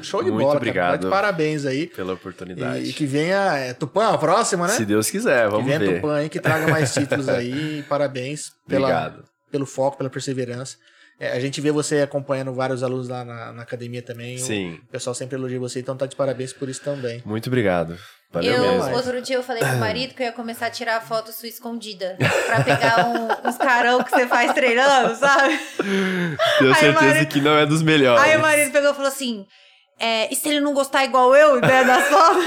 [SPEAKER 2] show de
[SPEAKER 5] Muito
[SPEAKER 2] bola, cara.
[SPEAKER 5] obrigado.
[SPEAKER 2] Tá de parabéns aí.
[SPEAKER 5] Pela oportunidade.
[SPEAKER 2] E, e que venha é, Tupã, a próxima, né?
[SPEAKER 5] Se Deus quiser, vamos
[SPEAKER 2] que venha
[SPEAKER 5] ver.
[SPEAKER 2] Tupã aí, que traga mais títulos aí. E Parabéns pela,
[SPEAKER 5] Obrigado.
[SPEAKER 2] pelo foco, pela perseverança. É, a gente vê você acompanhando vários alunos lá na, na academia também.
[SPEAKER 5] Sim.
[SPEAKER 2] O pessoal sempre elogia você, então tá de parabéns por isso também.
[SPEAKER 5] Muito obrigado. Valeu
[SPEAKER 1] eu,
[SPEAKER 5] mesmo.
[SPEAKER 1] outro dia eu falei pro marido que eu ia começar a tirar a foto sua escondida. Pra pegar um- uns carão que você faz treinando, sabe?
[SPEAKER 5] Tenho
[SPEAKER 1] Ai,
[SPEAKER 5] certeza
[SPEAKER 1] Mari-
[SPEAKER 5] que não é dos melhores.
[SPEAKER 1] Aí o marido pegou e falou assim: é, e se ele não gostar igual eu, né, da foto?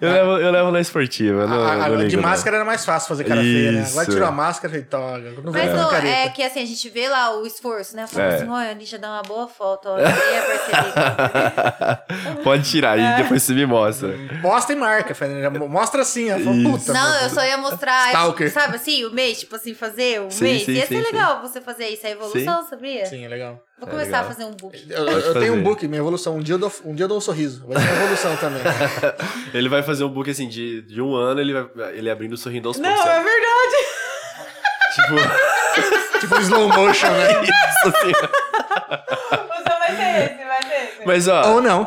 [SPEAKER 5] Eu, levo, eu levo na esportiva. Não,
[SPEAKER 2] A- a-
[SPEAKER 5] não
[SPEAKER 2] de
[SPEAKER 5] ligo, não.
[SPEAKER 2] máscara era mais fácil fazer cara feia, né? Agora
[SPEAKER 5] Isso.
[SPEAKER 2] tirou a máscara e toga. Não vem
[SPEAKER 1] Mas
[SPEAKER 2] com
[SPEAKER 1] não, é
[SPEAKER 2] careta.
[SPEAKER 1] que assim, a gente vê lá o esforço, né? Fala
[SPEAKER 5] É.
[SPEAKER 1] assim, olha, ali já dá uma boa foto, ó. Eu ia perceber.
[SPEAKER 5] Pode tirar aí,
[SPEAKER 2] É.
[SPEAKER 5] depois você me mostra.
[SPEAKER 2] Mostra e marca, Fernanda. Mostra assim. Ela fala,
[SPEAKER 5] Isso.
[SPEAKER 2] puta,
[SPEAKER 1] é Não,
[SPEAKER 2] meu
[SPEAKER 1] eu só ia mostrar,
[SPEAKER 2] Stalker.
[SPEAKER 1] sabe assim, o mês, tipo assim, fazer um
[SPEAKER 5] Sim,
[SPEAKER 1] mês.
[SPEAKER 5] sim,
[SPEAKER 1] ia ser
[SPEAKER 5] sim, sim.
[SPEAKER 1] legal você fazer isso, a evolução, sabia?
[SPEAKER 2] Sim, é legal.
[SPEAKER 1] Vou
[SPEAKER 5] É
[SPEAKER 1] começar a
[SPEAKER 5] legal.
[SPEAKER 1] fazer um book.
[SPEAKER 2] Eu, eu- eu
[SPEAKER 5] Pode
[SPEAKER 2] tenho um
[SPEAKER 5] fazer.
[SPEAKER 2] book, minha evolução. Um dia eu dou um, dia eu dou um sorriso. Vai ter uma evolução também.
[SPEAKER 5] Ele vai fazer um book assim de, de um ano, ele, vai, ele abrindo sorrindo aos poucos.
[SPEAKER 2] é
[SPEAKER 3] é
[SPEAKER 5] sabe?
[SPEAKER 1] verdade.
[SPEAKER 5] Tipo,
[SPEAKER 2] tipo slow motion, né?
[SPEAKER 5] isso assim.
[SPEAKER 1] Você vai ser esse, vai ser esse.
[SPEAKER 5] Mas ó,
[SPEAKER 2] Ou não.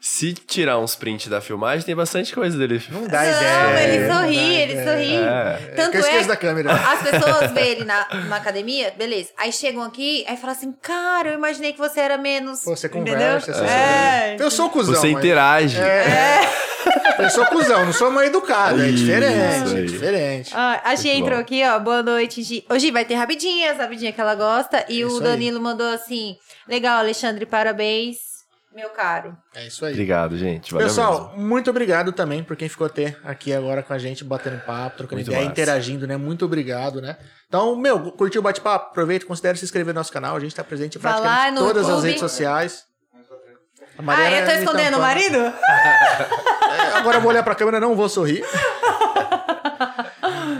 [SPEAKER 5] se tirar uns prints da filmagem, tem bastante coisa dele.
[SPEAKER 2] Não
[SPEAKER 1] Não,
[SPEAKER 2] dá ideia.
[SPEAKER 1] ele
[SPEAKER 2] não
[SPEAKER 1] sorri,
[SPEAKER 2] dá
[SPEAKER 1] ele
[SPEAKER 2] ideia.
[SPEAKER 1] sorri.
[SPEAKER 5] É.
[SPEAKER 2] É que
[SPEAKER 1] Tanto
[SPEAKER 2] eu esqueço
[SPEAKER 1] é
[SPEAKER 2] da câmera.
[SPEAKER 1] As pessoas veem ele na, na academia, beleza. Aí chegam aqui, aí falam assim, cara, eu imaginei que você era menos.
[SPEAKER 2] Pô, você
[SPEAKER 1] entendeu?
[SPEAKER 2] conversa, você
[SPEAKER 1] é.
[SPEAKER 2] Eu sou cuzão.
[SPEAKER 5] Você
[SPEAKER 2] mas- é.
[SPEAKER 5] interage.
[SPEAKER 2] Eu sou cuzão, não sou mais educado. É
[SPEAKER 5] Isso
[SPEAKER 2] diferente, é
[SPEAKER 5] aí.
[SPEAKER 2] diferente.
[SPEAKER 1] Ó, a Gi
[SPEAKER 5] Muito
[SPEAKER 1] entrou
[SPEAKER 5] bom.
[SPEAKER 1] aqui, ó. Boa noite, Gi. Ô, Gi, vai ter rapidinhas, rapidinha que ela gosta. E
[SPEAKER 2] É Isso
[SPEAKER 1] o
[SPEAKER 2] aí.
[SPEAKER 1] Danilo mandou assim: legal, Alexandre, parabéns, meu caro.
[SPEAKER 2] É isso aí.
[SPEAKER 5] Obrigado, gente. Valeu
[SPEAKER 2] Pessoal,
[SPEAKER 5] mesmo.
[SPEAKER 2] muito obrigado também por quem ficou até aqui agora com a gente, batendo papo, trocando
[SPEAKER 5] Muito
[SPEAKER 2] ideia,
[SPEAKER 5] massa.
[SPEAKER 2] interagindo, né? Muito obrigado, né? Então, meu, curtiu o bate-papo? Aproveita, considere se inscrever no nosso canal. A gente tá presente em
[SPEAKER 1] Vai lá
[SPEAKER 2] praticamente
[SPEAKER 1] no
[SPEAKER 2] todas as
[SPEAKER 1] YouTube.
[SPEAKER 2] redes sociais. tá A
[SPEAKER 1] ah,
[SPEAKER 2] Mariana
[SPEAKER 1] eu tô
[SPEAKER 2] me
[SPEAKER 1] escondendo o
[SPEAKER 2] tampando.
[SPEAKER 1] marido?
[SPEAKER 2] É, Agora eu vou olhar pra câmera, não vou sorrir.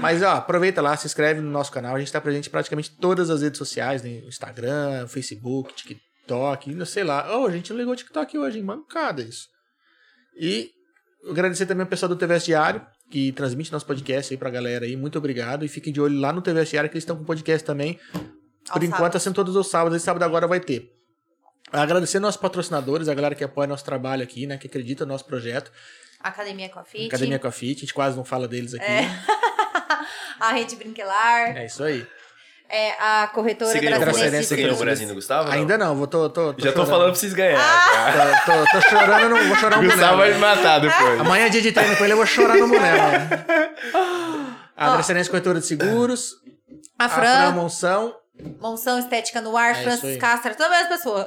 [SPEAKER 2] Mas ó, aproveita lá, se inscreve no nosso canal. A gente tá presente em praticamente todas as redes sociais, né? Instagram, Facebook, TikTok, não sei lá. Oh, a gente não ligou o TikTok hoje, hein? mancada isso. E agradecer também ao pessoal do TVS Diário, que transmite nosso podcast aí pra galera aí. Muito obrigado. E fiquem de olho lá no TVS Diário, que eles estão com podcast também. Por
[SPEAKER 1] Aos
[SPEAKER 2] enquanto, assim, todos os sábados. Esse sábado agora vai ter. Agradecer nossos patrocinadores, a galera que apoia nosso trabalho aqui, né? Que acredita no nosso projeto.
[SPEAKER 1] Academia com a Fit.
[SPEAKER 2] Academia com a Fit, a gente quase não fala deles aqui.
[SPEAKER 1] É. a Rede Brinquelar.
[SPEAKER 2] É isso aí.
[SPEAKER 1] É, a corretora
[SPEAKER 3] Você ganhou,
[SPEAKER 2] Brasil,
[SPEAKER 3] o
[SPEAKER 1] brasileira.
[SPEAKER 2] né?
[SPEAKER 3] bonezinho-
[SPEAKER 1] de-
[SPEAKER 3] você ganhou o bonezinho do Gustavo? não?
[SPEAKER 2] Ainda não, vou tô, tô, tô
[SPEAKER 5] Já tô
[SPEAKER 2] chorando.
[SPEAKER 5] falando pra vocês ganharem. tá?
[SPEAKER 2] Tô, tô- tô chorando, não vou chorar
[SPEAKER 5] O
[SPEAKER 2] no
[SPEAKER 5] Gustavo vai me
[SPEAKER 2] boneco.
[SPEAKER 5] matar depois.
[SPEAKER 2] Amanhã é dia de treino com ele, eu vou chorar no boneco. A Bracelense Corretora de Seguros,
[SPEAKER 1] A
[SPEAKER 2] a Fran
[SPEAKER 1] Ah. Fran,
[SPEAKER 2] Monção.
[SPEAKER 1] Monção Estética no Ar,
[SPEAKER 2] É
[SPEAKER 1] Francis
[SPEAKER 2] isso aí.
[SPEAKER 1] Castro, todas as pessoas.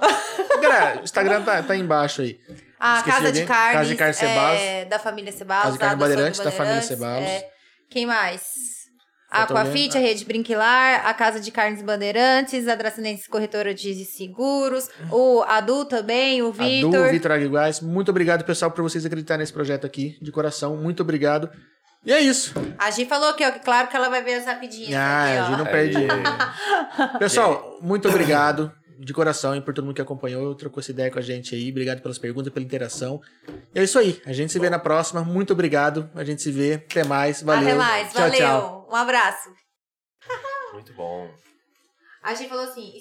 [SPEAKER 2] Galera, o Instagram tá, tá aí embaixo aí.
[SPEAKER 1] A
[SPEAKER 2] Esqueci
[SPEAKER 1] Ah, Casa de
[SPEAKER 2] alguém?
[SPEAKER 1] Carnes.
[SPEAKER 2] Casa de Carnes
[SPEAKER 1] é,
[SPEAKER 2] Cebalos.
[SPEAKER 1] da família Cebalos.
[SPEAKER 2] Casa de Carne
[SPEAKER 1] da adoção
[SPEAKER 2] Bandeirantes,
[SPEAKER 1] de
[SPEAKER 2] da família Cebalos.
[SPEAKER 1] Bandeirantes, é. Quem mais? A
[SPEAKER 2] Faltou
[SPEAKER 1] Aquafit, a Rede Brinquilar, a Casa de Carnes Bandeirantes, a Dracinense Corretora de Seguros, o Adu também, o
[SPEAKER 2] A Du, o
[SPEAKER 1] Vitor.
[SPEAKER 2] Vitor Aguiguais. Muito obrigado, pessoal, por vocês acreditarem nesse projeto aqui, de coração. Muito obrigado. E é isso.
[SPEAKER 1] A Gi falou aqui, ó, que claro que ela vai ver as rapidinhas.
[SPEAKER 2] Ah,
[SPEAKER 1] aqui,
[SPEAKER 2] a
[SPEAKER 1] ó.
[SPEAKER 2] gente não perde. Pessoal, muito obrigado. de coração e por todo mundo que acompanhou, trocou essa ideia com a gente aí. Obrigado pelas perguntas, pela interação. E é isso aí. A gente se vê na próxima. Muito obrigado. A gente se vê. Até mais. Valeu.
[SPEAKER 1] Até mais. Um
[SPEAKER 2] Tchau,
[SPEAKER 1] Valeu.
[SPEAKER 2] tchau. Ah!
[SPEAKER 1] Um abraço.
[SPEAKER 5] Muito bom.
[SPEAKER 1] A gente falou assim,